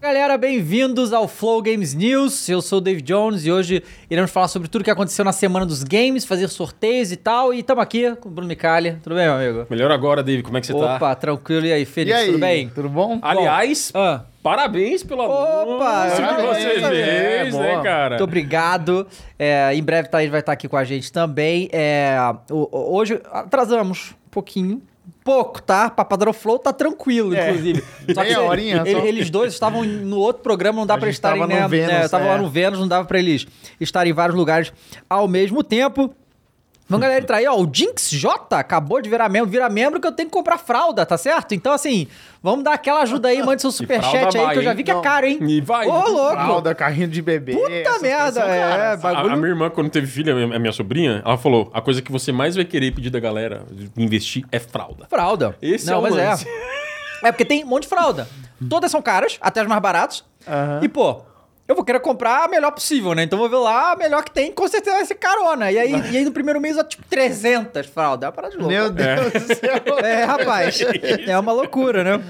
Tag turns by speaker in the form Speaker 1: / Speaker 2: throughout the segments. Speaker 1: galera, bem-vindos ao Flow Games News. Eu sou o Dave Jones e hoje iremos falar sobre tudo que aconteceu na semana dos games, fazer sorteios e tal. E estamos aqui com o Bruno Micali. Tudo bem, meu amigo?
Speaker 2: Melhor agora, Dave. Como é que você
Speaker 1: Opa,
Speaker 2: tá?
Speaker 1: tranquilo. E aí,
Speaker 3: E
Speaker 1: Feliz?
Speaker 3: aí,
Speaker 1: Tudo bem?
Speaker 3: Tudo bom?
Speaker 2: Aliás,
Speaker 1: Ah,
Speaker 2: parabéns pelo
Speaker 1: Opa,
Speaker 2: anúncio que
Speaker 3: parabéns,
Speaker 2: você fez,
Speaker 3: parabéns. É,
Speaker 2: né,
Speaker 3: boa.
Speaker 2: cara?
Speaker 1: muito obrigado. É, em breve, Thaís vai estar aqui com a gente também. É, o- o- hoje atrasamos um pouquinho. Pouco, tá? Papadro Flow tá tranquilo, inclusive. Só
Speaker 3: É. Meia
Speaker 1: ele-
Speaker 3: horinha,
Speaker 1: ele-
Speaker 3: só.
Speaker 1: Eles dois estavam no outro programa, não dá
Speaker 3: A
Speaker 1: pra
Speaker 3: gente
Speaker 1: estarem,
Speaker 3: tava
Speaker 1: né?
Speaker 3: no Vênus,
Speaker 1: né, eu tava lá
Speaker 3: é.
Speaker 1: no Vênus, não dava pra eles estarem em vários lugares ao mesmo tempo. Vamos, galera, entrar aí, ó. O Jinx J acabou de virar membro. Vira membro que eu tenho que comprar fralda, tá certo? Então, assim, vamos dar aquela ajuda aí. Mande seu superchat
Speaker 2: fralda
Speaker 1: aí,
Speaker 2: vai,
Speaker 1: que eu já
Speaker 2: hein?
Speaker 1: vi que é
Speaker 3: Não.
Speaker 1: caro, hein?
Speaker 2: E vai.
Speaker 1: Ô, louco!
Speaker 3: Fralda, carrinho de bebê.
Speaker 1: Puta
Speaker 3: essas
Speaker 1: merda,
Speaker 3: coisas,
Speaker 1: é,
Speaker 3: cara.
Speaker 2: A- A,
Speaker 1: bagulho.
Speaker 2: minha irmã, quando teve filha, a minha sobrinha, ela falou: a coisa que você mais vai querer pedir da galera de investir é fralda.
Speaker 1: Fralda.
Speaker 2: Esse
Speaker 1: Não,
Speaker 2: é o
Speaker 1: mas
Speaker 2: lance.
Speaker 1: é. É porque tem um monte de fralda. Todas são caras, até as mais baratas. E, pô, eu vou querer comprar a melhor possível, né? Então eu vou ver lá a melhor que tem, com certeza vai ser carona. E aí, e aí no primeiro mês, ó, tipo, 300 fraldas. É uma parada de louco.
Speaker 3: Meu Deus do céu.
Speaker 1: É, rapaz. é uma loucura, né?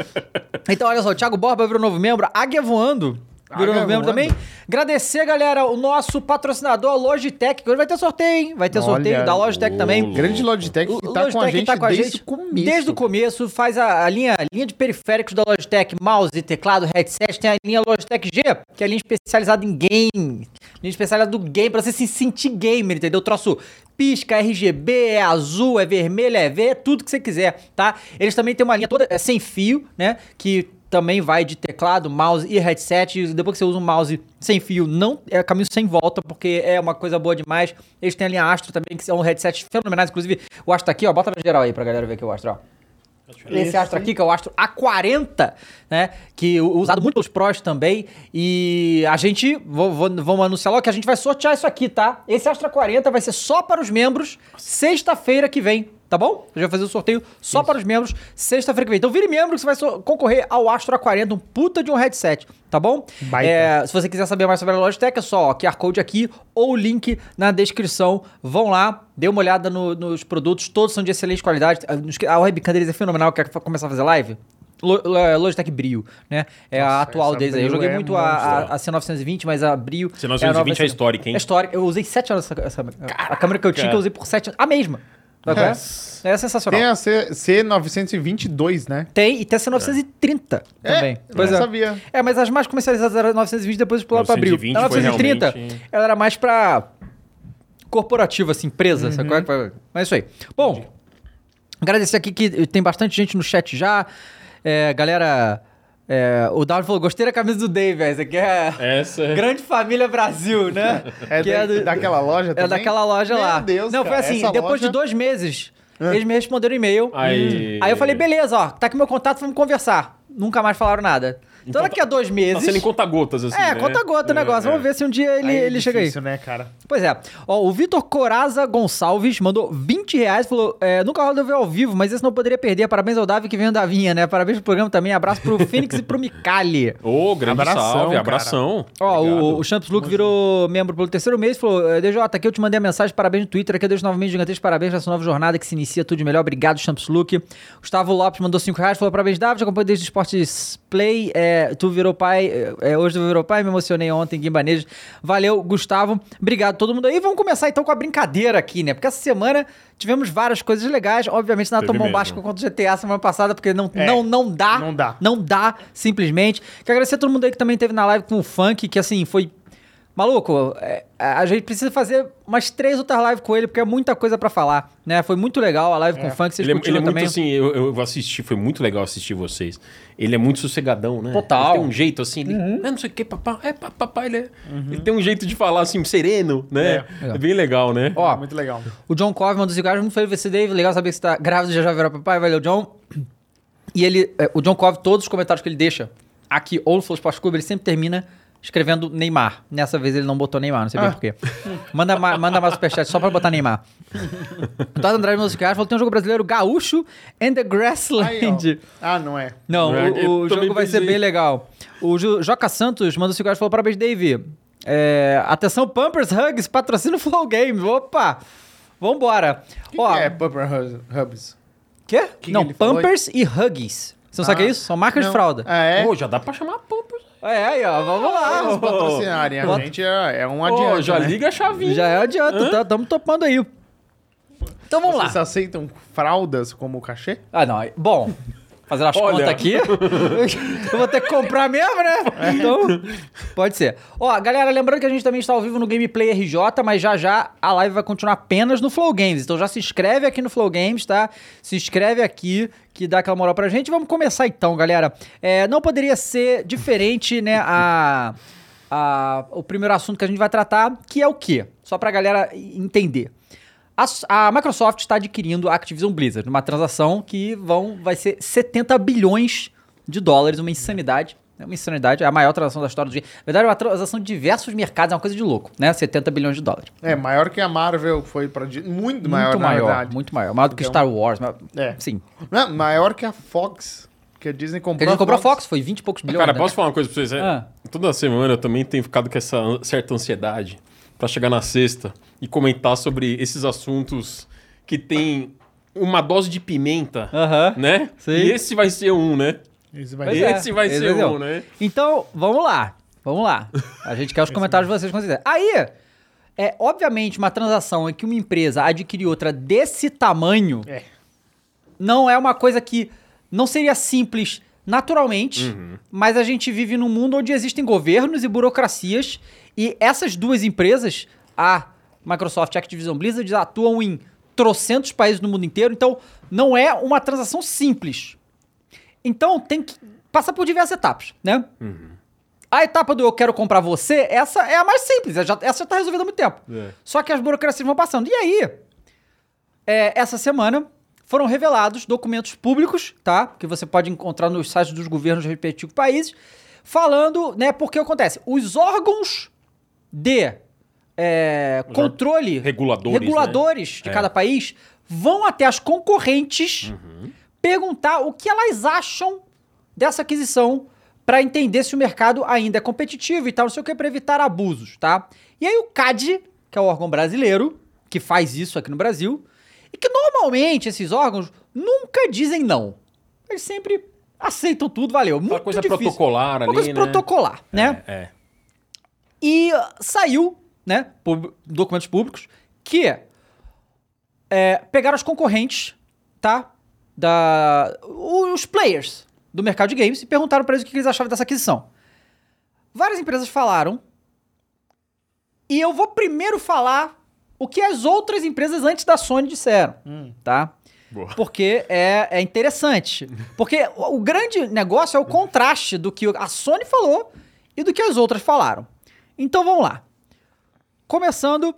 Speaker 1: Então, olha só, o Thiago Borba virou novo membro, Águia Voando. Virou
Speaker 3: Águia
Speaker 1: novo membro
Speaker 3: Voando.
Speaker 1: também. Agradecer, galera, o nosso patrocinador Logitech, que hoje vai ter sorteio, hein? Vai ter
Speaker 3: Olha,
Speaker 1: sorteio da Logitech
Speaker 2: ô,
Speaker 1: também.
Speaker 2: louco.
Speaker 3: Grande Logitech que tá com a gente desde o começo.
Speaker 1: Desde o começo, faz a, a linha, a linha de periféricos da Logitech, mouse, teclado, headset, tem a linha Logitech G, que é a linha especializada em game. Linha especializada do game, pra você se sentir gamer, entendeu? Troço pisca, RGB, é azul, é vermelho, é V, é tudo que você quiser, tá? Eles também têm uma linha toda é, sem fio, né? Que também vai de teclado, mouse e headset. E Depois que você usa um mouse sem fio, não é caminho sem volta, porque é uma coisa boa demais. Eles têm a linha Astro também, que são headsets fenomenais. Inclusive, o Astro tá aqui, ó. Bota na geral aí pra galera ver aqui o Astro, ó. Esse astro aqui, que é o astro A40, né? Que u- usado muito pelos prós também. E a gente, vou- vou- vamos anunciar logo que a gente vai sortear isso aqui, tá? Esse astro A40 vai ser só para os membros sexta-feira que vem, tá bom? A gente vai fazer o sorteio só para os membros sexta-feira que vem. Então vire membro que você vai so- concorrer ao astro A40, um puta de um headset, tá bom?
Speaker 3: Baita.
Speaker 1: É, é, se você quiser saber mais sobre a Logitech, é só ó, QR Code aqui ou o link na descrição. Vão lá, dê uma olhada no- nos produtos, todos são de excelente qualidade. A- nos que- A webcam deles é fenomenal, quer fa- começar a fazer live? Lo- é, Logitech Brio, né? É a
Speaker 3: Nossa,
Speaker 1: atual
Speaker 3: essa
Speaker 1: deles aí. Eu
Speaker 3: Brio
Speaker 1: joguei
Speaker 3: é
Speaker 1: muito a, a,
Speaker 2: monstro.
Speaker 1: a C920, mas a Brio. é a nova
Speaker 2: 1920 é
Speaker 1: versão.
Speaker 2: histórica, hein?
Speaker 1: É histórica. Eu usei 7 horas essa, essa- a câmera que eu tinha, que eu usei por 7 anos. A mesma. Sabe qual é?
Speaker 2: Nossa.
Speaker 1: É sensacional.
Speaker 3: Tem
Speaker 1: Tem,
Speaker 3: a C, C922, né?
Speaker 1: e tem a C930 também.
Speaker 3: É, não sabia.
Speaker 1: É, mas as mais comercializadas eram 920, depois pulava pra abril.
Speaker 2: 920
Speaker 1: A
Speaker 2: foi
Speaker 1: 930,
Speaker 2: realmente-
Speaker 1: ela era mais pra corporativa, assim, empresa, sabe qual é? que- Mas é isso aí. Bom, agradecer aqui que tem bastante gente no chat já. É, galera, é, o Darwin falou, gostei da camisa do Dave, velho. Isso aqui é...
Speaker 2: Essa é.
Speaker 1: Grande Família Brasil, né?
Speaker 3: É
Speaker 1: Que
Speaker 3: da-
Speaker 1: do-
Speaker 3: daquela loja
Speaker 1: É
Speaker 3: também?
Speaker 1: daquela loja
Speaker 3: Meu
Speaker 1: lá.
Speaker 3: Deus,
Speaker 1: Não,
Speaker 3: cara,
Speaker 1: foi assim,
Speaker 3: essa
Speaker 1: depois
Speaker 3: loja- Ah.
Speaker 1: de dois meses, eles me responderam e-mail. Hum.
Speaker 2: Aí.
Speaker 1: Aí eu falei, beleza, ó, tá aqui meu contato, vamos conversar. Nunca mais falaram nada. Então
Speaker 2: Então
Speaker 1: daqui a dois
Speaker 2: Tá sendo em
Speaker 1: meses.
Speaker 2: conta-gotas, assim.
Speaker 1: é,
Speaker 2: né?
Speaker 1: conta gota o
Speaker 2: É,
Speaker 1: negócio.
Speaker 2: é.
Speaker 1: Vamos ver se um dia ele,
Speaker 3: Aí é
Speaker 1: ele chega aí.
Speaker 3: difícil, né, cara?
Speaker 1: Pois é. Ó, o Vitor Coraza Gonçalves mandou 20 reais, falou, é, nunca rola ver ao vivo, mas esse não poderia perder. Parabéns ao Davi que vem da vinha, né? Parabéns pro programa também. Abraço pro Fênix e pro Micali.
Speaker 2: Ô, grande
Speaker 3: Abração,
Speaker 2: salve,
Speaker 3: cara.
Speaker 2: abração.
Speaker 1: Ó, o, o
Speaker 2: Obrigado.
Speaker 1: Champs Luke virou membro pelo terceiro mês e falou: eh, DJ, aqui eu te mandei a mensagem, parabéns no Twitter, aqui eu deixo novamente gigantesco, parabéns nessa nova jornada que se inicia tudo de melhor. Obrigado, Champs Luke. Gustavo Lopes mandou 5 reais, falou: parabéns, David, acompanho desde o Esportes Play. eh, tu virou pai, eh, eh, hoje tu virou pai, me emocionei ontem, Guimbanês. Valeu, Gustavo. Obrigado a todo mundo aí. Vamos começar então com a brincadeira aqui, né? Porque essa semana tivemos várias coisas legais. Obviamente, nada um tão
Speaker 2: Teve mesmo. É.
Speaker 1: bombástico quanto o GTA semana passada, porque não, não, não dá.
Speaker 3: não dá.
Speaker 1: Não dá, simplesmente. Quero agradecer a todo mundo aí que também teve na live com o funk, que assim, foi. Maluco, é, a gente precisa fazer umas três outras lives com ele, porque é muita coisa pra falar, né? Foi muito legal a live com o funk, vocês
Speaker 2: Ele é, ele é
Speaker 1: curtiram
Speaker 2: muito
Speaker 1: também.
Speaker 2: assim, eu, eu assisti, foi muito legal assistir vocês. Ele é muito sossegadão, né?
Speaker 1: Total. Uhum.
Speaker 2: Ele tem um jeito assim, ele, "Ah, não sei o que, papá, é pa- papai, ele, é- ele tem um jeito de falar assim, sereno, né? É, bem legal, né?
Speaker 1: Ó,
Speaker 3: É Muito legal.
Speaker 1: o John Cove mandou cinco reais, muito feliz ver você, Dave. Legal saber que você tá grávido, já já virou papai. Valeu, John. E ele, é, o John Cove, todos os comentários que ele deixa aqui, ou no Flow Esporte Clube, ele sempre termina escrevendo Neymar. Nessa vez ele não botou Neymar, não sei
Speaker 3: Ah.
Speaker 1: bem porquê. Manda, ma- manda mais superchat só pra botar Neymar. Eduardo Andrade mandou cinco reais, falou que tem um jogo brasileiro, Gaúcho and the
Speaker 3: Aí, ó.
Speaker 1: Grassland.
Speaker 3: Ah, não é.
Speaker 1: Não,
Speaker 2: É, eu
Speaker 1: o, o
Speaker 2: também
Speaker 1: jogo vai ser
Speaker 2: pensei.
Speaker 1: bem legal. O Ju- Joca Santos mandou 5 reais e falou: parabéns, Dave. É, atenção, Pampers Hugs, patrocina o Flow Games. Opa! Vambora.
Speaker 3: O que,
Speaker 1: Ó,
Speaker 3: que é Bumper Hubs- Hubs?
Speaker 1: quê?
Speaker 3: que
Speaker 1: não,
Speaker 3: ele falou
Speaker 1: Pampers e Huggies. Você não sabe o que é
Speaker 3: Ah,
Speaker 1: isso? São marcas de
Speaker 3: Não.
Speaker 1: fralda.
Speaker 3: Ah, é?
Speaker 2: Pô, já dá pra chamar a Pampers.
Speaker 1: É, aí, ó, vamos lá.
Speaker 3: Eles
Speaker 1: ó.
Speaker 3: patrocinarem. A
Speaker 1: Bota-
Speaker 3: gente é, é um adiante.
Speaker 2: Pô, já
Speaker 3: né?
Speaker 2: liga a chavinha.
Speaker 1: Já é adianta, tá, tamo topando aí. Então vamos
Speaker 3: Vocês
Speaker 1: lá.
Speaker 3: aceitam fraldas como cachê?
Speaker 1: Ah, não. aí- Bom, fazendo as
Speaker 2: Olha.
Speaker 1: contas aqui, eu vou ter que comprar mesmo, né? Então, pode ser. Ó, galera, lembrando que a gente também está ao vivo no Gameplay RJ, mas já já a live vai continuar apenas no Flow Games. Então já se inscreve aqui no Flow Games, tá? Se inscreve aqui, que dá aquela moral pra gente. Vamos começar então, galera. É, não poderia ser diferente, né, a... a- o primeiro assunto que a gente vai tratar, que é o quê? Só pra galera entender. A, S- a Microsoft está adquirindo a Activision Blizzard numa transação que vão, vai ser 70 bilhões de dólares, uma insanidade. É uma insanidade, é a maior transação da história do dia. Na verdade, é uma transação de diversos mercados, é uma coisa de louco, né? 70 bilhões de dólares.
Speaker 3: É, maior que a Marvel foi pra. di- Muito maior,
Speaker 1: Muito
Speaker 3: na
Speaker 1: maior,
Speaker 3: verdade.
Speaker 1: muito maior. Maior do que
Speaker 3: Então,
Speaker 1: Star Wars. Mas,
Speaker 3: é.
Speaker 1: Sim.
Speaker 3: Não, maior que a Fox. Que a Disney comprou.
Speaker 1: Porque a gente comprou a Fox, foi 20 e poucos bilhões.
Speaker 2: Cara,
Speaker 1: né?
Speaker 2: posso falar uma coisa pra vocês? É,
Speaker 1: Ah.
Speaker 2: Toda semana eu também tenho ficado com essa an- certa ansiedade pra chegar na sexta e comentar sobre esses assuntos que tem uma dose de pimenta,
Speaker 1: Aham.
Speaker 2: né?
Speaker 1: Ah, Sim.
Speaker 2: E esse vai ser um, né?
Speaker 3: Isso vai
Speaker 1: Pois
Speaker 3: ser.
Speaker 1: é,
Speaker 2: Esse vai ser
Speaker 1: entendeu?
Speaker 2: um, né?
Speaker 1: Então, vamos lá. Vamos lá. A gente quer os comentários de vocês quando quiser. Aí, é obviamente uma transação em que uma empresa adquire outra desse tamanho
Speaker 3: É.
Speaker 1: não é uma coisa que não seria simples naturalmente, mas a gente vive num mundo onde existem governos e burocracias e essas duas empresas, a Microsoft e a Activision Blizzard, atuam em trocentos países no mundo inteiro, então não é uma transação simples. Então tem que passar por diversas etapas, né? A etapa do eu quero comprar você, essa é a mais simples, ela já- essa já tá resolvida há muito tempo.
Speaker 2: É.
Speaker 1: Só que as burocracias vão passando. E aí, é, essa semana foram revelados documentos públicos, tá? Que você pode encontrar nos sites dos governos dos respectivos países, falando, né? Porque acontece, os órgãos de é, controle,
Speaker 2: reguladores, né?
Speaker 1: reguladores de
Speaker 2: É.
Speaker 1: cada país, vão até as concorrentes
Speaker 2: Uhum.
Speaker 1: perguntar o que elas acham dessa aquisição para entender se o mercado ainda é competitivo e tal, não sei o que, para evitar abusos, tá? E aí o CAD, que é o órgão brasileiro, que faz isso aqui no Brasil, e que normalmente esses órgãos nunca dizem não. Eles sempre aceitam tudo, valeu. Muito
Speaker 2: Uma coisa
Speaker 1: difícil.
Speaker 2: protocolar ali,
Speaker 1: Uma coisa
Speaker 2: né?
Speaker 1: protocolar, né?
Speaker 2: É. é.
Speaker 1: E uh, saiu, né, pub- documentos públicos, que é, pegaram os concorrentes, tá? Da, o- os players do mercado de games e perguntaram pra eles o que eles achavam dessa aquisição. Várias empresas falaram. E eu vou primeiro falar o que as outras empresas antes da Sony disseram, tá?
Speaker 2: Boa.
Speaker 1: Porque é, é interessante. Porque o, o grande negócio é o contraste do que a Sony falou e do que as outras falaram. Então vamos lá. Começando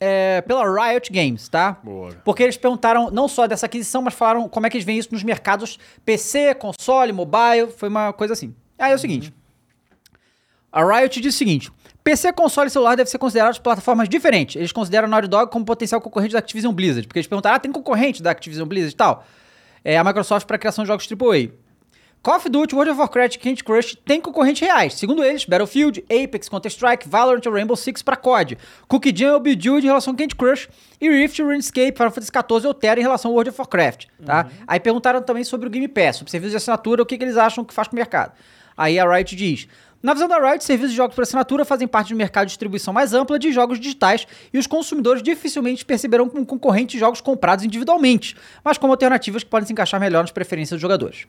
Speaker 1: é, pela Riot Games, tá?
Speaker 2: Boa.
Speaker 1: Porque eles perguntaram não só dessa aquisição, mas falaram como é que eles veem isso nos mercados PC, console, mobile, foi uma coisa assim. Aí é o seguinte. A Riot diz o seguinte: PC, console e celular devem ser considerados plataformas diferentes. Eles consideram a Naughty Dog como potencial concorrente da Activision Blizzard. Porque eles perguntaram: ah, tem concorrente da Activision Blizzard e tal? É a Microsoft para criação de jogos AAA. Call of Duty, World of Warcraft, Candy Crush têm concorrentes reais. Segundo eles, Battlefield, Apex, Counter-Strike, Valorant e Rainbow Six para COD. Cookie Jam e Obidue em relação ao Candy Crush. E Rift, RuneScape, Final Fantasy XIV e Otero em relação ao World of Warcraft. Tá? Aí perguntaram também sobre o Game Pass, sobre serviço de assinatura, o que, que eles acham que faz com o mercado. Aí a Riot diz... Na visão da Riot, serviços de jogos por assinatura fazem parte de um mercado de distribuição mais ampla de jogos digitais e os consumidores dificilmente perceberão como concorrentes jogos comprados individualmente, mas como alternativas que podem se encaixar melhor nas preferências dos jogadores.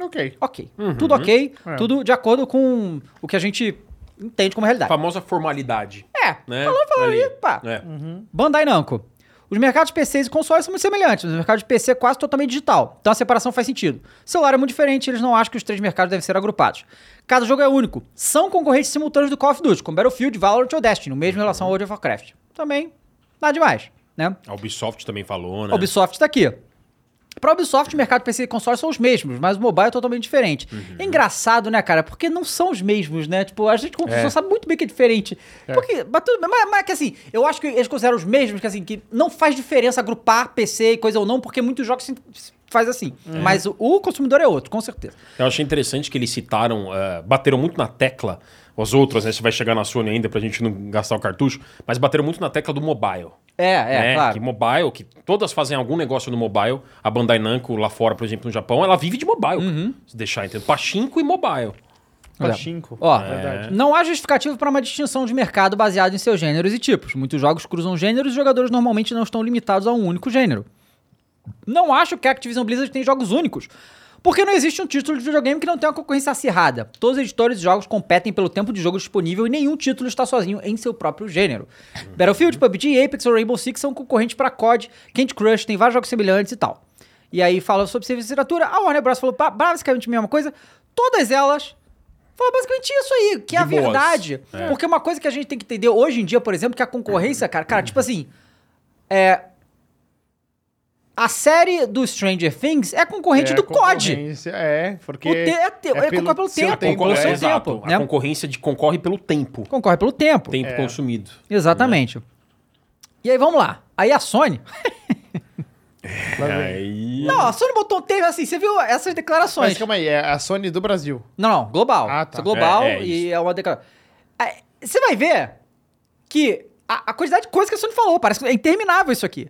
Speaker 3: Ok.
Speaker 1: Ok. Tudo ok,
Speaker 3: É.
Speaker 1: tudo de acordo com o que a gente entende como realidade.
Speaker 2: Famosa formalidade.
Speaker 1: É,
Speaker 2: Né?
Speaker 1: falou, falou ali, pá. Uhum.
Speaker 2: É.
Speaker 1: Bandai Namco. Os mercados PCs e consoles são muito semelhantes, mas o mercado de PC é quase totalmente digital, então a separação faz sentido. Celular é muito diferente, eles não acham que os três mercados devem ser agrupados. Cada jogo é único. São concorrentes simultâneos do Call of Duty, como Battlefield, Valorant ou Destiny, mesmo em relação ao World of Warcraft. Também, nada demais, né?
Speaker 2: A Ubisoft também falou, né?
Speaker 1: A Ubisoft tá aqui. Pra Ubisoft, o mercado PC e console são os mesmos, mas o mobile é totalmente diferente. É engraçado, né, cara? Porque não são os mesmos, né? Tipo, a gente como pessoa, sabe muito bem que é diferente. Porque, mas, tudo bem, mas, mas que assim, eu acho que eles consideram os mesmos, que assim, que não faz diferença agrupar PC e coisa ou não, porque muitos jogos se- se faz assim. Mas o, o consumidor é outro, com certeza.
Speaker 2: Eu achei interessante que eles citaram, eh, bateram muito na tecla, as outras, né? Você vai chegar na Sony ainda pra gente não gastar o cartucho, mas bateram muito na tecla do mobile.
Speaker 1: É, é,
Speaker 2: né?
Speaker 1: claro.
Speaker 2: Que mobile, que todas fazem algum negócio no mobile.
Speaker 1: Uhum.
Speaker 2: A Bandai Namco lá fora, por exemplo, no Japão, ela vive de mobile. Se deixar, entendeu? Pachinko e mobile.
Speaker 3: Pachinko.
Speaker 1: Ó,
Speaker 3: Verdade.
Speaker 1: não há justificativo para uma distinção de mercado baseado em seus gêneros e tipos. Muitos jogos cruzam gêneros e os jogadores normalmente não estão limitados a um único gênero. Não acho que a Activision Blizzard tem jogos únicos. Porque não existe um título de videogame que não tenha uma concorrência acirrada. Todos os editores de jogos competem pelo tempo de jogo disponível e nenhum título está sozinho em seu próprio gênero.
Speaker 2: Uhum.
Speaker 1: Battlefield, PUBG, Apex ou Rainbow Six são concorrentes para COD, Candy Crush, tem vários jogos semelhantes e tal. E aí fala sobre serviço de literatura, a Warner Bros. falou ba- basicamente a mesma coisa. Todas elas falam basicamente isso aí, que é a
Speaker 2: De boas. É.
Speaker 1: verdade. Porque uma coisa que a gente tem que entender hoje em dia, por exemplo, que a concorrência, cara, cara, tipo assim, é... A série do Stranger Things é concorrente
Speaker 3: É,
Speaker 1: do COD.
Speaker 3: concorrência, É, porque.
Speaker 1: O te- é te- é concorre pelo
Speaker 3: seu
Speaker 1: tempo,
Speaker 2: Concor-
Speaker 1: pelo seu
Speaker 2: é, exato.
Speaker 1: tempo,
Speaker 2: A
Speaker 1: né?
Speaker 2: concorrência de concorre pelo tempo.
Speaker 1: Concorre pelo tempo.
Speaker 2: Tempo consumido.
Speaker 1: Exatamente. E aí, vamos lá. Aí a Sony.
Speaker 3: Lá vem.
Speaker 2: Aí.
Speaker 1: Não, a Sony botou um termo assim, você viu essas declarações.
Speaker 3: Mas calma aí, é a Sony do Brasil.
Speaker 1: Não, não, global.
Speaker 3: Ah, tá.
Speaker 1: Isso é global
Speaker 2: É, é
Speaker 1: e é uma declaração. Aí, Você vai ver que a, a quantidade de coisa que a Sony falou, parece que é interminável isso aqui.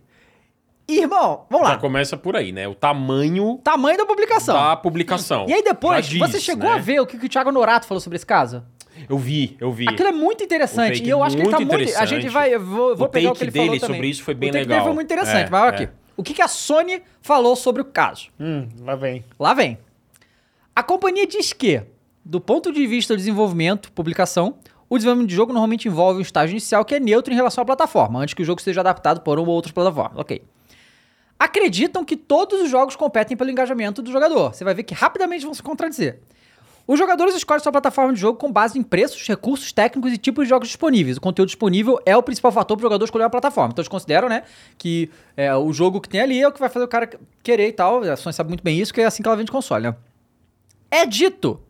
Speaker 1: E, irmão, vamos
Speaker 2: Já
Speaker 1: lá.
Speaker 2: começa por aí, né? O tamanho
Speaker 1: Tamanho da publicação.
Speaker 2: da publicação.
Speaker 1: E aí depois,
Speaker 2: Já diz,
Speaker 1: você chegou
Speaker 2: né?
Speaker 1: a ver o que, que o Thiago Norato falou sobre esse caso?
Speaker 2: Eu vi, eu vi.
Speaker 1: Aquilo é muito
Speaker 2: O
Speaker 1: interessante.
Speaker 2: take
Speaker 1: E eu acho que ele tá
Speaker 2: muito
Speaker 1: muito. A gente
Speaker 2: interessante.
Speaker 1: vai. eu Vou, vou
Speaker 2: O
Speaker 1: pegar o
Speaker 2: take
Speaker 1: que ele
Speaker 2: dele
Speaker 1: falou também.
Speaker 2: sobre isso foi bem
Speaker 1: o take
Speaker 2: legal.
Speaker 1: Dele foi muito interessante.
Speaker 2: É,
Speaker 1: mas olha
Speaker 2: é.
Speaker 1: aqui. O que, que a Sony falou sobre o caso?
Speaker 3: Hum, lá vem.
Speaker 1: Lá vem. A companhia diz que, do ponto de vista do desenvolvimento, publicação, o desenvolvimento de jogo normalmente envolve um estágio inicial que é neutro em relação à plataforma, antes que o jogo seja adaptado por uma ou outra plataforma. Ok. Acreditam que todos os jogos competem pelo engajamento do jogador. Você vai ver que rapidamente vão se contradizer. Os jogadores escolhem sua plataforma de jogo com base em preços, recursos técnicos e tipos de jogos disponíveis. O conteúdo disponível é o principal fator para o jogador escolher a plataforma. Então eles consideram, né, que é, o jogo que tem ali é o que vai fazer o cara querer e tal. A Sony sabe muito bem isso, que é assim que ela vende console, né? É dito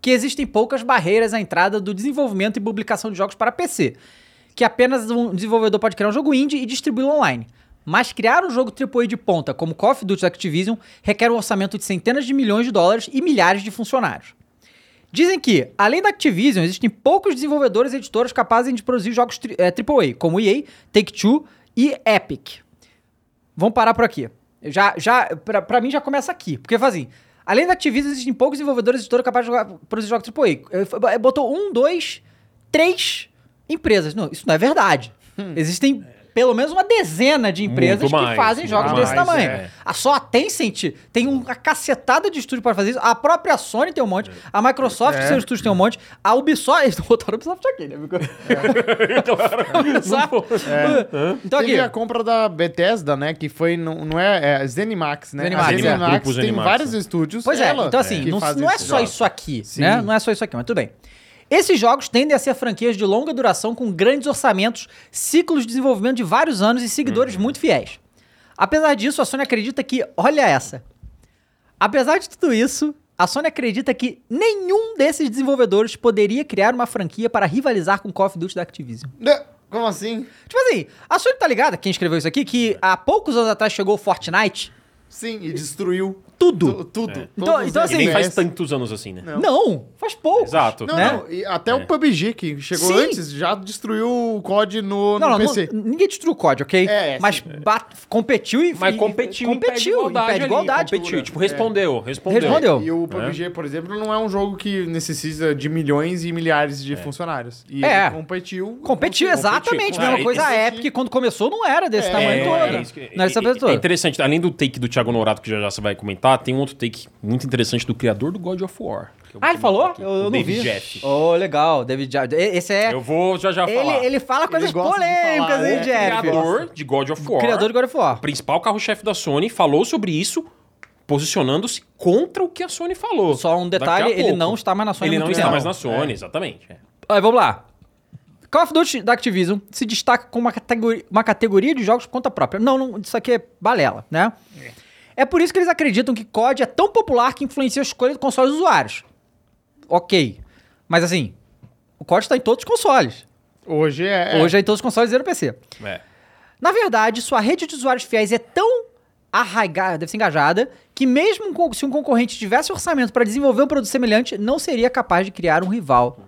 Speaker 1: que existem poucas barreiras à entrada do desenvolvimento e publicação de jogos para PC, que apenas um desenvolvedor pode criar um jogo indie e distribuí-lo online. Mas criar um jogo AAA de ponta, como Call of Duty da Activision, requer um orçamento de centenas de milhões de dólares e milhares de funcionários. Dizem que, além da Activision, existem poucos desenvolvedores e editoras capazes de produzir jogos tri- eh, AAA, como EA, Take-Two e Epic. Vamos parar por aqui. Eu Já, já, pra, pra mim já começa aqui. Porque faz assim, além da Activision, existem poucos desenvolvedores e editoras capazes de jogar, produzir jogos AAA. Eh, f- eh, Botou um, dois, três empresas. Não, isso não é verdade. Existem pelo menos uma dezena de empresas
Speaker 2: Muito
Speaker 1: que
Speaker 2: mais,
Speaker 1: fazem
Speaker 2: muito
Speaker 1: jogos desse
Speaker 3: mais,
Speaker 1: tamanho.
Speaker 3: é.
Speaker 1: A só a Tencent tem uma cacetada de estúdio para fazer isso. A própria Sony tem um monte. A Microsoft,
Speaker 3: É.
Speaker 1: seus estúdios tem um monte. A Ubisoft, eles botaram a Ubisoft aqui, né? A Ubisoft- Então aqui,
Speaker 3: Teve a compra da Bethesda, né? Que foi, não, não é, é Zenimax, né?
Speaker 1: Zenimax,
Speaker 3: a
Speaker 1: é.
Speaker 3: Zenimax
Speaker 2: Grupos
Speaker 3: tem
Speaker 2: Zenimax,
Speaker 3: vários
Speaker 2: né?
Speaker 3: estúdios.
Speaker 1: Pois é,
Speaker 3: ela né,
Speaker 1: então assim,
Speaker 3: que
Speaker 1: não,
Speaker 3: faz
Speaker 1: não é
Speaker 3: esses
Speaker 1: só
Speaker 3: jogos.
Speaker 1: isso aqui,
Speaker 3: Sim.
Speaker 1: né? Não é só isso aqui, mas tudo bem. Esses jogos tendem a ser franquias de longa duração com grandes orçamentos, ciclos de desenvolvimento de vários anos e seguidores
Speaker 3: Uhum.
Speaker 1: muito fiéis. Apesar disso, a Sony acredita que, olha essa. Apesar de tudo isso, a Sony acredita que nenhum desses desenvolvedores poderia criar uma franquia para rivalizar com Call of Duty da Activision.
Speaker 3: Né? Como assim?
Speaker 1: Tipo assim, a Sony tá ligada, quem escreveu isso aqui, que há poucos anos atrás chegou o Fortnite.
Speaker 3: Sim, e destruiu
Speaker 1: Tudo.
Speaker 3: tu- tudo.
Speaker 2: É.
Speaker 1: Então-
Speaker 3: Todos
Speaker 1: então,
Speaker 3: os
Speaker 2: E nem
Speaker 1: assim,
Speaker 2: faz
Speaker 3: FPS.
Speaker 2: tantos anos assim, né?
Speaker 1: Não,
Speaker 3: Não.
Speaker 1: faz poucos.
Speaker 2: Exato.
Speaker 3: Não,
Speaker 1: né?
Speaker 3: não, e até
Speaker 2: É.
Speaker 3: o PUBG, que chegou
Speaker 1: Sim.
Speaker 3: antes, já destruiu o COD no,
Speaker 1: Não,
Speaker 3: no
Speaker 1: não,
Speaker 3: PC.
Speaker 1: não- ninguém destruiu o código, ok?
Speaker 3: É, é,
Speaker 1: mas bat- competiu e
Speaker 2: Mas
Speaker 1: e-
Speaker 2: competiu, em pé de
Speaker 1: competiu
Speaker 2: igualdade.
Speaker 1: impede
Speaker 2: ali,
Speaker 1: igualdade. É.
Speaker 2: competiu, tipo, respondeu, respondeu.
Speaker 1: Respondeu.
Speaker 3: E o PUBG, por exemplo, não é um jogo que necessita de milhões e milhares de funcionários. E
Speaker 1: É.
Speaker 3: ele competiu.
Speaker 1: Competiu, exatamente.
Speaker 2: competiu.
Speaker 1: Mesma
Speaker 2: Ah,
Speaker 1: coisa
Speaker 2: esse
Speaker 1: a
Speaker 3: aqui-
Speaker 1: Epic, quando começou, não era desse
Speaker 3: É,
Speaker 1: tamanho
Speaker 2: É,
Speaker 1: todo.
Speaker 2: é isso que-
Speaker 1: não era desse
Speaker 2: e-
Speaker 1: tamanho
Speaker 2: e-
Speaker 1: todo.
Speaker 2: é interessante, além do take do Thiago Norato, que já já você vai comentar, tem um outro take muito interessante do criador do God of War. que eu
Speaker 1: ah, ele
Speaker 2: vou
Speaker 1: falou?
Speaker 2: aqui,
Speaker 1: Eu,
Speaker 2: o
Speaker 1: eu não
Speaker 2: David
Speaker 1: vi.
Speaker 2: Jeff.
Speaker 1: Oh, legal. David Jeff. E- Esse é...
Speaker 2: Eu vou já já
Speaker 1: ele,
Speaker 2: falar.
Speaker 1: ele fala coisas
Speaker 3: gosta de
Speaker 1: polêmicas,
Speaker 3: falar,
Speaker 1: hein,
Speaker 3: né?
Speaker 1: Jeff?
Speaker 2: é criador de God of War.
Speaker 1: Criador de God of War.
Speaker 2: O principal carro-chefe da Sony falou sobre isso, posicionando-se contra o que a Sony falou.
Speaker 1: Só um
Speaker 2: Daqui a
Speaker 1: detalhe, ele
Speaker 2: pouco.
Speaker 1: não está mais na Sony há
Speaker 2: Ele
Speaker 1: muito
Speaker 2: não está
Speaker 1: tempo.
Speaker 2: mais na Sony, exatamente. É.
Speaker 1: Aí, vamos lá. Call of Duty da Activision se destaca com uma categoria, uma categoria de jogos por conta própria. Não, não, isso aqui é balela, né? É por isso que eles acreditam que COD é tão popular que influencia a escolha do console dos usuários. Ok. Mas assim, o COD está em todos os consoles.
Speaker 3: Hoje é.
Speaker 1: Hoje é em todos os consoles e no PC.
Speaker 2: É.
Speaker 1: Na verdade, sua rede de usuários fiéis é tão arraigada, deve ser engajada, que mesmo com- se um concorrente tivesse orçamento para desenvolver um produto semelhante, não seria capaz de criar um rival.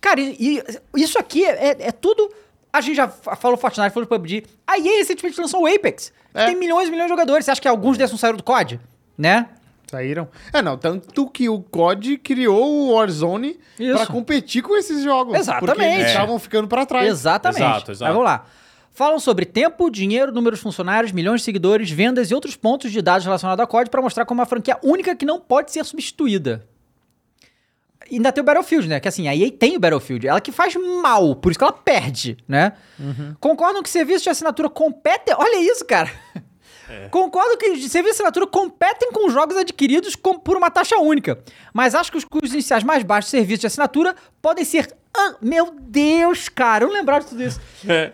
Speaker 1: Cara, e, e isso aqui é, é tudo. A gente já fa- falou Fortnite, falou PUBG. A EA recentemente lançou o Apex. que
Speaker 3: É.
Speaker 1: Tem milhões e milhões de jogadores. Você acha que alguns desses não saíram do COD? Né?
Speaker 3: Saíram? É, não, tanto que o COD criou o Warzone
Speaker 1: Isso.
Speaker 3: pra competir com esses jogos. Porque
Speaker 1: Exatamente.
Speaker 3: eles
Speaker 1: É.
Speaker 3: estavam ficando pra trás.
Speaker 1: Exatamente.
Speaker 2: Exato, exato.
Speaker 1: Mas vamos lá. Falam sobre tempo, dinheiro, número de funcionários, milhões de seguidores, vendas e outros pontos de dados relacionados à COD para mostrar como uma franquia única que não pode ser substituída. E ainda tem o Battlefield, né? Que assim, a EA tem o Battlefield. Ela que faz mal, por isso que ela perde, né? Concordam que serviços de assinatura competem... Olha isso, cara! Concordo que os serviços de assinatura competem com os jogos adquiridos com- por uma taxa única, mas acho que os custos iniciais mais baixos de serviços de assinatura podem ser... Ah, meu Deus, cara! Eu não lembrava de tudo isso.
Speaker 2: É.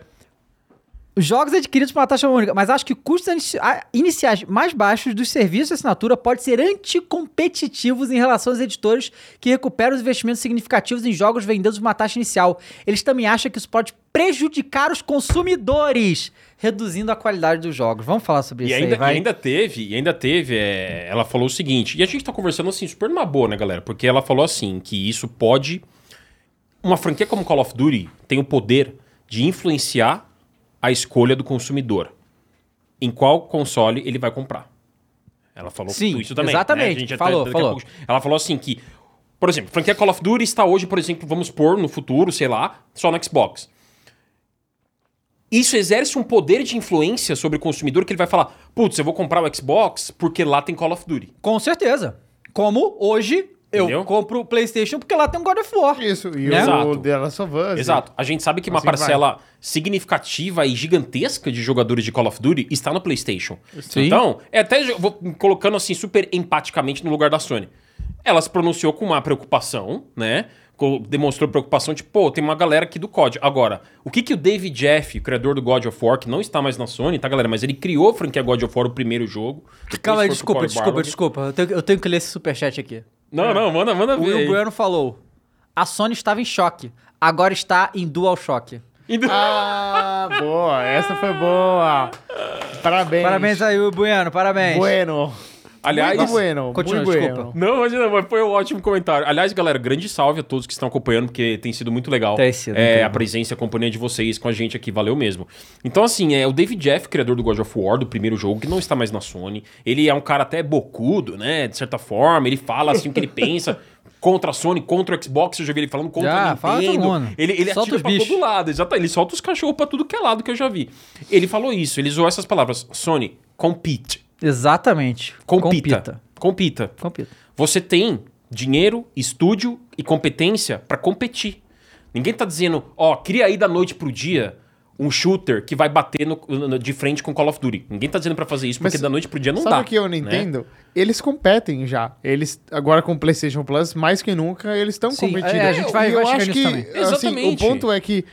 Speaker 1: Os Jogos adquiridos por uma taxa única, mas acho que custos inici- a- iniciais mais baixos dos serviços de assinatura podem ser anticompetitivos em relação aos editores que recuperam os investimentos significativos em jogos vendidos por uma taxa inicial. Eles também acham que isso pode prejudicar os consumidores, reduzindo a qualidade dos jogos. Vamos falar sobre
Speaker 2: E
Speaker 1: isso
Speaker 2: ainda,
Speaker 1: aí, vai.
Speaker 2: e ainda teve, e ainda teve, é, ela falou o seguinte, e a gente tá conversando assim, super numa boa, né, galera? Porque ela falou assim, que isso pode. Uma franquia como Call of Duty tem o poder de influenciar a escolha do consumidor. Em qual console ele vai comprar. Ela falou
Speaker 1: Sim,
Speaker 2: tudo isso também.
Speaker 1: exatamente.
Speaker 2: né? A gente até-
Speaker 1: Falou,
Speaker 2: daqui a
Speaker 1: falou.
Speaker 2: pouco- ela falou assim que, por exemplo, franquia Call of Duty está hoje, por exemplo, vamos pôr no futuro, sei lá, só no Xbox isso exerce um poder de influência sobre o consumidor que ele vai falar: putz, eu vou comprar o Xbox porque lá tem Call of Duty.
Speaker 1: Com certeza. Como hoje
Speaker 2: Entendeu?
Speaker 1: eu compro o PlayStation porque lá tem um God of War.
Speaker 3: Isso, e
Speaker 1: Né?
Speaker 2: Exato.
Speaker 3: o The Last of Us.
Speaker 2: Exato. A gente sabe que uma
Speaker 3: Assim
Speaker 2: parcela significativa e gigantesca de jogadores de Call of Duty está no PlayStation. Então, é até jo- vou me colocando assim super empaticamente no lugar da Sony. Ela se pronunciou com uma preocupação, né? Co- Demonstrou preocupação, tipo, pô, tem uma galera aqui do COD. Agora, o que que o David Jeff, o criador do God of War, que não está mais na Sony, tá, galera? Mas ele criou a franquia God of War, o primeiro jogo. depois
Speaker 1: Calma aí,
Speaker 2: foi pro
Speaker 1: desculpa,
Speaker 2: Cold
Speaker 1: desculpa,
Speaker 2: Barbary.
Speaker 1: desculpa. Eu tenho, eu tenho que ler esse superchat aqui.
Speaker 2: Não, não, manda, manda
Speaker 1: O Will
Speaker 2: ver. aí.
Speaker 1: Bueno falou: a Sony estava em choque, agora está em dual choque.
Speaker 2: Indo-
Speaker 3: Ah, boa. Essa foi boa. Parabéns.
Speaker 1: Parabéns aí, Will Bueno, parabéns.
Speaker 3: É Bueno.
Speaker 2: Aliás,
Speaker 3: Muito bueno.
Speaker 1: Continua,
Speaker 3: muito bueno.
Speaker 1: desculpa.
Speaker 2: não, imagina, mas foi um ótimo comentário. Aliás, galera, grande salve a todos que estão acompanhando, porque tem sido muito legal.
Speaker 1: Tem sido,
Speaker 2: É,
Speaker 1: incrível.
Speaker 2: a presença, a companhia de vocês com a gente aqui, valeu mesmo. Então, assim, é o David Jeff, criador do God of War, do primeiro jogo, que não está mais na Sony. Ele é um cara até bocudo, né? De certa forma, ele fala assim o que ele pensa. Contra a Sony, contra o Xbox, eu já vi ele falando contra
Speaker 1: Já,
Speaker 2: a
Speaker 1: Ah, fala todo
Speaker 2: Nintendo.
Speaker 1: mundo.
Speaker 2: Ele, ele
Speaker 1: Solta
Speaker 2: atira
Speaker 1: os
Speaker 2: pra
Speaker 1: bichos.
Speaker 2: todo lado, exatamente. Ele solta os cachorros pra tudo que é lado que eu já vi. Ele falou isso, ele usou essas palavras. Sony, compete.
Speaker 1: Exatamente.
Speaker 2: Compita. Compita.
Speaker 1: Compita.
Speaker 2: Você tem dinheiro, estúdio e competência pra competir. Ninguém tá dizendo, ó, cria aí da noite pro dia um shooter que vai bater no- no- de frente com Call of Duty. Ninguém tá dizendo pra fazer isso,
Speaker 3: Mas
Speaker 2: porque da noite pro dia não
Speaker 3: Sabe
Speaker 2: dá.
Speaker 3: o que eu não
Speaker 2: né?
Speaker 3: entendo? Eles competem já. Eles, agora com o PlayStation Plus, mais que nunca, eles estão
Speaker 1: Sim,
Speaker 3: competindo.
Speaker 1: é, a gente vai-
Speaker 3: E
Speaker 1: vai
Speaker 3: eu
Speaker 1: chegar
Speaker 3: acho
Speaker 1: nisso
Speaker 3: que,
Speaker 1: também.
Speaker 3: assim,
Speaker 2: Exatamente.
Speaker 3: o ponto é que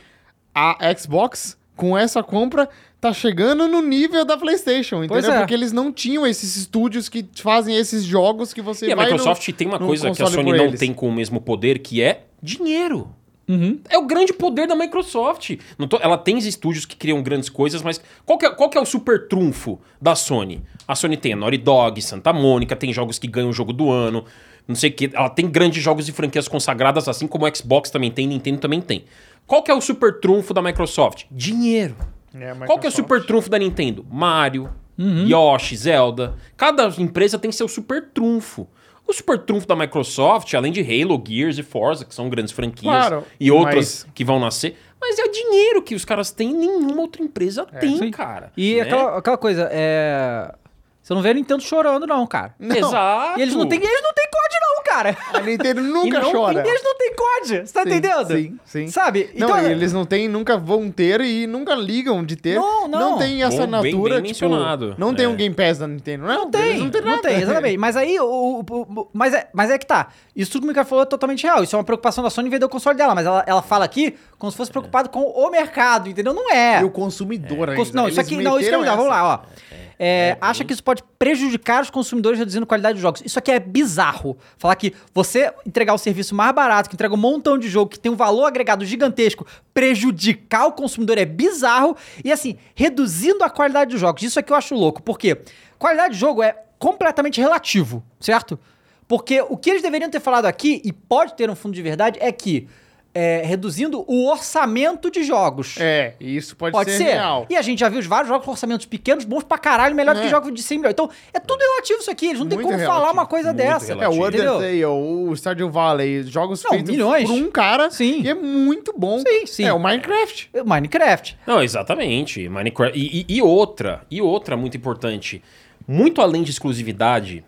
Speaker 3: a Xbox, com essa compra, tá chegando no nível da PlayStation,
Speaker 1: Pois
Speaker 3: entendeu?
Speaker 1: é.
Speaker 3: Porque eles não tinham esses estúdios que fazem esses jogos que você
Speaker 2: E a
Speaker 3: vai no-
Speaker 2: Microsoft tem uma
Speaker 3: no
Speaker 2: coisa que a
Speaker 3: console
Speaker 2: Sony
Speaker 3: por
Speaker 2: não
Speaker 3: eles.
Speaker 2: tem com o mesmo poder, que é dinheiro.
Speaker 1: Uhum.
Speaker 2: É o grande poder da Microsoft. Não tô- ela tem estúdios que criam grandes coisas, mas qual que, é, qual que é o super trunfo da Sony? A Sony tem a Naughty Dog, Santa Mônica, tem jogos que ganham o jogo do ano, não sei o que. Ela tem grandes jogos e franquias consagradas, assim como o Xbox também tem, Nintendo também tem. Qual que é o super trunfo da Microsoft? Dinheiro.
Speaker 3: É, a
Speaker 2: Qual que é o
Speaker 3: Microsoft.
Speaker 2: super trunfo da Nintendo? Mario,
Speaker 1: Uhum.
Speaker 2: Yoshi, Zelda. Cada empresa tem seu super trunfo. O super trunfo da Microsoft, além de Halo, Gears e Forza, que são grandes franquias,
Speaker 3: Claro,
Speaker 2: e outras que vão nascer, mas é dinheiro que os caras têm, nenhuma outra empresa
Speaker 3: É.
Speaker 2: tem,
Speaker 1: Sim.
Speaker 2: cara.
Speaker 1: E
Speaker 2: né?
Speaker 1: aquela, aquela coisa, é. Você não vê a Nintendo chorando, não, cara.
Speaker 2: Exato.
Speaker 1: E eles não têm. Eles não têm COD, não, cara.
Speaker 3: A Nintendo nunca
Speaker 2: E não
Speaker 3: chora.
Speaker 1: Eles não têm COD. Você tá
Speaker 3: Sim,
Speaker 1: entendendo?
Speaker 3: sim, sim.
Speaker 1: Sabe? Então,
Speaker 3: Não, e eles não têm, nunca vão ter e nunca ligam de ter.
Speaker 1: Não, não.
Speaker 3: tem essa
Speaker 2: Bom, bem- bem
Speaker 3: natura, tipo,
Speaker 2: mencionado.
Speaker 3: não tem
Speaker 2: É.
Speaker 3: um Game Pass da Nintendo, né?
Speaker 1: Não tem,
Speaker 3: Eles
Speaker 1: não
Speaker 3: não
Speaker 1: tem,
Speaker 3: têm nada.
Speaker 1: exatamente. Mas aí, o, o- o- mas, é, mas é que tá. Isso tudo que o Mika falou é totalmente real. Isso é uma preocupação da Sony em vender o console dela, mas ela, ela fala aqui como se fosse preocupada com o mercado, entendeu? Não é.
Speaker 3: É. E o consumidor ainda.
Speaker 1: Cons- Não, isso
Speaker 3: Eles
Speaker 1: aqui não, isso que é
Speaker 3: meteram
Speaker 1: legal. Vamos
Speaker 3: essa.
Speaker 1: lá, ó. É, acha que isso pode prejudicar os consumidores reduzindo a qualidade dos jogos. Isso aqui é bizarro. Falar que você entregar o serviço mais barato, que entrega um montão de jogo, que tem um valor agregado gigantesco, prejudicar o consumidor é bizarro. E assim, reduzindo a qualidade dos jogos. Isso aqui eu acho louco, porque qualidade de jogo é completamente relativo, certo? Porque o que eles deveriam ter falado aqui, e pode ter um fundo de verdade, é que é, reduzindo o orçamento de jogos.
Speaker 3: É, e isso pode,
Speaker 1: Pode
Speaker 3: ser,
Speaker 1: ser.
Speaker 3: real.
Speaker 1: E a gente já viu vários jogos com orçamentos pequenos, bons pra caralho, melhor que
Speaker 3: É.
Speaker 1: jogos de 100 milhões. Então, é tudo relativo isso aqui. Eles não têm
Speaker 3: Muito
Speaker 1: como falar
Speaker 3: relativo,
Speaker 1: uma coisa
Speaker 2: muito
Speaker 1: dessa.
Speaker 3: É, o
Speaker 2: relativo.
Speaker 1: entendeu?
Speaker 3: Undertale, o Stardew Valley, jogos
Speaker 1: Não,
Speaker 3: feitos
Speaker 1: milhões.
Speaker 3: por um cara
Speaker 1: Sim.
Speaker 3: e é muito bom.
Speaker 1: Sim, sim.
Speaker 3: É o Minecraft.
Speaker 1: Minecraft.
Speaker 2: Não, exatamente. Minecraft. E, e- e outra, e outra muito importante. Muito além de exclusividade,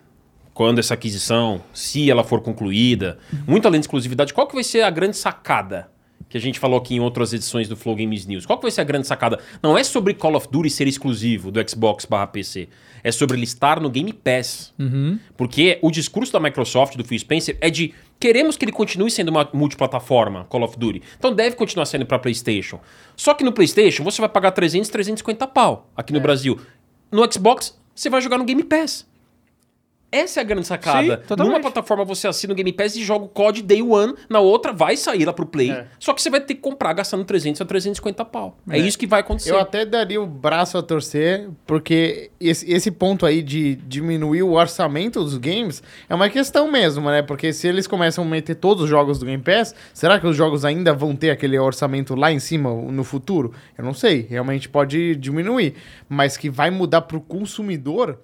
Speaker 2: quando essa aquisição, se ela for concluída, muito além de exclusividade, qual que vai ser a grande sacada? Que a gente falou aqui em outras edições do Flow Games News. Qual que vai ser a grande sacada? Não é sobre Call of Duty ser exclusivo do Xbox barra PC. É sobre ele estar no Game Pass. Porque o discurso da Microsoft, do Phil Spencer, é de queremos que ele continue sendo uma multiplataforma, Call of Duty. Então deve continuar sendo para PlayStation. Só que no PlayStation você vai pagar 300, 350 pau aqui no Brasil. No Xbox você vai jogar no Game Pass. Essa é a grande sacada.
Speaker 1: Sim, totalmente.
Speaker 2: Numa plataforma você assina o Game Pass e joga o COD Day One, na outra vai sair lá pro Play.
Speaker 3: É.
Speaker 2: Só que você vai ter que comprar gastando 300 a 350 pau. É, isso que vai acontecer.
Speaker 3: Eu até daria o braço a torcer, porque esse, esse ponto aí de diminuir o orçamento dos games é uma questão mesmo, né? Porque se eles começam a meter todos os jogos do Game Pass, será que os jogos ainda vão ter aquele orçamento lá em cima no futuro? Eu não sei, realmente pode diminuir. Mas que vai mudar pro consumidor,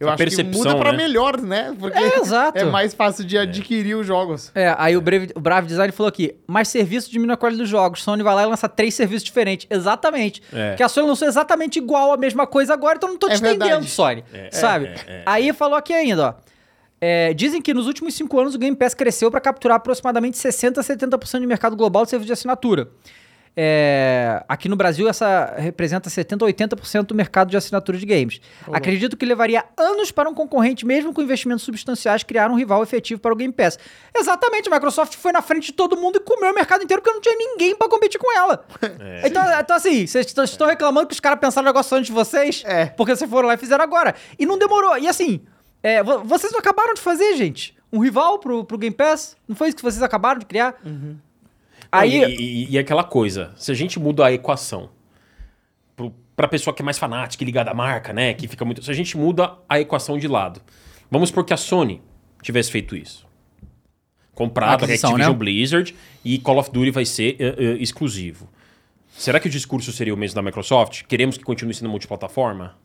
Speaker 3: eu
Speaker 2: A
Speaker 3: acho que
Speaker 2: percepção,
Speaker 3: muda pra
Speaker 2: né?
Speaker 3: melhor, né? Porque
Speaker 1: É, exato.
Speaker 3: é mais fácil de adquirir os jogos.
Speaker 1: É, aí o, Brave, o Brave Design falou aqui, mas serviço diminui a qualidade dos jogos. Sony vai lá e lança três serviços diferentes. Exatamente.
Speaker 2: É.
Speaker 1: Porque a Sony lançou exatamente igual a mesma coisa agora, então eu não tô
Speaker 3: É
Speaker 1: te entendendo,
Speaker 3: verdade.
Speaker 1: Sony. sabe?
Speaker 2: é, é,
Speaker 1: aí falou aqui ainda, ó. É, dizem que nos últimos cinco anos o Game Pass cresceu para capturar aproximadamente 60% a 70% de mercado global de serviço de assinatura. É, aqui no Brasil, essa representa 70% a 80% do mercado de assinatura de games. Acredito que levaria anos para um concorrente, mesmo com investimentos substanciais, criar um rival efetivo para o Game Pass. Exatamente, a Microsoft foi na frente de todo mundo e comeu o mercado inteiro porque não tinha ninguém para competir com ela. Então, então, assim, vocês t- estão reclamando que os caras pensaram o negócio antes de vocês?
Speaker 3: É.
Speaker 1: Porque vocês foram lá e fizeram agora. E não demorou. E assim, é, vo- vocês não acabaram de fazer, gente, um rival pro, pro Game Pass? Não foi isso que vocês acabaram de criar?
Speaker 3: Uhum.
Speaker 1: Aí.
Speaker 2: E, e- e aquela coisa, se a gente muda a equação pro, pra pessoa que é mais fanática e ligada à marca, né? Que fica muito. Se a gente muda a equação de lado. Vamos supor que a Sony tivesse feito isso. Comprado a
Speaker 1: Aquisição,
Speaker 2: Activision
Speaker 1: né?
Speaker 2: Blizzard e Call of Duty vai ser eh, eh, exclusivo. Será que o discurso seria o mesmo da Microsoft? Queremos que continue sendo multiplataforma?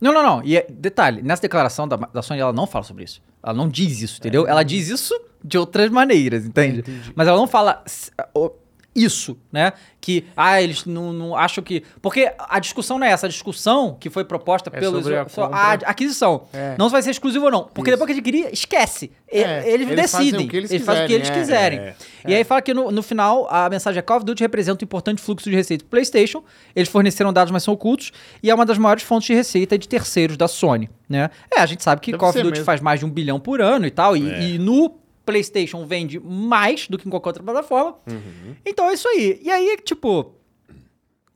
Speaker 1: Não, não, não. E é- detalhe, nessa declaração da, da Sony, ela não fala sobre isso. Ela não diz isso, entendeu?
Speaker 3: É.
Speaker 1: Ela diz isso de outras maneiras, entende? Mas ela não fala s- o- isso, né? Que, ah, eles não, não acham que. Porque a discussão não é essa. A discussão que foi proposta
Speaker 3: É
Speaker 1: pelos.
Speaker 3: sobre a
Speaker 1: só-
Speaker 3: compra.
Speaker 1: ad- aquisição.
Speaker 3: É.
Speaker 1: Não se vai ser exclusivo ou não. Porque
Speaker 3: Isso.
Speaker 1: depois que adquirir, esquece. E-
Speaker 3: É,
Speaker 1: eles,
Speaker 3: eles
Speaker 1: decidem.
Speaker 3: fazem o que eles
Speaker 1: fazem o que eles
Speaker 3: quiserem, é,
Speaker 1: quiserem.
Speaker 2: é.
Speaker 1: E aí fala que no, no final a mensagem é Call of Duty representa um importante fluxo de receita do PlayStation. Eles forneceram dados, mas são ocultos. E é uma das maiores fontes de receita de terceiros da Sony. Né? É, a gente sabe que
Speaker 3: Deve
Speaker 1: Call of
Speaker 3: ser
Speaker 1: Duty
Speaker 3: mesmo. É.
Speaker 1: faz mais de um bilhão por ano e tal. E, e no PlayStation vende mais do que em qualquer outra plataforma.
Speaker 3: Uhum.
Speaker 1: Então é isso aí. E aí, tipo.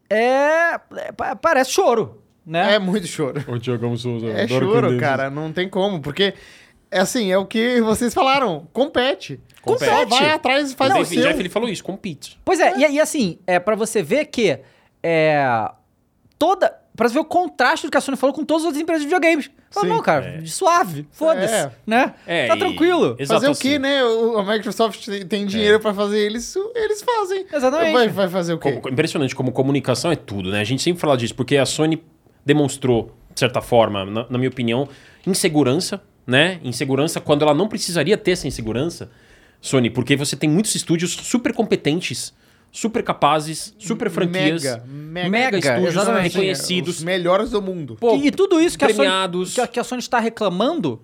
Speaker 1: É. é, pa- parece choro, né?
Speaker 3: É muito choro.
Speaker 2: O Diogão Souza.
Speaker 3: É choro, cara. Não tem como, porque... É assim, é o que vocês falaram. Compete.
Speaker 2: Compete.
Speaker 3: Só vai atrás e faz
Speaker 1: um
Speaker 2: Não,
Speaker 3: o seu.
Speaker 2: Jeff, ele falou isso, compete.
Speaker 1: Pois é, E, e assim, é para você ver que é toda para ver o contraste do que a Sony falou com todas as outras empresas de videogames. Fala,
Speaker 3: Sim.
Speaker 1: não, cara,
Speaker 2: É.
Speaker 1: suave, foda-se,
Speaker 3: É.
Speaker 1: né?
Speaker 2: É,
Speaker 1: tá
Speaker 2: e-
Speaker 1: tranquilo.
Speaker 2: Exato,
Speaker 3: Fazer o
Speaker 2: assim.
Speaker 3: que, né? O- A Microsoft tem- tem dinheiro pra fazer isso, eles fazem.
Speaker 1: Exatamente.
Speaker 3: Vai, vai fazer o quê?
Speaker 2: Como- impressionante como comunicação é tudo, né? A gente sempre fala disso, porque a Sony demonstrou, de certa forma, na, na minha opinião, insegurança, né? Insegurança quando ela não precisaria ter essa insegurança, Sony, porque você tem muitos estúdios super competentes, super capazes, super franquias.
Speaker 3: Mega, mega,
Speaker 1: Mega,
Speaker 2: estúdios
Speaker 1: exatamente.
Speaker 2: reconhecidos.
Speaker 3: Os melhores do mundo.
Speaker 2: Pô,
Speaker 1: e, e tudo isso que a, Sony,
Speaker 2: premiados.
Speaker 1: que, a- que a Sony está reclamando,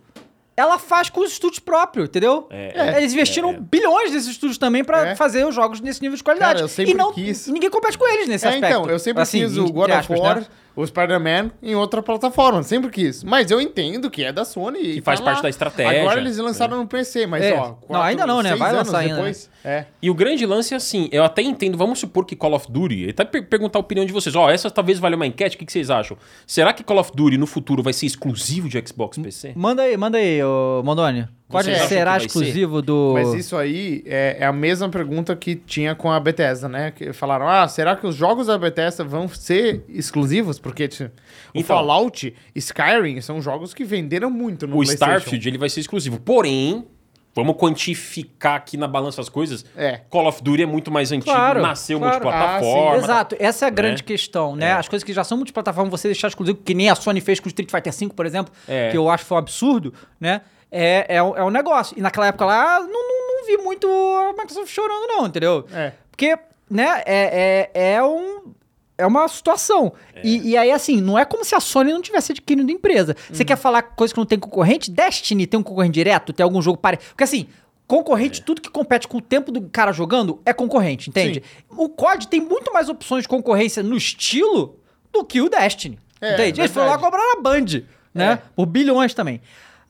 Speaker 1: ela faz com os estúdios próprios, entendeu?
Speaker 2: É,
Speaker 1: Eles investiram bilhões desses estúdios também pra
Speaker 3: É.
Speaker 1: fazer os jogos nesse nível de qualidade.
Speaker 3: Cara, eu sempre
Speaker 1: e não,
Speaker 3: quis.
Speaker 1: e ninguém compete com eles nesse
Speaker 3: É,
Speaker 1: aspecto.
Speaker 3: então, eu sempre
Speaker 1: Assim,
Speaker 3: quis o
Speaker 1: entre
Speaker 3: God of
Speaker 1: aspas,
Speaker 3: War,
Speaker 1: né?
Speaker 3: o Spider-Man em outra plataforma, sempre quis. Mas eu entendo que é da Sony. E
Speaker 2: Que faz
Speaker 3: tá
Speaker 2: parte
Speaker 3: lá.
Speaker 2: da estratégia.
Speaker 3: Agora eles lançaram no PC, mas
Speaker 1: É.
Speaker 3: ó,
Speaker 1: Não, ainda não, né?
Speaker 3: seis
Speaker 1: Vai
Speaker 3: anos
Speaker 1: lançar ainda, né?
Speaker 3: depois, É.
Speaker 2: E o grande lance é assim, eu até entendo, vamos supor que Call of Duty, e até per- perguntar a opinião de vocês, ó, essa talvez valha uma enquete, o que, que vocês acham? Será que Call of Duty no futuro vai ser exclusivo de
Speaker 3: Hum.
Speaker 2: Xbox PC?
Speaker 1: Manda aí, manda aí, ô Mondoni. Qual
Speaker 2: Vocês acham
Speaker 1: será
Speaker 2: que vai
Speaker 1: exclusivo do...
Speaker 3: Mas isso aí é, é a mesma pergunta que tinha com a Bethesda, né? Que falaram, ah, será que os jogos da Bethesda vão ser exclusivos? Porque tipo, o
Speaker 2: Então.
Speaker 3: Fallout, Skyrim, são jogos que venderam muito no
Speaker 2: o
Speaker 3: PlayStation.
Speaker 2: Starfield ele vai ser exclusivo. Porém, Vamos quantificar aqui na balança as coisas.
Speaker 3: É.
Speaker 2: Call of Duty é muito mais antigo,
Speaker 1: Claro,
Speaker 2: nasceu
Speaker 1: claro.
Speaker 2: multiplataforma.
Speaker 3: forma,
Speaker 1: Exato, essa é a
Speaker 2: né?
Speaker 1: grande questão, né? As coisas que já são multiplataforma, você deixar exclusivo, que nem a Sony fez com o Street Fighter V, por exemplo,
Speaker 2: É.
Speaker 1: que eu acho que foi um absurdo, né? É, é, um, é um negócio. E naquela época lá, não, não, não vi muito a Microsoft chorando, não, entendeu?
Speaker 3: É.
Speaker 1: Porque, né, é, é, é um. É uma situação. E, e aí, assim, não é como se a Sony não tivesse adquirindo empresa.
Speaker 3: Hum.
Speaker 1: Você quer falar coisa que não tem concorrente? Destiny tem um concorrente direto? Tem algum jogo pare. Porque, assim,
Speaker 3: É.
Speaker 1: concorrente, tudo que compete com o tempo do cara jogando é concorrente, entende? O COD tem muito mais opções de concorrência no estilo do que o Destiny.
Speaker 3: É,
Speaker 1: entende? "Ah, Eles foram lá
Speaker 3: verdade.
Speaker 1: cobrar na Band, né?
Speaker 3: É.
Speaker 1: Por bilhões também.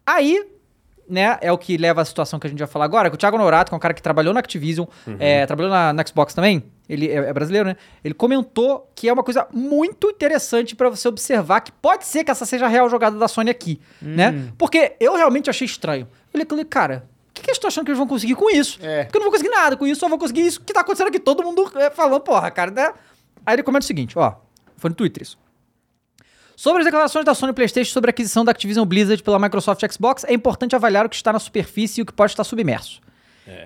Speaker 1: Aí, né, é o que leva à situação que a gente vai falar agora, que o Thiago Norato, que é um cara que trabalhou na Activision, é, trabalhou na, na Xbox também, ele é, é brasileiro, né? Ele comentou que é uma coisa muito interessante pra você observar, que pode ser que essa seja a real jogada da Sony aqui, né? Porque eu realmente achei estranho. Ele falou, cara, o que, que eles estão achando que eles vão conseguir com isso?
Speaker 3: É.
Speaker 1: Porque eu não vou conseguir nada com isso, só vou conseguir isso que tá acontecendo aqui, todo mundo é, falando, porra, cara, né? Aí ele comenta o seguinte, ó, foi no Twitter isso. Sobre as declarações da Sony PlayStation sobre a aquisição da Activision Blizzard pela Microsoft Xbox, é importante avaliar o que está na superfície e o que pode estar submerso.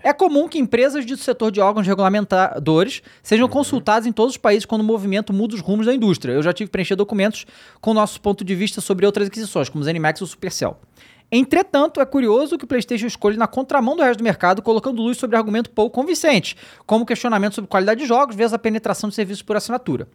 Speaker 1: É, comum que empresas do setor de órgãos regulamentadores sejam consultadas em todos os países quando o movimento muda os rumos da indústria. Eu já tive que preencher documentos com nosso ponto de vista sobre outras aquisições, como ZeniMax ou Supercell. Entretanto, é curioso que o PlayStation escolhe na contramão do resto do mercado, colocando luz sobre argumento pouco convincente, como questionamento sobre qualidade de jogos versus a penetração de serviços por assinatura.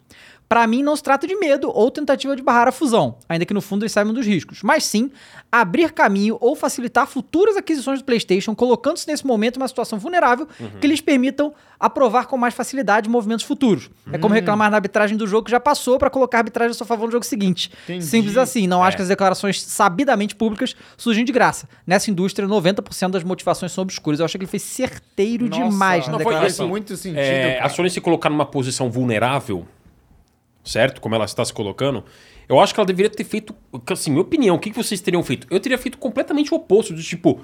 Speaker 1: Para mim, não se trata de medo ou tentativa de barrar a fusão, ainda que no fundo eles saibam dos riscos, mas sim abrir caminho ou facilitar futuras aquisições do PlayStation, colocando-se nesse momento em uma situação vulnerável
Speaker 3: Uhum.
Speaker 1: que lhes permitam aprovar com mais facilidade movimentos futuros. É
Speaker 3: Hum.
Speaker 1: como reclamar na arbitragem do jogo que já passou para colocar a arbitragem a seu favor no jogo seguinte.
Speaker 3: Entendi. É.
Speaker 1: Simples assim. Não acho que as declarações sabidamente públicas surgem de graça. Nessa indústria, 90% das motivações são obscuras. Eu acho que ele foi certeiro
Speaker 3: Nossa,
Speaker 1: demais na
Speaker 3: não
Speaker 2: foi
Speaker 1: declaração.
Speaker 2: isso.
Speaker 3: Faz muito sentido,
Speaker 2: É,
Speaker 3: cara.
Speaker 2: a Sony se colocar numa posição vulnerável, certo? Como ela está se colocando, eu acho que ela deveria ter feito. Assim, minha opinião, o que que vocês teriam feito? Eu teria feito completamente o oposto, do tipo,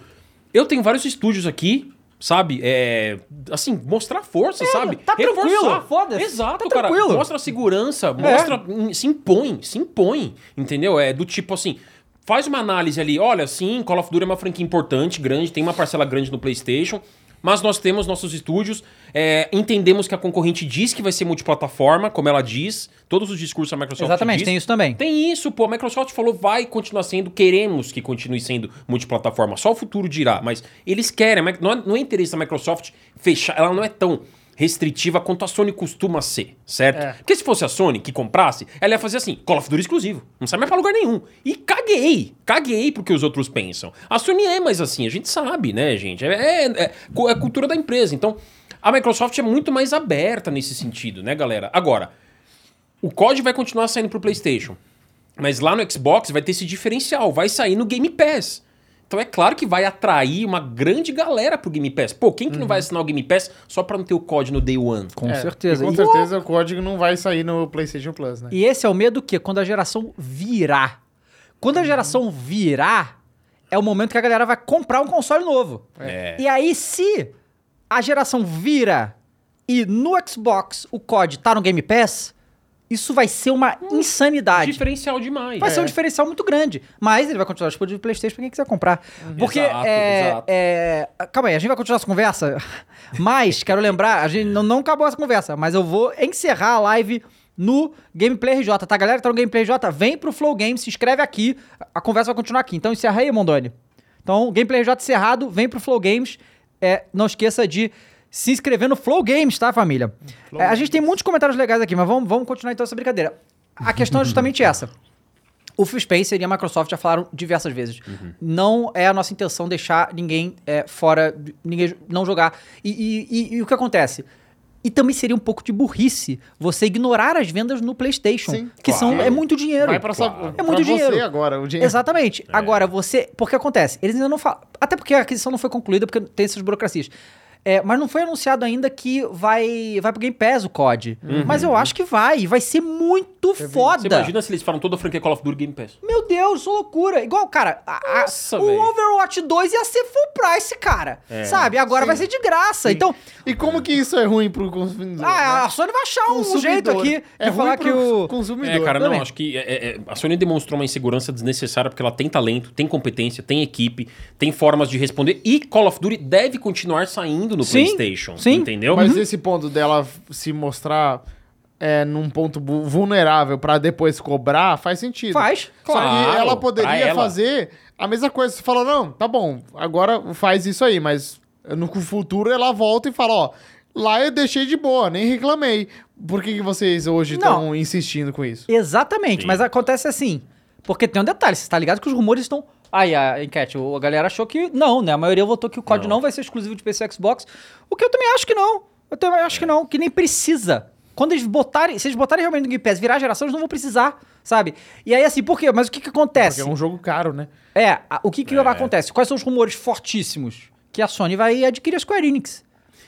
Speaker 2: eu tenho vários estúdios aqui. Sabe? É, assim, mostrar força, sabe?
Speaker 1: tá tranquilo, foda-se, tá
Speaker 2: Exato, cara.
Speaker 1: tranquilo.
Speaker 2: Mostra segurança, mostra.
Speaker 1: É.
Speaker 2: hum, Se impõe, se impõe. Entendeu? É do tipo assim. Faz uma análise ali, olha, sim, Call of Duty é uma franquia importante, grande, tem uma parcela grande no PlayStation, mas nós temos nossos estúdios, é, entendemos que a concorrente diz que vai ser multiplataforma, como ela diz, todos os discursos da Microsoft
Speaker 1: Exatamente,
Speaker 2: diz.
Speaker 1: tem isso também.
Speaker 2: Tem isso, pô. A Microsoft falou, vai continuar sendo, queremos que continue sendo multiplataforma. Só o futuro dirá, mas eles querem. a Mic- Não é, não é interesse da Microsoft fechar, ela não é tão restritiva quanto a Sony costuma ser, certo?
Speaker 3: É.
Speaker 2: Porque se fosse a Sony que comprasse, ela ia fazer assim, Call of Duty exclusivo, não sai mais pra lugar nenhum. E caguei, caguei porque os outros pensam. A Sony é mais assim, a gente sabe, né, gente? É, é, é cu- é cultura da empresa. Então, a Microsoft é muito mais aberta nesse sentido, né, galera? Agora, o COD vai continuar saindo pro PlayStation. Mas lá no Xbox vai ter esse diferencial, vai sair no Game Pass. Então é claro que vai atrair uma grande galera pro Game Pass. Pô, quem que não vai assinar o Game Pass só pra não ter o COD no Day One?
Speaker 1: Com
Speaker 3: É,
Speaker 1: certeza.
Speaker 3: e Com
Speaker 1: E-
Speaker 3: certeza o código não vai sair no PlayStation Plus, né?
Speaker 1: E esse é o medo que quando a geração virar. Quando
Speaker 3: Uhum.
Speaker 1: a geração virar, é o momento que a galera vai comprar um console novo.
Speaker 2: É.
Speaker 1: E aí, se a geração vira e no Xbox o COD tá no Game Pass, isso vai ser uma
Speaker 3: Hum.
Speaker 1: insanidade.
Speaker 2: Diferencial demais.
Speaker 1: Vai ser um
Speaker 3: É.
Speaker 1: diferencial muito grande. Mas ele vai continuar disponível no Playstation pra quem quiser comprar. Porque.
Speaker 2: Exato,
Speaker 1: é,
Speaker 2: exato.
Speaker 1: é, calma aí, a gente vai continuar essa conversa. Mas, quero lembrar, a gente não, não acabou essa conversa, mas eu vou encerrar a live no Gameplay RJ, tá? Galera que tá no Gameplay RJ, vem pro Flow Games, se inscreve aqui. A conversa vai continuar aqui. Então encerra aí, Mondoni. Então, Gameplay RJ encerrado, vem pro Flow Games. É, não esqueça de se inscrever no Flow Games, tá, família? É, a gente tem muitos comentários legais aqui, mas vamos, vamos continuar então essa brincadeira. A questão é justamente essa. O Phil Spencer e a Microsoft já falaram diversas vezes. Não é a nossa intenção deixar ninguém é, fora, ninguém não jogar. E, e- e- e o que acontece? E também seria um pouco de burrice você ignorar as vendas no PlayStation,
Speaker 3: Sim,
Speaker 1: que
Speaker 2: claro.
Speaker 1: são é muito dinheiro.
Speaker 3: Vai pra, sua-
Speaker 2: Claro. É
Speaker 3: pra
Speaker 1: muito
Speaker 3: você
Speaker 1: dinheiro.
Speaker 3: agora, o dinheiro.
Speaker 1: Exatamente. Agora, você. Porque acontece, eles ainda não falam. Até porque a aquisição não foi concluída, porque tem essas burocracias. É, mas não foi anunciado ainda que vai, vai pro Game Pass o COD. Mas eu acho que vai. e Vai ser muito
Speaker 2: Você
Speaker 1: foda.
Speaker 2: imagina se eles falam toda a franquia Call of Duty Game Pass.
Speaker 1: Meu Deus, sou loucura. Igual, cara, a- a-
Speaker 2: Nossa,
Speaker 1: o
Speaker 2: velho.
Speaker 1: Overwatch 2 ia ser full price, cara.
Speaker 3: É,
Speaker 1: Sabe? Agora vai ser de graça. Então,
Speaker 3: E como que isso é ruim pro consumidor?
Speaker 1: ah,
Speaker 3: né?
Speaker 1: a Sony vai achar um
Speaker 3: Consumidor.
Speaker 1: jeito aqui
Speaker 3: É
Speaker 1: de
Speaker 3: ruim
Speaker 1: falar
Speaker 3: pro
Speaker 1: que o.
Speaker 3: consumidor.
Speaker 2: É, cara,
Speaker 1: também.
Speaker 2: não, acho que é, é, é, a Sony demonstrou uma insegurança desnecessária porque ela tem talento, tem competência, tem equipe, tem formas de responder e Call of Duty deve continuar saindo no
Speaker 1: Sim,
Speaker 2: PlayStation,
Speaker 1: sim.
Speaker 2: entendeu?
Speaker 3: Mas esse ponto dela se mostrar é, num ponto bu- vulnerável pra depois cobrar, faz sentido.
Speaker 1: Faz,
Speaker 3: Só
Speaker 2: claro,
Speaker 3: que ela
Speaker 2: pra
Speaker 3: poderia
Speaker 2: ela.
Speaker 3: fazer a mesma coisa. Você fala, não, tá bom, agora faz isso aí, mas no futuro ela volta e fala, ó, lá eu deixei de boa, nem reclamei. Por que, que vocês hoje
Speaker 1: Não.
Speaker 3: estão insistindo com isso?
Speaker 1: Exatamente,
Speaker 2: Sim.
Speaker 1: mas acontece assim. Porque tem um detalhe, você tá ligado que os rumores estão. Aí a enquete, o- a galera achou que não, né? A maioria votou que o código não. vai ser exclusivo de PC e Xbox. O que eu também acho que não. Eu também
Speaker 3: É.
Speaker 1: acho que não, que nem precisa. Quando eles botarem, se eles botarem realmente no Game Pass, virar geração, eles não vão precisar, sabe? E aí assim, por quê? Mas o que que acontece?
Speaker 3: Porque é um jogo caro, né?
Speaker 1: É, a- o que que acontece? Quais são os rumores fortíssimos? Que a Sony vai adquirir a Square Enix.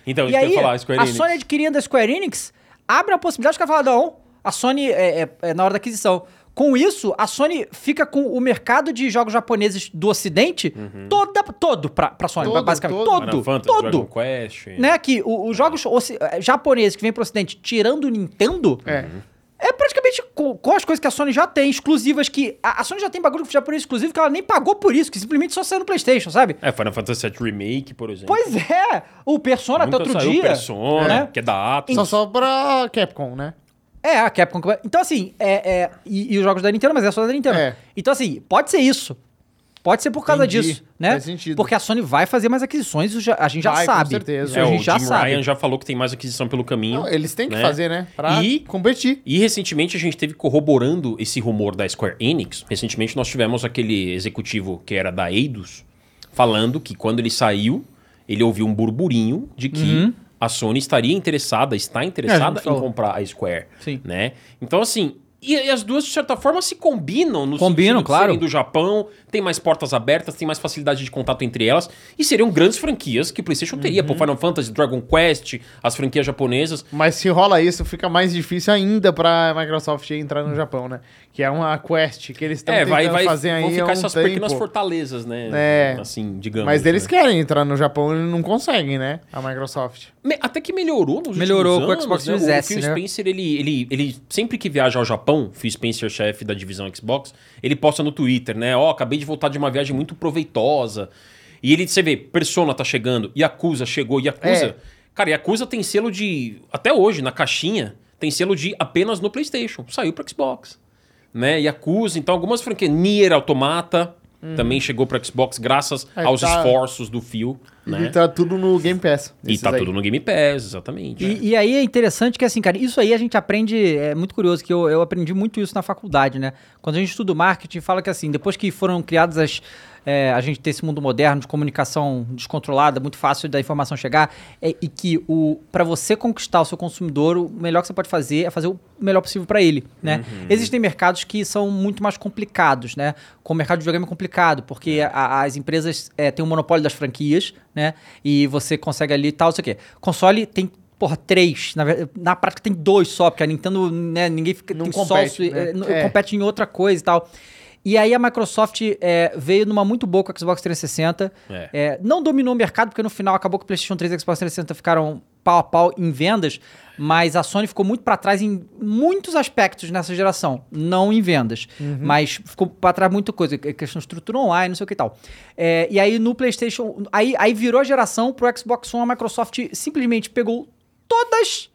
Speaker 2: Então,
Speaker 1: E
Speaker 2: isso que eu
Speaker 1: aí,
Speaker 2: ia falar, Square
Speaker 1: a
Speaker 2: Enix.
Speaker 1: Sony adquirindo a Square Enix abre a possibilidade de cara falar, não, a Sony, é, é- é na hora da aquisição. Com isso, a Sony fica com o mercado de jogos japoneses do Ocidente toda, todo pra, pra Sony,
Speaker 3: Todo,
Speaker 1: basicamente.
Speaker 3: todo.
Speaker 1: Todo,
Speaker 2: Uhum. Final Fantasy,
Speaker 1: todo.
Speaker 2: Dragon Quest.
Speaker 1: Né, que o- os jogos oci- eh, japoneses que vêm pro Ocidente, tirando o Nintendo,
Speaker 3: É.
Speaker 1: é praticamente co- com, as coisas que a Sony já tem, exclusivas, que a, a Sony já tem bagulho japonês exclusivo que ela nem pagou por isso, que simplesmente só saiu no Playstation, sabe?
Speaker 2: É, Final Fantasy VII Remake, por exemplo.
Speaker 1: Pois é, o Persona
Speaker 2: Nunca
Speaker 1: até outro
Speaker 2: saiu
Speaker 1: dia...
Speaker 2: Persona,
Speaker 1: né?
Speaker 2: que é da Atos.
Speaker 3: Só, só pra Capcom, né?
Speaker 1: É, a Capcom. que vai- Então, assim, é, é- e, e os jogos da Nintendo, mas é só da Nintendo.
Speaker 3: É.
Speaker 1: Então, assim, pode ser isso. Pode ser por causa
Speaker 3: Entendi.
Speaker 1: disso, né?
Speaker 3: Faz sentido.
Speaker 1: Porque a Sony vai fazer mais aquisições, isso já- a gente já
Speaker 3: Vai, com
Speaker 1: sabe.
Speaker 3: certeza.
Speaker 1: Isso
Speaker 2: É,
Speaker 1: a
Speaker 2: o
Speaker 1: gente já
Speaker 2: Jim
Speaker 1: sabe.
Speaker 2: Ryan já falou que tem mais aquisição pelo caminho.
Speaker 3: Não, eles têm que
Speaker 2: né?
Speaker 3: fazer, né? Pra
Speaker 2: E-
Speaker 3: competir.
Speaker 2: E recentemente a gente teve corroborando esse rumor da Square Enix. Recentemente nós tivemos aquele executivo que era da Eidos falando que quando ele saiu, ele ouviu um burburinho de que
Speaker 1: Uhum.
Speaker 2: a Sony estaria interessada, está interessada em
Speaker 1: É, falou.
Speaker 2: comprar a Square,
Speaker 1: Sim.
Speaker 2: né? Então assim, e, e as duas de certa forma se combinam no
Speaker 1: Combinam,
Speaker 2: sentido de
Speaker 1: claro.
Speaker 2: serem do Japão, tem mais portas abertas, tem mais facilidade de contato entre elas e seriam grandes franquias que o PlayStation teria,
Speaker 1: Uhum.
Speaker 2: pô, Final Fantasy, Dragon Quest, as franquias japonesas.
Speaker 3: Mas se rola isso, fica mais difícil ainda pra Microsoft entrar no Japão, né? Que é uma quest que eles estão
Speaker 2: Hum. É,
Speaker 3: Então tentando
Speaker 2: vai, vai
Speaker 3: fazer aí
Speaker 2: vão
Speaker 3: há
Speaker 2: ficar
Speaker 3: um
Speaker 2: essas
Speaker 3: tempo.
Speaker 2: pequenas fortalezas, né?
Speaker 3: É.
Speaker 2: Assim, digamos.
Speaker 3: Mas eles
Speaker 2: né?
Speaker 3: querem entrar no Japão e não conseguem, né? A Microsoft.
Speaker 2: Me- Até que melhorou nos
Speaker 1: Melhorou
Speaker 2: últimos
Speaker 1: com o
Speaker 2: anos,
Speaker 1: Xbox
Speaker 2: né?
Speaker 1: Series S,
Speaker 2: O Phil
Speaker 1: né?
Speaker 2: Spencer, ele, ele, ele sempre que viaja ao Japão, Phil Spencer, chefe da divisão Xbox, ele posta no Twitter, né? Ó, acabei de voltar de uma viagem muito proveitosa. E ele, você vê, Persona tá chegando, Yakuza chegou, Yakuza...
Speaker 3: É.
Speaker 2: Cara, Yakuza tem selo de... Até hoje, na caixinha, tem selo de apenas no Playstation. Saiu pro Xbox. Né? Yakuza, então algumas franquias. Nier Automata...
Speaker 1: Hum.
Speaker 2: Também chegou para Xbox graças
Speaker 3: É,
Speaker 2: aos
Speaker 3: tá-
Speaker 2: esforços do Phil, né?
Speaker 3: E tá tudo no Game Pass.
Speaker 2: E
Speaker 3: esses
Speaker 2: tá
Speaker 3: aí.
Speaker 2: tudo no Game Pass, exatamente. É.
Speaker 1: E, e aí é interessante que, assim, cara, isso aí a gente aprende, é muito curioso, que eu, eu aprendi muito isso na faculdade, né? Quando a gente estuda o marketing, fala que, assim, depois que foram criadas as. é, a gente tem esse mundo moderno de comunicação descontrolada, muito fácil da informação chegar, é, e que o para você conquistar o seu consumidor, o melhor que você pode fazer é fazer o melhor possível para ele, né? Existem mercados que são muito mais complicados, né? Como o mercado de videogame é complicado, porque a- as empresas é, têm o monopólio das franquias, né? E você consegue ali e tal, não sei o quê. Console tem Porra, três. Na, ver- na prática tem dois só, porque a Nintendo, né, ninguém fica.
Speaker 3: Não
Speaker 1: tem
Speaker 3: compete,
Speaker 1: sócio,
Speaker 3: né?
Speaker 1: é, não-
Speaker 3: É.
Speaker 1: compete em outra coisa e tal. E aí a Microsoft é, veio numa muito boa com o Xbox 360.
Speaker 2: É.
Speaker 1: É, não dominou o mercado, porque no final acabou que o PlayStation 3 e o Xbox 360 ficaram pau a pau em vendas, mas a Sony ficou muito pra trás em muitos aspectos nessa geração, não em vendas, mas ficou pra trás muita coisa, que- é questão de estrutura online, não sei o que e tal. É, e aí no PlayStation, aí, aí virou a geração pro Xbox One, a Microsoft simplesmente pegou todas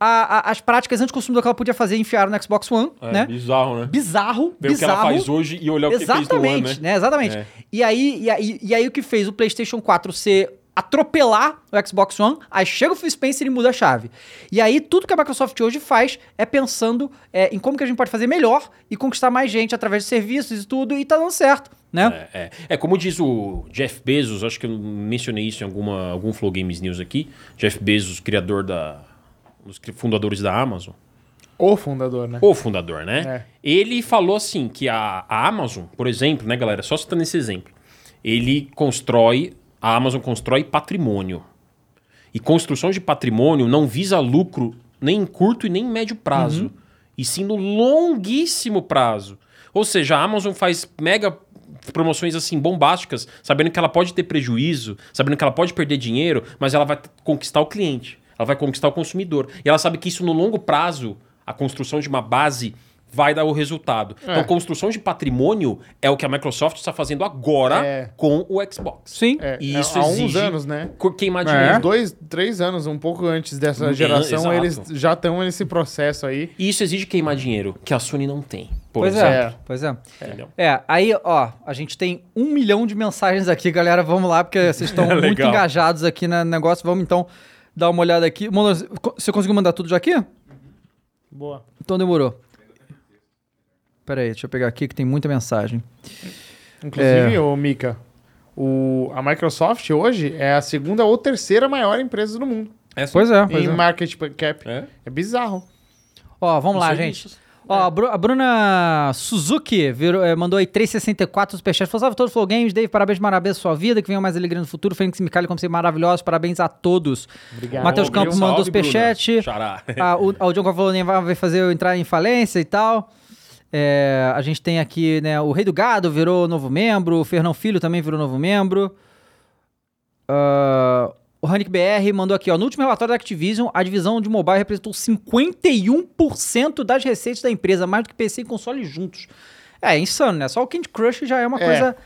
Speaker 1: a- a- as práticas anticonsumidor que ela podia fazer e enfiaram no Xbox One, né?
Speaker 2: bizarro, né?
Speaker 1: Bizarro,
Speaker 2: Ver o que ela
Speaker 1: bizarro.
Speaker 2: faz hoje e olhar o que fez no ano,
Speaker 1: Exatamente,
Speaker 2: né?
Speaker 1: né? Exatamente.
Speaker 2: É.
Speaker 1: E, aí, e, aí, e aí o que fez o PlayStation 4 ser atropelar o Xbox One, aí chega o Phil Spencer e muda a chave. E aí tudo que a Microsoft hoje faz é pensando é, em como que a gente pode fazer melhor e conquistar mais gente através de serviços e tudo, e tá dando certo, né?
Speaker 2: É, é. É, como diz o Jeff Bezos, acho que eu mencionei isso em alguma, algum Flow Games News aqui. Jeff Bezos, criador da. um dos cri- fundadores da Amazon.
Speaker 3: O fundador, né?
Speaker 2: O fundador,
Speaker 1: É.
Speaker 2: né? Ele falou assim que a, a Amazon, por exemplo, né, galera? Só citando esse exemplo. Ele constrói. A Amazon constrói patrimônio. E construção de patrimônio não visa lucro nem em curto e nem em médio prazo, e sim no longuíssimo prazo. Ou seja, a Amazon faz mega promoções assim bombásticas, sabendo que ela pode ter prejuízo, sabendo que ela pode perder dinheiro, mas ela vai t- conquistar o cliente, ela vai conquistar o consumidor. E ela sabe que isso no longo prazo, a construção de uma base vai dar o resultado. Então, construção de patrimônio é o que a Microsoft está fazendo agora
Speaker 3: É.
Speaker 2: com o Xbox.
Speaker 4: Sim.
Speaker 3: É,
Speaker 2: E
Speaker 3: é,
Speaker 2: isso
Speaker 3: há uns
Speaker 2: exige
Speaker 3: anos, né?
Speaker 2: co- Queimar
Speaker 3: Uns
Speaker 2: dinheiro.
Speaker 3: dois, três anos, um pouco antes dessa
Speaker 2: É,
Speaker 3: geração,
Speaker 2: exato.
Speaker 3: eles já estão nesse processo aí.
Speaker 2: E isso exige queimar dinheiro, que a Sony não tem. Por
Speaker 1: Pois
Speaker 2: exemplo.
Speaker 1: é,
Speaker 3: exemplo.
Speaker 1: pois é.
Speaker 2: Entendeu?
Speaker 1: É, aí, ó, a gente tem um milhão de mensagens aqui, galera. Vamos lá, porque vocês estão muito
Speaker 2: Legal.
Speaker 1: engajados aqui no negócio. Vamos então dar uma olhada aqui. Mano, você conseguiu mandar tudo já aqui?
Speaker 3: Boa.
Speaker 1: Então demorou. Pera aí, deixa eu pegar aqui que tem muita mensagem.
Speaker 3: Inclusive,
Speaker 1: É.
Speaker 3: ô Mika, o, a Microsoft hoje é a segunda ou terceira maior empresa do mundo
Speaker 2: É só-
Speaker 1: Pois é, pois
Speaker 3: em
Speaker 1: é.
Speaker 3: market cap. É,
Speaker 2: É?
Speaker 3: bizarro.
Speaker 1: Ó, vamos lá,
Speaker 2: Os
Speaker 1: gente.
Speaker 2: serviços.
Speaker 1: Ó, a Bru- a Bruna Suzuki virou, eh, mandou aí 364 superchat. Falou, salve todos, Flow Games. Dave, parabéns, parabéns sua vida. Que venha mais alegria no futuro. Fênix e Micali, como sempre, maravilhosos. Parabéns a todos.
Speaker 3: Obrigado.
Speaker 1: Matheus
Speaker 2: Ô,
Speaker 1: Campos
Speaker 2: Bruna,
Speaker 1: mandou
Speaker 2: um salve, Bruna.
Speaker 1: superchat.
Speaker 2: Xará.
Speaker 1: Ah, o, ah, o John falou nem vai fazer eu entrar em falência e tal. É, a gente tem aqui, né? O Rei do Gado virou novo membro, o Fernão Filho também virou novo membro. Ah, o Hanik BR mandou aqui, ó. No último relatório da Activision, a divisão de mobile representou 51% das receitas da empresa, mais do que PC e console juntos. É, insano, né? Só o Candy Crush já é uma
Speaker 3: É.
Speaker 1: coisa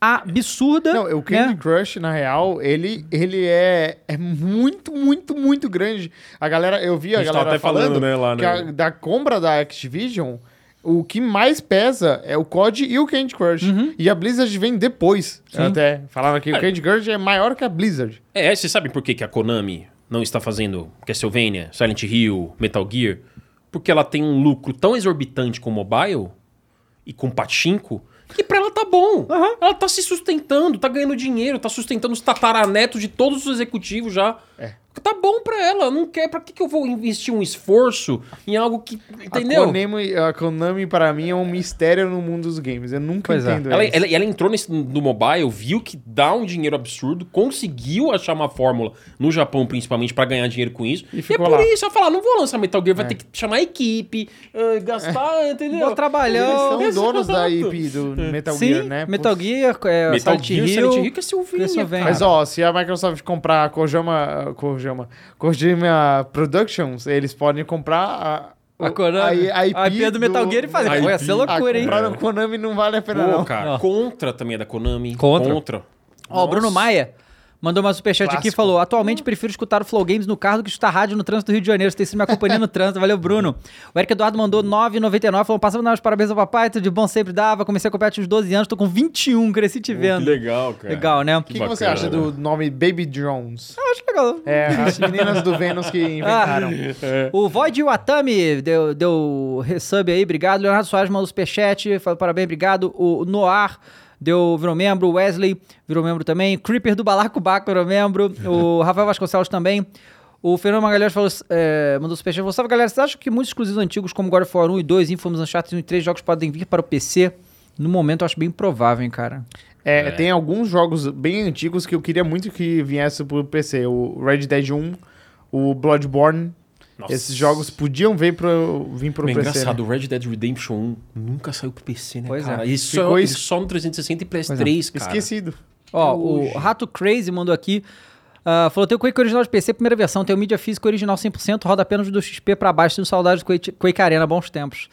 Speaker 1: absurda.
Speaker 3: Não, o Candy
Speaker 1: né?
Speaker 3: Crush, na real, ele, ele é, é muito, muito, muito grande. A galera, eu vi a,
Speaker 2: A gente
Speaker 3: galera
Speaker 2: tava até falando,
Speaker 3: falando,
Speaker 2: né, lá,
Speaker 3: que a-
Speaker 2: né?
Speaker 3: da compra da Activision, o que mais pesa é o COD e o Candy Crush.
Speaker 1: Uhum.
Speaker 3: E a Blizzard vem depois. Até falaram que o Candy Crush é maior que a Blizzard.
Speaker 2: É, vocês sabem por que, que a Konami não está fazendo Castlevania, Silent Hill, Metal Gear? Porque ela tem um lucro tão exorbitante com mobile e com pachinko que pra ela tá bom. Ela tá se sustentando, tá ganhando dinheiro, tá sustentando os tataranetos de todos os executivos já.
Speaker 3: É.
Speaker 2: Tá bom pra ela, não quer. Pra que, que eu vou investir um esforço em algo que.
Speaker 3: A
Speaker 2: Entendeu?
Speaker 3: Konami, a Konami, pra mim, é um mistério no mundo dos games. Eu nunca
Speaker 1: Pois é.
Speaker 3: entendo
Speaker 2: Ela,
Speaker 3: isso.
Speaker 2: ela- ela entrou nesse- no mobile, viu que dá um dinheiro absurdo, conseguiu achar uma fórmula no Japão, principalmente, pra ganhar dinheiro com isso.
Speaker 3: E
Speaker 2: E, é
Speaker 3: ficou
Speaker 2: por
Speaker 3: lá. É.
Speaker 2: isso, ela fala: não vou lançar Metal Gear, vai ter que chamar a equipe, ah, gastar, entendeu?
Speaker 1: Bom trabalhão.
Speaker 3: Eles são
Speaker 2: Exato.
Speaker 3: donos da IP do Metal
Speaker 1: Sim,
Speaker 3: Gear, né?
Speaker 1: Metal né?
Speaker 3: Putz.
Speaker 1: Gear, é,
Speaker 2: Metal
Speaker 1: Silent
Speaker 2: Gear,
Speaker 1: Hill.
Speaker 2: Silent Hill, Castlevania.
Speaker 1: Castlevania.
Speaker 2: cara.
Speaker 3: Mas ó, se a Microsoft comprar a Kojima, Kojima, Kojima Productions, eles podem comprar a,
Speaker 1: A Konami.
Speaker 3: a- a IP,
Speaker 1: A IP do Metal Gear e fazer,
Speaker 2: A
Speaker 1: "Pô, ia
Speaker 2: IP.
Speaker 1: ser é loucura,
Speaker 3: a,
Speaker 1: hein?
Speaker 3: Comprar no Konami não vale a pena
Speaker 2: Pô,
Speaker 3: não.
Speaker 2: cara,
Speaker 1: Não.
Speaker 2: contra também é da Konami.
Speaker 1: Contra. Ó, o
Speaker 2: Nossa.
Speaker 1: Bruno Maia mandou uma superchat aqui e
Speaker 3: Clássico.
Speaker 1: falou: Atualmente prefiro escutar o Flow Games no carro do que escutar rádio no trânsito do Rio de Janeiro. Você tem sido minha companhia no trânsito. Valeu, Bruno. O Eric Eduardo mandou 9,99. Falou: Passando meus parabéns ao papai, tudo de bom sempre dava. Comecei a comprar tinha uns 12 anos, tô com 21, cresci te
Speaker 2: Que
Speaker 1: vendo.
Speaker 2: legal, cara.
Speaker 1: Legal, né?
Speaker 3: O que, que
Speaker 2: bacana,
Speaker 3: você acha
Speaker 2: né?
Speaker 3: do nome Baby Drones?
Speaker 1: Eu acho legal.
Speaker 3: É, as meninas do Vênus que
Speaker 1: Ah.
Speaker 3: inventaram.
Speaker 1: O Void Watami deu, deu resub aí, obrigado. Leonardo Soares mandou superchat, falou parabéns, obrigado. O Noir deu, virou membro. O Wesley virou membro também. Creeper do Balacobaco virou membro. O Rafael Vasconcelos também. O Fernando Magalhães falou, é, mandou superchat. Falou, salve galera, vocês acham que muitos exclusivos antigos como God of War 1 e 2, Infamous Uncharted 1 e 3 jogos podem vir para o PC? No momento eu acho bem provável, hein, cara.
Speaker 3: É, Tem alguns jogos bem antigos que eu queria muito que viesse pro PC. O Red Dead 1, o Bloodborne.
Speaker 2: Nossa.
Speaker 3: Esses jogos podiam vir pro, vir pro
Speaker 2: Bem
Speaker 3: PC. né?
Speaker 2: engraçado, o Red Dead Redemption 1 nunca saiu pro PC, né,
Speaker 1: Pois é.
Speaker 2: cara? Isso
Speaker 3: Ficou
Speaker 2: é,
Speaker 3: es- é.
Speaker 2: isso só no 360 e PS3, cara.
Speaker 3: Esquecido.
Speaker 1: Ó, o Rato Crazy mandou aqui. ah, falou, tem o Quake original de PC, primeira versão. Tem o mídia física original 100%, roda apenas do XP pra baixo. Tenho saudades do Quake, Quake Arena, bons tempos.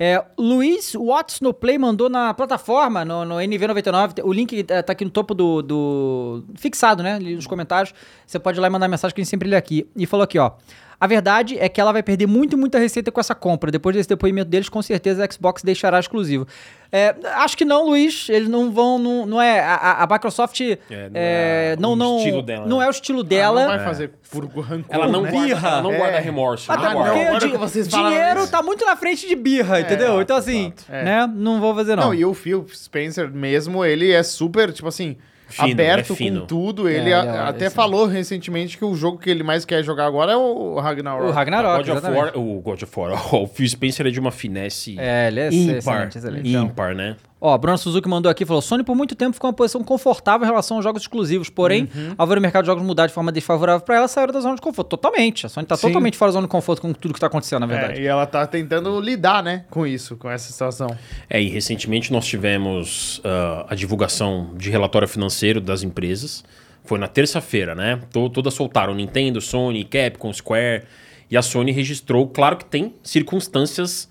Speaker 1: É, Luiz Watts no Play mandou na plataforma, no, no NV99. O link eh, tá aqui no topo do, do- fixado, né? ali Nos comentários. Você pode ir lá e mandar mensagem que a gente sempre lê aqui. E falou aqui, ó. A verdade é que ela vai perder muito, muita receita com essa compra. Depois desse depoimento deles, com certeza a Xbox deixará exclusivo. É, acho que não, Luiz. Eles não vão. Não, não é. a- A, a Microsoft.
Speaker 2: É, não
Speaker 1: é,
Speaker 2: é
Speaker 1: não,
Speaker 2: o
Speaker 1: não,
Speaker 2: estilo dela,
Speaker 1: não
Speaker 2: né?
Speaker 1: é o estilo
Speaker 3: Ela
Speaker 1: dela.
Speaker 3: Ah, não vai fazer por rancor,
Speaker 2: É. Ela não
Speaker 3: né?
Speaker 2: guarda, ela não
Speaker 3: É.
Speaker 2: guarda remorso.
Speaker 3: Ah,
Speaker 1: Até
Speaker 2: não guarda.
Speaker 1: porque
Speaker 3: agora
Speaker 1: di-
Speaker 3: que vocês falaram
Speaker 1: dinheiro
Speaker 3: isso.
Speaker 1: tá muito na frente de birra, entendeu? Então, assim,
Speaker 2: exato.
Speaker 3: É.
Speaker 1: né? Não vou fazer, não.
Speaker 3: Não, e o Phil Spencer mesmo, ele é super, tipo assim,
Speaker 2: Fino,
Speaker 3: aberto
Speaker 2: é fino.
Speaker 3: com tudo. Ele
Speaker 1: ele é
Speaker 3: a-
Speaker 1: ótimo,
Speaker 3: até
Speaker 1: assim.
Speaker 3: falou recentemente que o jogo que ele mais quer jogar agora é o Ragnarok.
Speaker 1: O Ragnarok.
Speaker 2: Tá, God of
Speaker 1: exatamente.
Speaker 2: War, o God of War, ó, o Phil Spencer é de uma finesse
Speaker 1: É, ele é
Speaker 2: ímpar,
Speaker 1: excelente, excelente.
Speaker 2: ímpar, né?
Speaker 1: Ó, Bruno Suzuki mandou aqui, falou: Sony por muito tempo ficou em uma posição confortável em relação aos jogos exclusivos, porém,
Speaker 2: Uhum.
Speaker 1: ao ver o mercado de jogos mudar de forma desfavorável pra ela, saiu da zona de conforto. Totalmente. A Sony tá
Speaker 3: Sim.
Speaker 1: totalmente fora da zona de conforto com tudo que tá acontecendo, na verdade.
Speaker 3: É, e ela tá tentando lidar, né, com isso, com essa situação.
Speaker 2: É, e recentemente nós tivemos ah, a divulgação de relatório financeiro das empresas. Foi na terça-feira, né? To- Todas soltaram Nintendo, Sony, Capcom, Square. E a Sony registrou, claro que tem circunstâncias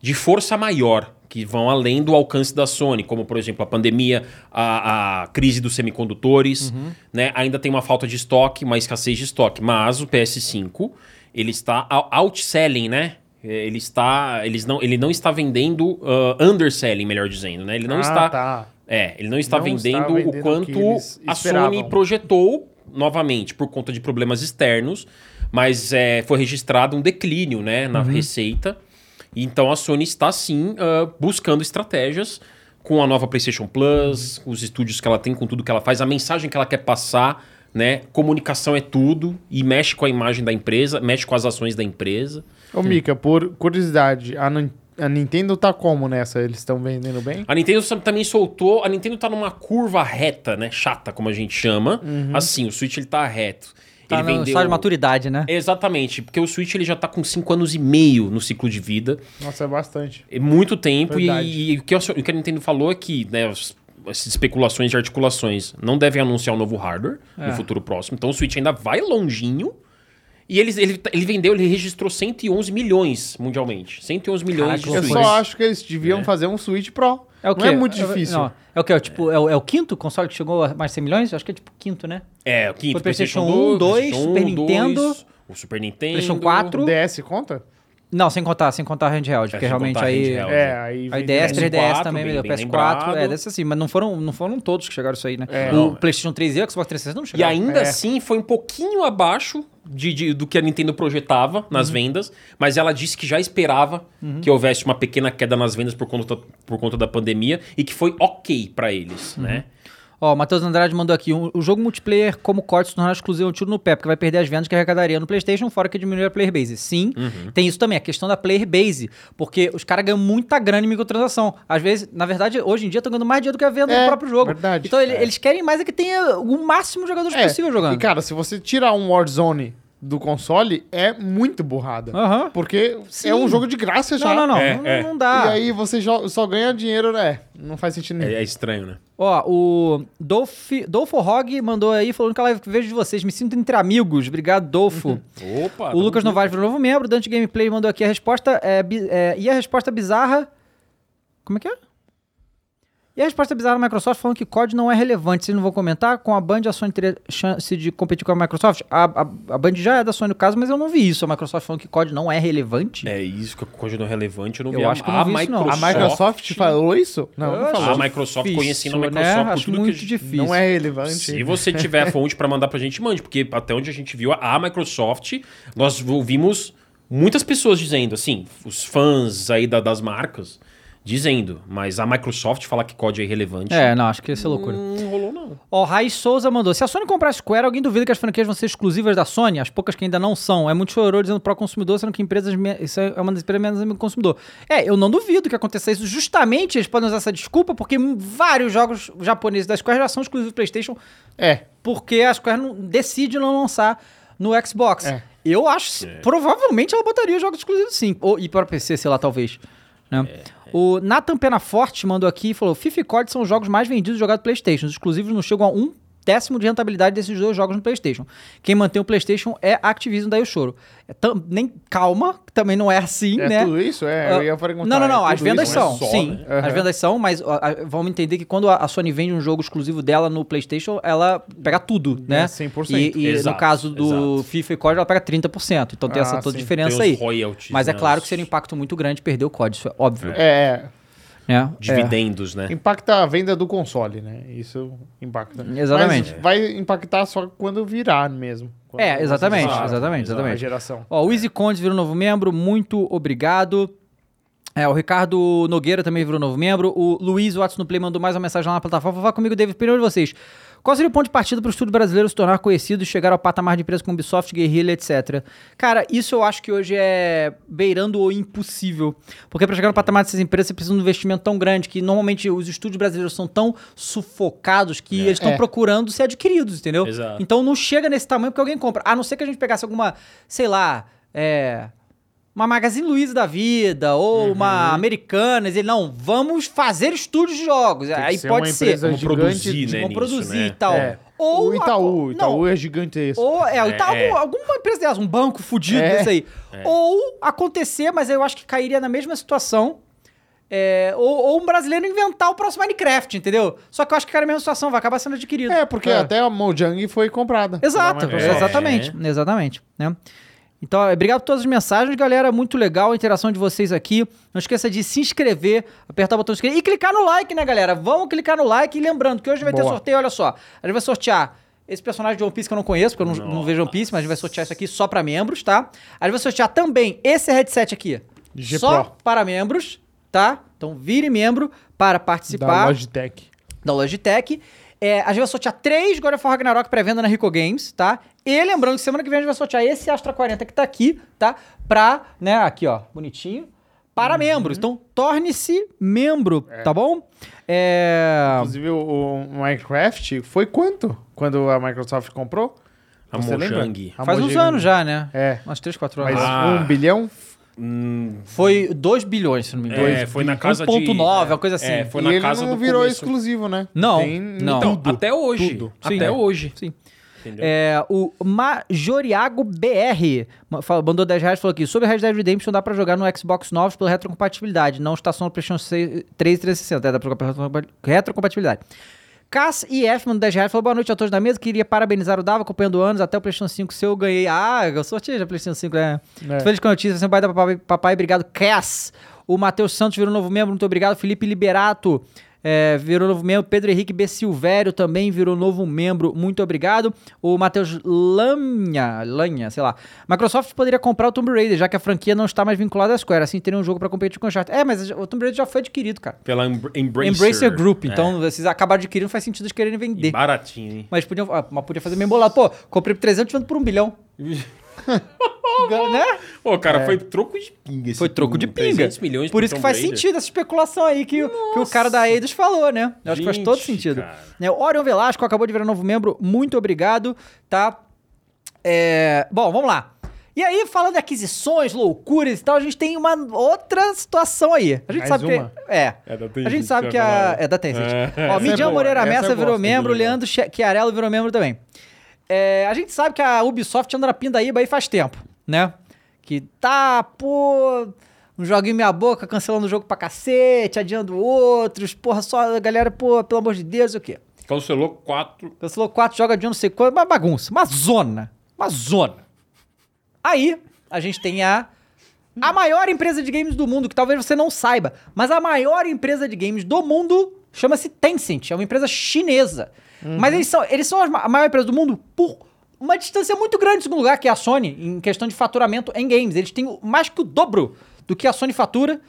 Speaker 2: de força maior que vão além do alcance da Sony, como por exemplo a pandemia, a, a crise dos semicondutores, né? Ainda tem uma falta de estoque, uma escassez de estoque, mas o PS5 ele está ou- outselling, né? É, Ele está, eles não, ele não está vendendo ah, underselling, melhor dizendo, né? Ele não
Speaker 3: Ah,
Speaker 2: está,
Speaker 3: tá.
Speaker 2: é, ele não está,
Speaker 3: Não
Speaker 2: vendendo,
Speaker 3: está vendendo o que
Speaker 2: o quanto
Speaker 3: eles
Speaker 2: a Sony
Speaker 3: esperavam.
Speaker 2: projetou novamente por conta de problemas externos, mas é, foi registrado um declínio né,
Speaker 3: Uhum.
Speaker 2: na receita. Então a Sony está sim ah, buscando estratégias com a nova PlayStation Plus,
Speaker 3: Uhum.
Speaker 2: os estúdios que ela tem, com tudo que ela faz, a mensagem que ela quer passar, né? Comunicação é tudo e mexe com a imagem da empresa, mexe com as ações da empresa.
Speaker 3: Ô, Mika, por curiosidade, a, Nin- a Nintendo tá como nessa? Eles estão vendendo bem?
Speaker 2: A Nintendo sam- também soltou. A Nintendo tá numa curva reta, né? Chata, como a gente chama. Assim, o Switch ele tá reto.
Speaker 1: Uhum. Tá
Speaker 2: ele
Speaker 1: no estágio de maturidade, né?
Speaker 2: Exatamente, porque o Switch ele já tá com 5 anos e meio no ciclo de vida.
Speaker 3: Nossa, é bastante.
Speaker 2: É muito tempo. E,
Speaker 3: Verdade.
Speaker 2: e o, que a, o que a Nintendo falou é que, né, as, as especulações e articulações não devem anunciar um novo hardware
Speaker 1: É.
Speaker 2: no futuro próximo. Então o Switch ainda vai longinho. E eles, ele, ele vendeu, ele registrou 111 milhões mundialmente. 111 milhões
Speaker 1: Caraca,
Speaker 2: de
Speaker 3: Eu
Speaker 1: Switch.
Speaker 2: Switch.
Speaker 3: só acho que eles deviam fazer um Switch Pro.
Speaker 1: É o quê?
Speaker 3: Não é muito difícil.
Speaker 1: não. É o que? É, o tipo, é, o, é o quinto console que chegou a mais 100 milhões? Acho que é tipo quinto, né?
Speaker 2: É, o quinto.
Speaker 1: Foi PlayStation 1, 2, Super Nintendo,
Speaker 2: um, o Super Nintendo.
Speaker 1: PlayStation 4.
Speaker 3: O DS conta?
Speaker 1: Não, sem contar, sem contar handheld, porque
Speaker 2: É, sem
Speaker 1: realmente
Speaker 2: contar
Speaker 1: aí.
Speaker 2: handheld.
Speaker 3: É, aí
Speaker 1: Aí
Speaker 3: vem-
Speaker 1: 10,
Speaker 2: PS4,
Speaker 1: 3DS também,
Speaker 2: bem-
Speaker 1: melhor.
Speaker 2: bem
Speaker 1: PS4, é,
Speaker 2: lembrado.
Speaker 1: dessa sim, mas não foram, não foram todos que chegaram isso aí, né?
Speaker 3: É,
Speaker 1: o
Speaker 2: não, é.
Speaker 1: PlayStation 3 e o Xbox 360 não
Speaker 2: E
Speaker 1: chegaram.
Speaker 2: ainda
Speaker 3: É.
Speaker 2: assim foi um pouquinho abaixo de, de- do que a Nintendo projetava
Speaker 1: Uhum.
Speaker 2: nas vendas, mas ela disse que já esperava que houvesse uma pequena queda nas vendas por conta, por conta da pandemia e que foi ok pra eles,
Speaker 1: Uhum.
Speaker 2: né?
Speaker 1: Ó, o Matheus Andrade mandou aqui: um- o jogo multiplayer como corte se tornar exclusivo é um tiro no pé, porque vai perder as vendas que arrecadaria no PlayStation, fora que diminui a player base. Sim,
Speaker 2: Uhum.
Speaker 1: tem isso também, a questão da player base, porque os caras ganham muita grana em microtransação. Às vezes, na verdade, hoje em dia estão ganhando mais dinheiro do que a venda
Speaker 3: É,
Speaker 1: do próprio jogo.
Speaker 3: verdade.
Speaker 1: Então ele-
Speaker 3: É.
Speaker 1: eles querem mais é que tenha o máximo de jogadores possível
Speaker 3: E,
Speaker 1: jogando.
Speaker 3: cara, se você tirar um Warzone do console, é muito burrada.
Speaker 1: Aham.
Speaker 3: Porque
Speaker 1: Sim.
Speaker 3: é um jogo de graça já.
Speaker 1: Não, não, Tá. não.
Speaker 2: É,
Speaker 1: não,
Speaker 2: é.
Speaker 1: não dá.
Speaker 3: E aí você jo- só ganha dinheiro, né? Não faz sentido nenhum.
Speaker 2: É, é estranho, né?
Speaker 1: Ó, o Dolph, Dolfo Hog mandou aí falando que a live que vejo de vocês. Me sinto entre amigos. Obrigado,
Speaker 3: Uhum.
Speaker 1: Dolfo.
Speaker 3: Ah,
Speaker 2: Opa!
Speaker 1: o
Speaker 3: tá
Speaker 1: Lucas Novaes virou novo membro. Dante Gameplay mandou aqui a resposta. É, bi- é, e a resposta bizarra. Como é que é? E a resposta bizarra da Microsoft falando que COD não é relevante. Vocês não vão comentar? Com a Band, a Sony teria chance de competir com a Microsoft? A, a, a Band já é da Sony no caso, mas eu não vi isso. A Microsoft falando que COD não é relevante.
Speaker 2: É isso que continua relevante, eu não
Speaker 1: Eu
Speaker 2: vi a-
Speaker 1: acho que eu não
Speaker 2: a
Speaker 1: vi isso, não. A
Speaker 3: A Microsoft falou isso? Não,
Speaker 1: Eu
Speaker 3: não
Speaker 1: acho
Speaker 3: falou.
Speaker 2: A Microsoft, conhecendo a
Speaker 1: né?
Speaker 2: Microsoft por
Speaker 1: Acho
Speaker 2: tudo que a
Speaker 1: muito
Speaker 2: gente-
Speaker 1: difícil.
Speaker 3: Não é relevante.
Speaker 2: Se você tiver a fonte pra mandar pra gente, mande, porque até onde a gente viu, a Microsoft, nós ouvimos muitas pessoas dizendo, assim, os fãs aí da- das marcas, dizendo, mas a Microsoft falar que código é irrelevante,
Speaker 1: É, não, acho que isso é loucura.
Speaker 2: Hum, não rolou não.
Speaker 1: Ó, Raiz Souza mandou. Se a Sony comprar a Square, alguém duvida que as franquias vão ser exclusivas da Sony? As poucas que ainda não são. É muito chororô dizendo pro consumidor, sendo que empresas. me- Isso é uma das empresas menos amigo do consumidor. É, eu não duvido que aconteça isso. Justamente eles podem usar essa desculpa, porque m- vários jogos japoneses da Square já são exclusivos do PlayStation,
Speaker 3: É.
Speaker 1: porque a Square não, decide não lançar no Xbox.
Speaker 3: É.
Speaker 1: Eu acho. Provavelmente ela botaria jogos exclusivos sim. Ou, e para PC, sei lá, talvez. né? O Nathan Penaforte mandou aqui e falou: FIFA e COD são os jogos mais vendidos e jogados do PlayStation. Os exclusivos não chegam a um décimo de rentabilidade desses dois jogos no PlayStation. Quem mantém o PlayStation é a Activision, daí eu choro. É tam- nem calma, também não é assim,
Speaker 3: É
Speaker 1: né?
Speaker 3: tudo isso? É, eu
Speaker 1: Ah,
Speaker 3: ia perguntar.
Speaker 1: Não, não,
Speaker 3: é
Speaker 1: não.
Speaker 3: tudo
Speaker 1: As vendas
Speaker 3: isso?
Speaker 2: não é
Speaker 1: são,
Speaker 2: só,
Speaker 1: sim.
Speaker 2: né?
Speaker 1: As
Speaker 3: Aham.
Speaker 1: vendas são, mas ó, a- vamos entender que quando a- a Sony vende um jogo exclusivo dela no PlayStation, ela pega tudo, né?
Speaker 3: 100%.
Speaker 1: E, e no
Speaker 2: Exato,
Speaker 1: caso do
Speaker 2: exato.
Speaker 1: FIFA e COD, ela pega 30%. Então tem
Speaker 3: Ah,
Speaker 1: essa toda
Speaker 3: sim.
Speaker 1: diferença
Speaker 2: Tem
Speaker 1: aí.
Speaker 2: os royalties,
Speaker 1: Mas é
Speaker 2: né,
Speaker 1: claro
Speaker 2: os
Speaker 1: que seria um impacto muito grande perder o COD, isso é óbvio.
Speaker 3: É,
Speaker 1: né?
Speaker 2: Dividendos, né?
Speaker 3: impacta a venda do console, né? Isso impacta.
Speaker 1: Exatamente.
Speaker 3: Mas vai impactar só quando virar mesmo. Quando
Speaker 1: É, exatamente,
Speaker 3: vocês-
Speaker 1: exatamente,
Speaker 3: A
Speaker 1: exatamente.
Speaker 3: geração.
Speaker 1: Ó, o Easy Condes virou novo membro, muito obrigado. É, o Ricardo Nogueira também virou novo membro. O Luiz Watson no Play mandou mais uma mensagem lá na plataforma. Vá comigo, David, primeiro de vocês. Qual seria o ponto de partida para o estúdio brasileiro se tornar conhecido e chegar ao patamar de empresa como Ubisoft, Guerrilla, etc? Cara, isso eu acho que hoje é beirando o impossível. Porque para chegar no patamar dessas empresas, você precisa de um investimento tão grande que normalmente os estúdios brasileiros são tão sufocados que eles estão
Speaker 3: É.
Speaker 1: procurando ser adquiridos, entendeu?
Speaker 2: Exato.
Speaker 1: Então não chega nesse tamanho porque alguém compra. A não ser que a gente pegasse alguma, sei lá, é, uma Magazine Luiza da vida ou
Speaker 3: Uhum.
Speaker 1: uma Americanas. Ele, não, vamos fazer estúdios de jogos.
Speaker 3: que
Speaker 1: Aí
Speaker 3: ser
Speaker 1: pode
Speaker 3: uma
Speaker 1: ser.
Speaker 3: empresa
Speaker 2: Vamos
Speaker 3: gigante
Speaker 2: produzir,
Speaker 1: Eles
Speaker 2: né?
Speaker 1: vão
Speaker 2: nisso,
Speaker 1: produzir
Speaker 2: né?
Speaker 1: e tal.
Speaker 3: É.
Speaker 1: Ou
Speaker 3: o Itaú,
Speaker 1: a-
Speaker 3: Itaú
Speaker 1: não,
Speaker 3: é gigantesco.
Speaker 1: ou, é, o Itaú,
Speaker 2: É.
Speaker 1: alguma empresa dessas, um banco fudido
Speaker 3: É.
Speaker 1: desse aí. Ou acontecer, mas eu acho que cairia na mesma situação. é, ou, ou um brasileiro inventar o próximo Minecraft, entendeu? Só que eu acho que cairia na mesma situação, vai acabar sendo adquirido.
Speaker 3: É, porque
Speaker 1: É.
Speaker 3: até a Mojang foi comprada.
Speaker 1: Exato,
Speaker 3: pela Microsoft.
Speaker 1: exatamente, exatamente, né? Então, ó, obrigado por todas as mensagens, galera. Muito legal a interação de vocês aqui. Não esqueça de se inscrever, apertar o botão de inscrever e clicar no like, né, galera? Vamos clicar no like. E lembrando que hoje vai ter
Speaker 3: Boa.
Speaker 1: sorteio, olha só. A gente vai sortear esse personagem de One Piece que eu não conheço, porque eu não, não vejo One Piece, mas a gente vai sortear isso aqui só para membros, tá? A gente vai sortear também esse headset aqui.
Speaker 3: G
Speaker 1: só
Speaker 3: Pro.
Speaker 1: para membros, tá? Então, vire membro para
Speaker 3: É, Da
Speaker 1: participar
Speaker 3: Logitech.
Speaker 1: da Logitech. É, a gente vai sortear três God of War Ragnarok pré-venda na Rico Games, tá? E lembrando que semana que vem a gente vai sortear esse Astra 40 que tá aqui, tá? Pra, né, aqui ó, bonitinho, para
Speaker 2: Uhum.
Speaker 1: membros. Então torne-se membro, tá bom? É...
Speaker 3: Inclusive, o, o Minecraft foi quanto quando a Microsoft comprou?
Speaker 2: A
Speaker 3: Você lembra?
Speaker 2: Mojang.
Speaker 3: A
Speaker 1: Faz uns
Speaker 3: Mojang.
Speaker 1: anos já, né?
Speaker 3: É.
Speaker 1: Umas 3, 4
Speaker 3: Mas
Speaker 1: anos.
Speaker 2: Ah.
Speaker 3: um bilhão?
Speaker 2: Hum,
Speaker 1: Foi 2 bilhões, se não me engano.
Speaker 2: é, foi na casa de...
Speaker 1: 1.9, uma coisa assim.
Speaker 2: É, foi
Speaker 3: e
Speaker 2: na
Speaker 3: ele
Speaker 2: casa
Speaker 3: não
Speaker 2: do
Speaker 3: virou
Speaker 2: começo.
Speaker 3: exclusivo, né?
Speaker 1: Não,
Speaker 3: Tem
Speaker 1: não.
Speaker 2: Então,
Speaker 3: tudo.
Speaker 2: até hoje.
Speaker 3: Tudo.
Speaker 1: Sim.
Speaker 2: Até hoje.
Speaker 1: Sim.
Speaker 2: Entendeu?
Speaker 1: É, o Majoriago BR ma- fala- mandou 10 reais e falou aqui: sobre Red Dead Redemption dá pra jogar no Xbox Novos pela retrocompatibilidade, não está só no PlayStation 6, 3 e 360. É, dá pra jogar pela retrocompa- retrocompatibilidade. Cass IF mandou 10 reais falou: boa noite a todos da mesa, queria parabenizar o Dava acompanhando anos até o PlayStation 5 seu. Ganhei. Ah, eu sorteio já PlayStation 5, né?
Speaker 3: É.
Speaker 1: Tô feliz com a notícia, sempre vai dar papai, papai, obrigado. Cass. O Matheus Santos virou novo membro, muito obrigado. Felipe Liberato é, virou novo membro. Pedro Henrique B. Silvério também virou novo membro, muito obrigado. O Matheus Lanha, Lanha, sei lá. Microsoft poderia comprar o Tomb Raider, já que a franquia não está mais vinculada à Square. Assim teria um jogo para competir com o Uncharted. É, mas o Tomb Raider já foi adquirido, cara.
Speaker 2: Pela Embr- Embracer.
Speaker 1: Embracer, Group,
Speaker 2: É.
Speaker 1: então vocês acabaram adquirindo, não faz sentido eles quererem
Speaker 2: E
Speaker 1: vender.
Speaker 2: baratinho, hein?
Speaker 1: Mas podiam, ah, mas podia fazer meio bolado. Pô, comprei por 300 e vendo por um bilhão. né?
Speaker 2: Ô, cara, foi troco de pinga. esse
Speaker 1: Foi troco de
Speaker 2: Tomb-
Speaker 1: pinga.
Speaker 2: 300 milhões
Speaker 1: Por
Speaker 2: pro
Speaker 1: isso que
Speaker 2: Tomb
Speaker 1: faz
Speaker 2: Raider.
Speaker 1: sentido essa especulação aí que, o- que o cara da Eidos falou, né? Eu acho que faz
Speaker 2: Gente,
Speaker 1: todo sentido.
Speaker 2: cara.
Speaker 1: Né, o Orion Velasco acabou de virar novo membro, muito obrigado, tá? É, Bom, vamos lá. E aí, falando de aquisições, loucuras e tal, a gente tem uma outra situação aí. A gente
Speaker 3: Mais
Speaker 1: sabe
Speaker 3: uma?
Speaker 1: que. É.
Speaker 2: É da
Speaker 1: a
Speaker 2: Tencent,
Speaker 1: gente sabe
Speaker 2: já
Speaker 1: que a.
Speaker 2: falaram.
Speaker 1: É da Tencent.
Speaker 2: É.
Speaker 1: Ó,
Speaker 2: Essa
Speaker 1: Midian
Speaker 3: é boa,
Speaker 1: Moreira
Speaker 3: essa eu
Speaker 1: Messa virou
Speaker 3: gosto,
Speaker 1: membro,
Speaker 2: Midian.
Speaker 1: Leandro Che- Chiarello virou membro também. É, a gente sabe que a Ubisoft anda na pindaíba aí faz tempo, né? Que tá, pô, um joguinho minha boca, cancelando o jogo pra cacete, adiando outros, porra, só a galera, pô, pelo amor de Deus, o quê?
Speaker 2: Cancelou quatro.
Speaker 1: Cancelou Então, quatro, joga adiando não sei quanto, uma bagunça, uma zona, uma zona. Aí, a gente tem a... A maior empresa de games do mundo, que talvez você não saiba, mas a maior empresa de games do mundo chama-se Tencent. É uma empresa chinesa. Mas eles são, eles são as ma- a maior empresa do mundo por uma distância muito grande, em segundo lugar, que é a Sony, em questão de faturamento em games. Eles têm o- mais que o dobro do que a Sony fatura,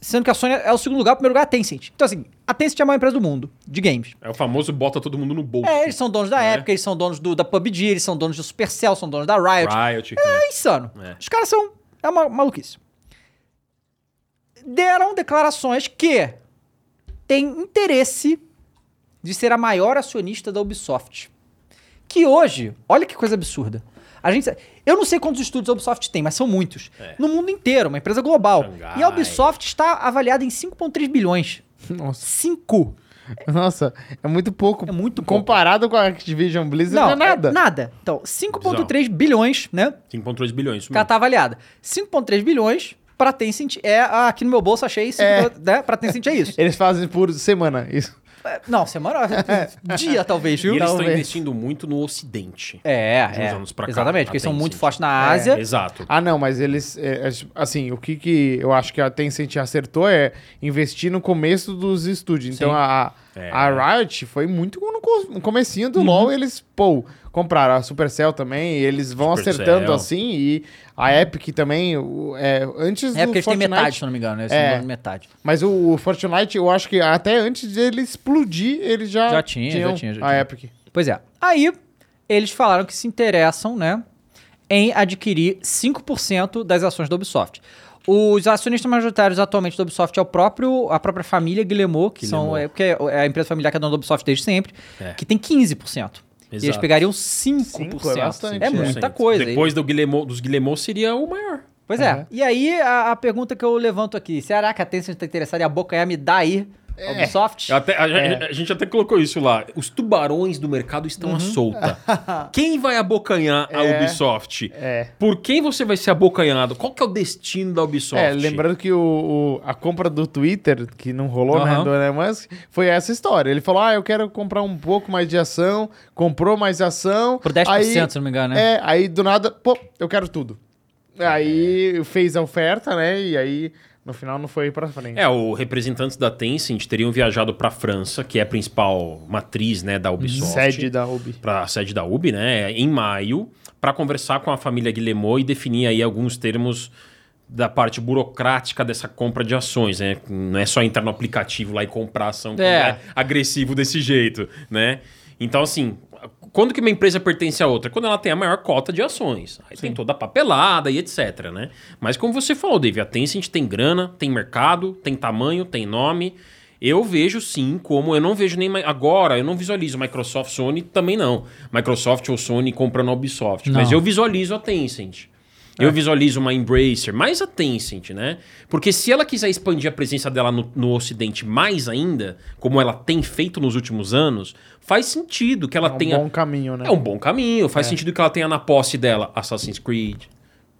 Speaker 1: sendo que a Sony é o segundo lugar, o primeiro lugar é a Tencent. Então, assim, a Tencent é a maior empresa do mundo de games.
Speaker 2: É o famoso bota todo mundo no bolso.
Speaker 1: É, eles são donos da
Speaker 2: É.
Speaker 1: Epic, eles são donos do, da PUBG, eles são donos do Supercell, são donos da Riot.
Speaker 2: Riot.
Speaker 1: É insano.
Speaker 2: É.
Speaker 1: Os caras são. É uma maluquice. Deram declarações que tem interesse de ser a maior acionista da Ubisoft. Que hoje, olha que coisa absurda. A gente, eu não sei quantos estúdios a Ubisoft tem, mas são muitos. No mundo inteiro, uma empresa global.
Speaker 2: É. Xangai.
Speaker 1: E a Ubisoft está avaliada em 5,3 bilhões.
Speaker 3: Nossa,
Speaker 1: 5.
Speaker 3: nossa, é muito pouco.
Speaker 1: É muito pouco.
Speaker 3: Comparado com a Activision Blizzard, não, é nada.
Speaker 1: Nada. Então, 5,3 bilhões, né?
Speaker 2: 5,3 bilhões. isso
Speaker 1: Ela
Speaker 2: mesmo.
Speaker 1: tá avaliada. 5,3 bilhões pra Tencent é. ah, Aqui no meu bolso achei 5,
Speaker 3: É.
Speaker 1: né? Pra Tencent é isso.
Speaker 3: Eles fazem por semana isso.
Speaker 1: É, Não, semana. dia, talvez,
Speaker 2: É. E
Speaker 1: viu?
Speaker 2: eles estão
Speaker 3: Talvez.
Speaker 2: investindo muito no Ocidente.
Speaker 1: É,
Speaker 2: De uns
Speaker 1: é.
Speaker 2: anos pra É, cá,
Speaker 1: Exatamente,
Speaker 2: a
Speaker 1: porque eles são muito
Speaker 2: Tencent.
Speaker 1: fortes na Ásia.
Speaker 2: Exato.
Speaker 3: Ah, não, mas eles. é, é, assim, o que, que eu acho que a Tencent acertou é investir no começo dos estúdios. Então,
Speaker 1: Sim.
Speaker 3: a,
Speaker 2: é.
Speaker 3: A Riot foi muito no co- no comecinho
Speaker 1: Uhum.
Speaker 3: do LoL, eles, pô, compraram a Supercell também, e eles vão
Speaker 2: Supercell. É.
Speaker 3: acertando assim, e a Epic também, o- é, antes
Speaker 1: É porque
Speaker 3: do
Speaker 1: eles têm
Speaker 3: Fortnite...
Speaker 1: metade, se eu não me engano, né? Eles
Speaker 3: É.
Speaker 1: têm metade.
Speaker 3: Mas o, o Fortnite, eu acho que até antes dele explodir, ele já,
Speaker 1: Já tinha, já
Speaker 3: tinham
Speaker 1: tinha, já
Speaker 3: a
Speaker 1: tinha.
Speaker 3: Epic.
Speaker 1: Pois é. Aí, eles falaram que se interessam, né? Em adquirir 5% das ações da Ubisoft. Os acionistas majoritários atualmente da Ubisoft é o próprio, a própria família Guillemot, que são,
Speaker 2: Guillemot.
Speaker 1: é, porque é a empresa familiar que é dona da Ubisoft desde sempre,
Speaker 2: É.
Speaker 1: que tem 15%. E eles
Speaker 2: Exato.
Speaker 1: pegariam 5%.
Speaker 3: Cinco é bastante,
Speaker 1: é
Speaker 3: né?
Speaker 1: muita coisa.
Speaker 2: Depois do Guillemot, dos Guillemot seria o maior.
Speaker 1: Pois é.
Speaker 3: Aham.
Speaker 1: E aí, a, a pergunta que eu levanto aqui: será que a Tencent está interessada em abocanhar me dar aí,
Speaker 3: É.
Speaker 1: Ubisoft?
Speaker 2: Eu até- a,
Speaker 1: É.
Speaker 2: a- a gente até colocou isso lá. Os tubarões do mercado estão
Speaker 1: Uhum.
Speaker 2: à solta. Quem vai abocanhar a
Speaker 3: É.
Speaker 2: Ubisoft?
Speaker 3: É.
Speaker 2: Por quem você vai ser abocanhado? Qual que é o destino da Ubisoft?
Speaker 3: É, lembrando que o, o- a compra do Twitter, que não rolou, né,
Speaker 2: Aham.
Speaker 3: do Elon Musk, foi essa história. Ele falou, ah, eu quero comprar um pouco mais de ação, comprou mais ação.
Speaker 1: Por 10%,
Speaker 3: aí,
Speaker 1: se não me engano, né?
Speaker 3: É, aí do nada, pô, eu quero tudo. Aí fez a oferta, né, e aí no final não foi pra frente.
Speaker 2: É, o representantes da Tencent teriam viajado para a França, que é a principal matriz né, da Ubisoft.
Speaker 3: Sede da Ubi.
Speaker 2: para a sede da UB, né, em maio, para conversar com a família Guillemot e definir aí alguns termos da parte burocrática dessa compra de ações, né? Não é só entrar no aplicativo lá e comprar ação quando
Speaker 1: É.
Speaker 2: é agressivo desse jeito, né? Então, assim, quando que uma empresa pertence a outra? Quando ela tem a maior cota de ações. Aí tem toda a papelada e etc, né? Mas como você falou, Dave, a Tencent tem grana, tem mercado, tem tamanho, tem nome. Eu vejo sim como... Eu não vejo nem... ma- Agora, eu não visualizo Microsoft, Sony também não. Microsoft ou Sony comprando a Ubisoft. Mas
Speaker 1: Não.
Speaker 2: eu visualizo a Tencent. Eu visualizo uma Embracer, mais a Tencent, né? Porque se ela quiser expandir a presença dela no, no Ocidente mais ainda, como ela tem feito nos últimos anos, faz sentido que ela
Speaker 3: É um
Speaker 2: tenha.
Speaker 3: bom caminho, né?
Speaker 2: É um bom caminho, faz sentido que ela tenha na posse dela Assassin's Creed,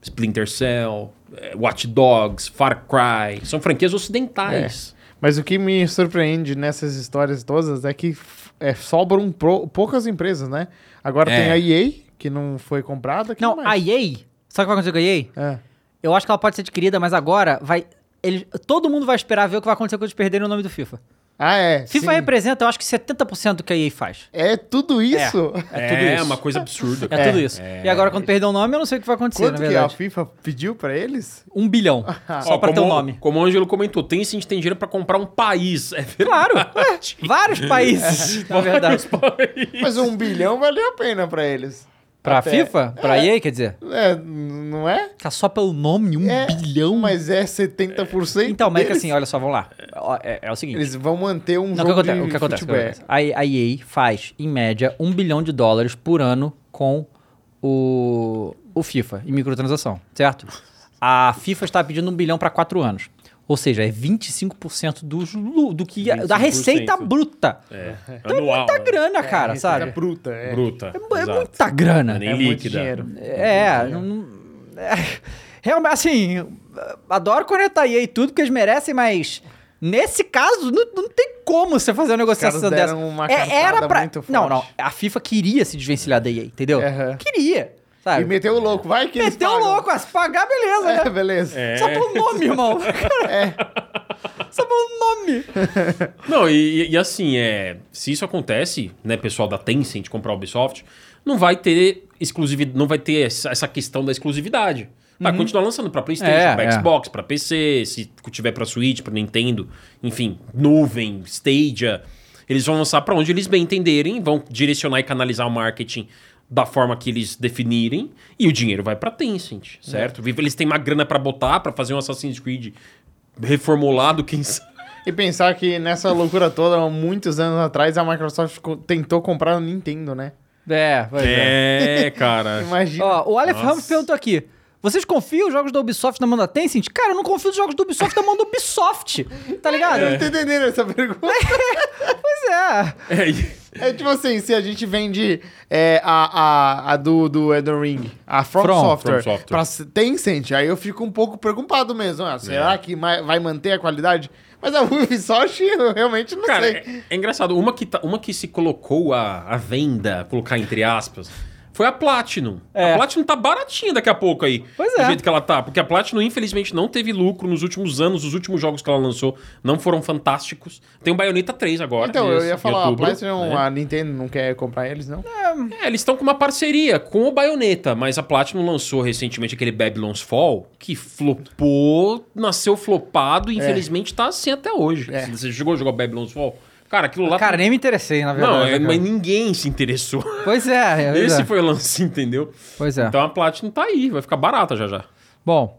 Speaker 2: Splinter Cell, eh, Watch Dogs, Far Cry. São franquias ocidentais.
Speaker 3: Mas o que me surpreende nessas histórias todas é que f- é, sobram pro- poucas empresas, né? Agora
Speaker 2: É.
Speaker 3: tem a EA, que não foi comprada. que
Speaker 1: Não,
Speaker 3: mais?
Speaker 1: a EA. Sabe o que vai acontecer com a EA?
Speaker 3: É.
Speaker 1: Eu acho que ela pode ser adquirida, mas agora vai. ele- todo mundo vai esperar ver o que vai acontecer quando eles perderem o nome do FIFA.
Speaker 3: Ah, é.
Speaker 1: FIFA
Speaker 3: sim.
Speaker 1: representa, eu acho que 70% do que a EA faz.
Speaker 3: É tudo isso?
Speaker 2: É, uma coisa absurda.
Speaker 1: É, tudo isso. E agora, quando perder o nome, eu não sei o que vai acontecer,
Speaker 3: Quanto
Speaker 1: na
Speaker 3: que é a
Speaker 1: verdade.
Speaker 3: FIFA Ah, pediu pra eles?
Speaker 1: Um bilhão. só
Speaker 2: Ó,
Speaker 1: pra ter o
Speaker 2: como-
Speaker 1: nome.
Speaker 2: Como o Ângelo comentou, Tencent tem dinheiro pra comprar um país. É verdade.
Speaker 1: Claro! ué, vários países,
Speaker 3: É.
Speaker 1: na verdade.
Speaker 3: Mas um bilhão valeu a pena pra eles.
Speaker 1: Pra
Speaker 3: Até-
Speaker 1: FIFA? Pra EA, quer dizer?
Speaker 3: É, n- não é?
Speaker 1: Ficar só pelo nome, um
Speaker 3: É,
Speaker 1: bilhão.
Speaker 3: Mas é 70%.
Speaker 1: Então, mas é que
Speaker 3: deles.
Speaker 1: assim, olha só, vamos lá. Ó, É, é o seguinte.
Speaker 3: Eles vão manter um
Speaker 1: Não, o que
Speaker 3: jogo
Speaker 1: acontece?
Speaker 3: de
Speaker 1: O que acontece? o que
Speaker 3: futebol.
Speaker 1: acontece? A, a EA faz, em média, um bilhão de dólares por ano com o, o FIFA em microtransação, certo? A FIFA está pedindo um bilhão para quatro anos. Ou seja, é 25% dos, lu- do que, é, da
Speaker 2: 25%.
Speaker 1: receita bruta.
Speaker 2: É. Anual.
Speaker 1: Muita
Speaker 2: né?
Speaker 1: grana, cara,
Speaker 3: É. Receita
Speaker 1: sabe?
Speaker 3: bruta, é.
Speaker 2: Bruta.
Speaker 1: É
Speaker 2: exato.
Speaker 1: muita
Speaker 2: Não é
Speaker 1: grana.
Speaker 2: nem
Speaker 3: É muito
Speaker 2: líquida.
Speaker 3: dinheiro.
Speaker 1: É, não- não- é, realmente, assim, adoro conectar EA e tudo que eles merecem, mas nesse caso, não, não tem como você fazer uma negociação
Speaker 3: caras
Speaker 1: dessa.
Speaker 3: deram uma
Speaker 1: É,
Speaker 3: cartada muito
Speaker 1: Não,
Speaker 3: forte.
Speaker 1: não, a FIFA queria se desvencilhar da EA, entendeu?
Speaker 3: Aham.
Speaker 1: Queria,
Speaker 3: E
Speaker 1: sabe?
Speaker 3: meteu o louco, vai que eles
Speaker 1: Meteu o
Speaker 3: pagam.
Speaker 1: louco, ah, se pagar, beleza,
Speaker 3: É, É.
Speaker 1: né?
Speaker 3: beleza.
Speaker 2: É.
Speaker 1: Só pelo nome, irmão. Só pelo nome.
Speaker 2: Não, e, e assim, é, se isso acontece, né, pessoal da Tencent comprar a Ubisoft, não vai ter exclusividade, não vai ter essa essa questão da exclusividade. Vai continuar lançando pra PlayStation,
Speaker 1: Uhum. É,
Speaker 2: pra
Speaker 1: é.
Speaker 2: Xbox, pra PC, se tiver pra Switch, pra Nintendo, enfim, nuvem, Stadia. Eles vão lançar pra onde eles bem entenderem, vão direcionar e canalizar o marketing da forma que eles definirem e o dinheiro vai pra Tencent, certo?
Speaker 1: É.
Speaker 2: Eles têm uma grana pra botar pra fazer um Assassin's Creed reformulado, quem sabe.
Speaker 3: E pensar que nessa loucura toda, há muitos anos atrás, a Microsoft co- tentou comprar a Nintendo, né?
Speaker 1: É, vai
Speaker 2: É, cara.
Speaker 3: Imagina.
Speaker 1: Ó, o Aleph
Speaker 2: Nossa.
Speaker 1: Ramos perguntou aqui. Vocês confiam os jogos da Ubisoft na mão da Tencent? Cara, eu não confio os jogos da Ubisoft na mão da Ubisoft. Tá ligado?
Speaker 3: Eu não tô entendendo essa pergunta.
Speaker 1: Pois é.
Speaker 2: É, e-
Speaker 3: É tipo assim, se a gente vende é, a, a, a do, do Elden Ring, a From,
Speaker 1: From,
Speaker 3: Software,
Speaker 2: From Software.
Speaker 3: pra s- Tencent, aí eu fico um pouco preocupado mesmo. Ah, será que ma- vai manter a qualidade? Mas a Ubisoft, eu realmente não
Speaker 2: cara,
Speaker 3: sei.
Speaker 2: é, é engraçado. Uma que, tá- uma que se colocou à à venda, colocar entre aspas, foi a Platinum.
Speaker 1: É.
Speaker 2: A Platinum tá baratinha daqui a pouco aí.
Speaker 1: Pois
Speaker 2: Do
Speaker 1: é.
Speaker 2: jeito que ela tá. Porque a Platinum, infelizmente, não teve lucro nos últimos anos. Os últimos jogos que ela lançou não foram fantásticos. Tem o Bayonetta 3 agora.
Speaker 3: Então, eu
Speaker 2: esse,
Speaker 3: ia
Speaker 2: em
Speaker 3: falar, a
Speaker 2: outubro,
Speaker 3: PlayStation, um,
Speaker 2: né?
Speaker 3: a Nintendo não quer comprar eles, não?
Speaker 2: É, eles estão com uma parceria com o Bayonetta, mas a Platinum lançou recentemente aquele Babylon's Fall, que flopou, nasceu flopado e infelizmente tá assim até hoje.
Speaker 3: É.
Speaker 2: Você chegou a jogar Babylon's Fall? Cara, aquilo lá...
Speaker 1: Cara, nem me interessei, na verdade.
Speaker 2: não,
Speaker 1: né,
Speaker 2: é, mas
Speaker 1: cara?
Speaker 2: ninguém se interessou.
Speaker 1: Pois é. pois
Speaker 2: Esse
Speaker 1: é.
Speaker 2: foi o lance, entendeu?
Speaker 1: Pois é.
Speaker 2: Então a Platinum tá aí, vai ficar barata já já.
Speaker 1: Bom,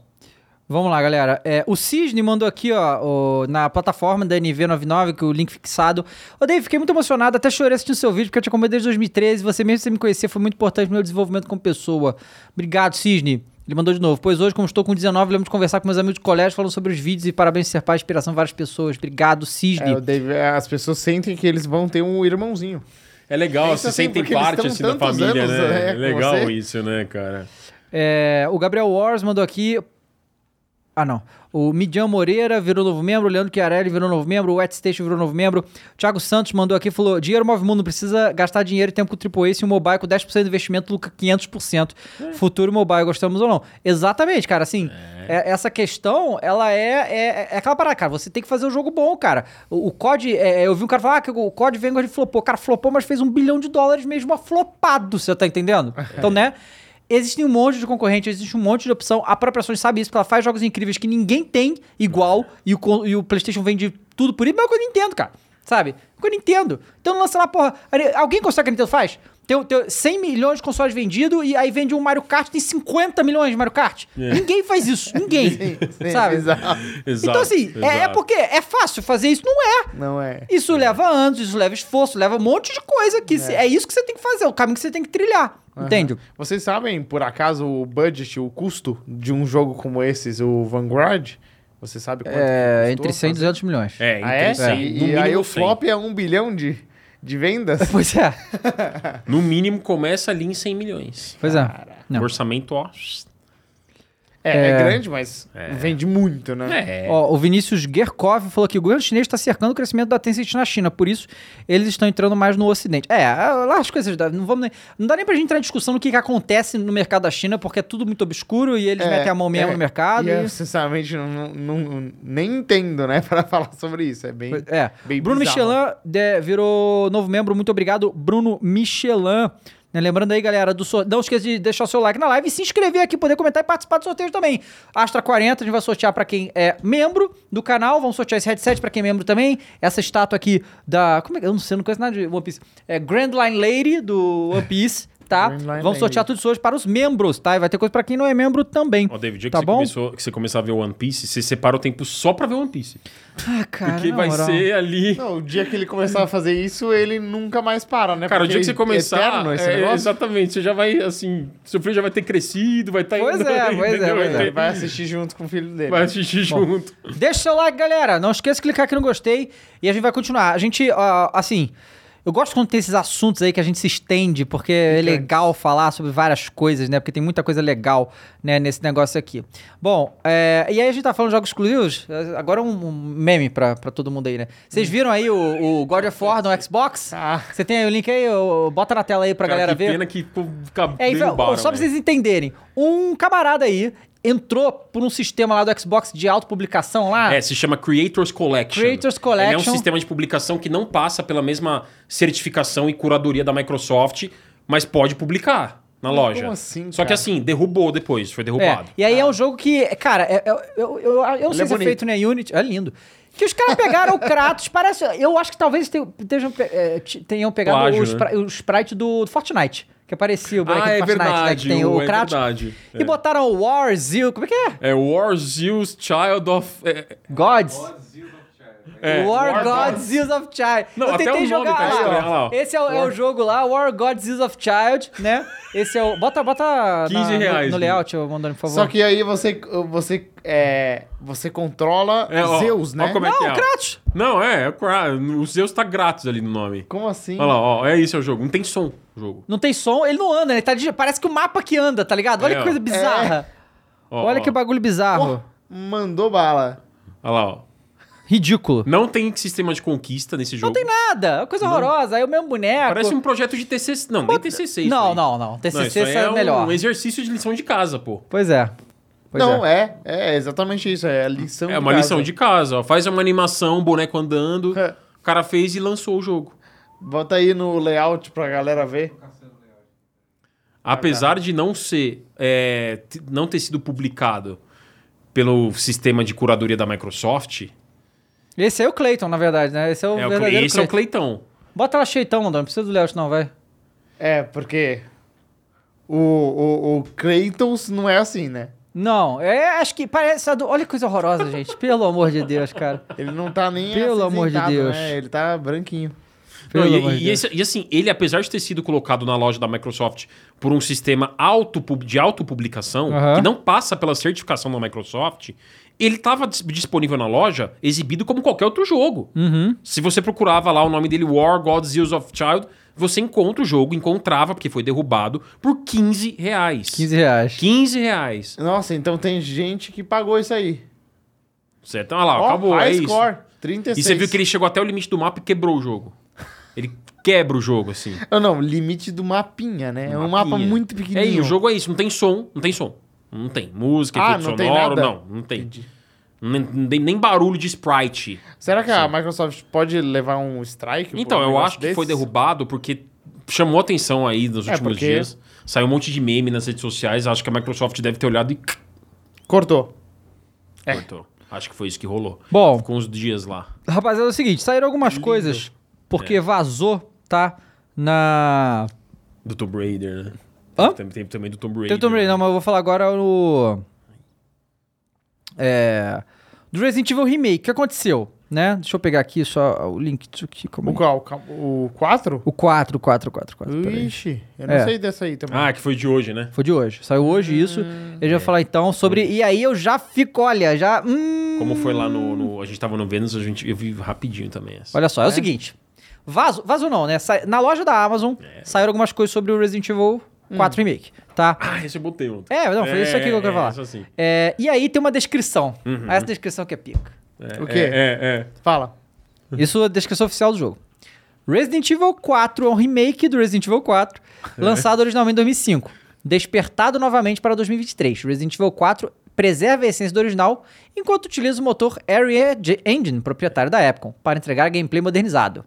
Speaker 1: vamos lá, galera. É, o Cisne mandou aqui, ó, o- na plataforma da NV99, que o link fixado. Ô, Dave, fiquei muito emocionado, até chorei assistindo seu vídeo, porque eu te acompanho desde 2013. Você mesmo sem me conhecer foi muito importante no meu desenvolvimento como pessoa. Obrigado, Cisne. Ele mandou de novo. Pois hoje, como estou com 19, lembro de conversar com meus amigos de colégio falando sobre os vídeos e parabéns por ser pai, inspiração a várias pessoas. Obrigado, Cisne.
Speaker 3: É, o Dave- as pessoas sentem que eles vão ter um irmãozinho.
Speaker 2: É legal,
Speaker 3: Pensa
Speaker 2: se
Speaker 3: assim,
Speaker 2: sentem
Speaker 3: porque eles
Speaker 2: parte
Speaker 3: estão
Speaker 2: assim, da
Speaker 3: tantos
Speaker 2: família,
Speaker 3: anos,
Speaker 2: né?
Speaker 3: é,
Speaker 2: É
Speaker 3: com
Speaker 2: legal
Speaker 3: você.
Speaker 2: isso, né, cara?
Speaker 1: É, o Gabriel Wars mandou aqui. Ah, não. O Midian Moreira virou novo membro, o Leandro Chiarelli virou novo membro, o Wet Station virou novo membro. O Thiago Santos mandou aqui e falou: Dinheiro move mundo, precisa gastar dinheiro e tempo com o AAA se o mobile com 10% de investimento lucra 500%. Futuro mobile, gostamos ou não? Exatamente, cara. Assim, é- essa questão, ela é, é, é aquela parada, cara. Você tem que fazer um jogo bom, cara. O, o COD, é, eu vi um cara falar ah, que o COD Vanguard flopou. Cara, flopou, mas fez um bilhão de dólares mesmo aflopado, você tá entendendo? Então, né? Existe um monte de concorrente, existe um monte de opção. A própria Sony sabe isso, porque ela faz jogos incríveis que ninguém tem igual e o, con- e o PlayStation vende tudo por isso. Mesma coisa que a Nintendo, cara. Sabe? Com a Nintendo. Então lança lá, porra. a Ni- Alguém consegue o que a Nintendo faz? Tem, tem 100 milhões de consoles vendidos e aí vende um Mario Kart, tem 50 milhões de Mario Kart.
Speaker 2: É.
Speaker 1: Ninguém faz isso. Ninguém. sabe?
Speaker 3: Exato.
Speaker 2: Exato.
Speaker 1: Então, assim, é- é
Speaker 2: exato.
Speaker 1: porque é fácil fazer isso? Não é.
Speaker 3: Não é.
Speaker 1: Isso leva anos, isso leva esforço, leva um monte de coisa. que se- é. isso que você tem que fazer, é o caminho que você tem que trilhar. Entende?
Speaker 3: Vocês sabem, por acaso, o budget, o custo de um jogo como esses, o Vanguard? Você sabe quanto
Speaker 1: É,
Speaker 3: que custou fazer?
Speaker 1: 200 milhões.
Speaker 2: É, entre
Speaker 3: Ah, é?
Speaker 2: 100,
Speaker 3: E-
Speaker 2: no
Speaker 3: E
Speaker 2: mínimo
Speaker 3: aí o
Speaker 2: 100.
Speaker 3: flop é um bilhão de, de vendas?
Speaker 1: Pois é,
Speaker 2: No mínimo começa ali em 100 milhões.
Speaker 1: pois é. Não.
Speaker 2: O orçamento, ó.
Speaker 3: É, é grande, mas vende muito, né?
Speaker 2: É.
Speaker 1: Ó, o Vinícius Gerkov falou que o governo chinês está cercando o crescimento da Tencent na China, por isso eles estão entrando mais no Ocidente. É, ah, lá as coisas dá- não vamos nem- não dá nem pra gente entrar em discussão no que, que acontece no mercado da China, porque é tudo muito obscuro e eles
Speaker 3: É,
Speaker 1: metem a mão mesmo
Speaker 3: é.
Speaker 1: no mercado.
Speaker 3: E eu,
Speaker 1: e-
Speaker 3: sinceramente, não, não- não- nem entendo, né, pra falar sobre isso. É bem...
Speaker 1: É.
Speaker 3: Bem
Speaker 1: Bruno
Speaker 3: bizarro.
Speaker 1: Michelin de- virou novo membro. Muito obrigado, Bruno Michelin. Né, Lembrando aí, galera, do sor- não esqueça de deixar o seu like na live e se inscrever aqui, poder comentar e participar do sorteio também. Astra 40, a gente vai sortear pra quem é membro do canal. Vamos sortear esse headset pra quem é membro também. Essa estátua aqui da. Como é que. Eu não sei, eu não conheço nada de One Piece. É Grand Line Lady do One Piece, tá?
Speaker 3: Grand Line
Speaker 1: Vamos
Speaker 3: Lady.
Speaker 1: sortear tudo isso hoje para os membros, tá? E vai ter coisa pra quem não é membro também.
Speaker 2: Ó, David, o dia que,
Speaker 1: tá
Speaker 2: você
Speaker 1: bom?
Speaker 2: começou, que você começar a ver One Piece, você separa o tempo só pra ver One Piece.
Speaker 1: Ah, cara.
Speaker 2: Porque
Speaker 1: na
Speaker 2: vai
Speaker 1: moral.
Speaker 2: ser ali.
Speaker 3: Não, o dia que ele começar a fazer isso, ele nunca mais para, né?
Speaker 2: Cara, o
Speaker 3: Porque
Speaker 2: dia que você
Speaker 3: é
Speaker 2: começar.
Speaker 3: eterno esse
Speaker 2: é,
Speaker 3: negócio.
Speaker 2: exatamente, você já vai, assim. Seu filho já vai ter crescido, vai estar tá
Speaker 1: Pois
Speaker 2: indo.
Speaker 1: é, pois é,
Speaker 2: entendeu?
Speaker 1: pois
Speaker 2: vai,
Speaker 1: é.
Speaker 3: Ele
Speaker 2: ter-
Speaker 3: vai assistir junto com o filho dele.
Speaker 2: vai assistir junto.
Speaker 1: Deixa o seu like, galera. Não esqueça de clicar aqui no gostei e a gente vai continuar. A gente, ó, assim, eu gosto quando tem esses assuntos aí que a gente se estende, porque é legal falar sobre várias coisas, né? Porque tem muita coisa legal, né, nesse negócio aqui. Bom, é, e aí a gente tá falando de jogos exclusivos. Agora é um um meme pra, pra todo mundo aí, né? Vocês
Speaker 2: Hum.
Speaker 1: viram aí o, o God of War no Xbox?
Speaker 3: Ah.
Speaker 1: Você tem aí o link aí? Ô, Bota na tela aí pra galera
Speaker 2: que
Speaker 1: ver.
Speaker 2: pena que pô, acabou
Speaker 1: É, então,
Speaker 2: derrubaram,
Speaker 1: só pra
Speaker 2: né?
Speaker 1: vocês entenderem, um camarada aí entrou por um sistema lá do Xbox de autopublicação lá.
Speaker 2: É, se chama Creators Collection.
Speaker 1: Creators Collection.
Speaker 2: Ele é um sistema de publicação que não passa pela mesma certificação e curadoria da Microsoft, mas pode publicar na loja.
Speaker 3: assim,
Speaker 2: Só que
Speaker 3: cara?
Speaker 2: assim, derrubou depois, foi
Speaker 1: É,
Speaker 2: derrubado.
Speaker 1: e aí é um jogo que, cara, é- é- eu, eu, eu, eu não sei
Speaker 3: é
Speaker 1: se é
Speaker 3: bonito.
Speaker 1: feito na Unity. É lindo. Que os caras pegaram o Kratos, parece. Eu acho que talvez tenham, tenham, pe- é, t- tenham pegado
Speaker 2: Plágio,
Speaker 1: o,
Speaker 2: né?
Speaker 1: spri- o sprite do Fortnite. Que aparecia o bonequinho
Speaker 2: Ah,
Speaker 1: do
Speaker 2: é
Speaker 1: Fortnite, né?
Speaker 2: verdade,
Speaker 1: Que tem o
Speaker 2: é
Speaker 1: Kratos.
Speaker 2: verdade.
Speaker 1: E
Speaker 2: É.
Speaker 1: botaram o War Zil. Como é que é?
Speaker 2: É War Zeus Child of. é,
Speaker 1: Gods.
Speaker 2: é,
Speaker 1: War,
Speaker 2: God-
Speaker 1: Gods, Zeus of Child.
Speaker 2: Não,
Speaker 1: eu
Speaker 2: até o
Speaker 1: tentei
Speaker 2: nome
Speaker 1: jogar
Speaker 2: tá
Speaker 1: lá.
Speaker 2: estranho, olha lá, ó.
Speaker 1: Esse é o, é o jogo lá, War Gods, Zeus of Child, né? Esse é o. Bota, bota
Speaker 2: 15
Speaker 1: na-
Speaker 2: reais,
Speaker 1: no, no
Speaker 2: né?
Speaker 1: layout, eu mandando, por favor.
Speaker 3: Só que aí você, você, é, você controla
Speaker 2: É, ó,
Speaker 3: Zeus,
Speaker 2: ó
Speaker 3: né?
Speaker 2: como é que
Speaker 1: Não,
Speaker 2: é.
Speaker 1: Kratos!
Speaker 2: Não, é, é o Kra- o Zeus tá grátis ali no nome.
Speaker 3: Como assim?
Speaker 2: Olha lá, ó, é isso é o jogo. Não tem som o jogo.
Speaker 1: Não tem som, ele não anda, ele tá de... Parece que o mapa que anda, tá ligado? Olha
Speaker 2: É,
Speaker 1: que
Speaker 2: ó.
Speaker 1: coisa bizarra.
Speaker 2: Ó,
Speaker 1: Olha
Speaker 2: ó,
Speaker 1: que bagulho bizarro.
Speaker 3: Mandou bala.
Speaker 2: Olha lá, ó.
Speaker 1: Ridículo.
Speaker 2: Não tem sistema de conquista nesse jogo.
Speaker 1: Não tem nada. É uma coisa horrorosa. Aí o mesmo boneco.
Speaker 2: Parece um projeto de TCC. Não, nem TCC. isso
Speaker 1: Não,
Speaker 2: aí.
Speaker 1: não, não. TCC
Speaker 2: isso aí
Speaker 1: é,
Speaker 2: um
Speaker 1: melhor.
Speaker 2: exercício de lição de casa, pô.
Speaker 1: Pois é. Pois
Speaker 3: não, é. é. exatamente isso. É a lição
Speaker 2: É uma
Speaker 3: casa.
Speaker 2: lição de casa, ó. Faz uma animação, um boneco andando.
Speaker 3: É.
Speaker 2: O cara fez e lançou o jogo.
Speaker 3: Bota aí no layout pra galera ver.
Speaker 2: Apesar de não ser. é, t- não ter sido publicado pelo sistema de curadoria da Microsoft,
Speaker 1: Esse aí é o Clayton, na verdade, né? Esse é o
Speaker 2: é o, Cle-
Speaker 1: verdadeiro
Speaker 2: esse é o
Speaker 1: Clayton.
Speaker 2: Cleitão.
Speaker 1: Bota ela cheitão, Dom. Não precisa do layout, não, vai.
Speaker 3: É, porque o, o, o Kratos não é assim, né?
Speaker 1: Não, é, acho que parece. a do- Olha que coisa horrorosa, gente. Pelo amor de Deus, cara.
Speaker 3: Ele não tá nem
Speaker 1: Pelo amor de
Speaker 3: acinzentado,
Speaker 1: Deus.
Speaker 3: Né? Ele tá branquinho.
Speaker 1: Pelo
Speaker 2: Não, e-
Speaker 1: amor de
Speaker 2: e,
Speaker 1: Deus.
Speaker 2: esse- e assim, ele, apesar de ter sido colocado na loja da Microsoft por um sistema auto, de autopublicação,
Speaker 1: Aham.
Speaker 2: que não passa pela certificação da Microsoft, ele estava disponível na loja, exibido como qualquer outro jogo.
Speaker 1: Uhum.
Speaker 2: Se você procurava lá o nome dele, War Gods Years of Child, você encontra o jogo, encontrava, porque foi derrubado, por 15 reais.
Speaker 1: 15 reais.
Speaker 2: 15 reais.
Speaker 3: Nossa, então tem gente que pagou isso aí.
Speaker 2: Certo? Então, olha lá,
Speaker 3: Ó,
Speaker 2: acabou,
Speaker 3: high
Speaker 2: é isso.
Speaker 3: score, 36.
Speaker 2: E você viu que ele chegou até o limite do mapa e quebrou o jogo. Ele quebra o jogo, assim.
Speaker 3: Ah, não, limite do mapinha, né? É um mapa
Speaker 2: Mapinha.
Speaker 3: muito
Speaker 2: É,
Speaker 3: pequenininho.
Speaker 2: e o jogo é isso, não tem som, não tem som. Não tem música,
Speaker 3: Ah,
Speaker 2: efeito
Speaker 3: não tem
Speaker 2: sonoro,
Speaker 3: nada?
Speaker 2: não, não tem. Nem, não tem nem barulho de sprite.
Speaker 3: Será que a Microsoft pode levar um strike? por
Speaker 2: então,
Speaker 3: um
Speaker 2: eu
Speaker 3: negócio
Speaker 2: acho que foi
Speaker 3: desses?
Speaker 2: derrubado porque chamou atenção aí nos
Speaker 3: É,
Speaker 2: últimos
Speaker 3: porque-
Speaker 2: dias. Saiu um monte de meme nas redes sociais, acho que a Microsoft deve ter olhado e
Speaker 3: Cortou. É.
Speaker 2: cortou. Acho que foi isso que rolou.
Speaker 1: Bom,
Speaker 2: Ficou uns dias lá.
Speaker 1: Rapaziada, é o seguinte, saíram algumas coisas porque vazou, tá? Na.
Speaker 2: Do Tomb Raider, né?
Speaker 1: Hã?
Speaker 2: Tem, tem também do Tomb Raider.
Speaker 1: Tem
Speaker 2: né?
Speaker 1: o Tomb Raider, não, mas eu vou falar agora no. É. Do Resident Evil Remake, o que aconteceu, né? Deixa eu pegar aqui só o link disso aqui. Como
Speaker 3: O
Speaker 1: é?
Speaker 3: qual? O 4?
Speaker 1: O 4, o 4, o 4, o 4. peraí.
Speaker 3: Ixi, eu não
Speaker 1: É.
Speaker 3: sei dessa aí também.
Speaker 2: Ah, que foi de hoje, né?
Speaker 1: Foi de hoje. Saiu hoje isso. Eu já vou falar então sobre. E aí eu já fico, olha, já. Hum,
Speaker 2: Como foi lá no, no- A gente tava no Vênus, a gente, eu vi rapidinho também essa.
Speaker 1: Olha só, é, o seguinte. Vaso, vaso não, né? Sai- na loja da Amazon saíram algumas coisas sobre o Resident Evil 4 Remake, tá?
Speaker 2: Ah, esse eu botei ontem.
Speaker 1: É, não, foi isso aqui que eu quero
Speaker 2: é, Uhum.
Speaker 1: falar.
Speaker 2: isso assim.
Speaker 1: É, e aí tem uma descrição. Essa descrição que é pica.
Speaker 2: É,
Speaker 3: O quê?
Speaker 2: É, é, é.
Speaker 3: Fala.
Speaker 1: Isso é a descrição oficial do jogo. Resident Evil 4 é um remake do Resident Evil 4,
Speaker 2: É.
Speaker 1: lançado originalmente em 2005. Despertado novamente para 2023. Resident Evil 4 preserva a essência do original, enquanto utiliza o motor Area Engine, proprietário da Epcom, para entregar gameplay modernizado.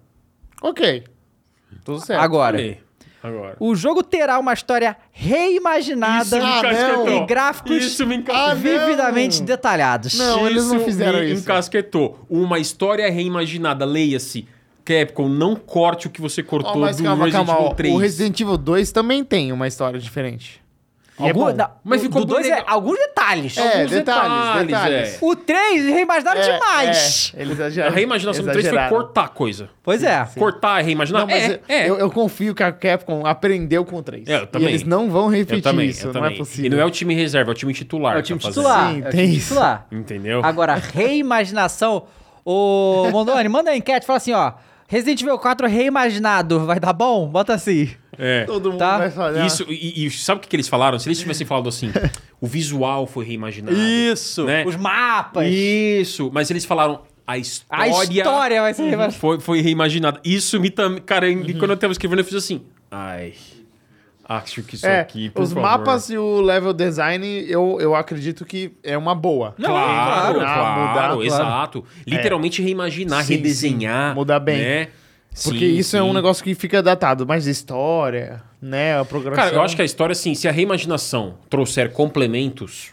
Speaker 3: Ok. Tudo
Speaker 2: É,
Speaker 3: certo.
Speaker 1: Agora,
Speaker 2: Falei. Agora.
Speaker 1: o jogo terá uma história reimaginada
Speaker 3: Isso me encasquetou.
Speaker 1: e gráficos
Speaker 2: Isso me
Speaker 3: Ah,
Speaker 2: encasquetou.
Speaker 3: não.
Speaker 2: Ah,
Speaker 1: vividamente detalhados.
Speaker 3: Não, eles não
Speaker 2: Isso
Speaker 3: fizeram
Speaker 2: me
Speaker 3: isso.
Speaker 2: encasquetou. Uma história reimaginada. Leia-se. Capcom, não corte o que você cortou
Speaker 3: Ó, mas
Speaker 2: do
Speaker 3: calma,
Speaker 2: Resident
Speaker 3: calma. ó,
Speaker 2: Evil 3.
Speaker 3: O Resident Evil 2 também tem uma história diferente. E
Speaker 1: Algum-
Speaker 3: é bom.
Speaker 1: não,
Speaker 2: Mas
Speaker 1: o-
Speaker 2: ficou
Speaker 1: do dois
Speaker 2: bem
Speaker 1: é,
Speaker 2: legal.
Speaker 1: alguns detalhes.
Speaker 3: É,
Speaker 2: Alguns
Speaker 3: detalhes, detalhes.
Speaker 2: é.
Speaker 1: O 3 reimaginaram
Speaker 3: É,
Speaker 1: demais.
Speaker 3: É, eles exageraram.
Speaker 2: A reimaginaram. do 3 foi
Speaker 3: exageraram.
Speaker 2: cortar coisa.
Speaker 1: Pois é.
Speaker 2: Cortar e reimaginar?
Speaker 3: Não, mas
Speaker 2: é,
Speaker 3: eu-
Speaker 2: é.
Speaker 3: Eu, eu confio que a Capcom aprendeu com o 3.
Speaker 2: É, eu também.
Speaker 3: E eles não vão repetir isso, não é
Speaker 2: E não
Speaker 3: possível.
Speaker 2: é o time reserva, é o time titular.
Speaker 1: É o
Speaker 2: que
Speaker 1: time
Speaker 2: tá fazendo.
Speaker 1: titular.
Speaker 3: Sim,
Speaker 1: é o
Speaker 3: tem
Speaker 1: time
Speaker 3: isso.
Speaker 1: titular.
Speaker 2: Entendeu?
Speaker 1: Agora, reimaginação. Ô, Mondoni, manda a enquete, fala assim, ó. Resident Evil 4 reimaginado, vai dar bom? Bota assim.
Speaker 2: É.
Speaker 3: Todo mundo
Speaker 1: Tá?
Speaker 3: vai falar.
Speaker 2: Isso, e, e sabe o que, que eles falaram? Se eles tivessem falado assim, o visual foi reimaginado.
Speaker 1: Isso.
Speaker 2: né?
Speaker 1: Os mapas.
Speaker 2: Isso, mas eles falaram a história.
Speaker 1: A história vai ser reimaginada.
Speaker 2: foi, foi reimaginada. Isso me também. Cara, eu-
Speaker 3: Uhum.
Speaker 2: quando eu tava escrevendo, eu fiz assim. Ai. Acho que isso
Speaker 3: É,
Speaker 2: aqui. Por
Speaker 3: os
Speaker 2: favor.
Speaker 3: mapas e o level design, eu, eu acredito que é uma boa.
Speaker 1: Não,
Speaker 2: Claro, claro,
Speaker 1: claro,
Speaker 3: mudar, claro. É.
Speaker 2: exato. Literalmente reimaginar,
Speaker 3: Sim,
Speaker 2: redesenhar.
Speaker 3: sim, mudar bem.
Speaker 2: né?
Speaker 3: Porque
Speaker 2: Sim,
Speaker 3: isso é um
Speaker 2: sim.
Speaker 3: negócio que fica datado, mas história, né, a programação...
Speaker 2: Cara, eu acho que a história, assim, se a reimaginação trouxer complementos.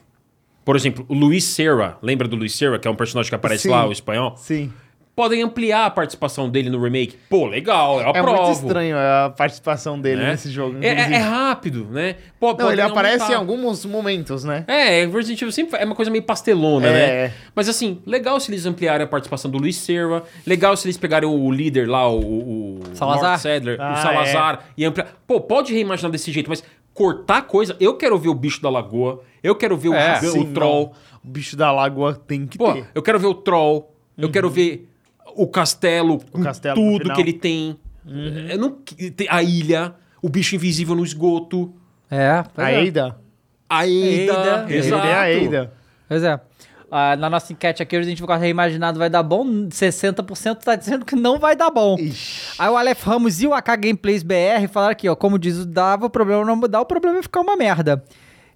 Speaker 2: Por exemplo, o Luis Serra, lembra do Luis Serra, que é um personagem que aparece
Speaker 3: Sim.
Speaker 2: lá, o espanhol?
Speaker 3: Sim.
Speaker 2: Podem ampliar a participação dele no remake. Pô, legal, eu
Speaker 3: É
Speaker 2: aprovo.
Speaker 3: muito estranho a participação dele
Speaker 2: né?
Speaker 3: nesse jogo.
Speaker 2: É, é-
Speaker 3: inclusive.
Speaker 2: é rápido, né? Pô,
Speaker 3: Não,
Speaker 2: podem
Speaker 3: ele aparece
Speaker 2: aumentar.
Speaker 3: em alguns momentos, né?
Speaker 2: É, o Resident Evil sempre é uma coisa meio pastelona,
Speaker 3: É.
Speaker 2: né? Mas assim, legal se eles ampliarem a participação do Luiz Serra, legal se eles pegarem o líder lá, o, o- o
Speaker 1: Salazar?
Speaker 2: Mort Sadler, o
Speaker 3: Ah,
Speaker 2: Salazar, e ampliar. Pô, pode reimaginar desse jeito, mas cortar coisa. Eu quero ver o bicho da lagoa, eu quero ver o,
Speaker 1: É,
Speaker 2: dragão,
Speaker 3: Sim,
Speaker 2: o troll,
Speaker 3: não. O bicho da lagoa tem que
Speaker 2: Pô,
Speaker 3: ter.
Speaker 2: eu quero ver o Troll, eu quero ver o castelo, com
Speaker 3: Uhum. castelo no
Speaker 2: tudo
Speaker 3: final. Uhum.
Speaker 2: que ele tem. Eu não que- tem a ilha, o bicho invisível no esgoto,
Speaker 1: É, pois
Speaker 3: A
Speaker 1: é.
Speaker 3: Eida.
Speaker 2: a Eida.
Speaker 1: Eida.
Speaker 3: Ele é a Eida.
Speaker 1: Pois é. ah, na nossa enquete aqui, hoje a gente ficou reimaginado, vai dar bom. 60% tá dizendo que não vai dar bom.
Speaker 3: Ixi.
Speaker 1: Aí o Aleph Ramos e o AK Gameplays BR falaram aqui, ó. Como diz o Dava, o problema não é mudar, o problema é ficar uma merda.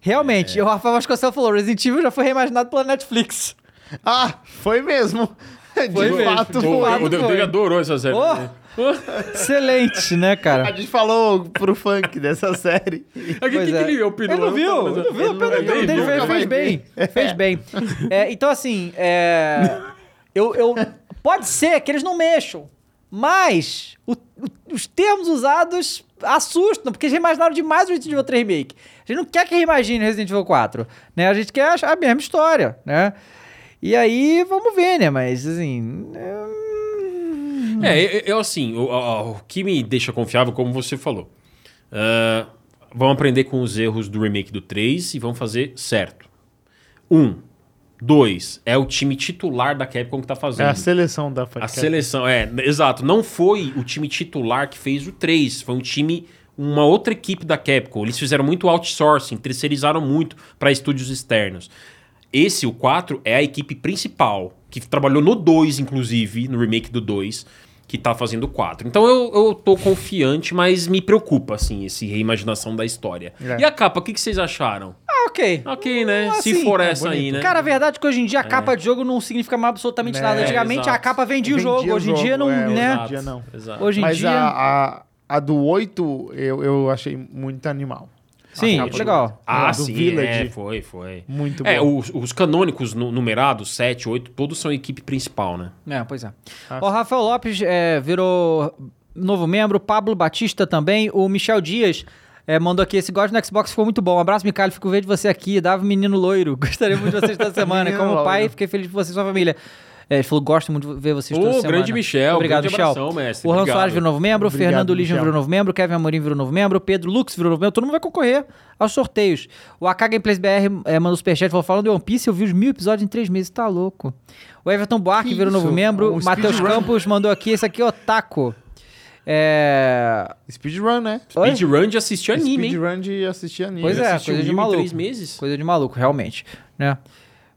Speaker 1: Realmente, o Rafael Vasconcelos falou: Resident Evil já foi reimaginado pela Netflix.
Speaker 3: Ah, foi mesmo. De
Speaker 1: mesmo.
Speaker 3: fato,
Speaker 1: Foi.
Speaker 3: foi.
Speaker 2: O, o Dave adorou essa série.
Speaker 1: Oh!
Speaker 2: né?
Speaker 1: Excelente, né,
Speaker 3: A
Speaker 1: cara?
Speaker 3: gente falou pro funk dessa série.
Speaker 2: É que,
Speaker 1: Pois
Speaker 2: que, que
Speaker 1: é.
Speaker 2: ele opinou?
Speaker 1: Ele não viu,
Speaker 2: Mas- né?
Speaker 1: ele não viu, pelo
Speaker 3: Ele não-
Speaker 1: pelo
Speaker 2: ele
Speaker 1: dele
Speaker 2: nunca
Speaker 1: fez, fez
Speaker 3: vai
Speaker 1: bem. Fez bem. É, então, assim, é, eu, eu- pode ser que eles não mexam, mas o- o- os termos usados assustam, porque eles reimaginaram demais o Resident Evil 3 Remake. A gente não quer que reimagine Resident Evil 4, né? A gente quer a- a mesma história, né? E aí, vamos ver, né? Mas, assim... é-
Speaker 2: É, eu, eu, assim, o, o- o que me deixa confiável, como você falou, ah, vamos aprender com os erros do remake do 3 e vamos fazer certo. Um. Dois, é o time titular da Capcom que tá
Speaker 3: É
Speaker 2: fazendo.
Speaker 3: a seleção da funk.
Speaker 2: A seleção, é, n- exato. Não foi o time titular que fez o 3, foi um time, uma outra equipe da Capcom. Eles fizeram muito outsourcing, terceirizaram muito para estúdios externos. Esse, o 4, é a equipe principal, que trabalhou no 2, inclusive, no remake do 2, que tá fazendo o 4. Então eu, eu tô confiante, mas me preocupa, assim, esse reimaginação da história.
Speaker 3: É.
Speaker 2: E a capa, o que, que vocês acharam?
Speaker 1: Ah, ok.
Speaker 2: Ok, né?
Speaker 1: Não,
Speaker 2: Se
Speaker 1: assim,
Speaker 2: for
Speaker 1: é
Speaker 2: essa aí, né?
Speaker 1: Cara, a verdade é que hoje em dia a capa de jogo não significa mais absolutamente
Speaker 3: É,
Speaker 1: nada. Antigamente a
Speaker 2: exato.
Speaker 1: capa vendia o
Speaker 3: Vendia
Speaker 1: jogo,
Speaker 3: o
Speaker 1: hoje em dia
Speaker 3: jogo,
Speaker 1: não,
Speaker 3: é,
Speaker 1: né?
Speaker 3: hoje em dia não.
Speaker 2: Exato.
Speaker 1: Hoje em
Speaker 3: Mas
Speaker 1: dia.
Speaker 3: a, a, a do 8 eu, eu achei muito animal.
Speaker 1: Sim,
Speaker 3: a capa
Speaker 1: legal.
Speaker 2: Ah,
Speaker 3: do
Speaker 2: sim,
Speaker 3: Village.
Speaker 2: é, foi, foi.
Speaker 3: Muito
Speaker 2: É,
Speaker 3: bom.
Speaker 2: os, os canônicos nu- numerados, 7, 8, todos são equipe principal, né?
Speaker 1: É, pois é.
Speaker 3: Ah,
Speaker 1: o Rafael Lopes é, virou novo membro, Pablo Batista também, o Michel Dias. é, mandou aqui, esse God no Xbox ficou muito bom. Um abraço, Micalho. Fico vendo você aqui. Dava menino loiro. Gostaria muito de vocês toda semana.
Speaker 3: Menino
Speaker 1: Como pai,
Speaker 3: loiro.
Speaker 1: fiquei feliz por você e sua família. É, ele falou, gosto muito de ver vocês toda
Speaker 2: Ô,
Speaker 1: semana.
Speaker 2: grande Michel,
Speaker 1: Obrigado,
Speaker 2: grande
Speaker 1: Michel.
Speaker 2: abração, mestre.
Speaker 1: O Han
Speaker 2: Obrigado.
Speaker 1: Soares virou novo membro, o
Speaker 3: Obrigado,
Speaker 1: Fernando Ligian
Speaker 3: Michel.
Speaker 1: virou novo membro, o Kevin Amorim virou novo membro, o Pedro Lux virou novo membro. Todo mundo vai concorrer aos sorteios. O AK Gameplays BR é, mandou superchat falou: falando de One Piece, eu vi os mil episódios em três meses, tá louco. O Everton Buarque
Speaker 3: Que
Speaker 1: Ah, virou novo
Speaker 3: isso?
Speaker 1: membro,
Speaker 3: Um
Speaker 1: o Matheus
Speaker 3: speedrun.
Speaker 1: Campos mandou aqui, esse aqui é Otaku. É.
Speaker 3: Speedrun, né?
Speaker 1: Oi?
Speaker 2: Speedrun de assistir anime, hein?
Speaker 3: Speedrun de assistir anime.
Speaker 1: Pois é,
Speaker 2: assistiu
Speaker 1: coisa de
Speaker 2: anime em
Speaker 1: maluco.
Speaker 2: três meses?
Speaker 1: Coisa de maluco, realmente. Né?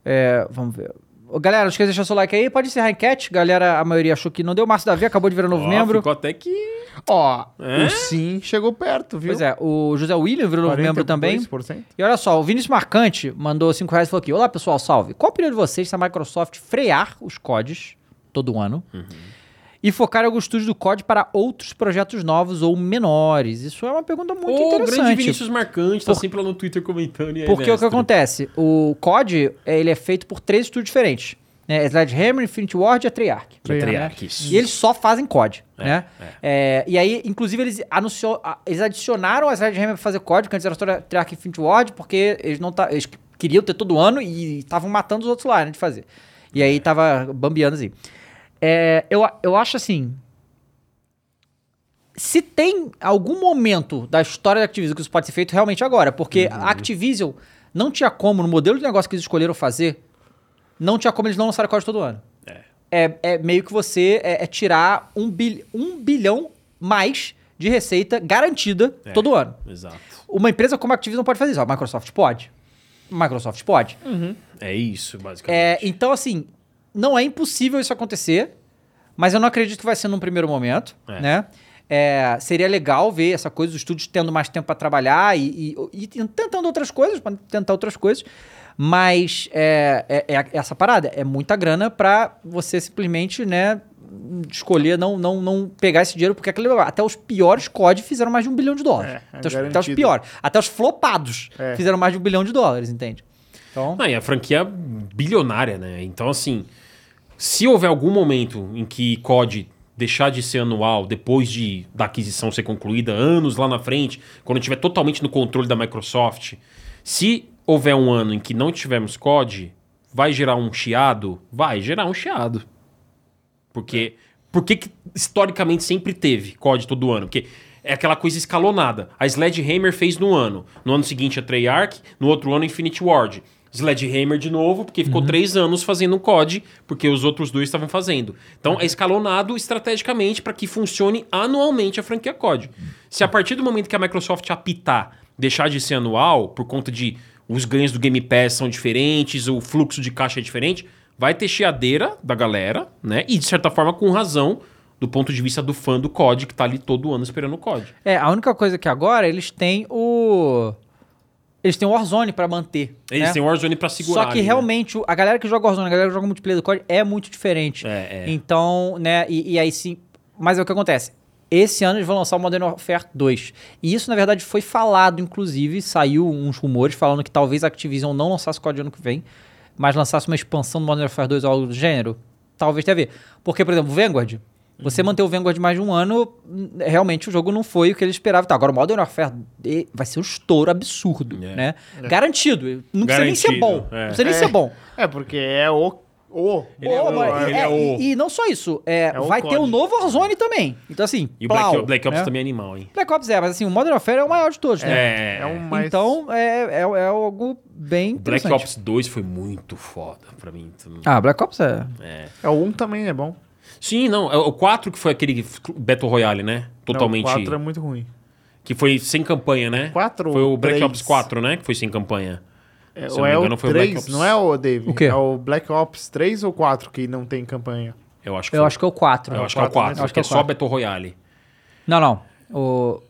Speaker 1: É, vamos ver. Ô, Galera, não esqueça de deixar seu like aí. Pode encerrar a enquete. Galera, a maioria achou que não deu. Márcio Davi acabou de virar novo
Speaker 2: Ó,
Speaker 1: membro.
Speaker 2: Ficou até que...
Speaker 3: Ó,
Speaker 2: É?
Speaker 3: o sim chegou perto, viu?
Speaker 1: Pois é, o José William virou novo membro também.
Speaker 3: 42%.
Speaker 1: E olha só, o Vinícius Marcante mandou 5 reais e falou aqui: Olá pessoal, salve. Qual a opinião de vocês se a Microsoft frear os CODs todo ano e focar em algum estúdio do COD para outros projetos novos ou menores? Isso é uma pergunta muito
Speaker 2: Ô,
Speaker 1: interessante.
Speaker 2: grande Vinícius Marcante, tá
Speaker 1: Por-
Speaker 2: sempre lá no Twitter comentando. E aí,
Speaker 1: Porque o que
Speaker 2: mestre?
Speaker 1: acontece? O COD eh, ele é feito por três estúdios diferentes: né? Sledgehammer, Infinity Ward e a Treyarch.
Speaker 2: Que Treyarch.
Speaker 1: né? E eles só fazem COD,
Speaker 2: É,
Speaker 1: né? É, e aí, inclusive, eles, anunciou, a- eles adicionaram as Red Hammer pra fazer COD, que antes era só Treyarch Infinity Ward, porque eles não tá, eles queriam ter todo ano e estavam matando os outros lá, né, de fazer. E aí tava bambeando assim. É, eu, a- eu acho assim... Se tem algum momento da história da Activision que isso pode ser feito, realmente agora. Porque
Speaker 2: Uhum.
Speaker 1: a Activision não tinha como, no modelo de negócio que eles escolheram fazer, não tinha como eles não lançarem COD todo ano é, é meio que você é, é tirar um, bil, um bilhão mais de receita garantida
Speaker 2: É.
Speaker 1: todo ano.
Speaker 2: Exato.
Speaker 1: Uma empresa como a Activision não pode fazer isso. A Microsoft pode. Microsoft pode.
Speaker 2: É isso, basicamente.
Speaker 1: É, então, assim, não é impossível isso acontecer, mas eu não acredito que vai ser num primeiro momento,
Speaker 2: É.
Speaker 1: né? É, seria legal ver essa coisa, os estúdios tendo mais tempo para trabalhar e, e- e tentando outras coisas, para tentar outras coisas. Mas é, é- é essa parada, é muita grana para você simplesmente, né, escolher não, não, não pegar esse dinheiro, porque aquele- até os piores COD fizeram mais de um bilhão de dólares.
Speaker 3: É, é
Speaker 1: até, os, até os
Speaker 3: garantido.
Speaker 1: piores. Até os flopados
Speaker 3: É.
Speaker 1: fizeram mais de um bilhão de dólares, entende? Então...
Speaker 2: Ah, e a franquia bilionária, né? Então, assim, se houver algum momento em que COD deixar de ser anual depois de, da aquisição ser concluída, anos lá na frente, quando tiver totalmente no controle da Microsoft, se houver um ano em que não tivermos COD, vai gerar um chiado? Vai gerar um chiado. Porque por que que historicamente sempre teve COD todo ano? Porque é aquela coisa escalonada. A Sledgehammer fez no ano. No ano seguinte a Treyarch, no outro ano Infinity Ward. Sledgehammer de novo, porque ficou três anos fazendo um COD, porque os outros dois estavam fazendo. Então é escalonado estrategicamente para que funcione anualmente a franquia COD. Se a partir do momento que a Microsoft apitar deixar de ser anual, por conta de os ganhos do Game Pass são diferentes, o fluxo de caixa é diferente. Vai ter chiadeira da galera, né? E de certa forma com razão do ponto de vista do fã do COD que tá ali todo ano esperando o COD.
Speaker 1: É, a única coisa que agora eles têm o. Eles têm o Warzone pra manter.
Speaker 2: Eles
Speaker 1: né?
Speaker 2: têm um Warzone pra segurar.
Speaker 1: Só que
Speaker 2: ali, né?
Speaker 1: realmente, o- a galera que joga Warzone, a galera que joga multiplayer do COD é muito diferente.
Speaker 2: É, é.
Speaker 1: Então, né, e, e aí sim. Mas é o que acontece. Esse ano eles vão lançar o Modern Warfare 2. E isso, na verdade, foi falado, inclusive, saiu uns rumores falando que talvez a Activision não lançasse o COD ano que vem, mas lançasse uma expansão do Modern Warfare 2 ou algo do gênero. Talvez tenha a ver. Porque, por exemplo, o Vanguard. Você
Speaker 2: Uhum.
Speaker 1: manter o Vanguard mais de um ano, hum, realmente o jogo não foi o que ele esperava. Tá, agora o Modern Warfare eh, vai ser um estouro absurdo,
Speaker 2: É.
Speaker 1: né? Garantido. Não precisa nem ser
Speaker 2: Garantido,
Speaker 1: bom.
Speaker 2: é.
Speaker 1: Não precisa nem ser bom.
Speaker 3: É, porque é o. o
Speaker 2: Ele é
Speaker 1: Pô,
Speaker 2: o-
Speaker 1: mas-
Speaker 2: ele é
Speaker 1: é,
Speaker 2: o-
Speaker 1: e, e não só isso, é,
Speaker 3: É o
Speaker 1: vai ter o
Speaker 3: código.
Speaker 1: novo Warzone também. Então, assim.
Speaker 2: E o Black,
Speaker 1: plau,
Speaker 2: o Black Ops
Speaker 1: né?
Speaker 2: também é animal, hein?
Speaker 1: Black Ops é, mas assim, o Modern Warfare é o maior de todos, né?
Speaker 2: É.
Speaker 3: É um mais.
Speaker 1: Então, é, é, é algo bem
Speaker 2: O Black
Speaker 1: interessante.
Speaker 2: Ops 2 foi muito foda pra mim. Então,
Speaker 1: Ah, Black Ops é.
Speaker 2: é.
Speaker 3: É, o 1 também é bom.
Speaker 2: Sim, não. é O 4 que foi aquele Battle Royale, né? Totalmente.
Speaker 3: Não, o 4 é muito ruim.
Speaker 2: Que foi sem campanha, né?
Speaker 3: Quatro
Speaker 2: Foi o
Speaker 3: ou
Speaker 2: Black
Speaker 3: três?
Speaker 2: Ops 4, né? Que foi sem campanha.
Speaker 3: É,
Speaker 2: Se
Speaker 3: ou
Speaker 2: eu não me
Speaker 3: é
Speaker 2: engano,
Speaker 3: o
Speaker 2: foi o Black
Speaker 3: 3,
Speaker 2: Ops.
Speaker 3: não é o Dave?
Speaker 1: O quê?
Speaker 3: É o Black Ops 3 ou 4 que não tem campanha?
Speaker 2: Eu acho que
Speaker 1: Eu
Speaker 2: foi.
Speaker 1: acho que é o 4.
Speaker 2: Eu acho que é o
Speaker 3: quatro, né?
Speaker 2: 4,
Speaker 1: Eu acho
Speaker 2: que é
Speaker 1: que é o
Speaker 2: só
Speaker 1: quatro.
Speaker 2: Battle Royale.
Speaker 1: Não, não. O...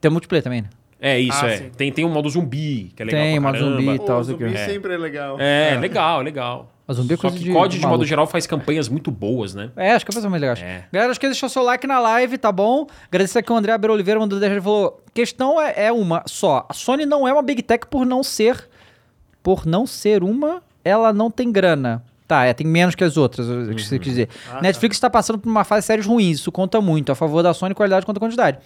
Speaker 1: Tem multiplayer também, né?
Speaker 2: É isso,
Speaker 3: Ah,
Speaker 2: é.
Speaker 3: sim.
Speaker 2: Tem, tem um modo zumbi, que é legal
Speaker 1: Tem,
Speaker 2: pra
Speaker 1: modo
Speaker 2: caramba.
Speaker 1: zumbi.
Speaker 3: Pô,
Speaker 1: tal,
Speaker 3: o
Speaker 1: sei
Speaker 3: zumbi
Speaker 1: que é.
Speaker 3: sempre é legal.
Speaker 2: É, legal, legal.
Speaker 1: Mas zumbi é
Speaker 2: Só
Speaker 1: coisa
Speaker 2: que
Speaker 1: de-
Speaker 2: COD,
Speaker 1: de
Speaker 2: de modo
Speaker 1: maluco.
Speaker 2: geral, faz campanhas muito boas, né?
Speaker 1: É, acho que foi mais legal. acho.
Speaker 2: É.
Speaker 1: Galera, acho que deixou seu like na live, tá bom? Agradecer aqui o André Abeiro Oliveira mandou 10 reais e falou: questão é, é uma só. A Sony não é uma Big Tech por não ser. Por não ser uma, ela não tem grana. Tá, é, tem menos que as outras, é o que você quis dizer. Netflix está passando por uma fase de séries ruins, isso conta muito. A favor da Sony, qualidade contra quantidade.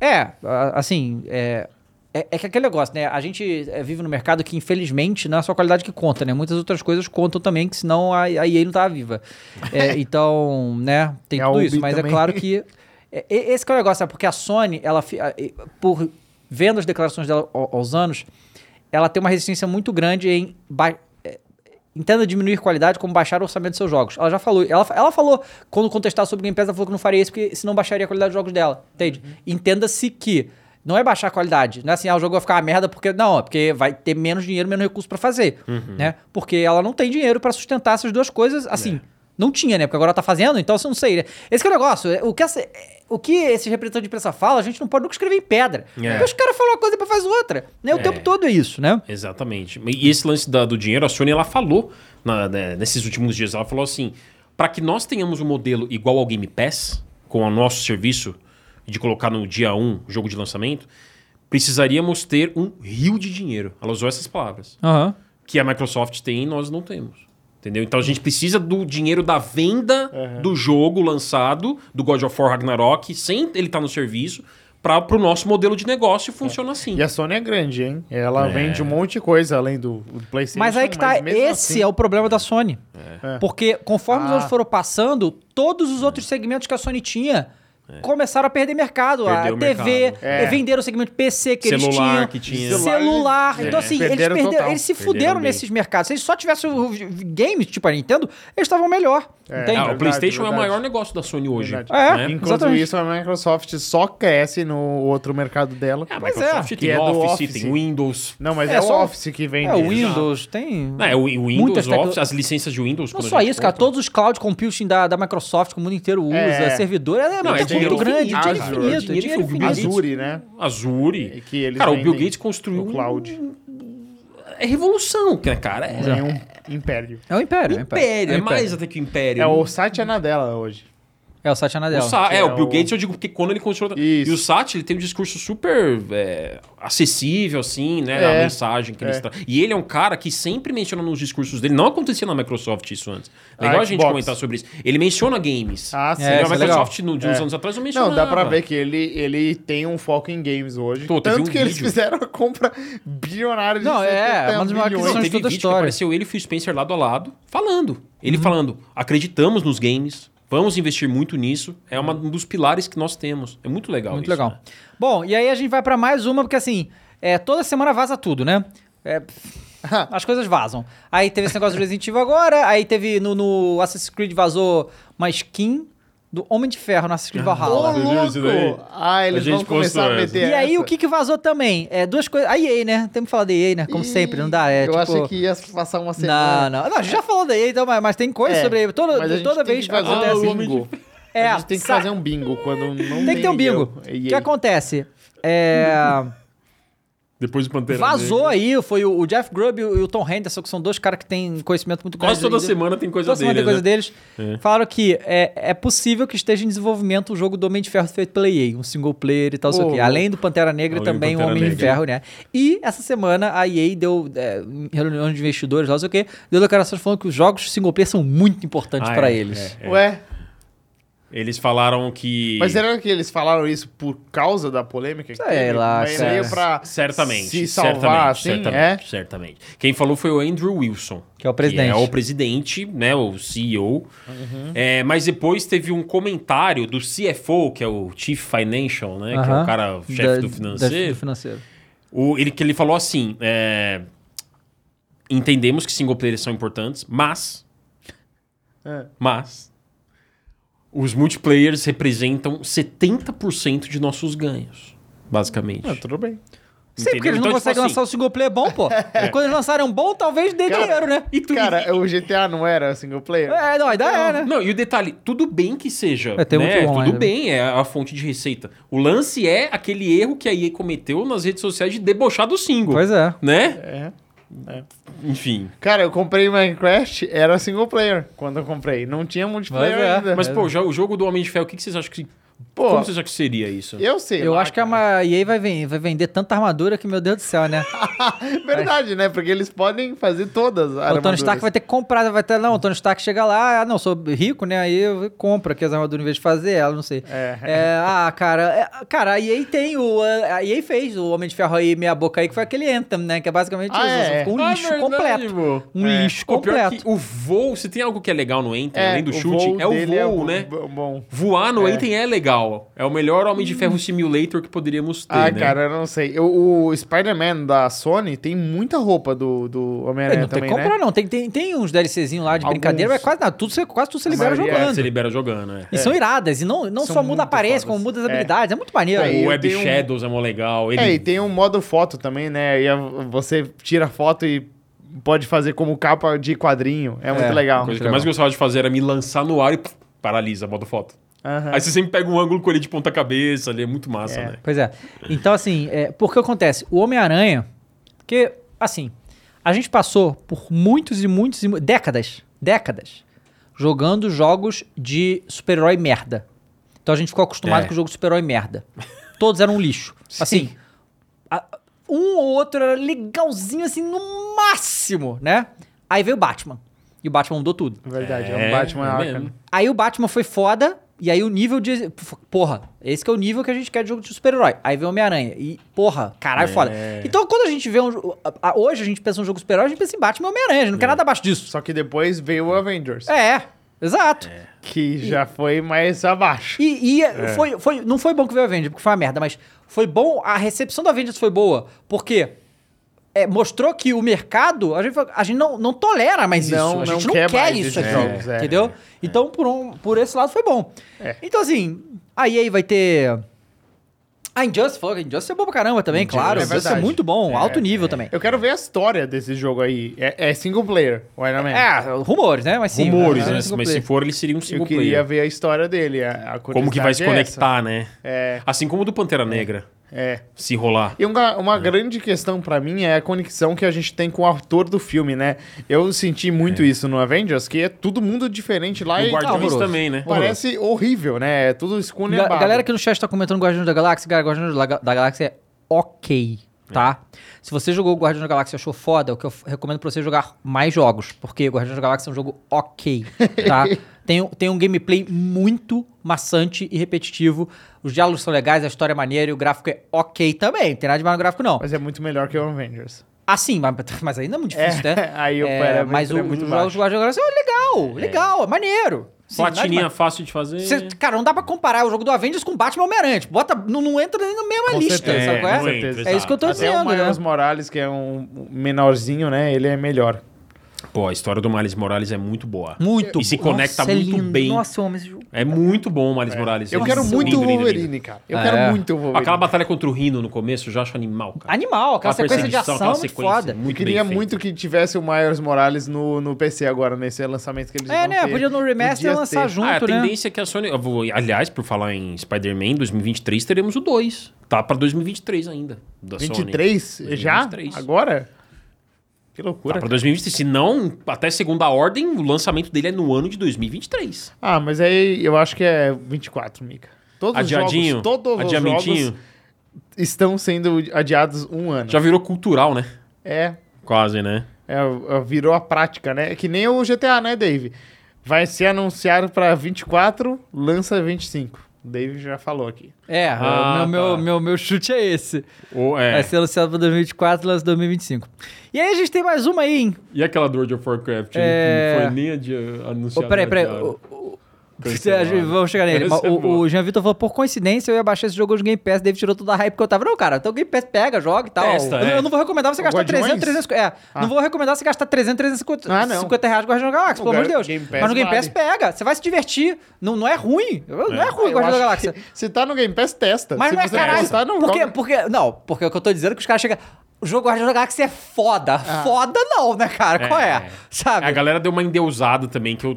Speaker 1: É, a- assim, é, é, é que aquele negócio, né? A gente é, vive num mercado que, infelizmente, não é só a qualidade que conta, né? Muitas outras coisas contam também, que senão a, a EA não tava viva. É, então, né? Tem
Speaker 3: E a
Speaker 1: tudo
Speaker 3: Ubi
Speaker 1: isso, mas é
Speaker 3: também.
Speaker 1: claro que... é, e- esse que é o negócio, né? Porque a Sony, ela, fi- a- e- por vendo as declarações dela ao- aos anos, ela tem uma resistência muito grande em... ba- é, Entenda diminuir qualidade como baixar o orçamento dos seus jogos. Ela já falou. Ela, fa- ela falou, quando contestar sobre Game Pass, ela falou que não faria isso, porque senão baixaria a qualidade dos jogos dela. Entende?
Speaker 2: Uhum.
Speaker 1: Entenda-se que não é baixar a qualidade. Não é assim, ah, o jogo vai ficar uma merda, porque. Não, é porque vai ter menos dinheiro, menos recurso pra fazer.
Speaker 2: Uhum.
Speaker 1: Né? Porque ela não tem dinheiro pra sustentar essas duas coisas, assim.
Speaker 2: É.
Speaker 1: Não tinha, né? Porque agora tá fazendo, então você não sei, né? Esse que é o negócio. é, O que, essa- é, o que esses representantes de imprensa falam, a gente não pode nunca escrever em pedra.
Speaker 2: É.
Speaker 1: Porque os caras falam uma coisa e depois faz outra. Né? O
Speaker 2: É.
Speaker 1: tempo todo é isso, né?
Speaker 2: Exatamente. E esse lance da- do dinheiro, a Sony ela falou na- né, nesses últimos dias, ela falou assim: para que nós tenhamos um modelo igual ao Game Pass, com o nosso serviço de colocar no dia 1 o jogo de lançamento, precisaríamos ter um rio de dinheiro. Ela usou essas palavras.
Speaker 1: Aham.
Speaker 2: Que a Microsoft tem e nós não temos. Entendeu? Então a gente precisa do dinheiro da venda do jogo lançado, do God of War Ragnarok, sem ele estar no serviço, para o nosso modelo de negócio funciona assim.
Speaker 3: E a Sony é grande, hein?
Speaker 2: É.
Speaker 3: Ela vende um monte de coisa além do, do PlayStation.
Speaker 1: Mas aí que tá,
Speaker 3: mesmo
Speaker 1: esse
Speaker 3: assim-
Speaker 1: é o problema da Sony.
Speaker 3: É.
Speaker 1: Porque conforme os
Speaker 3: Ah.
Speaker 1: anos foram passando, todos os outros segmentos que a Sony tinha começaram a perder mercado.
Speaker 2: É. Perdeu
Speaker 1: a
Speaker 2: o
Speaker 1: TV,
Speaker 2: mercado. É.
Speaker 1: eh, venderam o segmento PC que
Speaker 2: Celular
Speaker 1: eles tinham.
Speaker 2: que tinha.
Speaker 1: Celular.
Speaker 3: É.
Speaker 1: Então, assim, eles,
Speaker 3: Perderam
Speaker 1: perderam-
Speaker 3: total.
Speaker 1: eles se
Speaker 2: Perderam
Speaker 1: fuderam
Speaker 2: bem.
Speaker 1: nesses mercados. Se eles só tivessem o v- games, tipo a Nintendo, eles estavam melhor.
Speaker 3: É.
Speaker 2: Ah,
Speaker 1: Entende?
Speaker 2: o
Speaker 3: Verdade,
Speaker 2: PlayStation é o
Speaker 3: verdade.
Speaker 2: maior negócio da Sony hoje.
Speaker 3: Verdade.
Speaker 1: É,
Speaker 2: né?
Speaker 3: Enquanto
Speaker 1: Exatamente.
Speaker 3: isso, a Microsoft só cresce no outro mercado dela.
Speaker 2: Ah,
Speaker 1: Pois
Speaker 2: Microsoft
Speaker 1: é.
Speaker 2: tem
Speaker 3: Que é do
Speaker 2: Office,
Speaker 3: Office.
Speaker 2: tem Windows.
Speaker 3: Não, mas
Speaker 1: É
Speaker 3: é, o
Speaker 1: só-
Speaker 3: Office que vende.
Speaker 1: É, o
Speaker 3: isso.
Speaker 1: Windows tem.
Speaker 2: Não, é, o o Windous,
Speaker 1: Muitas tecno-
Speaker 2: Office, as licenças de Windows.
Speaker 1: Não
Speaker 2: quando a
Speaker 1: só
Speaker 2: gente
Speaker 1: isso, cara.
Speaker 2: compra.
Speaker 1: Todos os cloud computing da, da Microsoft que o mundo inteiro usa,
Speaker 3: É.
Speaker 1: servidor, é,
Speaker 2: Não,
Speaker 1: muita
Speaker 2: é
Speaker 1: coisa
Speaker 2: dinheiro
Speaker 1: grande,
Speaker 2: infinito,
Speaker 1: dinheiro
Speaker 3: Azure.
Speaker 1: infinito,
Speaker 2: Dinheiro
Speaker 1: dinheiro
Speaker 2: infinito.
Speaker 1: infinito.
Speaker 3: Azure, né?
Speaker 2: Azure.
Speaker 3: Que eles
Speaker 2: cara, o Bill
Speaker 3: vendem
Speaker 2: Gates construiu.
Speaker 3: no cloud.
Speaker 2: um- É revolução, né, cara. É,
Speaker 3: É um império.
Speaker 1: É o Império. é o
Speaker 2: império. É,
Speaker 1: o
Speaker 2: mais até que o império. né?
Speaker 3: É o site é na dela hoje.
Speaker 1: É o Satya
Speaker 2: O
Speaker 1: Nadella.
Speaker 2: Sa-
Speaker 3: que
Speaker 2: é,
Speaker 3: é
Speaker 2: o Bill
Speaker 3: o-
Speaker 2: Gates, eu digo, porque quando ele construiu.
Speaker 3: Isso.
Speaker 2: E o Sat, ele tem um discurso super é, acessível, assim, né? A
Speaker 3: É.
Speaker 2: mensagem que ele
Speaker 3: É.
Speaker 2: está. E ele é um cara que sempre menciona nos discursos dele. Não acontecia na Microsoft isso antes.
Speaker 3: A
Speaker 2: Legal a, gente
Speaker 3: Xbox.
Speaker 2: comentar sobre isso. Ele menciona games.
Speaker 3: Ah, sim.
Speaker 1: É,
Speaker 2: Entendeu?
Speaker 1: isso
Speaker 2: a
Speaker 1: é
Speaker 2: Microsoft, no, de uns
Speaker 3: É.
Speaker 2: anos atrás, não mencionava.
Speaker 3: Não, dá pra ver que ele, ele tem um foco em games hoje.
Speaker 2: Pô, teve
Speaker 3: tanto
Speaker 2: um
Speaker 3: que eles
Speaker 2: vídeo.
Speaker 3: fizeram a compra bilionária de
Speaker 1: Não, é,
Speaker 3: 70
Speaker 1: uma das maiores
Speaker 3: milhões.
Speaker 2: Não,
Speaker 1: aquisições de toda a
Speaker 2: teve vídeo que
Speaker 1: história.
Speaker 2: apareceu ele e o Phil Spencer lado a lado, falando. Ele falando, acreditamos nos games, vamos investir muito nisso, é uma, um dos pilares que nós temos. É muito legal
Speaker 1: Muito
Speaker 2: isso,
Speaker 1: legal.
Speaker 2: né?
Speaker 1: Bom, e aí a gente vai pra mais uma, porque assim, é, toda semana vaza tudo, né? É, as coisas vazam. Aí teve esse negócio do Resident Evil agora, aí teve no, no Assassin's Creed vazou uma skin do Homem de Ferro no Assassin's Creed Valhalla.
Speaker 2: Vocês viram isso daí?
Speaker 3: Ah, eles
Speaker 2: A gente
Speaker 3: vão começar
Speaker 2: postou
Speaker 3: a
Speaker 2: essa.
Speaker 3: meter
Speaker 1: E aí,
Speaker 3: essa.
Speaker 1: o que que vazou também? É, duas coisas. A EA, né? Temos que falar da EA, né? Como
Speaker 3: Ih,
Speaker 1: sempre, não dá. É,
Speaker 3: eu
Speaker 1: tipo...
Speaker 3: achei que ia passar uma
Speaker 1: Não,
Speaker 3: semana.
Speaker 1: não. Não, a gente já falou da EA, então, mas, mas tem coisa
Speaker 3: É,
Speaker 1: sobre a EA. Toda,
Speaker 3: Mas a gente
Speaker 1: toda
Speaker 3: tem
Speaker 1: vez
Speaker 3: que fazer
Speaker 1: acontece.
Speaker 3: um bingo.
Speaker 1: É,
Speaker 3: a gente tem que
Speaker 1: sa-
Speaker 3: fazer um bingo quando não tem.
Speaker 1: Tem que ter um bingo. O
Speaker 3: eu- e
Speaker 1: que
Speaker 3: aí?
Speaker 1: acontece? É.
Speaker 2: Depois do Pantera
Speaker 1: Vazou
Speaker 2: Negra.
Speaker 1: aí, foi o o Jeff Grubb e o e o Tom Henderson, que são dois caras que têm conhecimento muito grande.
Speaker 2: Quase toda
Speaker 1: ainda.
Speaker 2: semana tem coisa
Speaker 1: Toda semana tem coisa
Speaker 2: dele, né?
Speaker 1: deles.
Speaker 2: É.
Speaker 1: Falaram que é, é possível que esteja em desenvolvimento o jogo do Homem de Ferro feito pela EA, um single player e tal, sei o quê.
Speaker 3: Oh.
Speaker 1: Além do Pantera Negra,
Speaker 2: Além do
Speaker 1: também o
Speaker 2: Pantera
Speaker 1: Homem de
Speaker 2: Negra.
Speaker 1: Ferro, né? E essa semana a EA deu é, em reuniões de investidores, lá, sei o quê, deu declarações falando que os jogos single player são muito importantes
Speaker 2: Ah,
Speaker 1: pra
Speaker 2: é,
Speaker 1: eles.
Speaker 2: é, é.
Speaker 3: Ué,
Speaker 2: Eles falaram que...
Speaker 3: mas será que eles falaram isso por causa da polêmica? que
Speaker 1: Sei
Speaker 3: teve?
Speaker 1: lá,
Speaker 3: Mas
Speaker 1: cara.
Speaker 3: Meio pra
Speaker 2: Certamente.
Speaker 3: Se salvar,
Speaker 2: certamente,
Speaker 3: assim,
Speaker 2: certamente,
Speaker 3: é?
Speaker 2: certamente. Quem falou foi o Andrew Wilson.
Speaker 1: Que é o presidente.
Speaker 2: é o presidente, né? O CEO.
Speaker 3: Uhum.
Speaker 2: É, mas depois teve um comentário do CFO, que é o Chief Financial, né? Que é
Speaker 1: Aham.
Speaker 2: o cara, o
Speaker 1: Da-
Speaker 2: chefe do
Speaker 1: da-
Speaker 2: financeiro.
Speaker 1: do financeiro.
Speaker 2: O, ele, que ele falou assim: é, entendemos que single players são importantes, mas.
Speaker 3: É.
Speaker 2: Mas. Os multiplayers representam 70% de nossos ganhos, basicamente.
Speaker 3: Ah, tudo bem.
Speaker 1: Sim, porque
Speaker 2: Entendeu?
Speaker 1: eles não
Speaker 2: Então, tipo
Speaker 1: conseguem
Speaker 2: assim, É.
Speaker 1: lançar o single player bom, pô. E quando eles lançarem um bom, talvez dê
Speaker 3: Cara,
Speaker 1: dinheiro, né?
Speaker 2: E tu,
Speaker 3: Cara, o GTA não era single player?
Speaker 1: É, não, ainda é, né?
Speaker 2: Não, e o detalhe, tudo bem que seja,
Speaker 1: É, tem um
Speaker 2: né?
Speaker 1: que online
Speaker 2: Tudo
Speaker 1: também.
Speaker 2: bem, é a fonte de receita. O lance é aquele erro que a EA cometeu nas redes sociais de debochar do single,
Speaker 1: Pois é.
Speaker 2: né?
Speaker 3: É.
Speaker 2: Enfim.
Speaker 3: Cara, eu comprei Minecraft, era single player quando eu comprei. Não tinha multiplayer
Speaker 1: Mas é,
Speaker 3: ainda.
Speaker 2: Mas, pô, já o jogo do Homem de Ferro, o que, que vocês acham que...
Speaker 3: Pô,
Speaker 2: como vocês acham que seria isso?
Speaker 3: eu sei.
Speaker 1: Eu
Speaker 3: lá,
Speaker 1: acho que é a ma- EA vai, ven- vai vender tanta armadura que, meu Deus do céu, né?
Speaker 3: É verdade, né? Porque eles podem fazer todas as
Speaker 1: O Tony
Speaker 3: armaduras.
Speaker 1: Stark vai ter que comprar, vai ter. Não, o Tony Stark chega lá, ah, não, sou rico, né? Aí eu compro aqui as armaduras em vez de fazer ela, não sei.
Speaker 3: É.
Speaker 1: É, ah, cara, é, cara, a EA tem o. A EA fez o Homem de Ferro aí, meia boca aí, que foi aquele Anthem, né? Que é basicamente
Speaker 3: Ah,
Speaker 1: isso.
Speaker 3: é.
Speaker 1: ficou um
Speaker 2: Ah,
Speaker 1: lixo
Speaker 2: verdade,
Speaker 1: completo.
Speaker 2: pô.
Speaker 1: Um
Speaker 3: É.
Speaker 1: lixo
Speaker 2: Pô, pior
Speaker 1: completo.
Speaker 2: que o voo, se tem algo que é legal no Enten, além do
Speaker 3: o
Speaker 2: chute, é o
Speaker 3: dele
Speaker 2: voo,
Speaker 3: bo-
Speaker 2: né?
Speaker 3: bo- Bom.
Speaker 2: Voar no
Speaker 3: É.
Speaker 2: Enten é legal. É o melhor Homem de Ferro Simulator que poderíamos ter,
Speaker 3: Ah,
Speaker 2: né?
Speaker 3: cara, eu não sei. Eu- o Spider-Man da Sony tem muita roupa do, do
Speaker 1: É,
Speaker 3: Homem-Aranha
Speaker 1: não tem
Speaker 3: também,
Speaker 1: que comprar,
Speaker 3: né?
Speaker 1: não. Tem, tem, tem uns DLCzinhos lá de
Speaker 3: Alguns.
Speaker 1: brincadeira, mas é quase, nada, tudo, você- quase tudo você
Speaker 3: A
Speaker 1: libera
Speaker 3: maioria,
Speaker 1: jogando.
Speaker 2: É, Você libera jogando, né?
Speaker 1: E são iradas. E não, não
Speaker 3: É.
Speaker 1: só
Speaker 3: São
Speaker 1: muda a
Speaker 3: muito
Speaker 1: aparência,
Speaker 3: fodas.
Speaker 1: como muda as
Speaker 3: É.
Speaker 1: habilidades. É, muito maneiro.
Speaker 3: Aí,
Speaker 2: O
Speaker 3: eu
Speaker 2: Web
Speaker 3: tenho um-
Speaker 2: Shadows é mó legal. Ele
Speaker 3: É, e tem um modo foto também, né? E a- você tira foto e pode fazer como capa de quadrinho. É muito
Speaker 1: É,
Speaker 2: A
Speaker 3: legal.
Speaker 2: coisa que eu mais gostava de fazer era me lançar no ar e pff, paralisa, bota foto.
Speaker 3: Aham.
Speaker 2: Aí você sempre pega um ângulo com ele de ponta cabeça ali, é muito massa,
Speaker 3: É.
Speaker 2: né?
Speaker 1: Pois é. Então, assim, é, porque acontece? O Homem-Aranha, porque, assim, a gente passou por muitos e muitos e mu- décadas, décadas, jogando jogos de super-herói merda. Então a gente ficou acostumado
Speaker 2: É.
Speaker 1: com o jogo de super-herói merda. Todos eram um lixo. Assim, a- um ou outro era legalzinho, assim, no máximo, né? Aí veio o Batman. E o Batman mudou tudo.
Speaker 3: Verdade, é, um Batman
Speaker 2: é
Speaker 3: Arkham.
Speaker 2: mesmo.
Speaker 1: Aí o Batman foi foda, e aí o nível de. Porra, esse que é o nível que a gente quer de jogo de super-herói. Aí vem o Homem-Aranha. E, porra, caralho, foda. Então quando a gente vê um. jo- a- a- Hoje a gente pensa um jogo de super-herói, a gente pensa em Batman e Homem-Aranha. A gente não quer nada abaixo disso.
Speaker 3: Só que depois veio o Avengers,
Speaker 1: É, exato.
Speaker 3: que já foi mais abaixo.
Speaker 1: E, e
Speaker 2: É.
Speaker 1: Foi, foi, não foi bom que veio a Avengers, porque foi uma merda, mas foi bom. A recepção da Avengers foi boa, porque. é, mostrou que o mercado, a gente, fala- a gente não, não tolera mais
Speaker 3: Não,
Speaker 1: isso. A
Speaker 3: não
Speaker 1: gente não quer,
Speaker 3: quer mais
Speaker 1: isso
Speaker 3: esses
Speaker 1: aqui,
Speaker 3: jogos, é.
Speaker 1: entendeu? Então, por, um, por esse lado, foi bom. Então, assim, a EA vai ter... A Injustice, falou que a Injustice é bom pra caramba também, claro.
Speaker 3: é
Speaker 1: A Injustice é
Speaker 3: verdade.
Speaker 1: muito bom, alto nível também.
Speaker 3: Eu quero ver a história desse jogo aí. É, é single player, o Iron Man.
Speaker 1: É, rumores, né? Mas sim.
Speaker 2: Rumores, né?
Speaker 1: é single
Speaker 2: Mas se
Speaker 1: player.
Speaker 2: for, ele seria um single
Speaker 3: Eu queria
Speaker 2: player.
Speaker 3: ver a história dele, a, a
Speaker 2: Como que vai se
Speaker 3: curiosidade é
Speaker 2: conectar, né?
Speaker 3: essa.
Speaker 2: Assim como o do Pantera Negra,
Speaker 3: É, é.
Speaker 2: se rolar.
Speaker 3: E uma,
Speaker 2: É.
Speaker 3: uma grande questão pra mim é a conexão que a gente tem com o autor do filme, né? Eu senti muito isso no Avengers, que é todo mundo diferente lá
Speaker 2: O
Speaker 3: e
Speaker 2: Guardiões
Speaker 1: horroroso.
Speaker 2: também, né?
Speaker 3: parece horrível, né? É tudo
Speaker 1: Ga
Speaker 3: esculhambado.
Speaker 1: galera que no chat tá comentando Guardiões da Galáxia, cara, Guardiões da, da Galáxia é ok, tá?
Speaker 3: É.
Speaker 1: Se você jogou Guardiões da Galáxia e achou foda, o que eu f- recomendo pra você é jogar mais jogos, porque Guardiões da Galáxia é um jogo ok, tá? tem, um- tem um gameplay muito maçante e repetitivo, os diálogos são legais, a história é maneira e o gráfico é ok também, não tem nada de mal no gráfico não.
Speaker 3: Mas é muito melhor que o Avengers.
Speaker 1: Assim, mas, mas ainda é muito difícil,
Speaker 3: É,
Speaker 1: né?
Speaker 3: aí o
Speaker 1: é,
Speaker 3: parâmetro
Speaker 1: Mas o,
Speaker 3: é
Speaker 1: os
Speaker 3: muito
Speaker 1: jogos
Speaker 3: baixo.
Speaker 1: do Guardiões da Galáxia, oh, legal, legal, é maneiro. Sim, nada demais.
Speaker 2: Platininha fácil de fazer.
Speaker 1: Cê- cara, não dá pra comparar o jogo do Avengers com Batman e Homem-Aranha. Tipo, bota, não, não entra nem na mesma
Speaker 3: Com
Speaker 1: lista,
Speaker 3: certeza,
Speaker 1: sabe
Speaker 2: é, Assim,
Speaker 1: qual
Speaker 2: não
Speaker 1: é?
Speaker 2: entra,
Speaker 1: É isso que eu tô
Speaker 2: exato.
Speaker 3: Até o
Speaker 1: dizendo, né?
Speaker 3: um Miles Morales, que é um menorzinho, né? Ele é melhor.
Speaker 2: Pô, a história do Miles Morales é muito boa.
Speaker 1: Muito
Speaker 2: E se
Speaker 1: bom.
Speaker 2: conecta
Speaker 1: é
Speaker 2: muito
Speaker 1: lindo.
Speaker 2: bem.
Speaker 1: Nossa, eu amo esse jogo.
Speaker 2: É muito bom o Miles Morales.
Speaker 3: Eu
Speaker 2: É
Speaker 3: quero
Speaker 2: lindo,
Speaker 3: muito
Speaker 2: lindo,
Speaker 3: o
Speaker 2: lindo, lindo.
Speaker 3: Wolverine, cara. Eu
Speaker 1: Ah,
Speaker 3: quero
Speaker 1: é.
Speaker 3: muito o
Speaker 2: Aquela
Speaker 3: Wolverine.
Speaker 2: batalha contra o Rino no começo, eu já acho animal, cara.
Speaker 1: Animal, aquela sequência de ação
Speaker 2: perseguição,
Speaker 1: é muito foda.
Speaker 2: muito
Speaker 3: Eu queria
Speaker 2: bem feita.
Speaker 3: muito que tivesse o Myers Morales no, no PC agora, nesse lançamento que eles
Speaker 1: É,
Speaker 3: vão
Speaker 1: né?
Speaker 3: ter.
Speaker 1: Podia no remaster
Speaker 3: Podia
Speaker 1: lançar
Speaker 3: ter.
Speaker 1: junto,
Speaker 2: ah, a
Speaker 1: né?
Speaker 2: tendência é que a Sony. eu vou- Aliás, por falar em Spider-Man 2023, teremos o 2. Tá pra 2023 ainda. Da Sony.
Speaker 3: 23? Já?
Speaker 2: 23.
Speaker 3: Agora? Que
Speaker 2: Tá
Speaker 3: loucura.
Speaker 2: pra 2023. Se não, até segunda ordem, o lançamento dele é no ano de 2023.
Speaker 3: Ah, mas aí eu acho que é 24, Mica. Todos
Speaker 2: Adiadinho.
Speaker 3: os jogos, todos os
Speaker 2: adiamentinho.
Speaker 3: jogos estão sendo adiados um ano.
Speaker 2: Já virou cultural, né?
Speaker 3: É,
Speaker 2: Quase, né?
Speaker 3: é, virou a prática, né? É Que nem o GTA, né, Dave? Vai ser anunciado pra 24, lança 25. O Dave já falou aqui.
Speaker 1: É,
Speaker 2: Ah,
Speaker 1: o meu, meu,
Speaker 2: tá.
Speaker 1: meu, meu chute é esse.
Speaker 2: Ou, é.
Speaker 1: Vai ser anunciado pra 2024 e lança 2025. E aí a gente tem mais uma aí, hein?
Speaker 2: E aquela do World of Warcraft?
Speaker 1: É.
Speaker 2: Não foi nem adi- anunciada.
Speaker 1: Ô, peraí, peraí.
Speaker 2: adiada.
Speaker 1: ô, ô,
Speaker 2: Cancelado.
Speaker 1: a gente- Vamos chegar nele.
Speaker 2: Essa
Speaker 1: Mas
Speaker 2: é
Speaker 1: o,
Speaker 2: boa.
Speaker 1: o Jean Vitor falou, por coincidência, eu ia baixar esse jogo de Game Pass, Dave tirou toda a hype que eu tava. Não, cara, então o Game Pass pega, joga e tal.
Speaker 2: Testa,
Speaker 1: eu,
Speaker 2: é.
Speaker 1: eu não vou recomendar você gastar
Speaker 3: Guardiões?
Speaker 1: 300, 300... É, não vou recomendar você gastar 300, 350
Speaker 3: Ah, não.
Speaker 1: 50 reais no Guardiões da Galáxia,
Speaker 3: O
Speaker 1: pelo amor de
Speaker 3: Gar-
Speaker 1: Deus.
Speaker 3: Game Pass
Speaker 1: Mas no Game Pass pega, você vai se divertir. Não, não é ruim, não é ruim o Guardiões
Speaker 3: Eu
Speaker 1: da
Speaker 3: acho
Speaker 1: Galáxia.
Speaker 3: que Se tá no Game Pass, testa.
Speaker 1: Mas
Speaker 3: Se
Speaker 1: não é
Speaker 3: você
Speaker 1: caralho.
Speaker 3: gostar, não
Speaker 1: porque,
Speaker 3: joga.
Speaker 1: porque, não, porque o que eu tô dizendo é que os caras chegam... O jogo Guardiões da Galáxia é foda. Foda não, né, cara? Qual é?
Speaker 2: é.
Speaker 1: Sabe?
Speaker 2: A galera deu uma endeusada também, que eu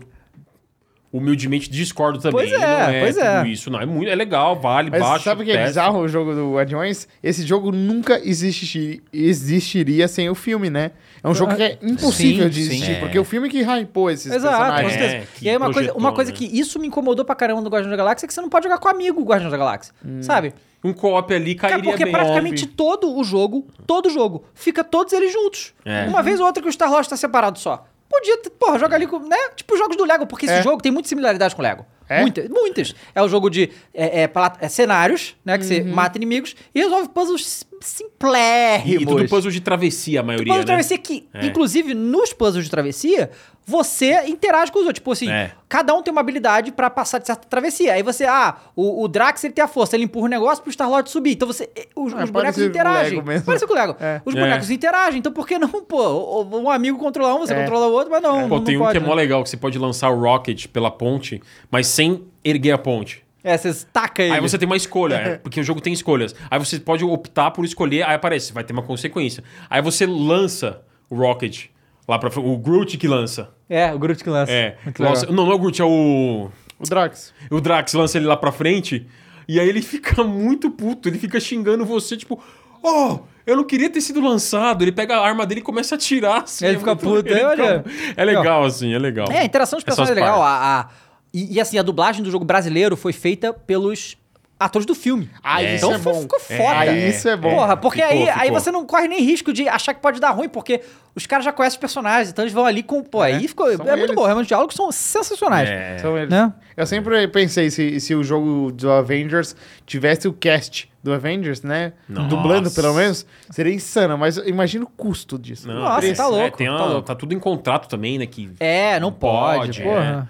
Speaker 2: humildemente discordo também.
Speaker 1: Pois é,
Speaker 2: não é
Speaker 1: pois
Speaker 2: tudo
Speaker 1: é.
Speaker 2: isso, não. É, muito, é legal, vale,
Speaker 3: Mas
Speaker 2: baixo.
Speaker 3: sabe o que é
Speaker 2: testa.
Speaker 3: bizarro o jogo do Guardiões? Esse jogo nunca existi- existiria sem o filme, né? É um jogo que é impossível
Speaker 1: Ah, sim,
Speaker 3: de
Speaker 1: sim.
Speaker 3: existir,
Speaker 2: É.
Speaker 3: porque o filme que hypou esses
Speaker 1: Exato, com
Speaker 3: personagens.
Speaker 1: certeza.
Speaker 2: É, que
Speaker 1: e aí uma coisa, uma
Speaker 2: projetou,
Speaker 1: coisa
Speaker 2: né?
Speaker 1: que isso me incomodou pra caramba no Guardião da Galáxia é que você não pode jogar com amigo o Guardião da Galáxia, sabe?
Speaker 2: Um co-op ali
Speaker 1: Cara,
Speaker 2: cairia
Speaker 1: porque
Speaker 2: bem.
Speaker 1: é praticamente todo o jogo, todo jogo, fica todos eles juntos.
Speaker 2: É.
Speaker 1: Uma vez ou outra que o Star Wars tá separado só. Podia, ter- porra, joga ali com, né? Tipo jogos do Lego, porque esse
Speaker 3: É.
Speaker 1: jogo tem muita similaridade com o Lego.
Speaker 3: É?
Speaker 1: Muitas, muitas. É o jogo de é, é, pala- é cenários, né? Que você mata inimigos e resolve puzzles sim-
Speaker 2: E,
Speaker 1: simplérrimos.
Speaker 2: e tudo puzzle de travessia, a maioria,
Speaker 1: Puzzle de
Speaker 2: né?
Speaker 1: travessia que, inclusive, nos puzzles de travessia, você interage com os outros. Tipo assim,
Speaker 2: É.
Speaker 1: cada um tem uma habilidade pra passar de certa travessia. Aí você, ah, o, o Drax ele tem a força, ele empurra o negócio pro Star-Lord subir. Então você. eh, Os,
Speaker 3: Ah,
Speaker 1: os bonecos
Speaker 3: parecido com o
Speaker 1: interagem.
Speaker 3: Lego mesmo.
Speaker 1: Parece com o Lego.
Speaker 3: É.
Speaker 1: Os bonecos interagem. Então por que não, pô, o- um amigo controla um, você
Speaker 3: É.
Speaker 1: controla o outro, mas não.
Speaker 2: Pô,
Speaker 1: não,
Speaker 2: tem
Speaker 1: não
Speaker 2: um
Speaker 1: pode,
Speaker 2: que é mó
Speaker 1: né?
Speaker 2: legal, que você pode lançar o Rocket pela ponte, mas sem erguer a ponte.
Speaker 1: É, você taca ele.
Speaker 2: Aí você tem uma escolha, é, porque o jogo tem escolhas. Aí você pode optar por escolher, aí aparece, vai ter uma consequência. Aí você lança o Rocket lá pra frente, o Groot que lança.
Speaker 1: É, o Groot que lança.
Speaker 2: É,
Speaker 1: Muito legal.
Speaker 2: lança, não, não é o Groot, é o...
Speaker 3: O Drax.
Speaker 2: O Drax lança ele lá pra frente e aí ele fica muito puto, ele fica xingando você, tipo, oh, eu não queria ter sido lançado. Ele pega a arma dele e começa a atirar. Assim,
Speaker 1: Ele
Speaker 2: é
Speaker 1: fica
Speaker 2: muito-
Speaker 1: puto,
Speaker 2: ele
Speaker 1: é,
Speaker 2: fica-
Speaker 1: olha.
Speaker 2: É legal, assim, é legal.
Speaker 1: É, a interação de personagens é
Speaker 2: Essas
Speaker 1: legal.
Speaker 2: partes.
Speaker 1: A, a- e, e, assim, a dublagem do jogo brasileiro foi feita pelos atores do filme.
Speaker 3: Ah,
Speaker 2: É.
Speaker 3: isso
Speaker 1: Então
Speaker 3: é
Speaker 1: ficou-
Speaker 3: bom.
Speaker 1: ficou foda.
Speaker 3: Ah, isso é bom.
Speaker 1: Porra, porque
Speaker 2: Ficou,
Speaker 1: aí, aí
Speaker 2: ficou.
Speaker 1: você não corre nem risco de achar que pode dar ruim, porque os caras já conhecem os personagens, então eles vão ali com. Pô, aí ficou.
Speaker 3: são
Speaker 1: É muito
Speaker 3: eles.
Speaker 1: bom, realmente os diálogos são sensacionais.
Speaker 2: É.
Speaker 3: São eles.
Speaker 1: Né?
Speaker 3: Então, Eu sempre pensei se, se o jogo do Avengers tivesse o cast do Avengers, né?
Speaker 2: Nossa.
Speaker 3: Dublando, pelo menos. Seria insano, mas imagina o custo disso.
Speaker 2: Não,
Speaker 1: Nossa,
Speaker 2: tem-
Speaker 1: tá louco,
Speaker 2: tem
Speaker 1: tá
Speaker 2: uma-
Speaker 1: louco.
Speaker 2: tá tudo em contrato também, né? Que
Speaker 1: É, não pode,
Speaker 2: pode,
Speaker 1: porra.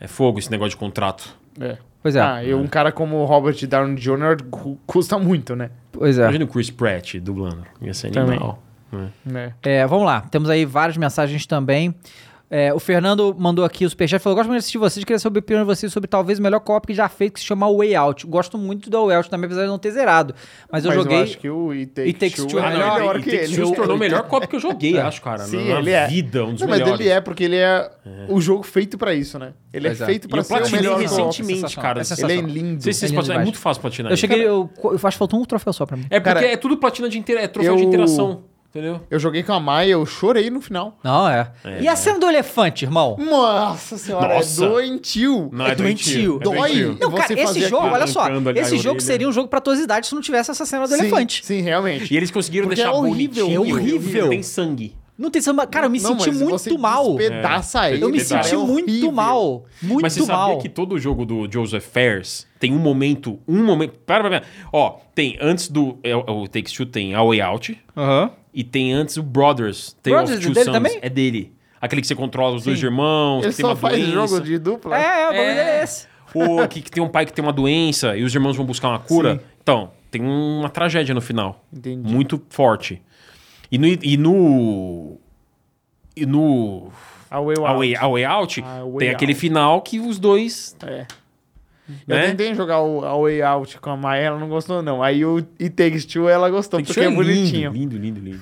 Speaker 2: é fogo esse negócio de contrato.
Speaker 3: É.
Speaker 1: Pois é,
Speaker 3: Ah, e um cara como o Robert Downey Jr. cu- custa muito, né?
Speaker 1: pois é.
Speaker 2: Imagina o Chris Pratt dublando. Ia ser
Speaker 3: Também.
Speaker 2: animal. né?
Speaker 3: Né?
Speaker 1: É, vamos lá. Temos aí várias mensagens também. É, o Fernando mandou aqui o superchat falou: Gosto muito de assistir vocês, queria saber a opinião de vocês sobre talvez o melhor co-op que já fez, que se chama Way Out. Gosto muito do Way Out também, apesar de não ter zerado. Mas eu
Speaker 3: Mas
Speaker 1: joguei.
Speaker 3: eu acho que o It Takes,
Speaker 1: It Takes
Speaker 3: Two
Speaker 1: Two é
Speaker 3: é
Speaker 1: melhor.
Speaker 3: melhor
Speaker 2: e
Speaker 3: que
Speaker 2: Ah, tem
Speaker 3: ele.
Speaker 2: se
Speaker 1: é
Speaker 2: tornou o melhor copo que eu joguei, acho, cara.
Speaker 3: Sim,
Speaker 2: na
Speaker 3: ele
Speaker 2: na
Speaker 3: é.
Speaker 2: vida, um dos
Speaker 3: Não, mas
Speaker 2: melhores.
Speaker 3: ele é porque ele é o jogo feito pra isso, né? Ele
Speaker 1: Pois
Speaker 3: é
Speaker 1: é.
Speaker 3: feito
Speaker 2: E
Speaker 3: pra
Speaker 2: eu
Speaker 3: ser o
Speaker 2: platinei
Speaker 3: melhor co-op.
Speaker 2: recentemente,
Speaker 1: Sensacional. É
Speaker 2: cara.
Speaker 3: Ele é
Speaker 1: sensacional.
Speaker 2: Não
Speaker 3: lindo.
Speaker 2: sei se vocês
Speaker 1: Lindo
Speaker 2: platinar- É
Speaker 1: demais.
Speaker 2: muito fácil platinar.
Speaker 1: Eu
Speaker 2: isso.
Speaker 1: cheguei, eu, eu acho que faltou um troféu só pra mim.
Speaker 2: É porque
Speaker 3: Cara,
Speaker 2: é tudo platina de inter... é troféu de
Speaker 3: eu-
Speaker 2: interação, entendeu?
Speaker 3: Eu joguei com a Maia, eu chorei no final.
Speaker 1: Não, é. E a cena do elefante, irmão?
Speaker 3: Nossa senhora,
Speaker 2: Nossa.
Speaker 3: é doentio.
Speaker 2: Não, é doentio. é
Speaker 3: Dói.
Speaker 2: doentio.
Speaker 1: Não,
Speaker 3: Hum. Você
Speaker 1: cara, esse
Speaker 3: fazia
Speaker 1: jogo, é
Speaker 3: aquilo
Speaker 1: olha só,
Speaker 2: arrancando ali a
Speaker 1: esse jogo
Speaker 2: orelha.
Speaker 1: seria um jogo pra tuas idades se não tivesse essa cena do
Speaker 3: Sim,
Speaker 1: elefante.
Speaker 3: Sim, realmente.
Speaker 2: E eles conseguiram
Speaker 3: Porque
Speaker 2: deixar
Speaker 3: é horrível,
Speaker 2: bonitinho,
Speaker 1: é horrível.
Speaker 2: Tem sangue.
Speaker 1: Não tem samba. Cara, eu me
Speaker 3: Não,
Speaker 1: senti
Speaker 3: mas você
Speaker 1: muito mal.
Speaker 3: despedaça ele,
Speaker 1: Eu me
Speaker 3: cara, é
Speaker 1: senti muito
Speaker 3: horrível.
Speaker 1: mal. Muito
Speaker 2: Mas você
Speaker 1: mal.
Speaker 2: sabia que tá todo jogo do Joseph Fares tem um momento, um momento... Para, para, para. Ó, tem antes do... é, o o Take-Two tem A Way Out
Speaker 1: Aham.
Speaker 2: e tem antes o Brothers. Tale
Speaker 1: Brothers
Speaker 2: of
Speaker 1: é
Speaker 2: Two
Speaker 1: dele
Speaker 2: Sons.
Speaker 1: também?
Speaker 2: É dele. Aquele que você controla os dois irmãos,
Speaker 3: Ele
Speaker 2: que tem uma
Speaker 3: só faz
Speaker 2: doença.
Speaker 3: jogo de
Speaker 1: É,
Speaker 3: dupla.
Speaker 1: é, o bagulho
Speaker 2: É.
Speaker 1: é esse.
Speaker 2: Ou que, que tem um pai que tem uma doença e os irmãos vão buscar uma cura. Então, tem uma tragédia no final.
Speaker 3: Entendi.
Speaker 2: Muito forte. E no, e no e no
Speaker 3: A Way
Speaker 2: A
Speaker 3: Out.
Speaker 2: Way, A Way Out,
Speaker 3: A Way
Speaker 2: tem
Speaker 3: Out.
Speaker 2: aquele final que os dois.
Speaker 3: É.
Speaker 2: Né?
Speaker 3: Eu tentei jogar o A Way Out com a Maia, ela não gostou, não. Aí o It Takes Two ela
Speaker 2: Então,
Speaker 3: gostou, porque é bonitinho.
Speaker 2: Lindo, lindo, lindo.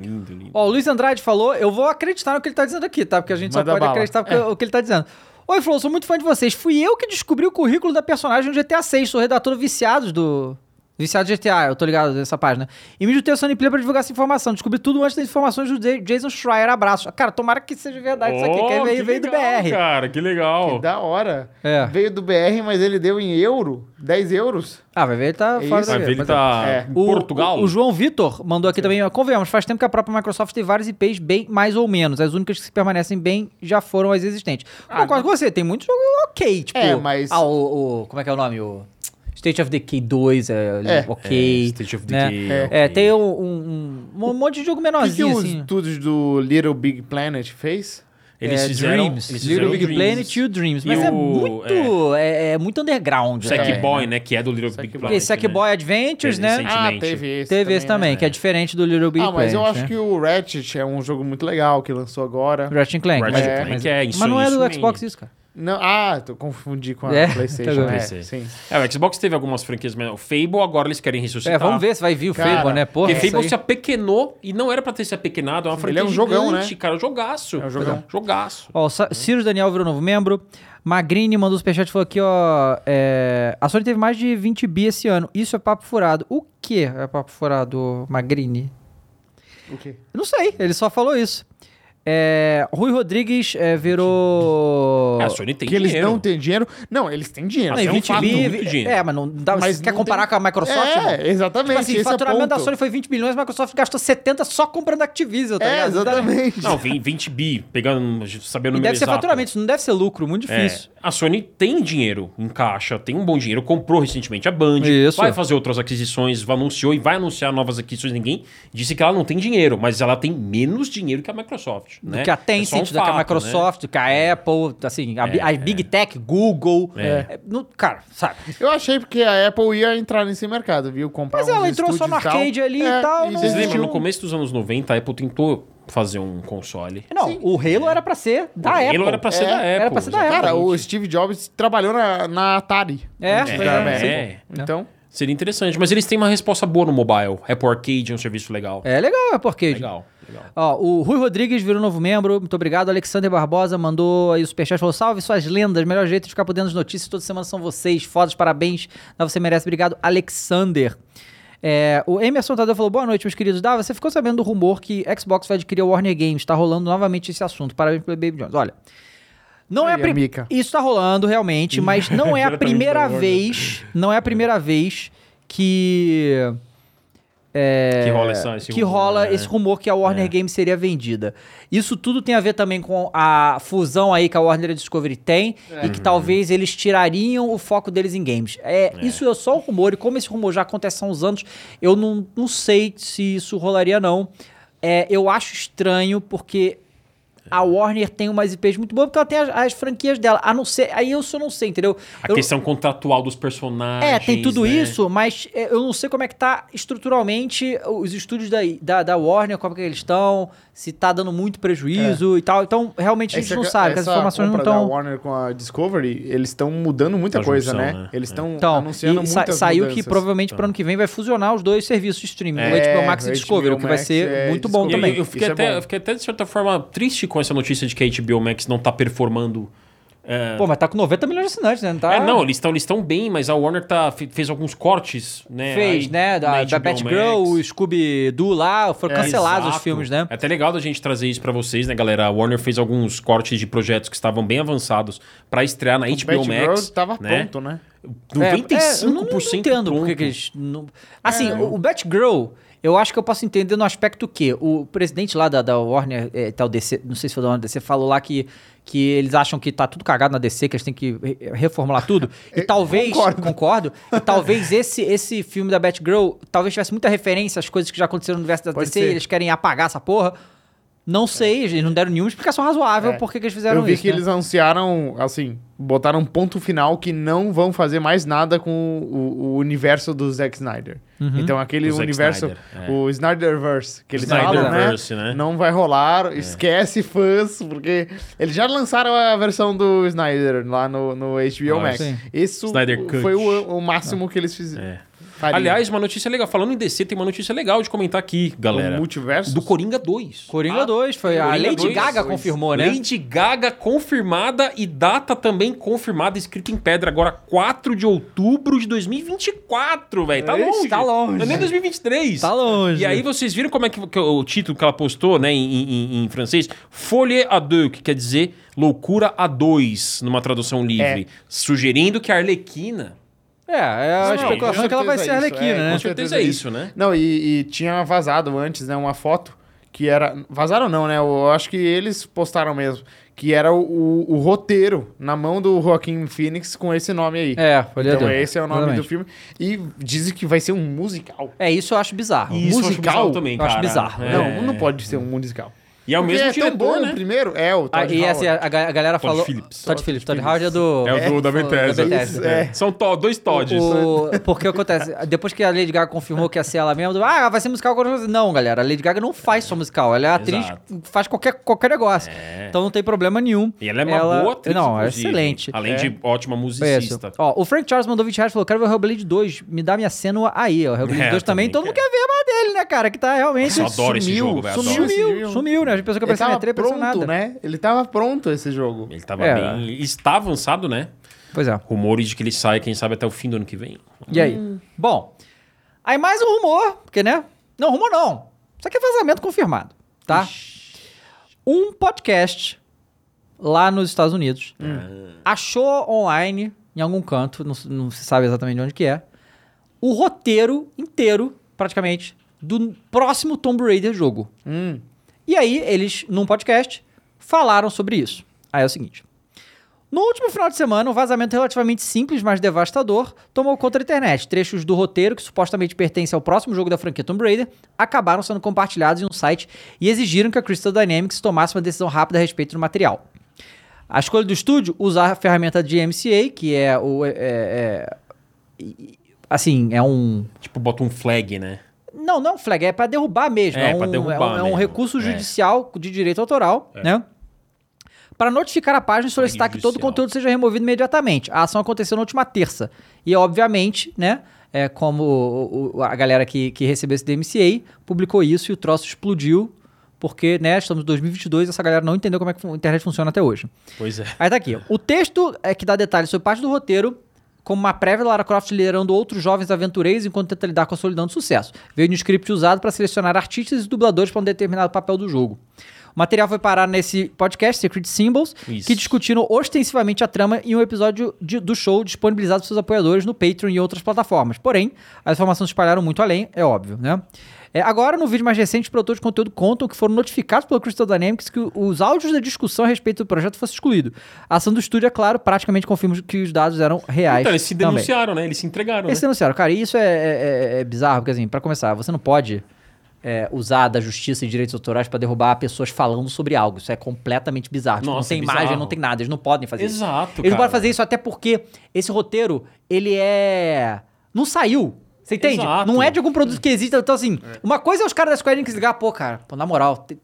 Speaker 2: lindo, lindo.
Speaker 1: Ó, o Luiz Andrade falou, eu vou acreditar no que ele tá dizendo aqui, tá? Porque a gente
Speaker 3: Manda
Speaker 1: só pode
Speaker 3: bala. É.
Speaker 1: acreditar no que- o que ele tá dizendo. Oi, Flow, sou muito fã de vocês. Fui eu que descobri o currículo da personagem no GTA VI. Sou redator viciado do... Viciado de GTA, eu tô ligado dessa página. E me juntei ao Sony Play pra divulgar essa informação. Descobri tudo antes das informações do Ja- Jason Schreier. Abraço. Cara, tomara que seja verdade isso aqui, que aí
Speaker 2: Oh,
Speaker 1: veio, veio do
Speaker 2: legal,
Speaker 1: BR.
Speaker 2: Cara, que legal.
Speaker 3: Da hora.
Speaker 1: É.
Speaker 3: Veio do BR, mas ele deu em euro, 10 euros.
Speaker 1: Ah, vai ver, ele tá
Speaker 3: É
Speaker 1: fora
Speaker 3: isso.
Speaker 1: da vida,
Speaker 2: Vai ver, ele
Speaker 1: mas
Speaker 2: tá
Speaker 3: É.
Speaker 2: em
Speaker 1: O-
Speaker 2: Portugal.
Speaker 1: O, o João Vitor mandou aqui também, ó, convenhamos, faz tempo que a própria Microsoft tem várias IPs bem mais ou menos. As únicas que permanecem bem já foram as existentes. Concordo com você, tem muito jogo ok, tipo.
Speaker 3: É, mas-
Speaker 1: Ah, o, o- Como é que é o nome? O State of Decay 2 é,
Speaker 3: É.
Speaker 1: ok.
Speaker 2: É, State of
Speaker 1: né?
Speaker 2: Decay,
Speaker 1: É,
Speaker 2: ok.
Speaker 1: tem um, um- um- um monte de jogo
Speaker 3: O que, que
Speaker 1: menorzinho,
Speaker 3: os
Speaker 1: assim.
Speaker 3: estúdios do Little Big Planet fez?
Speaker 2: Eles
Speaker 1: é,
Speaker 2: fizeram.
Speaker 1: Dreams.
Speaker 2: Eles
Speaker 1: Little
Speaker 2: fizeram
Speaker 1: Big
Speaker 2: Dreams.
Speaker 1: Planet e o Dreams.
Speaker 2: E
Speaker 1: Mas é
Speaker 2: o-
Speaker 1: muito. É. é muito underground. também,
Speaker 2: Sackboy,
Speaker 1: né?
Speaker 2: né? Que é do Little Big
Speaker 3: Sackboy.
Speaker 2: Planet.
Speaker 1: Porque Sackboy Adventures, né?
Speaker 2: Recentemente.
Speaker 3: Ah,
Speaker 2: Recentemente.
Speaker 3: teve esse
Speaker 1: Teve esse também,
Speaker 3: né?
Speaker 1: que é diferente do Little Big
Speaker 3: Ah, mas eu
Speaker 1: Planet,
Speaker 3: acho
Speaker 1: né?
Speaker 3: que o Ratchet é um jogo muito legal que lançou agora.
Speaker 1: Ratchet and Clank.
Speaker 2: Ratchet
Speaker 1: mas,
Speaker 3: and
Speaker 2: Clank
Speaker 1: mas,
Speaker 2: é
Speaker 1: mas
Speaker 2: isso-
Speaker 1: não é
Speaker 2: isso
Speaker 1: do
Speaker 2: mesmo.
Speaker 1: Xbox isso, cara.
Speaker 3: Não, ah, tô confundi com a
Speaker 1: É, tá
Speaker 3: PlayStation.
Speaker 1: bom.
Speaker 3: é,
Speaker 2: PC.
Speaker 3: sim.
Speaker 2: É, o Xbox teve algumas franquias, mas o Fable agora eles querem ressuscitar.
Speaker 1: É, vamos ver se vai vir o
Speaker 3: Cara,
Speaker 1: Fable, né? Porra,
Speaker 2: Porque
Speaker 1: isso
Speaker 2: Tá. Fable
Speaker 1: aí.
Speaker 2: se apequenou e não era pra ter se apequenado. É uma franquia
Speaker 3: é um jogão,
Speaker 2: gigante,
Speaker 3: né?
Speaker 2: cara. Jogaço.
Speaker 3: É um jogão.
Speaker 2: Jogaço.
Speaker 1: Ó, o Sa- Ciro Daniel virou novo membro. Magrini mandou um superchat e falou aqui, ó... é, a Sony teve mais de 20 bi esse ano. Isso é papo furado. O que é papo furado, Magrini?
Speaker 3: O quê?
Speaker 1: Eu não sei, ele só falou isso. É, Rui Rodrigues é, virou...
Speaker 2: É, a Sony tem
Speaker 3: que eles
Speaker 2: dinheiro.
Speaker 3: não têm dinheiro. Não, eles têm dinheiro.
Speaker 1: Ah, Não, e
Speaker 2: é um fato, muito dinheiro.
Speaker 1: É, mas não dá...
Speaker 3: Mas
Speaker 1: você quer
Speaker 3: não
Speaker 1: comparar
Speaker 3: tem-
Speaker 1: com a Microsoft? irmão?
Speaker 3: É, exatamente.
Speaker 1: Tipo assim, o
Speaker 3: esse
Speaker 1: faturamento
Speaker 3: é
Speaker 1: da
Speaker 3: ponto.
Speaker 1: Sony foi 20 bilhões, a Microsoft gastou 70 só comprando Activision, tá
Speaker 3: É,
Speaker 1: ligado? Não dá-
Speaker 3: exatamente.
Speaker 2: Não, vem 20 bi, pegando, sabendo o
Speaker 1: E
Speaker 2: número
Speaker 1: deve ser
Speaker 2: exato.
Speaker 1: faturamento, isso não deve ser lucro, muito
Speaker 2: É,
Speaker 1: difícil.
Speaker 2: a Sony tem dinheiro em caixa, tem um bom dinheiro, comprou recentemente a Band,
Speaker 1: Isso.
Speaker 2: vai fazer outras aquisições, anunciou e vai anunciar novas aquisições. Ninguém disse que ela não tem dinheiro, mas ela tem menos dinheiro que a Microsoft.
Speaker 1: Do
Speaker 2: né?
Speaker 1: que a
Speaker 2: É só um
Speaker 1: Tencent, do que a
Speaker 2: fato, né? É,
Speaker 1: Microsoft, do que a Apple, assim, a, bi- a Big Tech, Google. É, não- cara, sabe?
Speaker 3: Eu achei porque a Apple ia entrar nesse mercado, viu? Comprar
Speaker 1: Mas ela
Speaker 3: uns
Speaker 1: entrou só
Speaker 3: estúdios
Speaker 1: no
Speaker 3: e tal. É,
Speaker 1: arcade ali e tal, né? não-
Speaker 2: Vocês
Speaker 3: existiu.
Speaker 2: lembram, no começo dos anos 90, a Apple tentou fazer um console.
Speaker 1: Não, o Halo era pra ser da
Speaker 2: É. O Halo
Speaker 1: Apple.
Speaker 2: era pra ser
Speaker 1: É,
Speaker 2: da Apple,
Speaker 1: Era pra ser da Apple.
Speaker 2: exatamente.
Speaker 3: Cara, o Steve Jobs trabalhou na, na Atari.
Speaker 1: É,
Speaker 3: antes
Speaker 1: pois
Speaker 3: da
Speaker 1: é,
Speaker 3: Apple.
Speaker 2: é.
Speaker 3: Então,
Speaker 2: Seria interessante, mas eles têm uma resposta boa no mobile. Apple Arcade é um serviço legal.
Speaker 1: É legal, é porque...
Speaker 2: Legal, legal.
Speaker 1: Ó, o Rui Rodrigues virou novo membro, muito obrigado. Alexander Barbosa mandou aí o superchat, falou, salve suas lendas, melhor jeito de ficar por dentro das notícias, toda semana são vocês, fodas, parabéns, Dá, você merece, obrigado, Alexander. É, o Emerson Tadeu falou, boa noite, meus queridos. Dá, você ficou sabendo do rumor que Xbox vai adquirir a Warner Games, tá rolando novamente esse assunto, parabéns pelo Baby Jones. Olha, não é a
Speaker 3: Aí,
Speaker 1: prim-
Speaker 3: amiga.
Speaker 1: Isso tá rolando realmente, mas não é a
Speaker 2: Diretamente
Speaker 1: primeira
Speaker 2: da Warner.
Speaker 1: vez, não é a primeira vez que
Speaker 2: que rola essa, esse
Speaker 1: É, que
Speaker 2: rumor,
Speaker 1: rola
Speaker 2: né?
Speaker 1: esse rumor que a Warner Games seria vendida. Isso tudo tem a ver também com a fusão aí que a Warner e a Discovery tem e
Speaker 2: Uhum.
Speaker 1: que talvez eles tirariam o foco deles em games. É, Isso é só um rumor e como esse rumor já acontece há uns anos, eu não, não sei se isso rolaria não. É, eu acho estranho porque a
Speaker 2: É.
Speaker 1: Warner tem umas IPs muito boas porque ela tem as, as franquias dela. A não ser, aí eu só não sei, entendeu?
Speaker 2: A
Speaker 1: Eu-
Speaker 2: questão contratual dos personagens.
Speaker 1: é, tem tudo
Speaker 2: né?
Speaker 1: isso, mas é, eu não sei como é que tá estruturalmente os estúdios da, da, da Warner, como é que eles estão, se tá dando muito
Speaker 3: É.
Speaker 1: prejuízo e tal. Então, realmente a gente
Speaker 3: essa-
Speaker 1: não sabe, porque as
Speaker 3: é essa
Speaker 1: informações não
Speaker 3: compra da
Speaker 1: estão.
Speaker 3: Warner com a Discovery, eles estão mudando muita
Speaker 2: A
Speaker 3: coisa,
Speaker 2: junção,
Speaker 3: né?
Speaker 2: né?
Speaker 3: Eles estão
Speaker 1: Então,
Speaker 3: anunciando
Speaker 1: e
Speaker 3: muitas
Speaker 1: sa- saiu que
Speaker 3: mudanças. Ah.
Speaker 1: provavelmente para pro ano que vem vai fusionar os dois serviços de streaming,
Speaker 3: É,
Speaker 1: o HBO Max e
Speaker 3: o
Speaker 1: Discovery, o que vai
Speaker 3: Max
Speaker 1: ser
Speaker 3: é
Speaker 1: muito bom
Speaker 3: Discovery.
Speaker 2: Eu,
Speaker 1: também.
Speaker 2: eu- eu fiquei
Speaker 3: Isso é
Speaker 2: até,
Speaker 3: bom.
Speaker 2: eu fiquei até, de certa forma, triste com essa notícia de que a HBO Max não tá performando. é,
Speaker 1: Pô, mas tá com 90 milhões de assinantes, né? Não tá...
Speaker 2: é, não, eles estão eles tão bem, mas a Warner tá, fe- fez alguns cortes, né?
Speaker 1: Fez,
Speaker 2: aí,
Speaker 1: né?
Speaker 2: na
Speaker 1: Da, da
Speaker 2: HBO
Speaker 1: Batgirl,
Speaker 2: Max.
Speaker 1: o Scooby-Doo lá, foram
Speaker 2: É,
Speaker 1: cancelados os
Speaker 2: exato.
Speaker 1: filmes, né?
Speaker 2: É até legal da gente trazer isso pra vocês, né, galera? A Warner fez alguns cortes de projetos que estavam bem avançados pra estrear na
Speaker 3: O
Speaker 2: HBO
Speaker 3: Batgirl
Speaker 2: Max.
Speaker 3: tava
Speaker 2: né?
Speaker 3: pronto, né?
Speaker 1: É, é,
Speaker 2: 95%
Speaker 1: eu não, não entendo por que
Speaker 2: pronto.
Speaker 1: que eles. não- Assim,
Speaker 3: É.
Speaker 1: o, o Batgirl, eu acho que eu posso entender no aspecto que o presidente lá da, da Warner, é, tal DC, não sei se foi da Warner DC, falou lá que, que eles acham que tá tudo cagado na DC, que eles têm que re- é, reformular tudo. E talvez. Concordo.
Speaker 3: concordo.
Speaker 1: e talvez esse, esse filme da Batgirl talvez tivesse muita referência às coisas que já aconteceram no universo da
Speaker 3: Pode
Speaker 1: DC
Speaker 3: ser.
Speaker 1: e eles querem apagar essa porra. Não sei, eles não deram nenhuma explicação razoável
Speaker 3: É.
Speaker 1: por que que eles fizeram
Speaker 3: Eu vi
Speaker 1: isso.
Speaker 3: que
Speaker 1: né?
Speaker 3: eles anunciaram, assim, botaram um ponto final que não vão fazer mais nada com o, o universo do Zack Snyder.
Speaker 1: Uhum.
Speaker 3: Então aquele
Speaker 2: Do Zack
Speaker 3: universo,
Speaker 2: Snyder, é.
Speaker 3: o Snyderverse, que eles falam, né?
Speaker 2: Snyderverse, né?
Speaker 3: Não vai rolar, esquece fãs, porque eles já lançaram a versão do Snyder lá no, no HBO
Speaker 2: Ah,
Speaker 3: Max.
Speaker 1: sim.
Speaker 3: Isso
Speaker 2: Snyder Cut.
Speaker 3: foi o, o máximo que eles fizeram.
Speaker 2: É. Aliás, uma notícia legal. Falando em DC, tem uma notícia legal de comentar aqui, galera.
Speaker 3: multiverso.
Speaker 2: Do Coringa 2.
Speaker 1: Coringa
Speaker 3: Ah,
Speaker 1: 2, foi. a
Speaker 2: Coringa
Speaker 1: Lady
Speaker 2: 2,
Speaker 1: Gaga
Speaker 2: dois.
Speaker 1: confirmou, né?
Speaker 2: Lady Gaga confirmada e data também confirmada, escrita em pedra, agora 4 de outubro de 2024, velho. Tá
Speaker 1: Ixi,
Speaker 2: longe.
Speaker 1: tá longe.
Speaker 2: Não é nem 2023.
Speaker 1: Tá longe.
Speaker 2: E aí vocês viram como é que, que o título que ela postou, né, em, em- em francês? Folie à deux, que quer dizer loucura a dois, numa tradução livre. Sugerindo que a Arlequina...
Speaker 1: É, é a
Speaker 2: Não,
Speaker 1: especulação
Speaker 3: com
Speaker 1: que ela vai ser
Speaker 3: certeza é isso,
Speaker 1: Arlequina,
Speaker 3: é,
Speaker 1: né?
Speaker 2: Com certeza é isso, né?
Speaker 3: Não, e, e tinha vazado antes, né? Uma foto que era. Vazaram não, né? Eu acho que eles postaram mesmo. Que era o, o- o roteiro na mão do Joaquim Phoenix com esse nome aí.
Speaker 1: É, Folha
Speaker 3: então,
Speaker 1: dois,
Speaker 3: esse é o nome do
Speaker 1: exatamente.
Speaker 3: filme. E dizem que vai ser um musical.
Speaker 1: É, isso eu acho bizarro.
Speaker 2: Isso eu acho
Speaker 3: musical?
Speaker 2: bizarro também,
Speaker 1: Eu acho
Speaker 2: cara.
Speaker 1: bizarro.
Speaker 2: É.
Speaker 3: Não, não pode ser um musical.
Speaker 2: E é o
Speaker 3: Porque
Speaker 2: mesmo
Speaker 3: é tão
Speaker 2: diretor,
Speaker 3: bom
Speaker 2: né?
Speaker 3: o primeiro. É, o
Speaker 1: Ah,
Speaker 3: Todd
Speaker 1: e essa,
Speaker 3: Howard.
Speaker 1: a, ga- a galera
Speaker 2: Todd
Speaker 1: falou.
Speaker 2: Phillips.
Speaker 1: Todd Phillips. Todd Howard é do.
Speaker 2: É o do, da Bethesda.
Speaker 1: Bethesda.
Speaker 3: Isso, é.
Speaker 2: São to- dois Todds.
Speaker 1: O, porque acontece, depois que a Lady Gaga confirmou que ia ser ela mesma, ah, vai ser musical agora. eu falei, Não, galera, a Lady Gaga não faz só musical, ela é atriz,
Speaker 2: Exato. É.
Speaker 1: faz qualquer, qualquer negócio. Então não tem problema nenhum.
Speaker 2: E ela é uma boa atriz,
Speaker 1: Não, é
Speaker 2: inclusive.
Speaker 1: excelente.
Speaker 2: Além
Speaker 3: É.
Speaker 2: de ótima
Speaker 1: Isso.
Speaker 2: musicista.
Speaker 1: Ó, o Frank Charles mandou 20 reais e falou: quero ver o Hellblade 2. Me dá minha cena aí. ó. O Hellblade
Speaker 2: É,
Speaker 1: 2 também,
Speaker 2: também
Speaker 1: todo mundo quer ver a mais dele, né, cara? Que tá realmente.
Speaker 2: Nossa, adoro esse jogo, velho.
Speaker 1: Sumiu,
Speaker 2: adoro.
Speaker 1: sumiu, sumiu, né? A gente pensou que ia
Speaker 3: Ele
Speaker 1: aparecer na E3,
Speaker 3: tava
Speaker 1: apareceu
Speaker 3: pronto,
Speaker 1: nada.
Speaker 3: né? Ele tava pronto esse jogo.
Speaker 2: Ele tava
Speaker 1: É.
Speaker 2: bem. Está avançado, né?
Speaker 1: Pois é.
Speaker 2: Rumores de que ele sai, quem sabe, até o fim do ano que vem.
Speaker 1: E aí? Bom, aí mais um rumor, porque, né? Não, rumor não. Isso aqui é vazamento confirmado, tá? Um podcast lá nos Estados Unidos
Speaker 3: Hum.
Speaker 1: achou online, em algum canto, não, se- não se sabe exatamente de onde que é, o roteiro inteiro, praticamente, do próximo Tomb Raider jogo.
Speaker 3: Hum.
Speaker 1: E aí, eles, num podcast, falaram sobre isso. Aí é o seguinte. No último final de semana, um vazamento relativamente simples, mas devastador, tomou conta da internet. Trechos do roteiro, que supostamente pertence ao próximo jogo da franquia Tomb Raider, acabaram sendo compartilhados em um site e exigiram que a Crystal Dynamics tomasse uma decisão rápida a respeito do material. A escolha do estúdio usar a ferramenta de MCA, que é o. é- é- é- assim, é um.
Speaker 2: Tipo, bota um flag, né?
Speaker 1: Não, não é um flag, é pra derrubar mesmo.
Speaker 2: É,
Speaker 1: É, um,
Speaker 2: pra derrubar
Speaker 1: é um- é um
Speaker 2: mesmo,
Speaker 1: recurso
Speaker 2: é.
Speaker 1: judicial de direito autoral, né? Para notificar a página e solicitar que todo o
Speaker 2: judicial.
Speaker 1: conteúdo seja removido imediatamente. A ação aconteceu na última terça. E, obviamente, né? É, como o- o- a galera que, que recebeu esse DMCA publicou isso e o troço explodiu, porque, né, estamos em 2022 e essa galera não entendeu como é que a internet funciona até hoje.
Speaker 2: Pois é.
Speaker 1: Aí tá aqui. ó. O texto é que dá detalhes sobre parte do roteiro, como uma prévia Lara Croft liderando outros jovens aventureiros enquanto tenta lidar com a solidão do sucesso. Veio de um script usado para selecionar artistas e dubladores para um determinado papel do jogo. O material foi parar nesse podcast, Secret Symbols,
Speaker 2: Isso.
Speaker 1: que discutiram ostensivamente a trama em um episódio de- do show disponibilizado para seus apoiadores no Patreon e outras plataformas. Porém, as informações se espalharam muito além, é óbvio, né? É, agora, no vídeo mais recente, os produtores de conteúdo contam que foram notificados pela Crystal Dynamics que o- os áudios da discussão a respeito do projeto fossem excluídos. A ação do estúdio, é claro, praticamente confirma que os dados eram reais.
Speaker 2: Então, eles se
Speaker 1: também.
Speaker 2: denunciaram, né? Eles se entregaram,
Speaker 1: Eles
Speaker 2: né?
Speaker 1: denunciaram, cara, e isso é, é- é- é bizarro, porque assim, pra começar, você não pode é, usar da justiça e direitos autorais pra derrubar pessoas falando sobre algo. Isso é completamente bizarro. Tipo,
Speaker 2: Nossa, é
Speaker 1: não tem
Speaker 2: bizarro.
Speaker 1: imagem, não tem nada, eles não podem fazer isso.
Speaker 2: Exato,
Speaker 1: Eles não
Speaker 2: cara.
Speaker 1: podem fazer isso até porque esse roteiro, ele é. Não saiu. Você entende?
Speaker 2: Exato.
Speaker 1: Não é de algum produto que existe. Então, assim, uma coisa é os caras da Square Enix ligar, pô, cara, pô, na moral, te-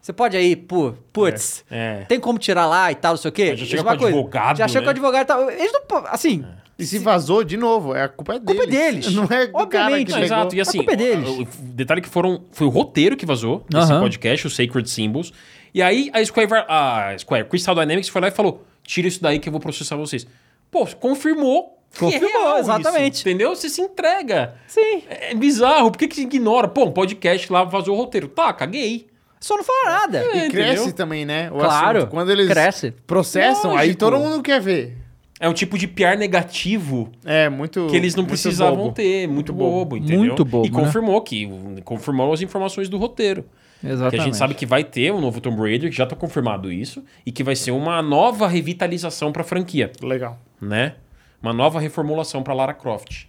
Speaker 1: você pode aí, pô, putz,
Speaker 2: É. É.
Speaker 1: tem como tirar lá e tal, não sei o quê.
Speaker 2: Já
Speaker 1: Isso
Speaker 2: chega
Speaker 1: é
Speaker 2: com advogado,
Speaker 1: Já chega
Speaker 2: né?
Speaker 1: com advogado e tal. Eles não. po- Assim.
Speaker 3: E se vazou de novo, é a culpa é deles.
Speaker 1: culpa é deles.
Speaker 3: Não é do
Speaker 1: Obviamente.
Speaker 2: Não,
Speaker 3: cara que pegou.
Speaker 2: exato, e
Speaker 1: A
Speaker 2: assim,
Speaker 1: culpa é deles.
Speaker 2: o- o detalhe que foram, foi o roteiro que vazou nesse
Speaker 1: Aham.
Speaker 2: podcast, o Sacred Symbols. E aí a Square, vai- a Square Crystal Dynamics foi lá e falou: tira isso daí que eu vou processar vocês. Pô, confirmou. que é
Speaker 1: Confirmou,
Speaker 2: real
Speaker 1: exatamente.
Speaker 2: isso, entendeu? Você se entrega.
Speaker 1: Sim.
Speaker 2: É é bizarro, por que, que ignora? Pô, um podcast lá vazou o roteiro. Tá, caguei.
Speaker 1: Só não fala nada.
Speaker 2: É,
Speaker 3: Cresce
Speaker 2: entendeu?
Speaker 3: também, né? O
Speaker 1: Claro,
Speaker 3: assunto. Quando eles
Speaker 1: cresce.
Speaker 3: processam, aí
Speaker 2: Lógico.
Speaker 3: todo mundo quer ver.
Speaker 2: É um tipo de PR negativo
Speaker 3: É, muito.
Speaker 2: que eles não
Speaker 3: muito
Speaker 2: precisavam
Speaker 3: bobo.
Speaker 2: ter. Muito, bobo, entendeu?
Speaker 1: Muito bobo,
Speaker 2: E
Speaker 1: né?
Speaker 2: confirmou que confirmou as informações do roteiro.
Speaker 1: Exatamente.
Speaker 2: Que a gente sabe que vai ter um novo Tomb Raider, que já tá confirmado isso, e que vai ser uma nova revitalização pra franquia,
Speaker 3: Legal.
Speaker 2: né? Uma nova reformulação pra Lara Croft.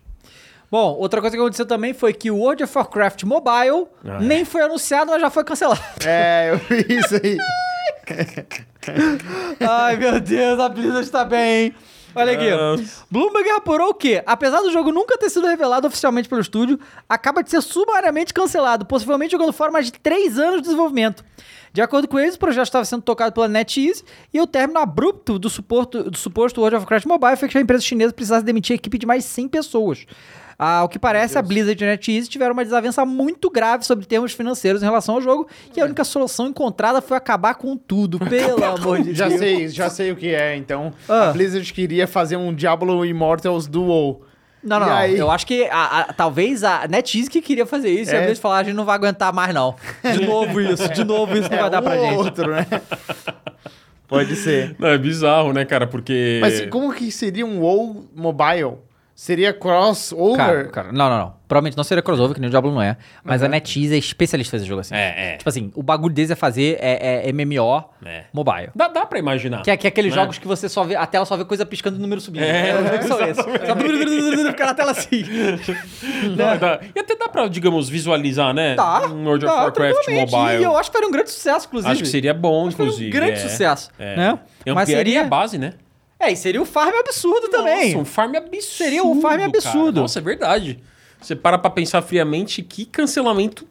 Speaker 1: Bom, outra coisa que aconteceu também foi que o World of Warcraft Mobile
Speaker 3: Ah,
Speaker 1: nem foi anunciado, mas já foi cancelado.
Speaker 3: É, eu vi isso aí.
Speaker 1: Ai, meu Deus, a Blizzard está bem. hein? Olha aqui. Bloomberg apurou que, apesar do jogo nunca ter sido revelado oficialmente pelo estúdio, acaba de ser sumariamente cancelado, possivelmente jogando fora mais de 3 anos de desenvolvimento. De acordo com eles, o projeto estava sendo tocado pela NetEase e o término abrupto do, suporto, do suposto World of Warcraft Mobile fez que a empresa chinesa precisasse demitir a equipe de mais 100 pessoas. Ah, ao que parece, a Blizzard e a NetEase tiveram uma desavença muito grave sobre termos financeiros em relação ao jogo e a única solução encontrada foi acabar com tudo, pelo amor de Deus.
Speaker 3: Já sei, já sei o que é, então.
Speaker 1: Ah.
Speaker 3: A Blizzard queria fazer um Diablo Immortals Duo.
Speaker 1: Não,
Speaker 3: E
Speaker 1: não, não.
Speaker 3: aí?
Speaker 1: Eu acho que a- a- talvez a NetEase que queria fazer isso, e a
Speaker 3: É.
Speaker 1: vez falar, a gente não vai aguentar mais, não. De novo isso, de novo isso não
Speaker 2: É,
Speaker 1: vai dar pra
Speaker 3: um ou
Speaker 1: gente.
Speaker 3: outro, né? Pode ser.
Speaker 2: Não, é bizarro, né, cara? Porque.
Speaker 3: Mas como que seria um WoW mobile? Seria crossover?
Speaker 1: Cara, cara, não, não, não. Provavelmente não seria crossover, que nem o Diablo não é. Mas a NetEase é especialista em fazer jogo assim.
Speaker 2: Uhum. É, é.
Speaker 1: Tipo assim, o bagulho deles é fazer é, é MMO
Speaker 2: É.
Speaker 1: mobile.
Speaker 2: Dá, dá pra imaginar.
Speaker 1: Que é, que é aqueles
Speaker 2: Né?
Speaker 1: jogos que você só vê, a tela só vê coisa piscando e número subindo.
Speaker 2: É,
Speaker 1: Os jogos são esses. Só ficar na tela assim.
Speaker 2: Dá- dá- E até dá pra, digamos, visualizar, né?
Speaker 1: Tá.
Speaker 2: Um World of
Speaker 1: tá,
Speaker 2: Warcraft
Speaker 1: tranquilamente.
Speaker 2: mobile.
Speaker 1: E eu acho que faria um grande sucesso, inclusive.
Speaker 2: Acho que seria bom,
Speaker 1: Foi
Speaker 2: inclusive.
Speaker 1: um grande
Speaker 2: é.
Speaker 1: sucesso,
Speaker 2: É.
Speaker 1: né? Mas
Speaker 2: Ampliaria
Speaker 1: seria...
Speaker 2: a base, né?
Speaker 1: É, e seria um farm absurdo também.
Speaker 2: Nossa, um farm absurdo.
Speaker 1: Seria um farm
Speaker 2: cara.
Speaker 1: absurdo.
Speaker 2: Nossa, é verdade. Você para pra pensar friamente que cancelamento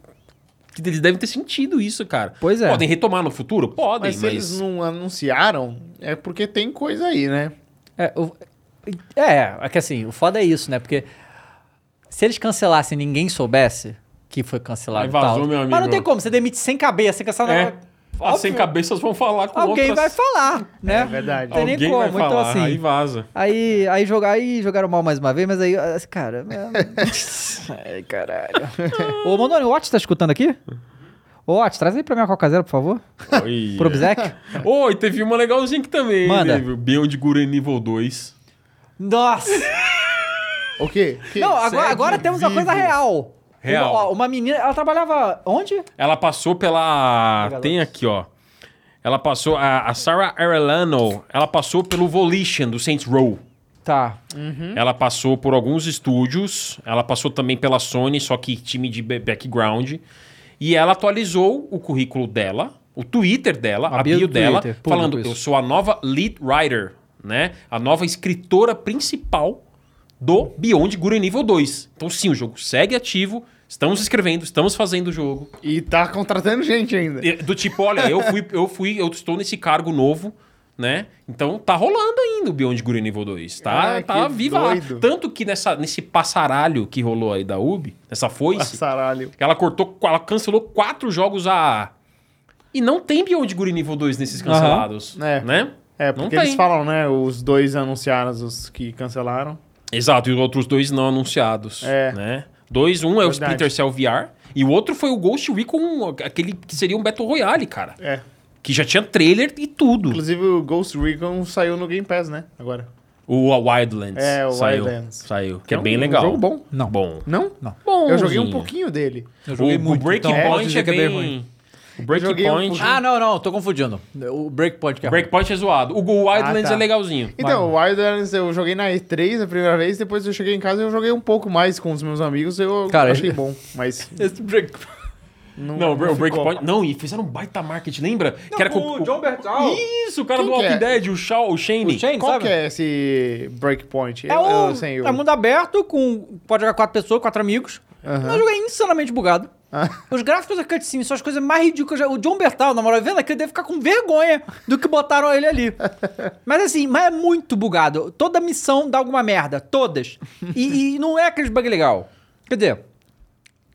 Speaker 2: que eles devem ter sentido isso, cara.
Speaker 1: Pois é.
Speaker 2: Podem retomar no futuro? Podem, mas.
Speaker 3: Mas se eles não anunciaram, é porque tem coisa aí, né?
Speaker 1: É, o- é, é que assim, o foda é isso, né? Porque se eles cancelassem e ninguém soubesse que foi cancelado
Speaker 2: Aí
Speaker 1: e
Speaker 2: vazou,
Speaker 1: tal,
Speaker 2: meu amigo.
Speaker 1: Mas não tem como, você demite sem cabeça, sem cancelar...
Speaker 2: É. As sem cabeças vão falar com
Speaker 1: Alguém
Speaker 2: outras...
Speaker 1: vai falar, né?
Speaker 3: É verdade.
Speaker 1: Não tem nem
Speaker 2: Alguém
Speaker 1: como,
Speaker 2: vai
Speaker 1: então
Speaker 2: falar,
Speaker 1: assim...
Speaker 2: Aí vaza.
Speaker 1: Aí, aí, joga, aí jogaram mal mais uma vez, mas aí, assim, cara. é- Ai, caralho. Ô, Mondoni, o Watch tá escutando aqui? Ô, Watch, traz aí pra mim a Coca Zero, por favor.
Speaker 2: Oi.
Speaker 1: Pro Obsec.
Speaker 2: Oi, teve uma legalzinha aqui também.
Speaker 1: Manda.
Speaker 2: David. Beyond Guru Nível 2.
Speaker 1: Nossa!
Speaker 3: O quê? Que
Speaker 1: Não, agora,
Speaker 3: segue
Speaker 1: agora temos uma
Speaker 3: vivo.
Speaker 1: coisa real.
Speaker 2: Real.
Speaker 1: Uma, ó, uma menina, ela trabalhava onde?
Speaker 2: Ela passou pela.
Speaker 1: Legal.
Speaker 2: Tem aqui, ó. Ela passou. A, a Sarah Arellano, ela passou pelo Volition do Saints Row.
Speaker 1: Tá.
Speaker 2: Uhum. Ela passou por alguns estúdios, ela passou também pela Sony, só que time de ba- background. E ela atualizou o currículo dela, o Twitter dela,
Speaker 1: A
Speaker 2: a,
Speaker 1: bio
Speaker 2: bio,
Speaker 1: do
Speaker 2: dela,
Speaker 1: Twitter, público
Speaker 2: falando:
Speaker 1: isso.
Speaker 2: eu sou a nova lead writer, né? A nova escritora principal do Beyond Guru Nível 2. Então, sim, o jogo segue ativo, estamos escrevendo, estamos fazendo o jogo.
Speaker 3: E tá contratando gente ainda.
Speaker 2: E- Do tipo, olha, eu fui, eu fui, eu estou nesse cargo novo, né? Então tá rolando ainda o Beyond Guru nível 2. Tá,
Speaker 3: Ah,
Speaker 2: tá
Speaker 3: que
Speaker 2: viva lá.
Speaker 3: doido.
Speaker 2: Tanto que nessa, nesse passaralho que rolou aí da UB, nessa foice,
Speaker 3: Passaralho.
Speaker 2: ela cortou, ela cancelou quatro jogos a. E não tem Beyond Guru nível 2 nesses cancelados.
Speaker 3: É.
Speaker 2: Né?
Speaker 3: É,
Speaker 2: Não
Speaker 3: porque
Speaker 2: tem.
Speaker 3: eles falam, né? Os dois anunciaram, os que cancelaram.
Speaker 2: Exato, e os outros dois não anunciados.
Speaker 3: É.
Speaker 2: Né? Dois, um é o
Speaker 3: Verdade.
Speaker 2: Splinter Cell VR. E o outro foi o Ghost Recon, aquele que seria um Battle Royale, cara.
Speaker 3: É.
Speaker 2: Que já tinha trailer e tudo.
Speaker 3: Inclusive o Ghost Recon saiu no Game Pass, né? Agora.
Speaker 2: O a Wildlands.
Speaker 3: É, o
Speaker 2: saiu,
Speaker 3: Wildlands.
Speaker 2: Saiu, que é,
Speaker 3: um-
Speaker 2: bem legal.
Speaker 3: Um jogo bom.
Speaker 1: Não.
Speaker 2: Bom.
Speaker 3: Não?
Speaker 1: Não.
Speaker 3: Eu joguei um
Speaker 2: Bonzinho.
Speaker 3: pouquinho dele.
Speaker 1: Eu
Speaker 2: O, o Breaking
Speaker 1: então posso
Speaker 2: Point
Speaker 1: dizer
Speaker 2: é
Speaker 1: que é bem
Speaker 2: bem...
Speaker 1: ruim.
Speaker 2: O
Speaker 3: Joguei
Speaker 2: Breaking
Speaker 3: um
Speaker 2: Point...
Speaker 3: pouquinho.
Speaker 1: Ah, não, não, tô confundindo. O Breakpoint que é
Speaker 2: o
Speaker 1: ruim.
Speaker 2: Breakpoint é zoado. O Go Wildlands
Speaker 3: Ah, tá.
Speaker 2: é legalzinho.
Speaker 3: Então, o Wildlands eu joguei na E3 a primeira vez, depois eu cheguei em casa e eu joguei um pouco mais com os meus amigos, eu
Speaker 1: Cara,
Speaker 3: achei
Speaker 1: eu-
Speaker 3: bom, mas
Speaker 1: Esse break...
Speaker 3: não
Speaker 2: Não, o
Speaker 3: ficou.
Speaker 2: Breakpoint... Não, e fizeram um baita marketing, lembra? que era com... o-
Speaker 1: Bertal.
Speaker 2: Isso, o cara
Speaker 3: Quem
Speaker 2: do Walking
Speaker 3: que é?
Speaker 2: Dead, o, Shaw, o Shane.
Speaker 1: O Shane,
Speaker 3: Qual
Speaker 1: sabe?
Speaker 3: que é esse Breakpoint?
Speaker 1: É,
Speaker 3: eu, assim,
Speaker 1: um,
Speaker 3: eu sei o...
Speaker 1: é mundo aberto, com pode jogar quatro pessoas, quatro amigos.
Speaker 3: Aham.
Speaker 1: Eu joguei insanamente bugado.
Speaker 3: Ah.
Speaker 1: Os gráficos da cutscene são as coisas mais ridículas. O John Bertal, na moral, vendo aquilo, deve ficar com vergonha do que botaram ele ali. mas assim, mas é muito bugado. Toda missão dá alguma merda. Todas. E, e não é aqueles bug legal. Quer dizer,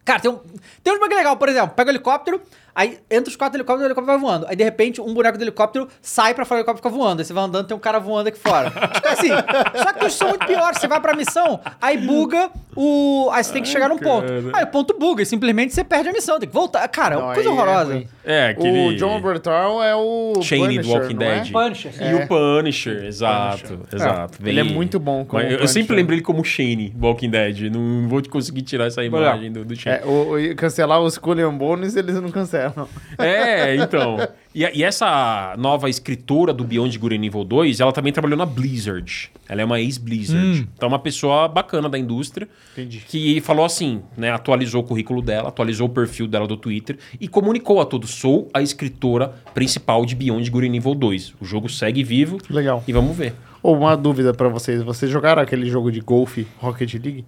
Speaker 1: Cara, tem um, tem uns bug legal, por exemplo, pega o helicóptero, aí entra os quatro helicópteros, o helicóptero vai voando. Aí, de repente, um boneco do helicóptero sai pra fora, o helicóptero fica voando. Aí você vai andando, tem um cara voando aqui fora. Tipo assim, só que os são muito piores. Você vai pra missão, aí buga o... Aí você tem que chegar num ponto. Aí o ponto buga, e simplesmente você perde a missão, tem que voltar. Cara, é
Speaker 3: Não,
Speaker 1: uma coisa
Speaker 3: aí é
Speaker 1: horrorosa.
Speaker 3: ruim.
Speaker 2: É, aquele...
Speaker 3: O John Bertal é o
Speaker 2: Shane do
Speaker 3: Punisher,
Speaker 2: Walking
Speaker 3: não é?
Speaker 2: Dead.
Speaker 1: Punisher.
Speaker 2: E o Punisher, exato. exato.
Speaker 3: Ele é muito bom como
Speaker 2: Mas eu- Eu
Speaker 3: Punisher.
Speaker 2: sempre lembro ele como Shane do Walking Dead. Não vou te conseguir tirar essa imagem do, do Shane.
Speaker 3: É, o, o- cancelar os Cullion Bones, eles não cancelam.
Speaker 2: É, então. E, a- e essa nova escritora do Beyond Good and Evil 2, ela também trabalhou na Blizzard. Ela é uma ex-Blizzard. Então, é uma pessoa bacana da indústria.
Speaker 3: Entendi.
Speaker 2: Que falou assim, né? Atualizou o currículo dela, atualizou o perfil dela do Twitter e comunicou a todos. Sou a escritora principal de Beyond Good and Evil 2. O jogo segue vivo.
Speaker 3: Legal.
Speaker 2: E vamos ver.
Speaker 3: Ou uma dúvida pra vocês. Vocês jogaram aquele jogo de golfe, Rocket League?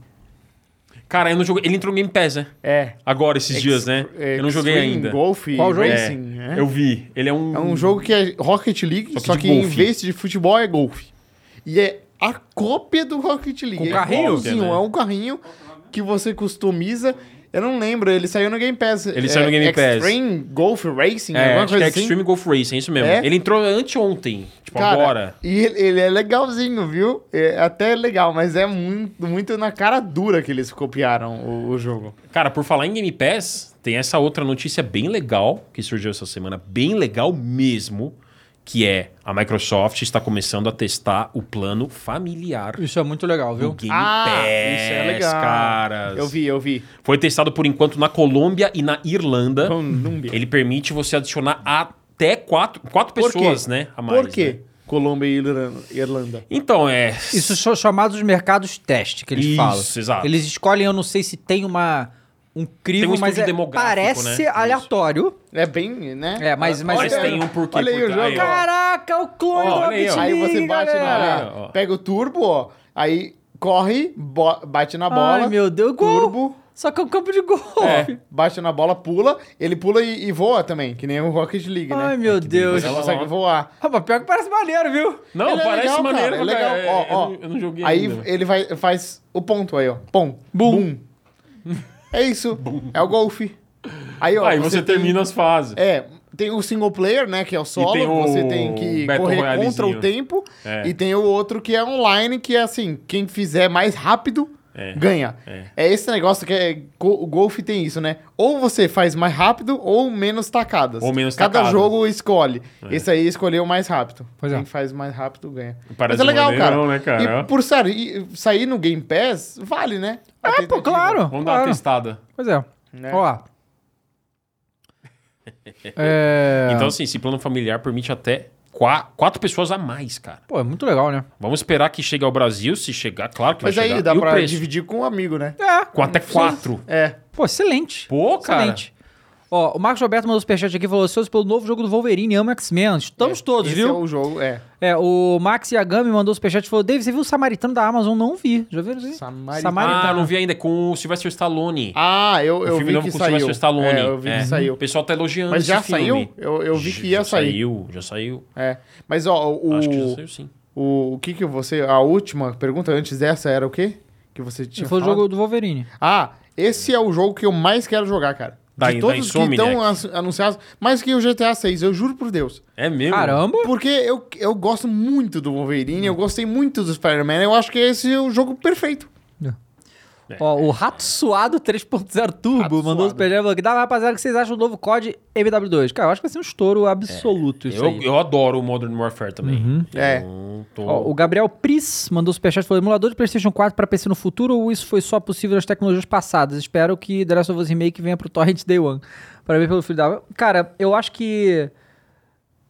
Speaker 2: Cara, eu não joguei. Ele entrou no Game Pass, né?
Speaker 3: É.
Speaker 2: Agora, esses dias, né?
Speaker 3: É,
Speaker 2: eu não joguei
Speaker 3: Extreme
Speaker 2: ainda.
Speaker 3: Golf
Speaker 1: Qual jogo?
Speaker 3: Racing,
Speaker 2: é,
Speaker 3: é.
Speaker 2: Eu vi. Ele é um.
Speaker 3: É um jogo que é Rocket League, só que,
Speaker 2: que de
Speaker 3: em
Speaker 2: golfe.
Speaker 3: vez de futebol é golfe. E é a cópia do Rocket League.
Speaker 1: Com
Speaker 3: é
Speaker 1: carrinho?
Speaker 3: igualzinho,
Speaker 2: É, né?
Speaker 3: É um carrinho que você customiza. Eu não lembro, ele saiu no Game Pass. É
Speaker 2: Ele saiu no Game Pass.
Speaker 3: Extreme Golf Racing,
Speaker 2: É,
Speaker 3: alguma
Speaker 2: acho que
Speaker 3: coisa
Speaker 2: é
Speaker 3: assim.
Speaker 2: Extreme Golf Racing, é isso mesmo.
Speaker 3: É?
Speaker 2: Ele entrou anteontem, tipo agora.
Speaker 3: E ele, ele é legalzinho, viu? É até legal, mas é muito, muito na cara dura que eles copiaram o, o jogo.
Speaker 2: Cara, por falar em Game Pass, tem essa outra notícia bem legal que surgiu essa semana, bem legal mesmo, que é a Microsoft está começando a testar o plano familiar
Speaker 1: Isso é muito legal,
Speaker 2: do
Speaker 1: viu?
Speaker 2: Game
Speaker 3: Ah,
Speaker 2: Pass,
Speaker 3: isso é legal.
Speaker 2: caras.
Speaker 3: Eu vi, eu vi.
Speaker 2: Foi testado por enquanto na Colômbia e na Irlanda.
Speaker 3: Colômbia.
Speaker 2: Ele permite você adicionar até quatro, quatro
Speaker 3: Por quê?
Speaker 2: pessoas, né? A mais,
Speaker 3: Por quê?
Speaker 2: né?
Speaker 3: Colômbia e Irlan- Irlanda.
Speaker 2: Então, é...
Speaker 1: Isso são chamados de mercados teste que eles
Speaker 2: Isso,
Speaker 1: falam.
Speaker 2: exato.
Speaker 1: Eles escolhem, eu não sei se tem uma um crivo,
Speaker 2: Tem um
Speaker 1: mas
Speaker 2: estudo
Speaker 1: é-
Speaker 2: demográfico,
Speaker 1: parece
Speaker 2: né? Isso.
Speaker 1: aleatório.
Speaker 3: É bem, né?
Speaker 1: É, mas- mas-
Speaker 2: Mas tem um porquê.
Speaker 3: Olha aí o
Speaker 2: por trás.
Speaker 3: jogo.
Speaker 2: ó.
Speaker 1: Caraca, o clone
Speaker 2: Ó,
Speaker 1: do
Speaker 2: olha aí, ó.
Speaker 1: Rocket
Speaker 3: Aí você
Speaker 1: League,
Speaker 3: bate na
Speaker 1: galera.
Speaker 2: galera, ó.
Speaker 3: Pega o turbo, ó. Aí corre, bo- bate na bola.
Speaker 1: Ai, meu Deus, gol.
Speaker 3: Turbo.
Speaker 1: Só que é um campo de gol.
Speaker 2: É.
Speaker 3: Bate na bola, pula. Ele pula e, e voa também, que nem o Rocket League,
Speaker 1: Ai,
Speaker 3: né?
Speaker 1: meu Deus.
Speaker 3: Você consegue voar.
Speaker 1: Ah, mas pior que parece maneiro, viu?
Speaker 2: Não,
Speaker 3: Ele é
Speaker 2: parece
Speaker 3: legal, cara,
Speaker 2: maneiro.
Speaker 3: é
Speaker 2: mas
Speaker 3: legal.
Speaker 2: é-
Speaker 3: Ó,
Speaker 2: eu
Speaker 3: ó.
Speaker 2: não- Eu não joguei
Speaker 3: Aí
Speaker 2: ainda.
Speaker 3: ele vai, faz o ponto aí, ó. Pom.
Speaker 1: Bum.
Speaker 3: Bum. É isso. É o golfe. Aí, ó.
Speaker 2: Aí você,
Speaker 3: tem-
Speaker 2: termina as fases.
Speaker 3: É, tem o single player, né, que é o solo,
Speaker 2: tem o
Speaker 3: você tem que
Speaker 2: Battle
Speaker 3: correr
Speaker 2: Royalezinho.
Speaker 3: contra o tempo,
Speaker 2: É.
Speaker 3: e tem o outro que é online, que é assim, quem fizer mais rápido
Speaker 2: É.
Speaker 3: ganha. É.
Speaker 2: É.
Speaker 3: esse negócio que é, go- o golfe tem isso, né? Ou você faz mais rápido ou menos tacadas.
Speaker 2: Ou menos É.
Speaker 3: Cada
Speaker 2: tacadas.
Speaker 3: jogo escolhe. Esse aí escolheu o mais rápido.
Speaker 1: Pois é.
Speaker 3: Quem faz mais rápido ganha.
Speaker 2: Parece
Speaker 3: Mas é legal, cara.
Speaker 2: maneirão, né, cara?
Speaker 3: E por sair, sair no Game Pass, vale, né? A
Speaker 1: É, pô,
Speaker 3: tentativa.
Speaker 1: claro.
Speaker 2: Vamos dar uma
Speaker 1: claro.
Speaker 2: testada.
Speaker 1: Pois é.
Speaker 3: Né?
Speaker 1: Ó. É...
Speaker 2: Então, assim, esse plano familiar permite até qua- quatro pessoas a mais, cara.
Speaker 1: Pô, é muito legal, né?
Speaker 2: Vamos esperar que chegue ao Brasil. Se chegar, claro que
Speaker 3: Mas
Speaker 2: vai
Speaker 3: aí
Speaker 2: chegar.
Speaker 3: dá
Speaker 2: E o
Speaker 3: pra
Speaker 2: preço?
Speaker 3: dividir com um amigo, né?
Speaker 1: É.
Speaker 2: Com até quatro.
Speaker 3: É.
Speaker 1: Pô, excelente.
Speaker 2: Pô, cara.
Speaker 1: Excelente. Ó, o Marcos Roberto mandou um superchat aqui e falou: ansioso pelo novo jogo do Wolverine, amo X-Men. Estamos todos,
Speaker 3: Esse
Speaker 1: viu?
Speaker 3: é o jogo, é.
Speaker 1: É, o Max Yagami mandou um superchat e falou: Dave, você viu o Samaritano da Amazon? Não vi. Já viram isso aí?
Speaker 3: Samaritano.
Speaker 2: Ah, não vi ainda. É com o Sylvester Stallone.
Speaker 3: tá. Ah, eu, eu
Speaker 2: o filme
Speaker 3: vi
Speaker 2: novo
Speaker 3: que
Speaker 2: com o
Speaker 3: saiu.
Speaker 2: Sylvester Stallone.
Speaker 3: É, eu vi
Speaker 2: É.
Speaker 3: que saiu.
Speaker 2: O pessoal tá elogiando
Speaker 3: Mas
Speaker 2: esse
Speaker 3: já
Speaker 2: filme.
Speaker 3: saiu? Eu, eu vi que ia
Speaker 2: já
Speaker 3: sair.
Speaker 2: Saiu, já saiu.
Speaker 3: É. Mas, ó, o,
Speaker 2: Acho que já saiu, sim.
Speaker 3: o, o que que você... A última pergunta antes dessa era o quê? Que você tinha
Speaker 1: Foi o
Speaker 3: falado?
Speaker 1: jogo do Wolverine.
Speaker 3: Ah, esse é o jogo que eu mais quero jogar, cara.
Speaker 2: Da-
Speaker 3: de
Speaker 2: da
Speaker 3: todos que
Speaker 2: Insomniac.
Speaker 3: estão as- anunciados, mais que o GTA 6, eu juro por Deus.
Speaker 2: É mesmo?
Speaker 1: Caramba!
Speaker 3: Porque eu, eu gosto muito do Wolverine, eu gostei muito do Spider-Man, eu acho que esse é o jogo perfeito.
Speaker 1: Ó, o Rato Suado 3.0 Turbo
Speaker 3: É. Rato
Speaker 1: mandou
Speaker 3: Suado.
Speaker 1: o superchat e falou: Dá, rapaziada, o que vocês acham do novo COD MW2? Cara, eu acho que vai ser um estouro absoluto isso
Speaker 2: Eu,
Speaker 1: aí.
Speaker 2: eu adoro o Modern Warfare também.
Speaker 3: É.
Speaker 2: Eu tô-
Speaker 1: Ó, o Gabriel Pris mandou superchat e falou: emulador de PlayStation 4 para PC no futuro ou isso foi só possível nas tecnologias passadas? Espero que The Last of Us Remake venha pro Torrent Day One. Parabéns pelo filho da. Cara, eu acho que.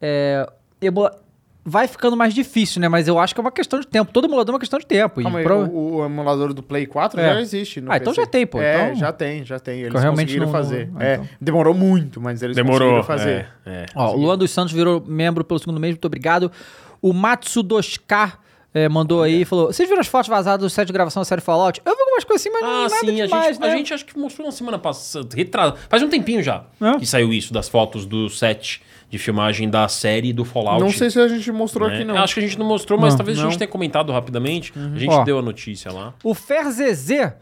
Speaker 1: É, emula- Vai ficando mais difícil, né? Mas eu acho que é uma questão de tempo. Todo emulador é uma questão de tempo. E
Speaker 3: Calma aí,
Speaker 1: prova-
Speaker 3: o, o emulador do Play 4
Speaker 1: É.
Speaker 3: já existe. No
Speaker 1: Ah, então
Speaker 3: PC.
Speaker 1: já tem, pô,
Speaker 3: É,
Speaker 1: então-
Speaker 3: já tem, já tem. Eles
Speaker 1: eu realmente
Speaker 3: conseguiram
Speaker 1: não-
Speaker 3: fazer.
Speaker 1: não-
Speaker 3: É,
Speaker 1: então.
Speaker 3: Demorou muito, mas eles
Speaker 2: Demorou.
Speaker 3: conseguiram fazer.
Speaker 2: É, é.
Speaker 1: Ó, o Luan dos Santos virou membro pelo segundo mês, muito obrigado. O Matsu 2K eh, mandou aí e falou: Vocês viram as fotos vazadas do set de gravação da série Fallout? Eu vi algumas coisas assim, mas não
Speaker 2: Ah,
Speaker 1: nada
Speaker 2: sim,
Speaker 1: demais,
Speaker 2: a, gente,
Speaker 1: né?
Speaker 2: a gente acho que mostrou na semana passada, retrasada, faz um tempinho já
Speaker 1: É.
Speaker 2: que saiu isso, das fotos do set de filmagem da série do Fallout.
Speaker 3: Não sei se a gente mostrou
Speaker 2: né?
Speaker 3: aqui, não.
Speaker 2: Acho que a gente não mostrou, mas
Speaker 1: Não. Uhum.
Speaker 2: talvez a gente tenha comentado rapidamente. A gente
Speaker 1: Ó.
Speaker 2: deu a notícia lá.
Speaker 1: O FerZZ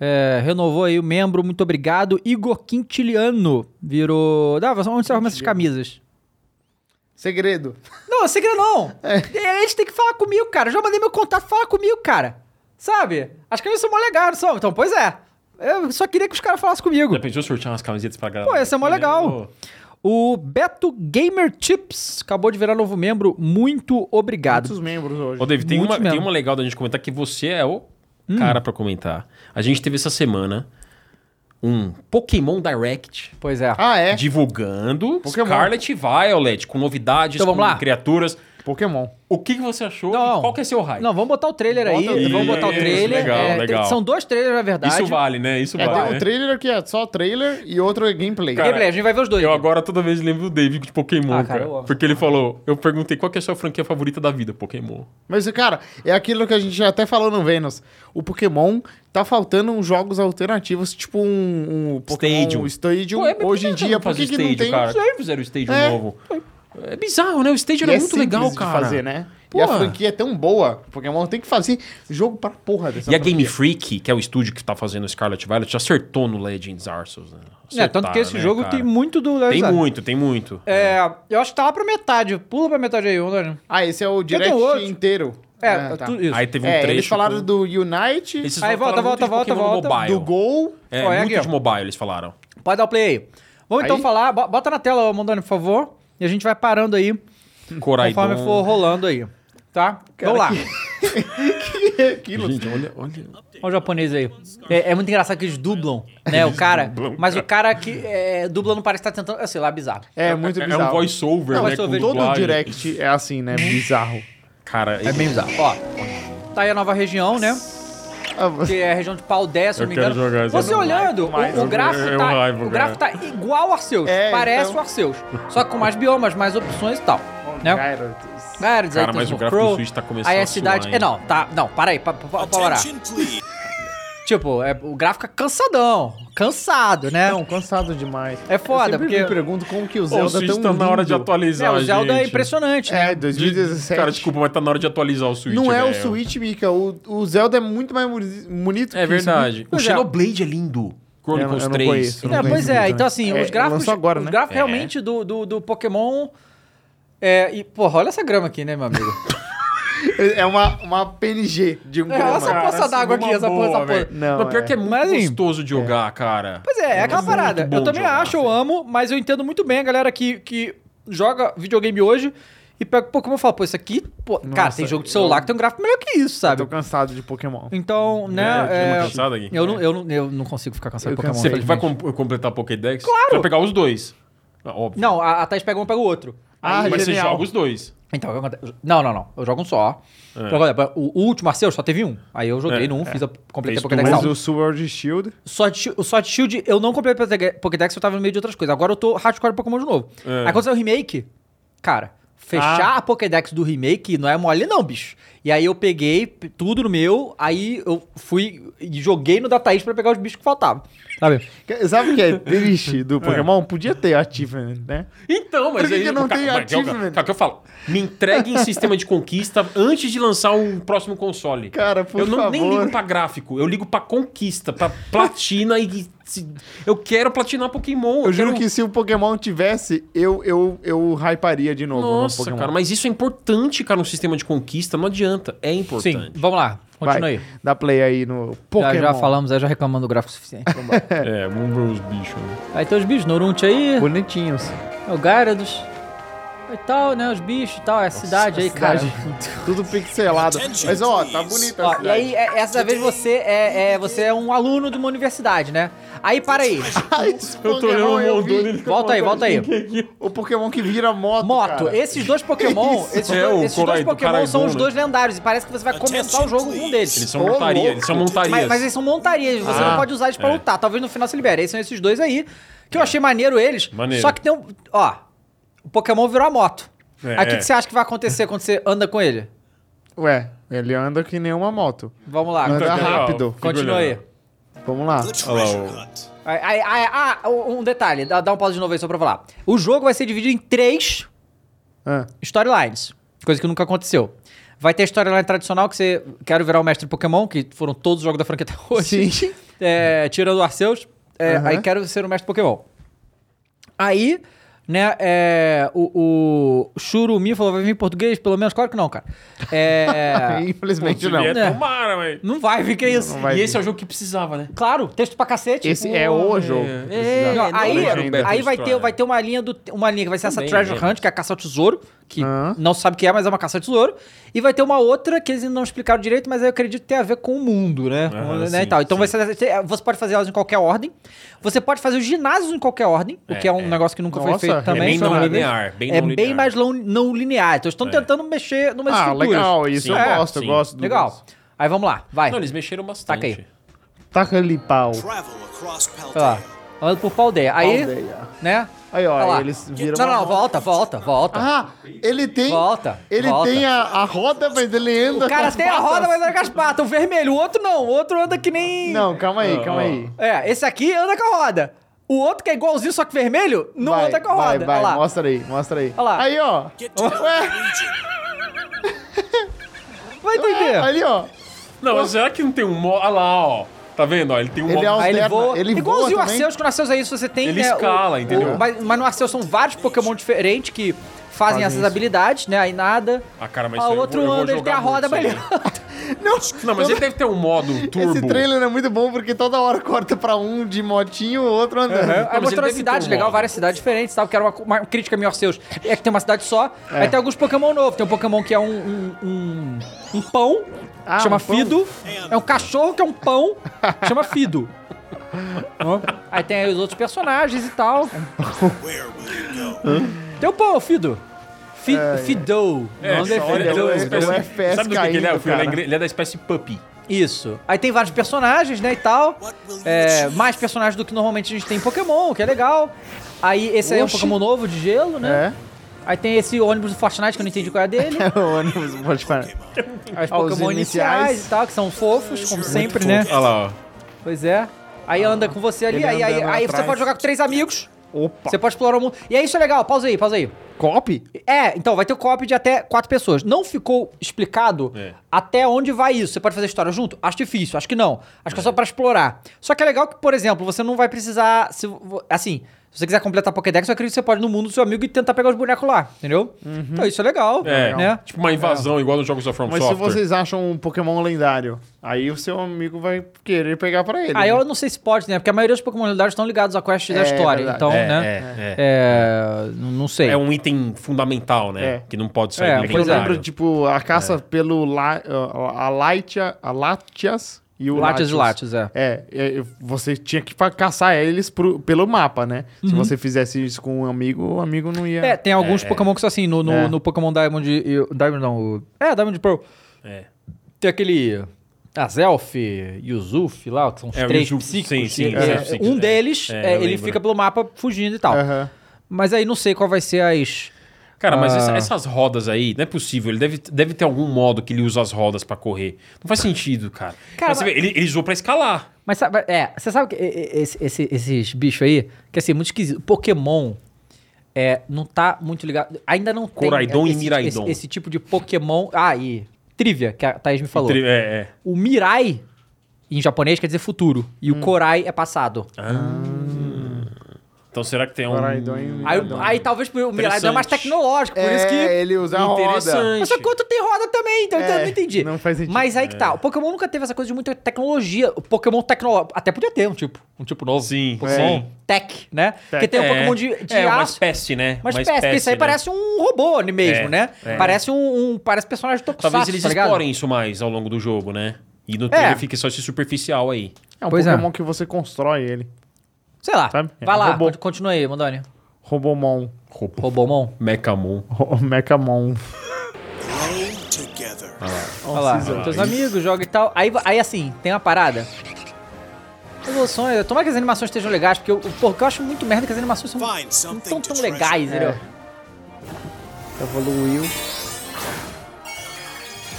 Speaker 1: é, renovou aí o membro, muito obrigado. Igor Quintiliano virou. Dava, onde você arruma essas camisas?
Speaker 3: Segredo.
Speaker 1: Não, segredo não.
Speaker 2: É.
Speaker 1: É, Eles têm que falar comigo, cara. Eu já mandei meu contato, fala comigo, cara. Sabe? As camisas são mó legais, não são? Então, pois é. Eu só queria que os caras falassem comigo.
Speaker 2: Já pensou sortear umas camisetas pra galera?
Speaker 1: Pô, essa é mó legal. O Beto Gamer Chips acabou de virar novo membro. Muito obrigado.
Speaker 3: Muitos membros hoje.
Speaker 2: Ô, David, tem
Speaker 1: Muito
Speaker 2: uma, tem
Speaker 1: mesmo.
Speaker 2: uma legal
Speaker 1: Hum.
Speaker 2: da gente comentar que você é o cara pra comentar. A gente teve essa semana um Pokémon Direct
Speaker 1: Pois é.
Speaker 3: Ah, é?
Speaker 2: divulgando
Speaker 3: Pokémon.
Speaker 2: Scarlet e Violet, com novidades,
Speaker 1: Então vamos
Speaker 2: com
Speaker 1: lá.
Speaker 2: criaturas.
Speaker 3: Pokémon.
Speaker 2: O que, que você achou
Speaker 1: Não.
Speaker 2: e qual que é seu hype?
Speaker 1: Não, vamos botar o trailer aí.
Speaker 3: Bota o
Speaker 1: Vamos
Speaker 3: trailer.
Speaker 1: botar o trailer.
Speaker 2: Legal,
Speaker 1: É, tem-
Speaker 2: legal.
Speaker 1: São dois trailers, na verdade.
Speaker 2: Isso vale, né? Isso
Speaker 3: É,
Speaker 2: vale.
Speaker 3: tem
Speaker 2: né?
Speaker 3: um trailer que é só trailer e outro é gameplay.
Speaker 2: Cara,
Speaker 1: Gameplay, a gente vai ver os dois.
Speaker 2: Eu
Speaker 1: né?
Speaker 2: agora toda vez lembro o David de Pokémon,
Speaker 1: Ah, cara,
Speaker 2: cara.
Speaker 1: eu amo.
Speaker 2: porque ele falou, eu perguntei qual que é a sua franquia favorita da vida, Pokémon.
Speaker 1: Então,
Speaker 3: Mas, cara, é aquilo que a gente já até falou no Vênus. O Pokémon tá faltando uns jogos alternativos, tipo um, um Pokémon
Speaker 2: Stadium.
Speaker 3: Stadium.
Speaker 2: Pô, é, mas
Speaker 3: Hoje em
Speaker 2: por que
Speaker 3: dia,
Speaker 2: não
Speaker 3: por
Speaker 2: faz
Speaker 3: que,
Speaker 2: o
Speaker 3: que não
Speaker 2: Stage,
Speaker 3: tem?
Speaker 2: Cara? Já fizeram o Stage
Speaker 3: É.
Speaker 2: novo. É bizarro, né? O Stage
Speaker 3: E
Speaker 2: era muito
Speaker 3: simples
Speaker 2: legal,
Speaker 3: de
Speaker 2: cara.
Speaker 3: fazer, né? E
Speaker 2: Pô.
Speaker 3: a franquia é tão boa, Pokémon tem que fazer jogo pra porra dessa
Speaker 2: E a
Speaker 3: franquia.
Speaker 2: Game Freak, que é o estúdio que tá fazendo Scarlet Violet, já acertou no Legends Arceus, né?
Speaker 1: É, tanto que
Speaker 2: Acertaram,
Speaker 1: esse
Speaker 2: né,
Speaker 1: jogo
Speaker 2: cara?
Speaker 1: tem muito do Left
Speaker 2: Tem
Speaker 1: Side.
Speaker 2: muito, né? tem muito.
Speaker 1: É, eu acho que tá lá pra metade. Pula pra metade aí, Antônio.
Speaker 3: Ah, esse é o direct
Speaker 1: tenho outro.
Speaker 3: inteiro.
Speaker 1: É,
Speaker 3: Ah, tá.
Speaker 1: tudo isso.
Speaker 2: Aí teve um
Speaker 3: É,
Speaker 2: trecho.
Speaker 3: eles falaram
Speaker 2: com-
Speaker 3: do Unite,
Speaker 2: Esses
Speaker 1: Aí volta,
Speaker 2: falaram muito
Speaker 1: volta,
Speaker 2: de
Speaker 1: volta,
Speaker 2: Pokémon
Speaker 1: volta.
Speaker 2: Mobile.
Speaker 3: do Gol.
Speaker 2: É,
Speaker 1: Qual é,
Speaker 2: muito
Speaker 1: Guilherme?
Speaker 2: de mobile, eles falaram.
Speaker 1: Pode dar o play aí. Vamos então
Speaker 3: Aí?
Speaker 1: falar. bo- Bota na tela, Mondoni, por favor. E a gente vai parando aí, conforme
Speaker 2: Coraidon.
Speaker 1: for rolando aí. Tá? Vamos lá.
Speaker 3: Aquilo.
Speaker 2: É, Gente, olha, olha.
Speaker 1: Olha o japonês aí. É, é muito engraçado que eles dublam, né? O cara. Mas o cara que é, dubla não parece que tá tentando. Eu sei lá, bizarro.
Speaker 3: É muito
Speaker 2: É
Speaker 3: bizarro.
Speaker 2: um voice-over,
Speaker 1: Não,
Speaker 2: né?
Speaker 1: voice-over.
Speaker 2: com
Speaker 3: Todo
Speaker 2: dublagem.
Speaker 3: direct é assim, né? Bizarro.
Speaker 2: Cara,
Speaker 1: É bem bizarro. Ó. Tá aí a nova região, né?
Speaker 3: Ah, você-
Speaker 1: Que é a região de pau 10, se eu
Speaker 2: Eu
Speaker 1: não me
Speaker 2: quero
Speaker 1: engano.
Speaker 2: jogar essa
Speaker 1: Você
Speaker 2: não.
Speaker 1: olhando, o, o gráfico
Speaker 2: eu
Speaker 1: tá,
Speaker 2: raivo,
Speaker 1: o gráfico tá igual ao Arceus.
Speaker 3: É,
Speaker 1: parece
Speaker 3: então.
Speaker 1: o Arceus. Só que com mais biomas, mais opções e tal. Né?
Speaker 3: Gyarados.
Speaker 1: Cara,
Speaker 2: Cara, mas o gráfico do Switch tá começando
Speaker 1: Aí a
Speaker 2: a
Speaker 1: cidade.
Speaker 2: suar, hein?
Speaker 1: é, não, tá. Não, para aí, pa, pa, pa, parar. Tipo, é, o gráfico é cansadão. Cansado, né?
Speaker 3: Não, cansado demais.
Speaker 1: É foda,
Speaker 3: eu sempre
Speaker 1: porque-
Speaker 3: me pergunto como que o
Speaker 2: Ô, O
Speaker 3: Zelda é
Speaker 2: Switch
Speaker 3: tão
Speaker 2: tá na hora de
Speaker 3: lindo.
Speaker 1: É,
Speaker 2: atualizar,
Speaker 1: o Zelda é
Speaker 2: gente.
Speaker 1: impressionante, né?
Speaker 3: É,
Speaker 2: De-
Speaker 3: 2017.
Speaker 2: Cara, desculpa, mas tá na hora de atualizar o Switch.
Speaker 3: Não é o
Speaker 2: velho.
Speaker 3: Switch, Mika. O, o Zelda é muito mais boni- bonito
Speaker 2: É
Speaker 3: que o
Speaker 2: verdade. O
Speaker 1: Pois é.
Speaker 2: Xenoblade é lindo. Chronicles
Speaker 3: Eu não- eu não
Speaker 2: 3.
Speaker 3: conheço, eu não
Speaker 1: É, pois
Speaker 3: conheço
Speaker 1: é,
Speaker 3: muito,
Speaker 1: então
Speaker 3: né?
Speaker 1: assim,
Speaker 3: É,
Speaker 1: os gráficos,
Speaker 3: lançou agora,
Speaker 1: os
Speaker 3: né?
Speaker 1: gráficos
Speaker 2: É.
Speaker 1: realmente do, do, do Pokémon... É, e, porra, olha essa grama aqui, né, meu amigo?
Speaker 3: Switch. É uma, uma PNG de um
Speaker 1: É, olha essa
Speaker 3: grama.
Speaker 1: poça d'água aqui,
Speaker 2: uma
Speaker 1: essa porra,
Speaker 2: boa,
Speaker 1: essa porra.
Speaker 2: velho.
Speaker 3: Não,
Speaker 2: mas pior
Speaker 3: é.
Speaker 2: que é muito
Speaker 1: Mas, assim,
Speaker 2: gostoso de jogar, cara.
Speaker 1: Pois é, é aquela
Speaker 2: muito
Speaker 1: parada.
Speaker 2: bom
Speaker 1: Eu também
Speaker 2: jogar,
Speaker 1: acho, eu amo, mas eu entendo muito bem a galera que, que joga videogame hoje e pega o Pokémon e fala, pô, isso aqui... pô, cara, tem jogo de celular que tem um gráfico melhor que isso,
Speaker 3: Tô
Speaker 1: sabe?
Speaker 3: cansado de Pokémon.
Speaker 1: Então, né...
Speaker 2: Deu uma
Speaker 1: é,
Speaker 2: cansada aqui.
Speaker 1: eu, não, eu, não, eu não consigo ficar cansado de
Speaker 3: Eu
Speaker 1: Pokémon.
Speaker 2: Você
Speaker 3: cansei.
Speaker 2: vai
Speaker 1: infelizmente.
Speaker 2: com- completar a Pokédex? Claro. Você vai pegar os dois. Ah, Óbvio.
Speaker 1: Não, a, a Thaís pega um e pega o outro.
Speaker 3: Ah,
Speaker 2: mas você
Speaker 3: genial.
Speaker 2: joga os dois.
Speaker 1: Então, o que acontece? Não, não, não. Eu jogo um só.
Speaker 3: É.
Speaker 1: Jogo- O, o último Arceus só teve um. Aí eu joguei num, fiz a, completei a
Speaker 2: Fez
Speaker 1: Pokédex.
Speaker 2: tudo.
Speaker 3: Mas
Speaker 1: Não,
Speaker 3: o Sword Shield...
Speaker 1: Sword Shi- o Sword Shield, eu não comprei o Pokédex, eu tava no meio de outras coisas. Agora eu tô hardcore Pokémon de novo. Aí quando saiu o remake, cara, fechar a Pokédex do remake não é mole não, bicho. E aí eu peguei p- tudo no meu, aí eu fui e joguei no da Thaís pra pegar os bichos que faltavam. Sabe?
Speaker 3: Que- Sabe o que é triste do Pokémon? Podia ter achievement, né?
Speaker 2: Então, mas
Speaker 3: Por que
Speaker 2: aí...
Speaker 3: que não tem
Speaker 2: mas é o-
Speaker 3: achievement?
Speaker 2: Cara, o que eu falo? Me entregue em sistema de conquista antes de lançar um próximo console.
Speaker 3: Cara, por
Speaker 2: Eu não, nem
Speaker 3: favor.
Speaker 2: ligo pra gráfico. Eu ligo pra conquista, pra platina e... se- Eu quero platinar Pokémon.
Speaker 3: Eu juro
Speaker 2: quero-
Speaker 3: que se o Pokémon tivesse, eu, eu, eu hyparia de novo no
Speaker 2: Nossa,
Speaker 3: Pokémon.
Speaker 2: cara, mas isso é importante, cara, no sistema de conquista. Não adianta. É importante.
Speaker 1: Sim, vamos lá. Continua
Speaker 3: Vai,
Speaker 1: aí.
Speaker 3: dá play aí no Pokémon.
Speaker 1: Já, já falamos, aí já reclamando do gráfico o suficiente. Vamos lá.
Speaker 2: É, vamos ver os bichos. né?
Speaker 1: aí tem os bichos, Norunte aí.
Speaker 3: Bonitinhos.
Speaker 1: É o Gyarados. E tal, né? Os bichos e tal. É a cidade aí, cara.
Speaker 3: Tudo pixelado. Mas ó, tá bonita a
Speaker 1: Ó, e
Speaker 3: cidade.
Speaker 1: aí, é- essa vez você é, é- você é um aluno de uma universidade, né? Aí, para aí.
Speaker 3: Ah, esse Pokémon eu vi.
Speaker 1: Volta aí, volta aí.
Speaker 3: O Pokémon que vira moto,
Speaker 1: Moto,
Speaker 3: cara.
Speaker 1: esses dois Pokémon,
Speaker 3: Isso.
Speaker 1: esses,
Speaker 2: É,
Speaker 1: dois,
Speaker 2: o
Speaker 1: esses dois
Speaker 2: Corai- do
Speaker 1: Pokémon são os
Speaker 2: Coraidon,
Speaker 1: dois lendários e parece que você vai começar o jogo com um deles.
Speaker 2: Eles são
Speaker 3: Ô,
Speaker 2: montarias,
Speaker 3: louco.
Speaker 2: eles são montarias.
Speaker 1: Mas, mas eles são montarias, você
Speaker 3: Ah,
Speaker 1: não pode usar eles
Speaker 2: É.
Speaker 1: pra lutar. Talvez no final se libere. Aí são esses dois aí, que eu achei maneiro eles.
Speaker 2: Maneiro.
Speaker 1: Só que tem um... Ó, o Pokémon virou a moto.
Speaker 2: É,
Speaker 1: aí o que
Speaker 2: é.
Speaker 1: que você acha que vai acontecer quando você anda com ele?
Speaker 3: Ué, ele anda que nem uma moto.
Speaker 1: Vamos lá,
Speaker 3: Anda
Speaker 2: Então,
Speaker 3: tá rápido.
Speaker 2: legal.
Speaker 1: continua aí.
Speaker 3: Vamos lá.
Speaker 1: Ai, ai, ai, ah, um detalhe, dá, dá um pause de novo aí só pra falar. O jogo vai ser dividido em três
Speaker 3: Ah,
Speaker 1: storylines, coisa que nunca aconteceu. Vai ter a storyline tradicional, que você quero virar o mestre Pokémon, que foram todos os jogos da franquia até hoje.
Speaker 3: Sim.
Speaker 1: É, tirando o Arceus, é,
Speaker 3: Aham.
Speaker 1: aí quero ser o mestre Pokémon. Aí né? É, o, o Churumi falou, vai vir em português? Pelo menos, claro que não, cara. É,
Speaker 3: Infelizmente
Speaker 4: Se
Speaker 3: não.
Speaker 4: vier,
Speaker 1: É.
Speaker 4: tomara, mas...
Speaker 1: não vai vir, que é isso.
Speaker 3: vai
Speaker 4: E
Speaker 3: vir.
Speaker 4: esse é o jogo que precisava, né?
Speaker 1: Claro, texto pra cacete.
Speaker 3: Esse é o jogo. que
Speaker 4: É,
Speaker 3: precisava.
Speaker 1: Não,
Speaker 4: não
Speaker 1: Tipo, aí
Speaker 4: era o Beto
Speaker 1: aí vai,
Speaker 4: Destroyer.
Speaker 1: ter, vai ter uma linha do uma linha que vai ser essa
Speaker 4: Também,
Speaker 1: Treasure
Speaker 4: né?
Speaker 1: Hunt, que é a caça ao tesouro, que
Speaker 3: Ah.
Speaker 1: não se sabe o que é, mas é uma caça ao tesouro. E vai ter uma outra que eles ainda não explicaram direito, mas eu acredito que tem a ver com o mundo, né?
Speaker 4: Ah,
Speaker 1: Com- né,
Speaker 4: sim,
Speaker 1: e tal. Então
Speaker 4: sim.
Speaker 1: você, você pode fazer elas em qualquer ordem. Você pode fazer os ginásios em qualquer ordem, o
Speaker 4: É,
Speaker 1: que é um
Speaker 4: é.
Speaker 1: negócio que nunca
Speaker 3: Nossa,
Speaker 1: foi feito
Speaker 3: é
Speaker 1: também.
Speaker 4: bem
Speaker 1: só
Speaker 4: não
Speaker 1: uma vez.
Speaker 4: linear, bem
Speaker 1: é
Speaker 4: não
Speaker 1: bem
Speaker 4: linear.
Speaker 1: mais lon- não linear. Então estão
Speaker 4: É.
Speaker 1: tentando mexer numas
Speaker 3: Ah,
Speaker 1: estruturas.
Speaker 3: legal, isso eu
Speaker 1: É,
Speaker 3: gosto, eu
Speaker 4: sim.
Speaker 3: gosto. do-
Speaker 1: Legal. Aí vamos lá,
Speaker 3: É.
Speaker 1: vai.
Speaker 4: Não, eles mexeram bastante.
Speaker 1: Taca aí.
Speaker 3: Taca ali pau.
Speaker 5: Travel across
Speaker 1: Olha lá.
Speaker 5: Paldea.
Speaker 1: Andando por Paldeia. Aí,
Speaker 3: Aldeia.
Speaker 1: né?
Speaker 3: Aí, ó,
Speaker 1: Olha lá.
Speaker 3: eles viram.
Speaker 1: Não,
Speaker 3: uma
Speaker 1: não,
Speaker 3: roda.
Speaker 1: volta, volta, volta.
Speaker 3: Ah, ele tem.
Speaker 1: Volta,
Speaker 3: Ele
Speaker 1: volta.
Speaker 3: tem a, a roda, mas ele anda.
Speaker 1: O cara
Speaker 3: com as
Speaker 1: tem a
Speaker 3: patas.
Speaker 1: roda, mas anda com as patas. O vermelho, o outro não. O outro anda que nem.
Speaker 3: Não, calma aí, calma aí.
Speaker 1: É, esse aqui anda com a roda. O outro que é igualzinho, só que vermelho, não
Speaker 3: Vai,
Speaker 1: anda com a roda.
Speaker 3: Vai, vai,
Speaker 1: Olha lá.
Speaker 3: mostra aí, mostra aí.
Speaker 1: Olha lá.
Speaker 3: Aí, ó.
Speaker 5: Get to the region.
Speaker 1: Vai entender.
Speaker 3: Ali, ó.
Speaker 4: Não, mas será que não tem um... mo- Olha lá, ó. Tá vendo? ó? Ele tem um...
Speaker 3: Ele é
Speaker 4: mo-
Speaker 3: um-
Speaker 1: Aí ele
Speaker 3: alterna,
Speaker 1: voa.
Speaker 3: ele
Speaker 1: Igualzinho
Speaker 3: voa
Speaker 1: o
Speaker 3: também?
Speaker 1: Arceus, que no Arceus é isso, você tem.
Speaker 4: Ele
Speaker 1: né, o-
Speaker 4: escala,
Speaker 1: o-
Speaker 4: entendeu?
Speaker 1: mas, mas no Arceus são vários Pokémon difer- diferentes que fazem
Speaker 3: Fazem
Speaker 1: essas
Speaker 3: isso.
Speaker 1: habilidades, né? Aí nada.
Speaker 4: Ah, cara, mas
Speaker 1: Ah,
Speaker 4: isso aí eu
Speaker 1: outro
Speaker 4: vou- eu vou
Speaker 1: anda, ele
Speaker 4: jogar
Speaker 1: tem a
Speaker 4: muito
Speaker 1: roda,
Speaker 4: isso
Speaker 1: mas
Speaker 4: aí.
Speaker 1: ele.
Speaker 4: Não, mas ele deve ter um modo turbo.
Speaker 3: Esse trailer é muito bom porque toda hora corta pra um de motinho, o outro andando.
Speaker 1: Aí
Speaker 4: mas ele
Speaker 1: mostrou
Speaker 4: deve
Speaker 1: cidades
Speaker 4: ter um
Speaker 1: legal,
Speaker 4: modo.
Speaker 1: várias cidades diferentes, sabe? Que era uma, uma crítica minha aos seus. É que tem uma cidade só. Aí tem alguns Pokémon novos. Tem um Pokémon que é um. um, um, um pão,
Speaker 3: Ah,
Speaker 1: chama
Speaker 3: um pão?
Speaker 1: Fido. É um cachorro que é um pão, chama Fido. Ó. aí tem aí os outros personagens e tal.
Speaker 5: Where will you go?
Speaker 1: Tem o pão, Fido. Fi, Fido. O
Speaker 4: É,
Speaker 1: nome dele
Speaker 4: só olha,
Speaker 1: Fido.
Speaker 4: é uma
Speaker 3: é um
Speaker 4: espécie-
Speaker 3: FPS
Speaker 4: Sabe do que que ele é?
Speaker 3: caindo,
Speaker 4: o filho? Ele é
Speaker 3: cara.
Speaker 4: ingre- Ele é da espécie puppy.
Speaker 1: Isso. Aí tem vários personagens, né, e tal. É, mais personagens do que normalmente a gente tem em Pokémon, que é legal. Aí esse aí é um
Speaker 3: Oxi.
Speaker 1: Pokémon novo de gelo, né?
Speaker 3: É.
Speaker 1: Aí tem esse ônibus do Fortnite que eu não entendi qual é a dele.
Speaker 3: O ônibus pode parar.
Speaker 1: Aí os
Speaker 3: Ah, os
Speaker 1: Pokémon iniciais.
Speaker 3: iniciais
Speaker 1: e tal, que são fofos, como sempre, né?
Speaker 4: Tipo, Olha lá, ó.
Speaker 1: Pois é. Aí anda com você ali,
Speaker 3: Ele
Speaker 1: aí, aí,
Speaker 3: andando
Speaker 1: aí
Speaker 3: atrás.
Speaker 1: você pode jogar com três amigos.
Speaker 3: Opa.
Speaker 1: Você pode explorar o mundo. E é isso é legal, pausa aí, pausa aí.
Speaker 3: Copy?
Speaker 1: É, então vai ter o co de até quatro pessoas. Não ficou explicado
Speaker 4: É.
Speaker 1: até onde vai isso. Você pode fazer história junto? Acho difícil, acho que não. Acho que é só pra explorar. Só que é legal que, por exemplo, você não vai precisar. se vo- assim, se você quiser completar a Pokédex, eu acredito que você pode ir no mundo do seu amigo e tentar pegar os bonecos lá, entendeu?
Speaker 3: Uhum.
Speaker 1: Então isso é legal.
Speaker 4: É,
Speaker 1: né?
Speaker 4: tipo uma invasão, igual nos jogos da From
Speaker 3: Um Mas se
Speaker 4: Software.
Speaker 3: vocês acham um Pokémon lendário, aí o seu amigo vai querer pegar pra ele.
Speaker 1: Aí
Speaker 3: né?
Speaker 1: Ah, eu não sei se pode, né? Porque a maioria dos Pokémon lendários estão ligados à quest da
Speaker 3: É,
Speaker 1: história.
Speaker 3: verdade.
Speaker 1: Então,
Speaker 4: É,
Speaker 1: né?
Speaker 4: é, é.
Speaker 1: É, n- Não sei.
Speaker 4: É um item fundamental, né?
Speaker 3: É.
Speaker 4: Que não pode sair
Speaker 1: É,
Speaker 4: do
Speaker 1: pois
Speaker 3: Eu
Speaker 1: lendário.
Speaker 3: lembro, tipo, a caça pelo La, a Laitia, a Latias e o
Speaker 1: Latias e
Speaker 3: Latios.
Speaker 1: Latias, é.
Speaker 3: É, é, você tinha que fa- caçar eles pro- pelo mapa, né? Se você fizesse isso com um amigo, o amigo não ia.
Speaker 1: Uhum. É, tem alguns Pokémon que são assim, no, no,
Speaker 3: É.
Speaker 1: no Pokémon Diamond e. e- Diamond não. o- É, Diamond Pearl.
Speaker 4: É.
Speaker 1: Tem aquele. Azelf e o Zuf lá, que são os
Speaker 4: É, o
Speaker 1: três
Speaker 4: Yuzuf,
Speaker 1: psíquicos.
Speaker 4: sim, sim,
Speaker 1: e-
Speaker 4: os
Speaker 1: é,
Speaker 4: Zelf psíquicos,
Speaker 1: um
Speaker 4: é.
Speaker 1: deles,
Speaker 4: É,
Speaker 1: é,
Speaker 4: eu
Speaker 1: ele
Speaker 4: lembro.
Speaker 1: fica pelo mapa fugindo e tal.
Speaker 3: Aham.
Speaker 1: Mas aí não sei qual vai ser as.
Speaker 4: Cara, mas
Speaker 1: Ah.
Speaker 4: essa- essas rodas aí, não é possível. Ele deve, deve ter algum modo que ele usa as rodas pra correr. Não faz sentido, cara.
Speaker 1: Cara,
Speaker 4: Mas você
Speaker 1: mas-
Speaker 4: vê, ele, ele usou pra escalar.
Speaker 1: Mas sabe, é, você sabe que e- e- esse- esse- esses bichos aí, que assim, muito esquisito. Pokémon é, não tá muito ligado. Ainda não tem.
Speaker 4: Coraidon
Speaker 1: é,
Speaker 4: e
Speaker 1: esse,
Speaker 4: Miraidon.
Speaker 1: Esse, esse tipo de Pokémon. Ah, e Trivia, que a Thaís me falou.
Speaker 4: Entre- É, é.
Speaker 1: O Mirai, em japonês, quer dizer futuro. E
Speaker 3: Hum.
Speaker 1: o Korai é passado.
Speaker 4: Ah, Então será que tem um.
Speaker 3: Coraidon e
Speaker 1: Aí,
Speaker 3: Miradon.
Speaker 1: aí talvez o Miraidon é mais
Speaker 4: Interessante.
Speaker 1: tecnológico, por
Speaker 3: É,
Speaker 1: isso que.
Speaker 3: ele usa a roda.
Speaker 4: Interessante.
Speaker 1: Mas só que o outro tem roda também, então eu
Speaker 3: É,
Speaker 1: não entendi.
Speaker 3: não faz sentido.
Speaker 1: Mas aí que tá. O Pokémon nunca teve essa coisa de muita tecnologia. O Pokémon tecnológico. Até podia ter um tipo. Um tipo novo.
Speaker 4: Sim,
Speaker 1: Pokémon
Speaker 4: sim.
Speaker 1: tech, né? Porque tem um
Speaker 4: É.
Speaker 1: Pokémon de, de
Speaker 4: é, uma
Speaker 1: aço.
Speaker 4: espécie, né?
Speaker 1: Mas parece, porque isso aí
Speaker 4: né?
Speaker 1: parece um robô ali mesmo,
Speaker 4: É,
Speaker 1: né?
Speaker 4: é.
Speaker 1: Parece um, um- Parece personagem do Tokusatsu,
Speaker 4: Talvez eles
Speaker 1: tá ligado? É.
Speaker 4: explorem isso mais ao longo do jogo, né? E no trailer fique só esse superficial aí.
Speaker 3: É um
Speaker 1: Pois é.
Speaker 3: Pokémon que você constrói ele.
Speaker 1: Sei lá.
Speaker 3: Sabe? É
Speaker 1: Vai
Speaker 3: um
Speaker 1: lá,
Speaker 3: robô.
Speaker 1: con- continua aí, Mandoni.
Speaker 3: Robomon.
Speaker 4: Robô.
Speaker 1: Robomon.
Speaker 4: Mecamon.
Speaker 3: Ro- Mecamon.
Speaker 5: Grow together.
Speaker 1: Olha lá, teus amigos, joga e tal. Aí, aí assim, tem uma parada. Evoluções, tomara que as animações estejam legais, porque eu, porque eu acho muito merda é que as animações são
Speaker 5: Find
Speaker 1: não tão,
Speaker 5: something to
Speaker 1: tão
Speaker 5: treasure.
Speaker 1: legais, entendeu?
Speaker 4: É.
Speaker 3: Evoluiu.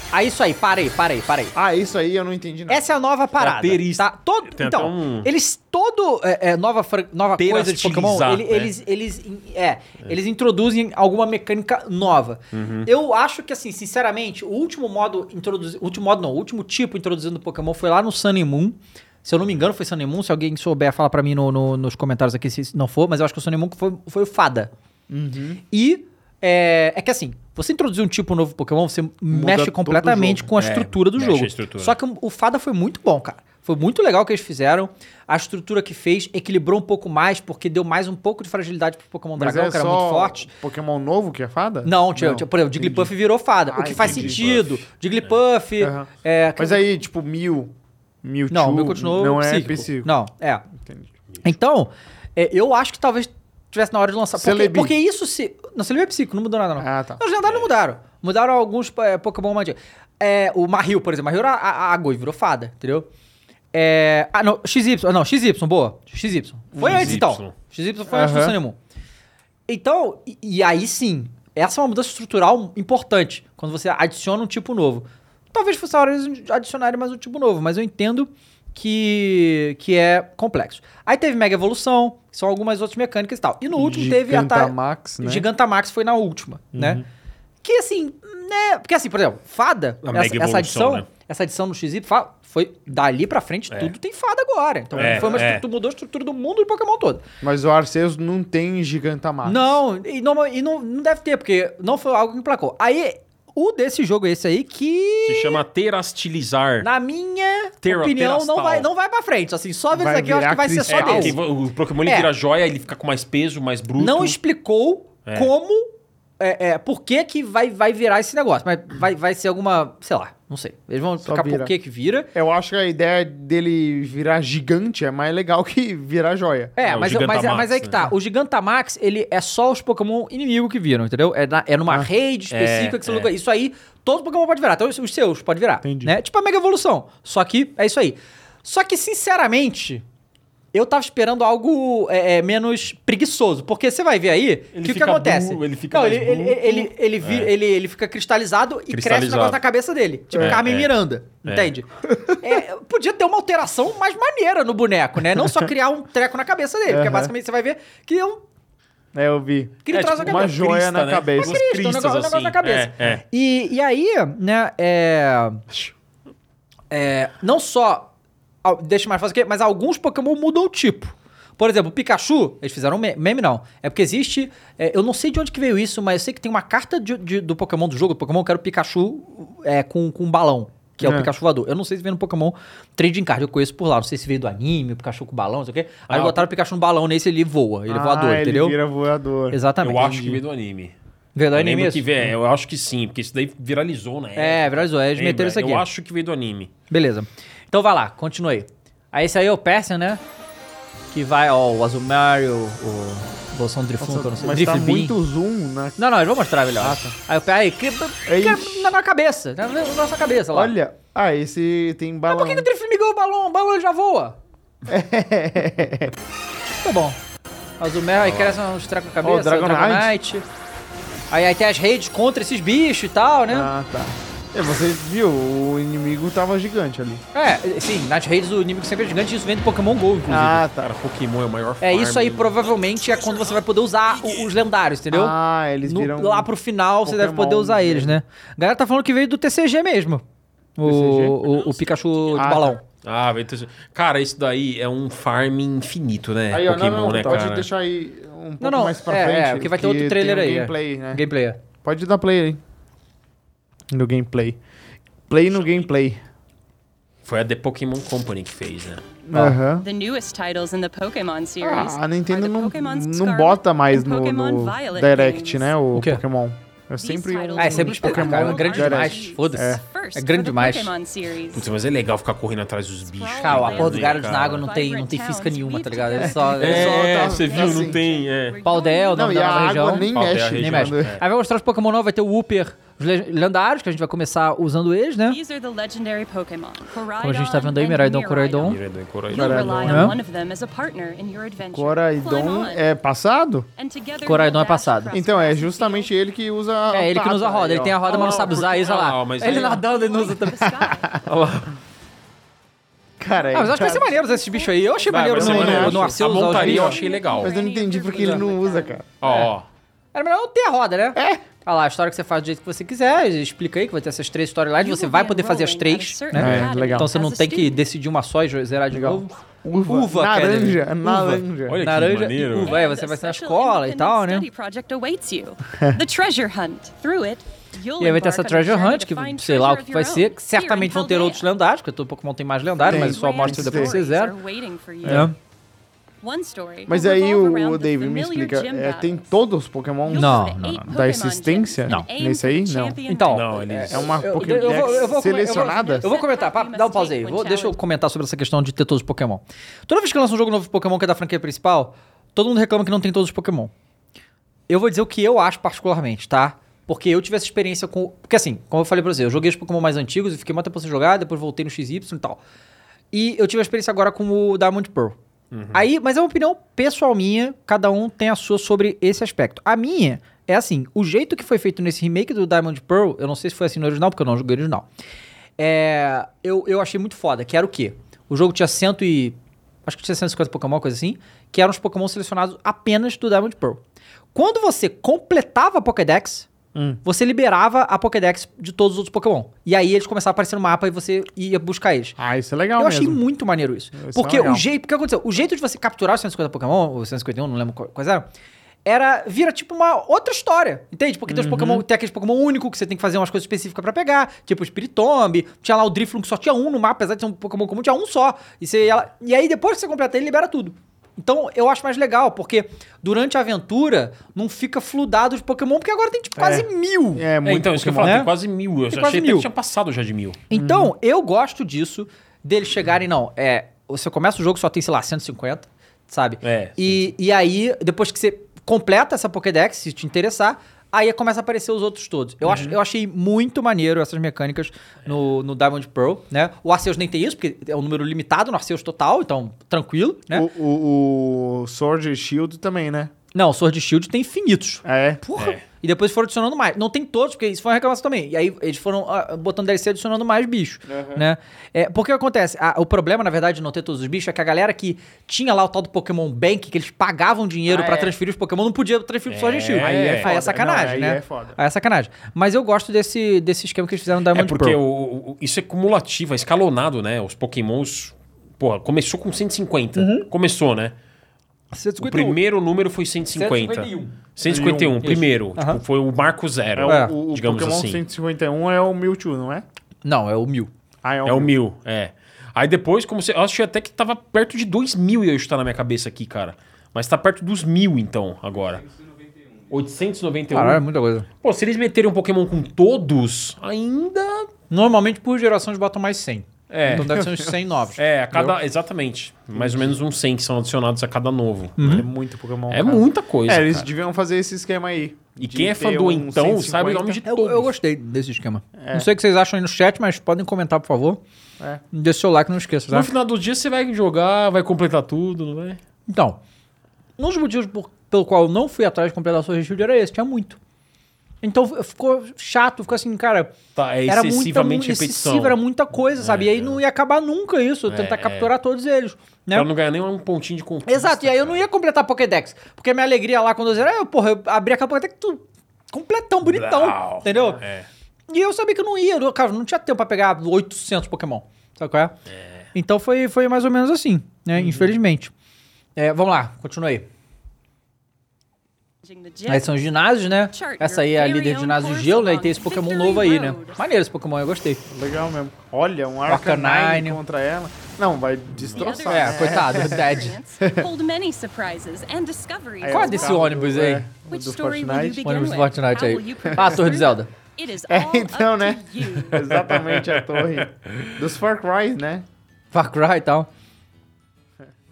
Speaker 1: Aí isso aí, para aí, para aí, para aí.
Speaker 3: Ah, isso aí eu não entendi nada.
Speaker 1: Essa é a nova parada.
Speaker 4: perista-
Speaker 1: tá? Todo,
Speaker 4: Tem até
Speaker 1: então,
Speaker 4: um-
Speaker 1: eles. Todo. é, é, nova fran- nova coisa de Pokémon,
Speaker 4: Peratilizar,
Speaker 1: ele-
Speaker 4: né?
Speaker 1: eles, eles. É, eles introduzem alguma mecânica nova.
Speaker 4: Uhum.
Speaker 1: Eu acho que, assim, sinceramente, o último modo introduzido. Último modo não, o último tipo introduzindo Pokémon foi lá no Sun and Moon. Se eu não me engano, foi Sun and Moon. Se alguém souber, fala pra mim no- no- nos comentários aqui se não for, mas eu acho que o Sun and Moon foi, foi o Fada.
Speaker 3: Uhum.
Speaker 1: E é, é que assim, você introduzir um tipo novo Pokémon, você mexe
Speaker 3: todo
Speaker 1: completamente
Speaker 3: jogo.
Speaker 1: com a estrutura do
Speaker 4: É, mexe
Speaker 1: jogo.
Speaker 4: a estrutura.
Speaker 1: Só que o Fada foi muito bom, cara. Foi muito legal o que eles fizeram. A estrutura que fez equilibrou um pouco mais, porque deu mais um pouco de fragilidade pro Pokémon
Speaker 3: Mas
Speaker 1: um Dragão,
Speaker 3: é
Speaker 1: que era
Speaker 3: só
Speaker 1: muito forte.
Speaker 3: Pokémon novo que é fada?
Speaker 1: Não, tinha, tinha- por exemplo, o Jigglypuff virou fada, o
Speaker 3: Ah,
Speaker 1: que faz
Speaker 3: entendi.
Speaker 1: sentido. Jigglypuff,
Speaker 3: Aham.
Speaker 1: é,
Speaker 3: Mas aí, tipo, mil. Mil
Speaker 1: não, o meu continuou
Speaker 3: Não é
Speaker 1: psíquico.
Speaker 3: psíquico.
Speaker 1: Não, é.
Speaker 3: Entendi.
Speaker 1: Então, é, eu acho que talvez tivesse na hora de lançar. Porque,
Speaker 3: Celebi.
Speaker 1: porque isso se... Não, Celebi é psíquico, não mudou nada não.
Speaker 3: Ah, tá.
Speaker 1: Não, os lendários não mudaram. Mudaram alguns é, Pokémon mais antigos. É, o Mahil, por exemplo. Mahil era a, a água e virou fada, entendeu? É, ah, não. XY. ah, Não, XY, boa. XY. Foi antes, então. XY foi antes do
Speaker 3: Aham.
Speaker 1: Sun and Moon. Então, e, e aí sim, essa é uma mudança estrutural importante, quando você adiciona um tipo novo. Talvez fosse a hora de eles adicionarem mais um tipo novo, mas eu entendo que, que é complexo. Aí teve Mega Evolução, que são algumas outras mecânicas e tal. E no último teve a ta-
Speaker 3: Max, né?
Speaker 1: Gigantamax foi na última, né? Que assim, né? Porque assim, por exemplo, fada,
Speaker 4: A
Speaker 1: essa,
Speaker 4: mega
Speaker 1: essa
Speaker 4: evolução,
Speaker 1: adição,
Speaker 4: né?
Speaker 1: essa adição no XY fa- foi dali pra frente, tudo tem fada agora. Então
Speaker 4: É,
Speaker 1: foi uma
Speaker 4: é.
Speaker 1: estrutura, mudou a estrutura do mundo do Pokémon todo.
Speaker 3: Mas o Arceus não tem Gigantamax.
Speaker 1: Não, e, não, e não, não deve ter, porque não foi algo que emplacou. Aí, o desse jogo é esse aí que,
Speaker 4: Se chama terastilizar.
Speaker 1: na minha
Speaker 4: Ter-
Speaker 1: opinião, não
Speaker 4: terastal.
Speaker 1: vai, não vai pra frente. Assim, só ver
Speaker 3: Vai
Speaker 1: isso aqui, eu acho que
Speaker 3: virar
Speaker 1: vai ser só
Speaker 4: É,
Speaker 3: cristal.
Speaker 1: desse.
Speaker 4: porque o Pokémon ele
Speaker 1: É.
Speaker 4: vira joia, ele fica com mais peso, mais bruto.
Speaker 1: Não explicou
Speaker 4: É.
Speaker 1: como, é, é, por que que vai, vai virar esse negócio. Mas vai, vai ser alguma, sei lá, não sei. Eles vão explicar por
Speaker 3: vira.
Speaker 1: que que vira.
Speaker 3: Eu acho que a ideia dele virar gigante é mais legal que virar joia.
Speaker 1: É,
Speaker 4: É, o
Speaker 1: mas, eu- mas, é-
Speaker 4: Gigantamax,
Speaker 1: mas aí que tá.
Speaker 4: né?
Speaker 1: O Gigantamax, ele é só os Pokémon inimigo que viram, entendeu? É, na- é numa rede específica
Speaker 4: é,
Speaker 1: que você
Speaker 4: é.
Speaker 1: lugar. Isso aí, todo Pokémon pode virar. Então, os- os seus pode virar.
Speaker 3: Entendi.
Speaker 1: Né? Tipo a Mega Evolução. Só que é isso aí. Só que, sinceramente, eu tava esperando algo é, é, menos preguiçoso. Porque você vai ver aí
Speaker 4: Ele
Speaker 1: que o que
Speaker 4: fica
Speaker 1: acontece.
Speaker 4: burro, ele fica
Speaker 1: Não,
Speaker 4: mais
Speaker 1: ele, ele,
Speaker 4: burro. é.
Speaker 1: ele, ele vi- ele- ele fica cristalizado e cresce o
Speaker 4: Cristalizado.
Speaker 1: negócio na cabeça dele. Tipo
Speaker 4: É,
Speaker 1: Carmen
Speaker 4: é.
Speaker 1: Miranda.
Speaker 4: É.
Speaker 1: Entende? É, podia ter uma alteração mais maneira no boneco, né? Não só criar um treco na cabeça dele, porque basicamente você vai ver que é um
Speaker 3: É, eu vi.
Speaker 1: que ele
Speaker 4: É,
Speaker 1: traz
Speaker 4: tipo,
Speaker 1: a
Speaker 3: uma
Speaker 1: cabeça.
Speaker 3: joia na cabeça.
Speaker 4: Duas
Speaker 1: Cristo, um
Speaker 4: cristas,
Speaker 1: negócio- um negócio
Speaker 4: assim.
Speaker 1: na cabeça.
Speaker 4: É, é.
Speaker 1: E, e aí, né, é, é, Não só. al- Deixa mais fácil aqui, mas alguns Pokémon mudam o tipo. Por exemplo, o Pikachu, eles fizeram um me- meme, não. É porque existe. é, eu não sei de onde que veio isso, mas eu sei que tem uma carta de- de- do Pokémon, do jogo do Pokémon, que era o Pikachu é, com, com um balão, que é, o
Speaker 3: É.
Speaker 1: Pikachu voador. Eu não sei se veio no Pokémon Trading Card, eu conheço por lá. Não sei se veio do anime, o Pikachu com balão, não sei o quê. Aí
Speaker 4: Ah,
Speaker 1: botaram o Pikachu no balão nesse ele voa, ele é voador,
Speaker 3: ah,
Speaker 1: entendeu?
Speaker 3: Ele vira voador.
Speaker 1: Exatamente.
Speaker 4: Eu acho que veio do anime.
Speaker 1: Veio do
Speaker 4: Eu
Speaker 1: anime
Speaker 4: lembro
Speaker 1: isso?
Speaker 4: que veio, eu acho que sim, porque isso daí viralizou, né?
Speaker 1: É, viralizou, é, eles
Speaker 4: Lembra?
Speaker 1: meteram isso aqui.
Speaker 4: Eu acho que veio do anime.
Speaker 1: Beleza. Então vai lá, continua aí. Aí esse aí é o Persian, né? Que vai, ó, o Azumarill, o Bolsão Drifun, que eu não sei.
Speaker 3: Mas tá
Speaker 1: Drifbin.
Speaker 3: muito zoom na...
Speaker 1: Não, não, eu vou mostrar melhor. Ah, tá. Aí o Persian, aí, que, que,
Speaker 3: Ixi.
Speaker 1: na, na cabeça, na, na nossa cabeça lá. É um
Speaker 3: Olha, ah, esse tem balão.
Speaker 1: Por que, que o Drifbin ganhou o balão? O balão já voa. tá bom. Azumarill, aí cresce uns trecos na cabeça,
Speaker 3: Ó, o Dragonite.
Speaker 1: Dragonite. Aí, aí tem as redes contra esses bichos e tal, né?
Speaker 3: Ah, tá. É, você viu, o inimigo tava gigante ali.
Speaker 1: É, sim, nas redes o inimigo sempre é gigante, isso vem do Pokémon GO, inclusive.
Speaker 3: Ah, tá.
Speaker 4: Cara, Pokémon é o maior
Speaker 1: É isso aí,
Speaker 4: farm.
Speaker 1: provavelmente é quando você vai poder usar o- os lendários, entendeu?
Speaker 3: Ah, eles
Speaker 1: No-
Speaker 3: viram...
Speaker 1: lá pro final você deve
Speaker 3: Pokémon
Speaker 1: poder usar eles, né? A galera tá falando que veio do TCG mesmo. O,
Speaker 3: TCG?
Speaker 1: o, o Pikachu de
Speaker 3: Ah,
Speaker 1: balão.
Speaker 3: tá.
Speaker 4: Ah, veio ter... Cara, isso daí é um farm infinito, né?
Speaker 3: Aí, ó,
Speaker 4: Pokémon,
Speaker 3: não, não,
Speaker 4: né,
Speaker 3: pode
Speaker 4: cara?
Speaker 3: deixar aí um pouco
Speaker 1: Não, não,
Speaker 3: mais pra
Speaker 1: é,
Speaker 3: frente.
Speaker 1: é, porque vai ter outro
Speaker 3: tem
Speaker 1: trailer
Speaker 3: um
Speaker 1: aí, é.
Speaker 3: Gameplay, né?
Speaker 1: Gameplay. é.
Speaker 3: Pode dar play aí. No gameplay. Play no gameplay.
Speaker 4: Foi a The Pokémon Company que fez, né?
Speaker 3: Aham.
Speaker 6: The newest titles in the Pokemon series.
Speaker 3: Ah, a Nintendo
Speaker 6: are the
Speaker 3: não,
Speaker 6: Pokemon
Speaker 3: não
Speaker 6: Scarlet
Speaker 3: bota mais
Speaker 6: and
Speaker 3: no,
Speaker 6: Pokemon
Speaker 3: no
Speaker 6: Violet
Speaker 3: Direct,
Speaker 6: games.
Speaker 3: né? O
Speaker 1: O quê?
Speaker 3: Pokémon. É sempre um...
Speaker 6: titles
Speaker 1: Ah, é sempre os
Speaker 6: Pokémon
Speaker 1: Pokémon. É grande
Speaker 6: Direct.
Speaker 1: demais. Foda-se.
Speaker 6: First
Speaker 1: É grande
Speaker 6: for the
Speaker 1: demais.
Speaker 6: Pokemon series.
Speaker 4: Putz, mas é legal ficar correndo atrás dos bichos.
Speaker 1: Cara, o
Speaker 6: Caralho,
Speaker 1: acordo do
Speaker 6: né,
Speaker 1: Gyarados na
Speaker 6: cara?
Speaker 1: água não tem, não tem física nenhuma, tá ligado? Ele só.
Speaker 4: É,
Speaker 1: Ele só
Speaker 3: tá-
Speaker 4: você viu,
Speaker 3: assim.
Speaker 4: não tem. É.
Speaker 1: Paldea, o
Speaker 3: Não,
Speaker 1: nome
Speaker 3: e
Speaker 1: da
Speaker 3: a
Speaker 1: nova
Speaker 3: água
Speaker 1: região.
Speaker 3: nem
Speaker 4: Qual que é a
Speaker 3: mexe.
Speaker 1: Nem
Speaker 4: região?
Speaker 1: mexe.
Speaker 4: É.
Speaker 1: Aí vai mostrar os Pokémon novos, vai ter o Wooper, os le- lendários, que a gente vai começar usando eles, né?
Speaker 6: These are the legendary Pokemon.
Speaker 1: Como a gente tá vendo aí, Miraidon, Coraidon.
Speaker 4: é
Speaker 6: You'll rely
Speaker 1: Né?
Speaker 6: on one of them as a partner in your adventure. Climb
Speaker 3: Coraidon
Speaker 6: on.
Speaker 3: é passado?
Speaker 6: And together
Speaker 1: Coraidon
Speaker 6: you'll
Speaker 1: é passado.
Speaker 6: dash across
Speaker 3: Então, é
Speaker 6: grass and
Speaker 3: justamente ele que usa... a
Speaker 1: É, ele que não usa a
Speaker 3: pata,
Speaker 1: roda,
Speaker 3: aí,
Speaker 1: ele
Speaker 3: ó.
Speaker 1: tem a roda, mas não sabe usar isso, olha
Speaker 4: Ah,
Speaker 1: lá.
Speaker 4: mas
Speaker 1: Ele
Speaker 4: aí-
Speaker 1: nadando, ele não usa também.
Speaker 6: fields. Sky.
Speaker 4: Ah,
Speaker 3: Cara,
Speaker 1: Ah, mas eu acho que vai ser
Speaker 3: cara,
Speaker 1: maneiro usar esses bichos aí. Eu achei
Speaker 4: Vai,
Speaker 1: maneiro
Speaker 4: vai ser
Speaker 1: no, no,
Speaker 4: maneiro.
Speaker 1: no, Arceus
Speaker 4: A
Speaker 1: usar os
Speaker 4: montaria eu
Speaker 1: bichos.
Speaker 3: é-
Speaker 4: achei legal.
Speaker 3: Mas eu não entendi porque ele não usa, cara.
Speaker 4: Ó, ó.
Speaker 1: Era melhor não ter a roda, né?
Speaker 3: É,
Speaker 1: Olha lá, a história que você faz do jeito que você quiser, explica aí que vai ter essas três storylines, você vai poder fazer as três, né?
Speaker 3: É, legal.
Speaker 1: Então você não tem que decidir uma só e zerar de novo.
Speaker 3: Uva,
Speaker 1: Uva,
Speaker 3: naranja,
Speaker 1: Academy.
Speaker 3: naranja.
Speaker 4: Olha que
Speaker 1: Naranja
Speaker 4: maneiro,
Speaker 1: e
Speaker 4: velho.
Speaker 1: uva. É, você vai ser na escola e tal, né?
Speaker 6: Study project awaits you. The treasure hunt. Through it, you'll
Speaker 1: E aí vai ter essa
Speaker 6: embark on a
Speaker 1: Treasure
Speaker 6: journey
Speaker 1: Hunt,
Speaker 6: to
Speaker 1: que
Speaker 6: find
Speaker 1: sei lá o
Speaker 6: treasure
Speaker 1: que
Speaker 6: of
Speaker 1: vai
Speaker 6: your
Speaker 1: ser.
Speaker 6: own.
Speaker 1: que Certamente vão ter
Speaker 6: Here in
Speaker 1: outros
Speaker 6: Haldea,
Speaker 1: lendários, porque todo Pokémon tem mais lendários, mas só
Speaker 6: grand
Speaker 1: mostra depois que você
Speaker 6: stories
Speaker 1: zera.
Speaker 6: are waiting for you.
Speaker 1: É.
Speaker 6: One story
Speaker 3: Mas
Speaker 6: will
Speaker 3: aí
Speaker 6: revolve
Speaker 3: o,
Speaker 6: around
Speaker 3: o
Speaker 6: the
Speaker 3: David me
Speaker 6: familiar
Speaker 3: explica,
Speaker 6: gym
Speaker 3: é,
Speaker 6: battles.
Speaker 3: tem todos os Pokémon
Speaker 6: You'll
Speaker 1: Não,
Speaker 6: have
Speaker 1: não,
Speaker 6: eight
Speaker 1: não.
Speaker 6: Pokemon
Speaker 3: da existência?
Speaker 6: gyms
Speaker 1: Não.
Speaker 6: and aim
Speaker 3: Nesse
Speaker 6: for
Speaker 3: aí,
Speaker 6: the
Speaker 3: não.
Speaker 6: champion
Speaker 1: Então,
Speaker 6: rank.
Speaker 4: Não, eles...
Speaker 3: É uma
Speaker 1: Eu-
Speaker 3: Pokédex
Speaker 1: eu vou- eu vou-
Speaker 3: selecionada?
Speaker 1: Eu vou comentar, pá, dá um pause aí. Vou- deixa eu comentar sobre essa questão de ter todos os Pokémon. Toda vez que lança um jogo novo de Pokémon que é da franquia principal, todo mundo reclama que não tem todos os Pokémon. Eu vou dizer o que eu acho particularmente, tá? Porque eu tive essa experiência com. Porque assim, como eu falei pra você, eu joguei os Pokémon mais antigos e fiquei muito tempo sem jogar, depois voltei no XY e tal. E eu tive a experiência agora com o Diamond Pearl. Aí, mas é uma opinião pessoal minha, cada um tem a sua sobre esse aspecto. A minha é assim, o jeito que foi feito nesse remake do Diamond Pearl, eu não sei se foi assim no original, porque eu não joguei o original. É, eu, eu achei muito foda, que era o quê? O jogo tinha cento e... Acho que tinha 150 Pokémon, coisa assim, que eram os Pokémon selecionados apenas do Diamond Pearl. Quando você completava a Pokédex, você liberava a Pokédex de todos os outros Pokémon. E aí eles começavam a aparecer no mapa e você ia buscar eles.
Speaker 3: Ah, isso é legal
Speaker 1: Eu
Speaker 3: mesmo.
Speaker 1: achei muito maneiro isso.
Speaker 3: Isso
Speaker 1: porque
Speaker 3: é
Speaker 1: o
Speaker 3: legal.
Speaker 1: jeito. Porque aconteceu? O jeito de você capturar os 150 Pokémon, ou 151, não lembro qual- quais eram, era. Vira tipo uma outra história. Entende? Porque tem os
Speaker 3: Uhum.
Speaker 1: Pokémon, tem aqueles Pokémon único que você tem que fazer umas coisas específicas pra pegar, tipo o Spiritomb, tinha lá o Driflum que só tinha um no mapa, apesar de ser um Pokémon comum, tinha um só. E, você, ela- e aí depois que você completa ele, libera tudo. Então eu acho mais legal, porque durante a aventura não fica fludado de Pokémon, porque agora tem tipo quase mil.
Speaker 3: É,
Speaker 4: É,
Speaker 3: muito
Speaker 4: então, isso que eu falo,
Speaker 3: Pokémon.
Speaker 1: né?
Speaker 4: tem quase mil. Eu
Speaker 1: Tem
Speaker 4: já
Speaker 1: quase
Speaker 4: achei até
Speaker 1: mil.
Speaker 4: que tinha passado já de mil.
Speaker 1: Então, eu gosto disso, deles chegarem, não, é, você começa o jogo só tem, sei lá, 150, sabe?
Speaker 4: É,
Speaker 1: E, e aí, depois que você completa essa Pokédex, se te interessar, aí começa a aparecer os outros todos. Eu, acho, eu achei muito maneiro essas mecânicas no, no Diamond Pearl, né? O Arceus nem tem isso, porque é um número limitado no Arceus total, então tranquilo, né?
Speaker 3: O, o, o Sword e Shield também, né?
Speaker 1: Não, o Sword e Shield tem infinitos.
Speaker 3: É.
Speaker 1: Porra! E depois foram adicionando mais. Não tem todos, porque isso foi uma reclamação também. E aí eles foram ah, botando DLC adicionando mais bichos, né? É, porque acontece, Ah, o problema, na verdade, de não ter todos os bichos é que a galera que tinha lá o tal do Pokémon Bank, que eles pagavam dinheiro pra transferir os Pokémon, não podia transferir pro Sword and Shield.
Speaker 4: Aí Ah, é
Speaker 1: aí
Speaker 3: foda.
Speaker 1: é sacanagem,
Speaker 3: Não, aí
Speaker 1: né?
Speaker 3: é foda.
Speaker 1: Aí é sacanagem. Mas eu gosto desse, desse esquema que eles fizeram da
Speaker 4: É
Speaker 1: Diamond
Speaker 4: porque
Speaker 1: Pearl.
Speaker 4: o, o- isso é cumulativo, é escalonado, né? Os pokémons... Porra, começou com 150.
Speaker 1: Uhum.
Speaker 4: Começou, né? O primeiro número foi 150.
Speaker 1: 151.
Speaker 4: 151, primeiro. Tipo,
Speaker 1: Aham.
Speaker 4: foi o marco
Speaker 3: um. É
Speaker 4: zero,
Speaker 3: o,
Speaker 1: É,
Speaker 3: o- o
Speaker 4: digamos
Speaker 3: Pokémon
Speaker 4: assim.
Speaker 3: 151 é o Mewtwo, não é?
Speaker 1: Não, é o mil.
Speaker 3: Ah,
Speaker 4: É o mil, é. Aí depois, como você. Eu achei até que tava perto de 2 mil eu chutar na minha cabeça aqui, cara. Mas tá perto dos mil, então, agora. 891.
Speaker 1: Caralho, é muita coisa.
Speaker 4: Pô, se eles meterem um Pokémon com todos, ainda.
Speaker 1: Normalmente, por geração, eles botam mais 100.
Speaker 4: É.
Speaker 1: Então deve ser uns 100 novos.
Speaker 4: É, a cada. Exatamente. Mais ou menos uns 100 que são adicionados a cada novo.
Speaker 3: É muito Pokémon.
Speaker 4: É
Speaker 3: cara.
Speaker 4: muita coisa.
Speaker 3: É, eles
Speaker 4: cara.
Speaker 3: deviam fazer esse esquema aí.
Speaker 4: E
Speaker 3: De
Speaker 4: quem é fã
Speaker 3: ter
Speaker 4: do
Speaker 3: um
Speaker 4: então sabe o
Speaker 3: 150.
Speaker 4: nome de
Speaker 1: Eu,
Speaker 4: todos.
Speaker 1: eu gostei desse esquema. Não sei o que vocês acham aí no chat, mas podem comentar, por favor.
Speaker 3: É.
Speaker 1: Deixa seu like, não esqueça, tá?
Speaker 4: No final do dia você vai jogar, vai completar tudo, não é? vai?
Speaker 1: Então, um dos motivos por- pelo qual eu não fui atrás de completar Sword and Shield era esse, tinha muito. Então f- ficou chato, ficou assim, cara.
Speaker 4: Tá, é
Speaker 1: era muita, mu-
Speaker 4: excessivamente repetição. É.
Speaker 1: excessivo, era muita coisa, sabe? E aí não ia acabar nunca isso, eu tentar capturar todos eles, né?
Speaker 4: Pra não ganhar nem um pontinho de conquista.
Speaker 1: Exato, e é aí eu não ia completar a Pokédex. Porque a minha alegria lá quando eu zerei, eu, porra, eu abri aquela Pokédex tudo completão, bonitão,
Speaker 4: Blau.
Speaker 1: entendeu?
Speaker 4: É.
Speaker 1: E eu sabia que eu não ia, eu, cara, não tinha tempo pra pegar 800 Pokémon, sabe qual é? Então foi, foi mais ou menos assim, né, infelizmente. É, vamos lá, continua aí.
Speaker 6: The
Speaker 1: Aí
Speaker 6: gym.
Speaker 1: são os ginásios, né?
Speaker 6: É. Chart
Speaker 1: Essa aí é a líder de ginásio de gelo, né? E tem esse Pokémon novo aí, né? Maneiro esse Pokémon, eu gostei.
Speaker 3: Legal mesmo. Olha, um
Speaker 1: Arcanine.
Speaker 3: Arcanine, contra ela. Não, vai destroçar.
Speaker 1: É,
Speaker 3: né?
Speaker 1: coitado, dead.
Speaker 6: Hold many surprises and discoveries.
Speaker 3: É,
Speaker 1: Qual é
Speaker 3: o
Speaker 1: desse
Speaker 3: carro
Speaker 1: ônibus
Speaker 3: do-
Speaker 1: aí?
Speaker 3: é,
Speaker 6: O
Speaker 3: do Fortnite.
Speaker 1: Ônibus
Speaker 6: Então,
Speaker 1: do Fortnite
Speaker 6: é,
Speaker 1: aí. Ah, a Torre de Zelda.
Speaker 6: It is
Speaker 3: É,
Speaker 6: all
Speaker 3: então,
Speaker 6: up
Speaker 3: né?
Speaker 6: to you.
Speaker 3: Exatamente a torre. Dos Far Cry, né?
Speaker 1: Far Cry e tal.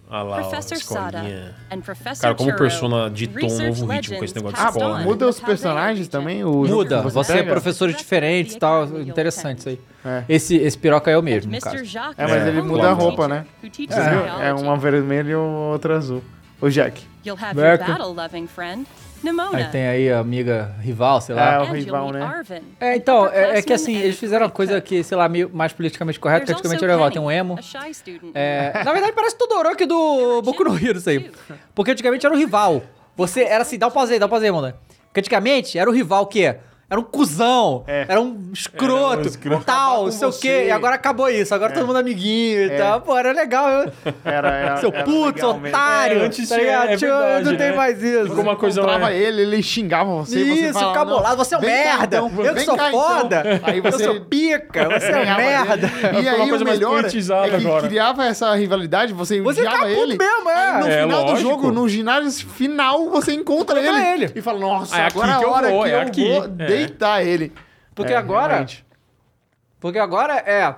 Speaker 4: Ah lá, ó,
Speaker 6: Professor
Speaker 4: escolinha.
Speaker 6: Sada and Professor
Speaker 4: Cara, como
Speaker 6: Churro,
Speaker 4: Persona ditou um novo ritmo
Speaker 6: research
Speaker 4: com esse negócio
Speaker 6: legends
Speaker 4: de
Speaker 6: passed
Speaker 4: escola,
Speaker 6: on
Speaker 4: né?
Speaker 3: Ah, Muda os
Speaker 6: with how they
Speaker 3: personagens
Speaker 6: reach
Speaker 3: também?
Speaker 6: it.
Speaker 3: O
Speaker 1: Muda,
Speaker 3: você
Speaker 1: você é
Speaker 3: pega?
Speaker 1: professor diferentes e tal. Interessante isso aí.
Speaker 3: É.
Speaker 1: Esse, esse piroca é o mesmo, no caso.
Speaker 6: Mr. Jacques
Speaker 3: É, mas
Speaker 6: is
Speaker 3: ele
Speaker 6: a
Speaker 3: muda
Speaker 6: homem
Speaker 3: a roupa, né?
Speaker 6: who teaches
Speaker 3: Você viu?
Speaker 6: biology.
Speaker 3: É uma vermelha e outra azul. O Jack.
Speaker 6: You'll have your
Speaker 1: Beca.
Speaker 6: battle-loving friend,
Speaker 1: Aí
Speaker 6: Nimona.
Speaker 1: tem aí a amiga rival, sei
Speaker 3: É,
Speaker 1: lá.
Speaker 3: o
Speaker 6: and you'll
Speaker 3: rival,
Speaker 6: meet
Speaker 3: né?
Speaker 6: Arvin,
Speaker 1: É, então, é,
Speaker 6: an
Speaker 1: é que
Speaker 6: upperclassman
Speaker 1: assim,
Speaker 6: and
Speaker 1: eles fizeram uma coisa
Speaker 6: great cook.
Speaker 1: que, sei lá, meio mais politicamente correta,
Speaker 6: There's
Speaker 1: praticamente
Speaker 6: also
Speaker 1: legal.
Speaker 6: Kenny,
Speaker 1: Tem um emo.
Speaker 6: a shy student.
Speaker 1: É, na verdade, parece Todoroki do Boku no Hero, isso aí. Porque antigamente era o rival. Você era assim, dá um pause aí, dá um pause aí, mano. Porque antigamente era o rival o quê? Era um cuzão,
Speaker 3: É.
Speaker 1: era um escroto, tal, não sei o quê.
Speaker 3: você. É.
Speaker 1: E agora acabou isso, agora todo mundo é amiguinho e tal. Pô, era legal. eu-
Speaker 3: Era, era,
Speaker 1: Seu
Speaker 3: era
Speaker 1: puto,
Speaker 3: legal
Speaker 1: seu
Speaker 3: mesmo.
Speaker 1: otário.
Speaker 4: É, antes
Speaker 1: tá
Speaker 4: tinha-
Speaker 1: ligado?
Speaker 4: é
Speaker 1: Tio, eu
Speaker 4: verdade,
Speaker 1: não tem
Speaker 4: né?
Speaker 1: mais isso. Tipo,
Speaker 4: Ficou uma coisa
Speaker 3: Encontrava
Speaker 4: mais-
Speaker 3: ele, ele xingava você. e você
Speaker 1: Isso,
Speaker 3: falava,
Speaker 1: cabulado,
Speaker 3: "Não,
Speaker 1: você é um
Speaker 3: vem cá,
Speaker 1: merda,
Speaker 3: então,
Speaker 1: eu que
Speaker 3: vem
Speaker 1: sou
Speaker 3: cá, então."
Speaker 1: foda,
Speaker 3: Aí você
Speaker 1: eu sou pica, você é um
Speaker 3: ganhava
Speaker 1: merda.
Speaker 3: dele. E
Speaker 4: Ficou uma
Speaker 3: aí o
Speaker 4: coisa mais
Speaker 3: melhor
Speaker 4: politizada
Speaker 3: é que
Speaker 4: agora.
Speaker 3: criava essa rivalidade, você
Speaker 1: Você
Speaker 3: odiava
Speaker 1: fica puto
Speaker 3: ele.
Speaker 1: mesmo, é.
Speaker 3: Aí no
Speaker 4: É,
Speaker 3: final do
Speaker 4: lógico.
Speaker 3: jogo, no ginásio final, você encontra ele,
Speaker 1: Encontra ele.
Speaker 3: e fala, nossa,
Speaker 4: Ah, é aqui
Speaker 3: agora é
Speaker 4: que
Speaker 3: a
Speaker 4: eu
Speaker 3: hora
Speaker 4: vou,
Speaker 3: que
Speaker 4: é
Speaker 3: eu
Speaker 4: aqui.
Speaker 3: vou
Speaker 4: É.
Speaker 3: deitar ele.
Speaker 1: Porque agora. Porque agora é.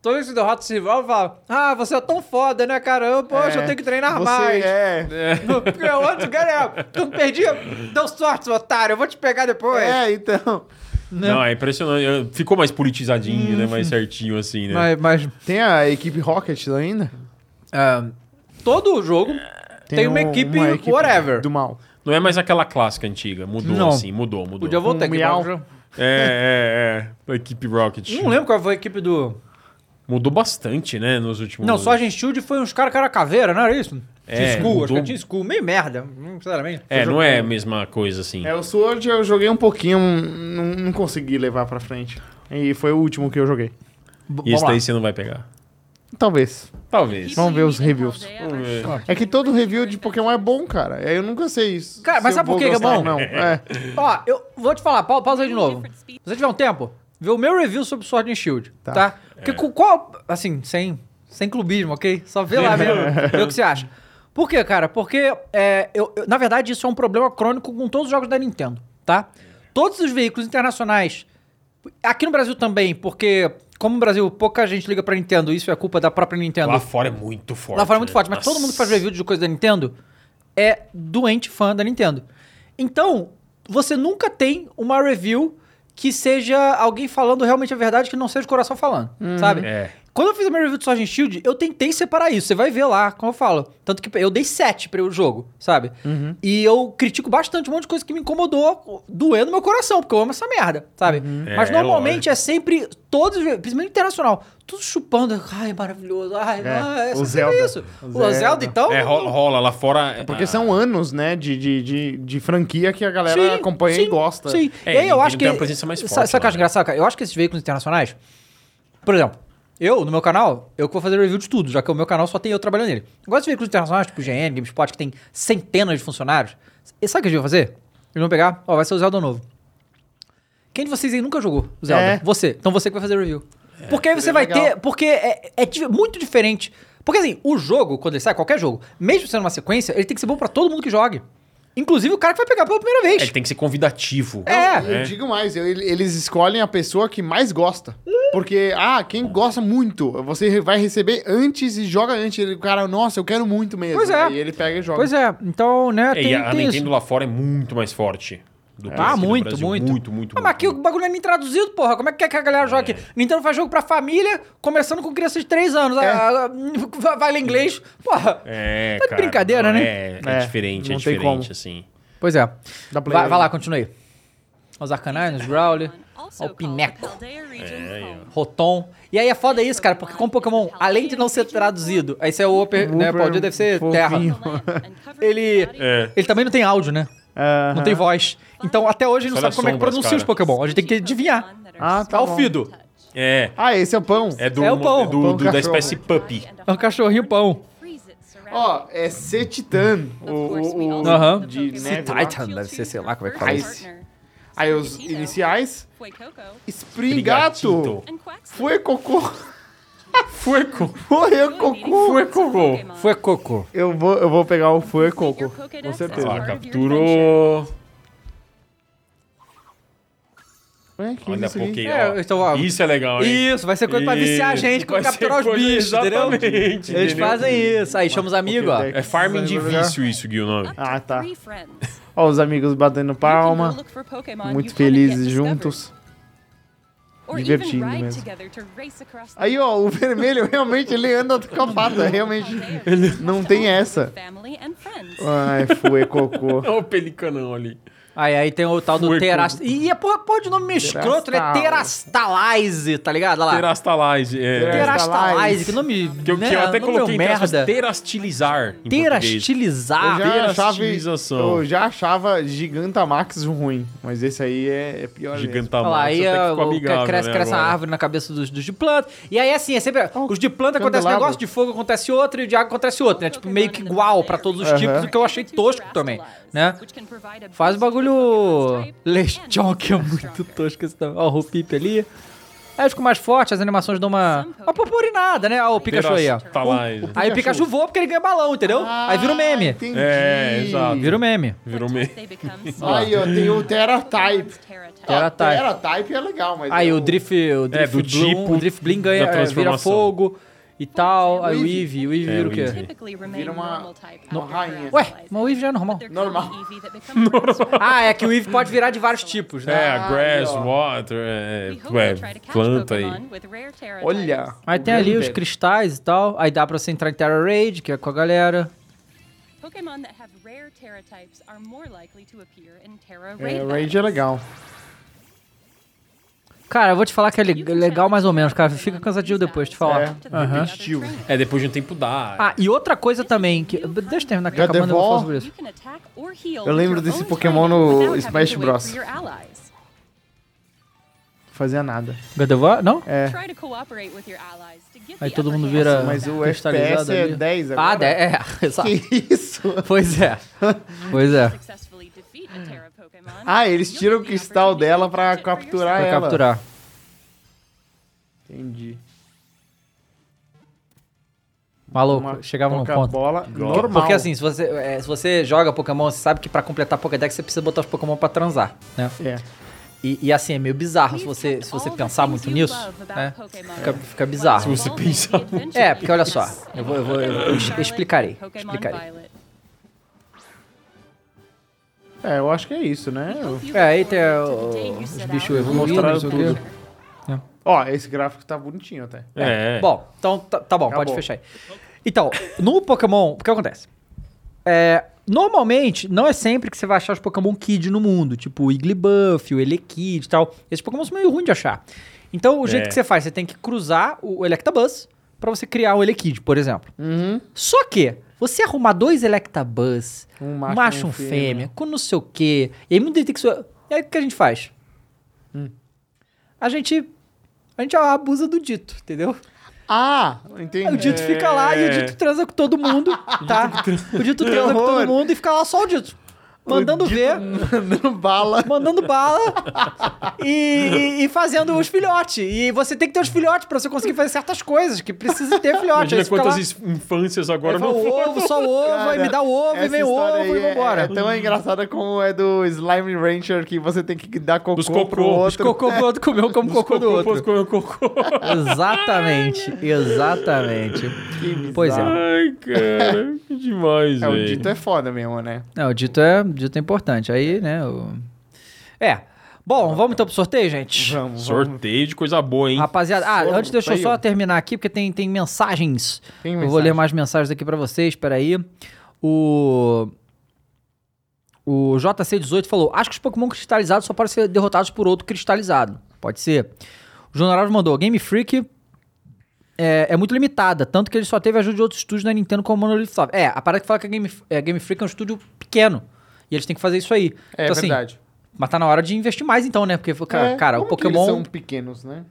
Speaker 1: Toda vez que derrota esse rival, fala: Ah, você é tão foda, né, cara? Eu,
Speaker 3: É.
Speaker 1: poxa, eu tenho que treinar mais.
Speaker 3: Você é...
Speaker 1: Porque o outro cara é. Tu perdi, deu sorte, seu otário, eu vou te pegar depois.
Speaker 3: É, então.
Speaker 1: Né?
Speaker 4: Não, é impressionante. Eu- Ficou mais politizadinho, né? Mais certinho assim, né?
Speaker 1: Uhum. Mas, mas é,
Speaker 3: Tem a equipe Rocket ainda?
Speaker 1: todo jogo tem, uma,
Speaker 3: um-
Speaker 1: equipe,
Speaker 3: uma
Speaker 1: whatever.
Speaker 3: Do mal.
Speaker 4: Não é mais aquela clássica antiga. Mudou,
Speaker 1: Não.
Speaker 4: assim. Mudou, mudou.
Speaker 1: Podia voltar
Speaker 3: Um
Speaker 1: aqui.
Speaker 3: miau.
Speaker 1: vamos-
Speaker 4: É, é, é. A equipe Rocket.
Speaker 1: Não lembro qual foi a equipe do.
Speaker 4: Mudou bastante, né? Nos últimos
Speaker 1: Não, só a gente Shield foi uns caras que era caveira, não era isso?
Speaker 4: É,
Speaker 1: Team School, acho que
Speaker 4: mudou.
Speaker 1: era Team School. Meio merda, hum, sinceramente.
Speaker 4: É, não é a mesma coisa assim.
Speaker 3: É, o Sword eu joguei um pouquinho, não, não consegui levar pra frente. E foi o último que eu joguei. B-
Speaker 4: E esse
Speaker 3: vamos
Speaker 4: daí
Speaker 3: lá.
Speaker 4: você não vai pegar.
Speaker 3: Talvez.
Speaker 4: Talvez.
Speaker 3: Vamos ver os reviews.
Speaker 6: Vamos ver.
Speaker 3: É que todo review de Pokémon é bom, cara. Eu nunca sei isso.
Speaker 1: Cara, mas
Speaker 3: se
Speaker 1: sabe
Speaker 3: eu
Speaker 1: por
Speaker 3: vou
Speaker 1: que que é
Speaker 3: gostar
Speaker 1: bom?
Speaker 3: ou Não, é.
Speaker 1: Ó, eu vou te falar, pa- pausa aí de novo. Se você tiver um tempo, vê o meu review sobre Sword and Shield, tá?
Speaker 3: Tá.
Speaker 4: É.
Speaker 1: Porque com qual. Assim, sem, sem clubismo, ok? Só vê lá mesmo, vê o que você acha. Por quê, cara? Porque, é, eu, eu- na verdade, isso é um problema crônico com todos os jogos da Nintendo, tá? Todos os veículos internacionais. Aqui no Brasil também, porque, como no Brasil pouca gente liga pra Nintendo, isso é culpa da própria Nintendo.
Speaker 4: Lá fora é muito forte.
Speaker 1: Lá fora é muito
Speaker 4: né?
Speaker 1: forte, mas todo mundo que faz review de coisa da Nintendo é doente fã da Nintendo. Então, você nunca tem uma review que seja alguém falando realmente a verdade que não seja o coração falando, sabe?
Speaker 4: É.
Speaker 1: Quando eu fiz a minha review do Sgt. Shield, eu tentei separar isso. Você vai ver lá como eu falo. Tanto que eu dei 7 pra o jogo, sabe? E eu critico bastante um monte de coisa que me incomodou, doendo meu coração, porque eu amo essa merda, sabe? Mas
Speaker 4: É,
Speaker 1: normalmente é sempre todos, principalmente internacional, tudo chupando. Ai, maravilhoso. Ai,
Speaker 3: É,
Speaker 1: ah, é
Speaker 3: o
Speaker 1: sempre
Speaker 3: Zelda.
Speaker 1: isso. O
Speaker 3: O
Speaker 1: Zelda,
Speaker 3: Zelda.
Speaker 1: então.
Speaker 4: É, rola, rola lá
Speaker 1: É
Speaker 4: fora.
Speaker 3: Porque
Speaker 4: ah,
Speaker 3: são anos, né, de, de, de, de franquia que a galera
Speaker 1: Sim,
Speaker 3: acompanha
Speaker 1: sim,
Speaker 3: e gosta.
Speaker 1: Sim.
Speaker 4: É,
Speaker 1: e aí eu
Speaker 4: ele
Speaker 1: acho que.
Speaker 4: tem uma presença mais
Speaker 1: Sa-
Speaker 4: forte
Speaker 1: Sabe o que eu
Speaker 4: lá,
Speaker 1: acho
Speaker 4: né?
Speaker 1: engraçado, cara? Eu acho que esses veículos internacionais. Por exemplo, eu, no meu canal, eu que vou fazer review de tudo, já que o meu canal só tem eu trabalhando nele. Agora, esses veículos internacionais, tipo GN, GameSpot, que tem centenas de funcionários. E sabe o que eles vão fazer? Eles vão pegar, ó, vai ser o Zelda novo. Quem de vocês aí nunca jogou o Zelda?
Speaker 3: É.
Speaker 1: Você. Então você que vai fazer review. porque aí você vai
Speaker 3: legal.
Speaker 1: ter. Porque é, é di- muito diferente. Porque assim, o jogo, quando ele sai, qualquer jogo, mesmo sendo uma sequência, ele tem que ser bom pra todo mundo que jogue. Inclusive o cara que vai pegar pela primeira vez.
Speaker 4: é, tem que ser convidativo.
Speaker 1: É.
Speaker 3: Eu digo mais, eu- eles escolhem a pessoa que mais gosta. Porque, ah, quem gosta muito, você vai receber antes e joga antes. Ele, cara, nossa, eu quero muito mesmo.
Speaker 1: Pois é.
Speaker 3: E ele pega e joga.
Speaker 1: Pois é, então, né,
Speaker 4: É,
Speaker 1: tem,
Speaker 4: e a a
Speaker 1: tem
Speaker 4: Nintendo
Speaker 1: isso.
Speaker 4: lá fora é muito mais forte. Do que
Speaker 1: Ah,
Speaker 4: aqui no
Speaker 1: muito,
Speaker 4: Brasil.
Speaker 1: muito.
Speaker 4: Muito, muito.
Speaker 1: Ah, mas aqui o
Speaker 4: muito.
Speaker 1: bagulho não é nem traduzido, porra. Como é que é que a galera joga aqui? Nintendo faz jogo pra família, começando com crianças de 3 anos. Ah, ah, Vale inglês. Porra.
Speaker 4: É,
Speaker 1: Tá de
Speaker 4: cara,
Speaker 1: brincadeira,
Speaker 4: não,
Speaker 1: né?
Speaker 4: É, é
Speaker 3: É,
Speaker 4: diferente, é
Speaker 3: não tem
Speaker 4: diferente,
Speaker 3: como.
Speaker 4: assim.
Speaker 1: Pois é.
Speaker 3: Dá play
Speaker 1: Vai,
Speaker 3: aí.
Speaker 1: vai lá, continua aí. Os Arcanines, Growly,
Speaker 6: Also
Speaker 1: o
Speaker 6: called
Speaker 1: Pineco,
Speaker 6: Paldea Region
Speaker 4: É,
Speaker 6: Home.
Speaker 1: Rotom. E aí é foda isso, cara, porque como Pokémon, além de não ser traduzido, aí se é o Upper, né,
Speaker 3: Upper,
Speaker 1: Paldea deve ser
Speaker 3: fofinho.
Speaker 1: terra. Ele-
Speaker 4: É.
Speaker 1: Ele também não tem áudio, né?
Speaker 3: Aham.
Speaker 1: Não tem voz. Então até hoje a gente não
Speaker 4: Só
Speaker 1: sabe
Speaker 4: nas
Speaker 1: como é que
Speaker 4: sombras,
Speaker 1: pronuncia
Speaker 4: cara.
Speaker 1: os Pokémon. A gente tem que adivinhar.
Speaker 3: Ah, tá.
Speaker 1: É o
Speaker 3: bom.
Speaker 1: Fido.
Speaker 4: É.
Speaker 3: Ah, esse é o pão.
Speaker 4: É do,
Speaker 1: É o pão.
Speaker 4: é do-
Speaker 3: Pão
Speaker 4: do- da
Speaker 3: cachorro.
Speaker 4: espécie Puppy.
Speaker 1: É um cachorrinho pão.
Speaker 3: Ó, é ser titã. O, o, o-
Speaker 1: Aham.
Speaker 3: de neve lá.
Speaker 1: Titan, deve ser, sei lá, como é que
Speaker 3: fala isso. Aí os iniciais.
Speaker 6: Foi Coco
Speaker 3: Sprigato.
Speaker 6: and Quaxly.
Speaker 3: Foi cocô.
Speaker 4: Foi com.
Speaker 3: Foi cocô.
Speaker 4: Foi com.
Speaker 6: Pokémon.
Speaker 1: Foi coco.
Speaker 3: Eu vou, eu vou pegar o foi cocô.
Speaker 6: Your Pokédex is
Speaker 3: certeza.
Speaker 6: part
Speaker 4: Ah,
Speaker 6: of your
Speaker 4: capturou.
Speaker 3: Ué, que
Speaker 4: Olha a
Speaker 3: isso aí?
Speaker 4: Poké.
Speaker 1: É,
Speaker 4: ó.
Speaker 1: então, ó.
Speaker 4: Isso é legal, hein?
Speaker 1: Isso, vai ser coisa pra viciar a gente
Speaker 4: Vai
Speaker 1: quando
Speaker 4: ser
Speaker 1: capturar os
Speaker 4: coisa-
Speaker 1: bichos, entendeu?
Speaker 4: exatamente,
Speaker 1: Eles
Speaker 4: entendeu?
Speaker 1: fazem isso. Aí chama os amigos, ó.
Speaker 3: Pokédex.
Speaker 4: É farming de
Speaker 3: Vai jogar.
Speaker 4: vício isso, Gui, o nome.
Speaker 6: Up to
Speaker 3: Ah, tá.
Speaker 6: three friends.
Speaker 3: Ó, os amigos batendo
Speaker 6: You can go
Speaker 3: palma.
Speaker 6: look for Pokémon
Speaker 3: Muito
Speaker 6: you haven't yet
Speaker 3: felizes
Speaker 6: discovered,
Speaker 3: juntos.
Speaker 6: or even
Speaker 3: divertindo
Speaker 6: ride
Speaker 3: mesmo.
Speaker 6: together to race across the
Speaker 3: Aí, ó, o vermelho realmente ele anda com a pata, realmente. Ele não tem essa.
Speaker 6: family and friends.
Speaker 3: Ai, foi cocô.
Speaker 4: Olha o pelicanão ali.
Speaker 1: Aí, aí tem o tal do
Speaker 4: Furto.
Speaker 1: Terast... Ih, é porra, porra de nome meio escroto, né? Terastalize, tá ligado? Olha lá.
Speaker 4: Terastalize. É.
Speaker 1: Terastalize, que nome.
Speaker 4: Que, eu-
Speaker 1: né?
Speaker 4: que eu até
Speaker 1: Nome
Speaker 4: coloquei em aspas,
Speaker 1: merda.
Speaker 4: terastilizar. em português. Ah,
Speaker 1: Terastilizar.
Speaker 3: Eu já achava,
Speaker 4: Terastilização.
Speaker 3: eu já achava Gigantamax ruim, mas esse aí é, é
Speaker 1: Olha
Speaker 3: pior mesmo.
Speaker 1: lá,
Speaker 4: Gigantamax.
Speaker 1: aí
Speaker 4: Ah, até que
Speaker 1: ó,
Speaker 4: ficou
Speaker 1: o-
Speaker 4: amigável,
Speaker 1: cresce,
Speaker 4: né,
Speaker 1: cresce uma
Speaker 4: agora.
Speaker 1: árvore na cabeça dos, dos de planta. E aí, assim, é sempre. os de planta acontece um
Speaker 3: candelabro.
Speaker 1: negócio, de fogo acontece outro, e o de água acontece outro,
Speaker 3: É,
Speaker 1: né? Tipo, meio que igual pra todos os tipos, o que eu achei tosco também, né? Faz o bagulho. Lechonk é muito tosco esse também. Ó, o Pipe ali. Aí ficou mais forte, as animações dão uma. Uma purpurinada, né? Ó, o Pikachu aí, ó.
Speaker 4: tá Terastalaize.
Speaker 1: Aí o Pikachu voa porque ele ganha balão, entendeu? Aí vira o meme.
Speaker 3: Ah, Entendi.
Speaker 4: É, exato.
Speaker 1: Vira o meme.
Speaker 4: Virou meio.
Speaker 3: Aí, ó, tem o Teratype.
Speaker 1: Era tá.
Speaker 3: Teratype é legal, mas...
Speaker 1: Aí
Speaker 3: eu-
Speaker 1: o Drift, o Drift
Speaker 4: do
Speaker 1: Bloom,
Speaker 4: tipo
Speaker 1: o Drift Bling ganha,
Speaker 4: da
Speaker 1: é, vira
Speaker 4: transformação.
Speaker 1: fogo e tal. Aí o Eevee, o Eevee vira o
Speaker 4: o
Speaker 1: quê?
Speaker 4: Eevee.
Speaker 6: Vira
Speaker 3: uma- uma rainha.
Speaker 1: Ué, mas o Eevee já é normal.
Speaker 3: Normal.
Speaker 6: Normal.
Speaker 1: Ah, é que o Eevee pode virar de vários tipos, né?
Speaker 4: É, grass,
Speaker 3: ó.
Speaker 4: water, é, é, planta aí.
Speaker 3: Olha.
Speaker 1: Mas tem ali os cristais e tal. Aí dá pra você entrar em Terra Raid, que é com a galera.
Speaker 6: Pokémon that have rare Terra types are more likely to appear in Terra Raid.
Speaker 3: É,
Speaker 6: battles.
Speaker 3: Raid é legal.
Speaker 1: Cara, eu vou te falar que é le- legal mais ou menos, cara. Fica cansativo depois de falar. Hum.
Speaker 3: É.
Speaker 6: Competitivo.
Speaker 4: É, depois de um tempo dá.
Speaker 1: Ah, e outra coisa também, que... Deixa eu terminar aqui,
Speaker 3: Gardevoir.
Speaker 1: acabando eu vou falar sobre isso.
Speaker 6: Eu lembro desse Pokémon no Smash Bros.
Speaker 3: Não fazia nada.
Speaker 1: Gardevoir? Não?
Speaker 3: É.
Speaker 1: Aí todo mundo vira
Speaker 3: Mas o
Speaker 1: cristalizado
Speaker 3: FPS é
Speaker 1: ali.
Speaker 3: 10 agora.
Speaker 1: Ah, de- é, exato.
Speaker 3: Que isso?
Speaker 1: Pois é. Pois é.
Speaker 3: Ah, eles tiram o cristal dela pra capturar
Speaker 1: Pra
Speaker 3: ela.
Speaker 1: capturar.
Speaker 3: Entendi.
Speaker 1: Maluco, chegava num
Speaker 3: pouca
Speaker 1: ponto.
Speaker 3: bola normal.
Speaker 1: Porque assim, se você, é, se você joga Pokémon, você sabe que pra completar a Pokédex você precisa botar os Pokémon pra transar, né?
Speaker 3: É.
Speaker 1: E, e, assim, é meio bizarro se você, se você pensar muito nisso, né? Fica, fica bizarro.
Speaker 4: Se você pensar muito.
Speaker 1: É, porque olha só, eu vou, eu vou- eu explicarei, explicarei.
Speaker 3: É, eu acho que é isso, né?
Speaker 1: É, aí tem o- os bichos evoluindo, não sei o quê.
Speaker 3: Ó, esse gráfico tá bonitinho até.
Speaker 4: É.
Speaker 1: Bom, então tá, tá bom, pode
Speaker 3: Acabou.
Speaker 1: fechar aí. Então, no Pokémon, o que acontece? É, normalmente, não é sempre que você vai achar os Pokémon Kid no mundo, tipo o Igglybuff, o Elekid e tal. Esses Pokémon são meio ruins de achar. Então, o jeito
Speaker 4: É.
Speaker 1: que você faz, você tem que cruzar o Electabuzz pra você criar um Elekid, por exemplo.
Speaker 3: Uhum.
Speaker 1: Só que, você arrumar dois Electabuzz,
Speaker 3: Um
Speaker 1: um
Speaker 3: macho
Speaker 1: macho,
Speaker 3: e
Speaker 1: um
Speaker 3: um
Speaker 1: fêmea,
Speaker 3: fêmea.
Speaker 1: com não sei o quê, e aí muito detecção... E aí, o que a gente faz? A gente... A gente abusa do dito, entendeu?
Speaker 3: Ah,
Speaker 1: Aí
Speaker 3: entendi.
Speaker 1: O Dito fica lá e o
Speaker 3: É.
Speaker 1: Dito transa com todo mundo, tá? O Dito transa com todo
Speaker 3: horror.
Speaker 1: mundo e fica lá só o Dito. Mandando ver,
Speaker 3: Dando bala.
Speaker 1: mandando bala e, e- e fazendo os filhotes. E você tem que ter os filhotes pra você conseguir fazer certas coisas, que precisa ter filhote. Aí
Speaker 4: Imagina
Speaker 1: você fica
Speaker 4: quantas
Speaker 1: lá,
Speaker 4: es- infâncias agora
Speaker 1: aí vai
Speaker 4: não
Speaker 1: o ovo, só o ovo, aí me dá o ovo, e
Speaker 3: Essa
Speaker 1: vem o ovo
Speaker 3: história aí
Speaker 1: e
Speaker 3: é-
Speaker 1: vambora.
Speaker 3: É, tão engraçada como é do Slime Rancher que você tem que dar cocô,
Speaker 4: Dos cocô,
Speaker 3: pro
Speaker 1: Os
Speaker 3: outro.
Speaker 1: cocô pro outro comeu como cocô do outro.
Speaker 4: Comeu cocô.
Speaker 1: Exatamente, exatamente.
Speaker 3: Que
Speaker 1: Pois é.
Speaker 3: bizarro.
Speaker 4: Ai, cara, que demais,
Speaker 3: É,
Speaker 4: velho.
Speaker 3: o dito é foda mesmo, né?
Speaker 1: Não, o dito é, dito é importante. Aí, né? o- É. Bom, vamos então pro sorteio, gente?
Speaker 3: Vamos, vamos.
Speaker 4: Sorteio de coisa boa, hein?
Speaker 1: Rapaziada, ah,
Speaker 3: Sorteio.
Speaker 1: antes deixa eu só terminar aqui, porque tem, tem mensagens.
Speaker 3: tá Tem
Speaker 1: Eu vou
Speaker 3: mensagem.
Speaker 1: ler mais mensagens aqui pra vocês, peraí. O. O JC18 falou: Acho que os Pokémon cristalizados só podem ser derrotados por outro cristalizado. Pode ser. O Jonoraus mandou: Game Freak é, é muito limitada, tanto que ele só teve ajuda de outros estúdios na Nintendo como Monolith Soft. É, a parada que fala que a Game, é, Game Freak é um estúdio pequeno. E eles têm que fazer isso aí.
Speaker 3: É
Speaker 1: então, assim,
Speaker 3: verdade.
Speaker 1: mas tá na hora de investir mais então, né? Porque, cara,
Speaker 3: É,
Speaker 1: cara, o
Speaker 3: como que
Speaker 1: Pokémon.
Speaker 3: Eles são pequenos, né?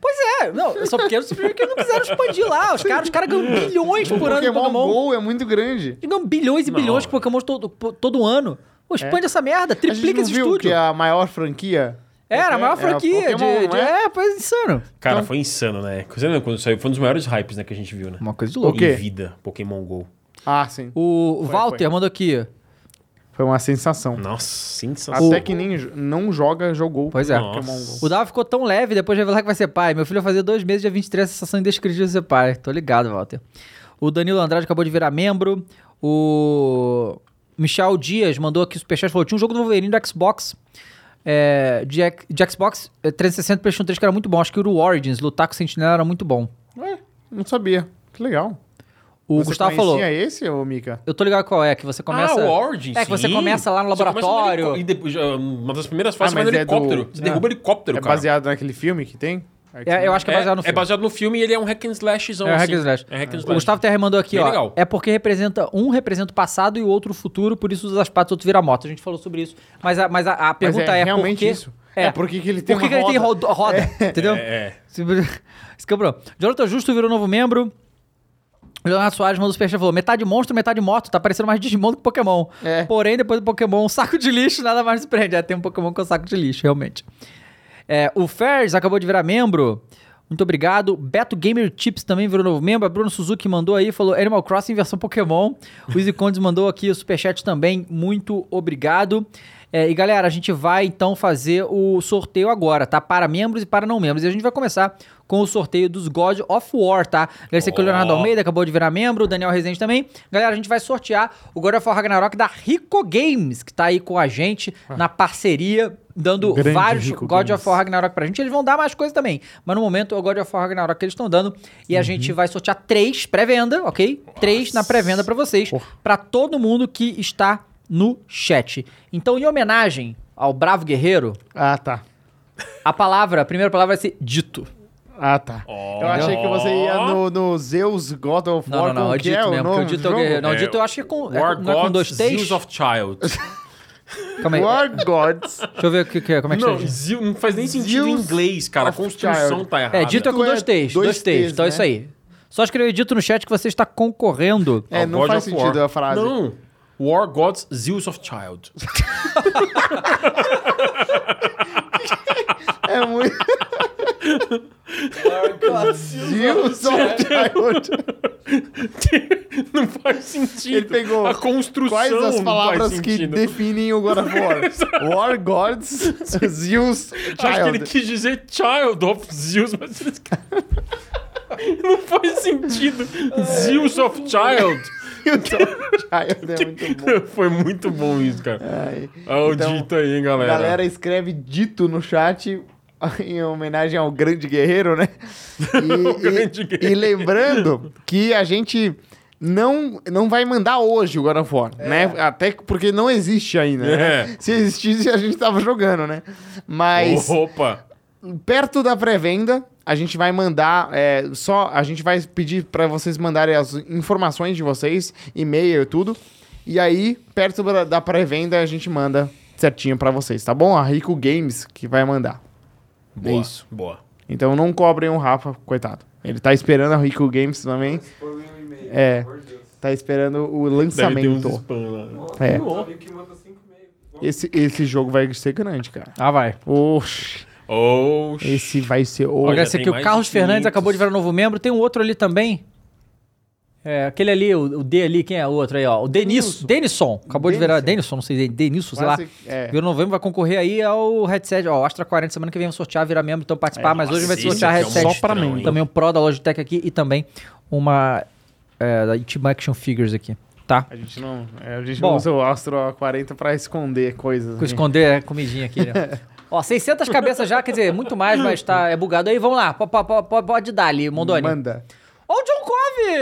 Speaker 1: É, não, eu sou pequeno simplesmente porque não quiseram expandir lá. Os caras, os caras ganham bilhões por ano de
Speaker 3: Pokémon
Speaker 1: Pokémon.
Speaker 3: Go é muito grande.
Speaker 1: Eles ganham bilhões e bilhões de Pokémon todo, po- todo ano. Pô, expande essa merda,
Speaker 3: É. A gente
Speaker 1: triplica
Speaker 3: não
Speaker 1: esse
Speaker 3: viu
Speaker 1: estúdio. É,
Speaker 3: que a maior franquia...
Speaker 1: Era a maior franquia
Speaker 3: Era Pokémon,
Speaker 1: de. de-
Speaker 3: não é?
Speaker 1: É, pois insano.
Speaker 4: Cara, foi insano, né? Você lembra quando saiu? Foi um dos maiores hypes né, que a gente viu, né?
Speaker 1: Uma coisa de
Speaker 3: louco. O quê?
Speaker 4: Em vida, Pokémon GO.
Speaker 3: Ah, sim.
Speaker 1: O Walter mandou aqui.
Speaker 3: Foi uma sensação.
Speaker 4: Nossa, sensacional.
Speaker 3: Até que nem jo- não joga, jogou.
Speaker 1: Pois é.
Speaker 3: Pokémon
Speaker 4: Nossa.
Speaker 1: O Dava ficou tão leve depois de revelar que vai ser pai. Meu filho vai fazer dois meses, dia 23, a sensação indescritível de ser pai. Tô ligado, Walter. O Danilo Andrade acabou de virar membro. O Michel Dias mandou aqui o superchat falou: tinha um jogo do Wolverine do Xbox. é, de, X- de Xbox é, 360 e PlayStation 3 que
Speaker 3: É,
Speaker 1: era muito bom. Acho que era o Origins, lutar com o Sentinela era muito bom.
Speaker 3: Go. Ué, não sabia. Que legal.
Speaker 1: O
Speaker 3: Você
Speaker 1: Gustavo
Speaker 3: conhecia
Speaker 1: falou.
Speaker 3: esse, ô Mika?
Speaker 1: Eu tô ligado qual é, que você começa.
Speaker 4: Ah, o Origins.
Speaker 1: É, que você
Speaker 4: sim.
Speaker 1: começa lá no
Speaker 4: Você começa
Speaker 1: laboratório.
Speaker 4: helicó- e depois, já, uma das primeiras fases
Speaker 3: Ah,
Speaker 4: é
Speaker 3: mas
Speaker 4: no
Speaker 3: é do-
Speaker 4: helicóptero. Você
Speaker 3: Ah.
Speaker 4: derrubou o helicóptero,
Speaker 3: É
Speaker 4: cara.
Speaker 3: baseado naquele filme que tem?
Speaker 1: É, eu acho que é baseado no
Speaker 4: é
Speaker 1: filme.
Speaker 4: baseado no filme e ele é um hack and slashzão.
Speaker 3: Então,
Speaker 1: É um hack
Speaker 4: assim.
Speaker 1: and slash.
Speaker 4: É hack and slash.
Speaker 1: O Gustavo tá Terra mandou aqui,
Speaker 4: Bem
Speaker 1: ó.
Speaker 4: legal.
Speaker 1: É porque representa um representa o passado e o outro o futuro, por isso usa as patas, o outro vira moto. A gente falou sobre isso. Mas a, mas a, a pergunta é, por
Speaker 3: realmente
Speaker 1: quê?
Speaker 3: isso. É, por que que ele tem
Speaker 1: Por que,
Speaker 3: uma
Speaker 1: que ele tem
Speaker 3: roda?
Speaker 1: roda? roda, Entendeu? É. Escabrão. Jonathan Justo virou novo membro. Leonardo Soares mandou superchat e falou: metade monstro, metade moto. Tá parecendo mais Digimon do que Pokémon.
Speaker 3: É.
Speaker 1: Porém, depois do Pokémon, um saco de lixo, nada mais nos prende. É, tem um Pokémon com saco de lixo, realmente. É, o Fers acabou de virar membro. Muito obrigado. Beto Gamer Chips também virou novo membro. A Bruno Suzuki mandou aí, falou Animal Crossing versão Pokémon. O Easy Condes mandou aqui o superchat também. Muito obrigado. É, e galera, a gente vai então fazer o sorteio agora, tá? Para membros e para não membros. E a gente vai começar com o sorteio dos God of War, tá? Agradecer aqui o Leonardo Almeida, acabou de virar membro, o Daniel Rezende também. Galera, a gente vai sortear o God of War Ragnarok da Rico Games, que tá aí com a gente na parceria, dando
Speaker 3: Ah. Grande
Speaker 1: vários
Speaker 3: Rico
Speaker 1: God
Speaker 3: Games.
Speaker 1: of War Ragnarok pra gente. Eles vão dar mais coisa também. Mas no momento, é o God of War Ragnarok que eles estão dando. E a
Speaker 3: Uhum.
Speaker 1: gente vai sortear três pré-venda, ok? Três na pré-venda pra vocês. Pra todo mundo que está no chat. Então, em homenagem ao Bravo Guerreiro,
Speaker 3: Ah, tá.
Speaker 1: a palavra, a primeira palavra vai ser dito.
Speaker 3: Ah, tá. eu achei que você ia no, no Zeus God of
Speaker 1: Não,
Speaker 3: War.
Speaker 1: não, não.
Speaker 3: como
Speaker 1: É
Speaker 3: que
Speaker 1: dito
Speaker 3: o
Speaker 1: mesmo. Porque
Speaker 3: nome
Speaker 1: o
Speaker 3: do
Speaker 1: dito é o
Speaker 3: jogo?
Speaker 1: guerreiro. Não, o
Speaker 4: É,
Speaker 1: dito eu acho que é com, é,
Speaker 4: War
Speaker 1: não é com dois
Speaker 4: Gods,
Speaker 1: T's.
Speaker 4: Zeus of Child.
Speaker 1: Calma aí.
Speaker 3: War Gods.
Speaker 1: Deixa eu ver o que, que é, como é que
Speaker 4: não,
Speaker 1: chama.
Speaker 4: Zeus- não faz nem sentido em
Speaker 3: Zeus
Speaker 4: inglês, cara. A
Speaker 3: of
Speaker 4: construção
Speaker 3: Child.
Speaker 4: tá errada.
Speaker 1: É, dito é com
Speaker 3: Dito é
Speaker 1: dois T's.
Speaker 3: dois
Speaker 1: Dois T's.
Speaker 3: T's,
Speaker 1: Então é
Speaker 3: né?
Speaker 1: isso aí. Só escreveu dito no chat que você está concorrendo.
Speaker 3: É, não
Speaker 4: God
Speaker 3: faz
Speaker 4: of War.
Speaker 3: sentido a frase.
Speaker 4: Não. War Gods, Zeus of Child.
Speaker 3: É muito. Zeus of Child.
Speaker 4: não faz sentido.
Speaker 3: Ele pegou
Speaker 4: A construção.
Speaker 3: Quais as
Speaker 4: não
Speaker 3: palavras
Speaker 4: faz
Speaker 3: que
Speaker 4: sentido.
Speaker 3: definem o God of War? War Gods, Zeus
Speaker 4: Acho que ele
Speaker 3: Child.
Speaker 4: quis dizer Child of Zeus, mas ele... não faz sentido. Zeus of Child.
Speaker 3: Zeus of Child é muito bom.
Speaker 4: Foi muito bom isso, cara.
Speaker 3: Ai.
Speaker 4: Olha o
Speaker 3: Então,
Speaker 4: dito aí, hein, galera.
Speaker 3: Galera, escreve dito no chat em homenagem ao grande guerreiro, né? E,
Speaker 4: grande
Speaker 3: e-
Speaker 4: guerreiro.
Speaker 3: e lembrando que a gente não, não vai mandar hoje o God of War, né? Até porque não existe ainda. né?
Speaker 4: É. Oh,
Speaker 3: Se existisse, a gente tava jogando, né? Mas
Speaker 4: Opa.
Speaker 3: perto da pré-venda, a gente vai mandar é, só a gente vai pedir para vocês mandarem as informações de vocês, e-mail e tudo. E aí, perto da- da pré-venda, a gente manda certinho para vocês, tá bom? A Rico Games que vai mandar.
Speaker 4: Boa. isso. Boa.
Speaker 3: Então não cobrem o Rafa, coitado. Ele tá esperando a Rico Games também. É. Tá esperando o
Speaker 4: Deve ter uns
Speaker 3: lançamento.
Speaker 4: spam lá. né?
Speaker 3: É. Esse, esse jogo vai ser grande, cara.
Speaker 1: Ah, vai.
Speaker 3: Oxi,
Speaker 4: Oxi.
Speaker 3: esse vai ser.
Speaker 1: Olha
Speaker 3: Olha,
Speaker 1: esse
Speaker 4: tem
Speaker 1: aqui, o
Speaker 4: mais
Speaker 1: Carlos
Speaker 4: de
Speaker 1: Fernandes
Speaker 4: 500.
Speaker 1: acabou de virar novo membro. Tem um outro ali também. É, aquele ali, o, o D ali, quem é o outro aí, ó? O Denis, Denison. Acabou de virar. Denison, não sei, Denison, sei lá.
Speaker 3: Quase- é.
Speaker 1: Virou novo membro, vai concorrer aí ao headset, ó, o Astra 40, semana que vem vamos sortear, virar membro, então participar, mas hoje vai
Speaker 4: É, nossa,
Speaker 1: sortear
Speaker 4: esse aqui é
Speaker 1: headset.
Speaker 4: um só pra mim.
Speaker 1: Também um Pro da Logitech aqui e também uma é, da Intima Action Figures aqui, tá?
Speaker 3: A gente não, é, a gente
Speaker 1: Bom.
Speaker 3: não usa o Astro A40 pra esconder coisas. né?
Speaker 1: Esconder a comidinha aqui, né? Ó, 600 cabeças já, quer dizer, muito mais, mas tá, é bugado aí. Vamos lá, po- po- po- po- pode dar ali, Mondoni.
Speaker 3: Manda.
Speaker 1: Ó, o John Cove!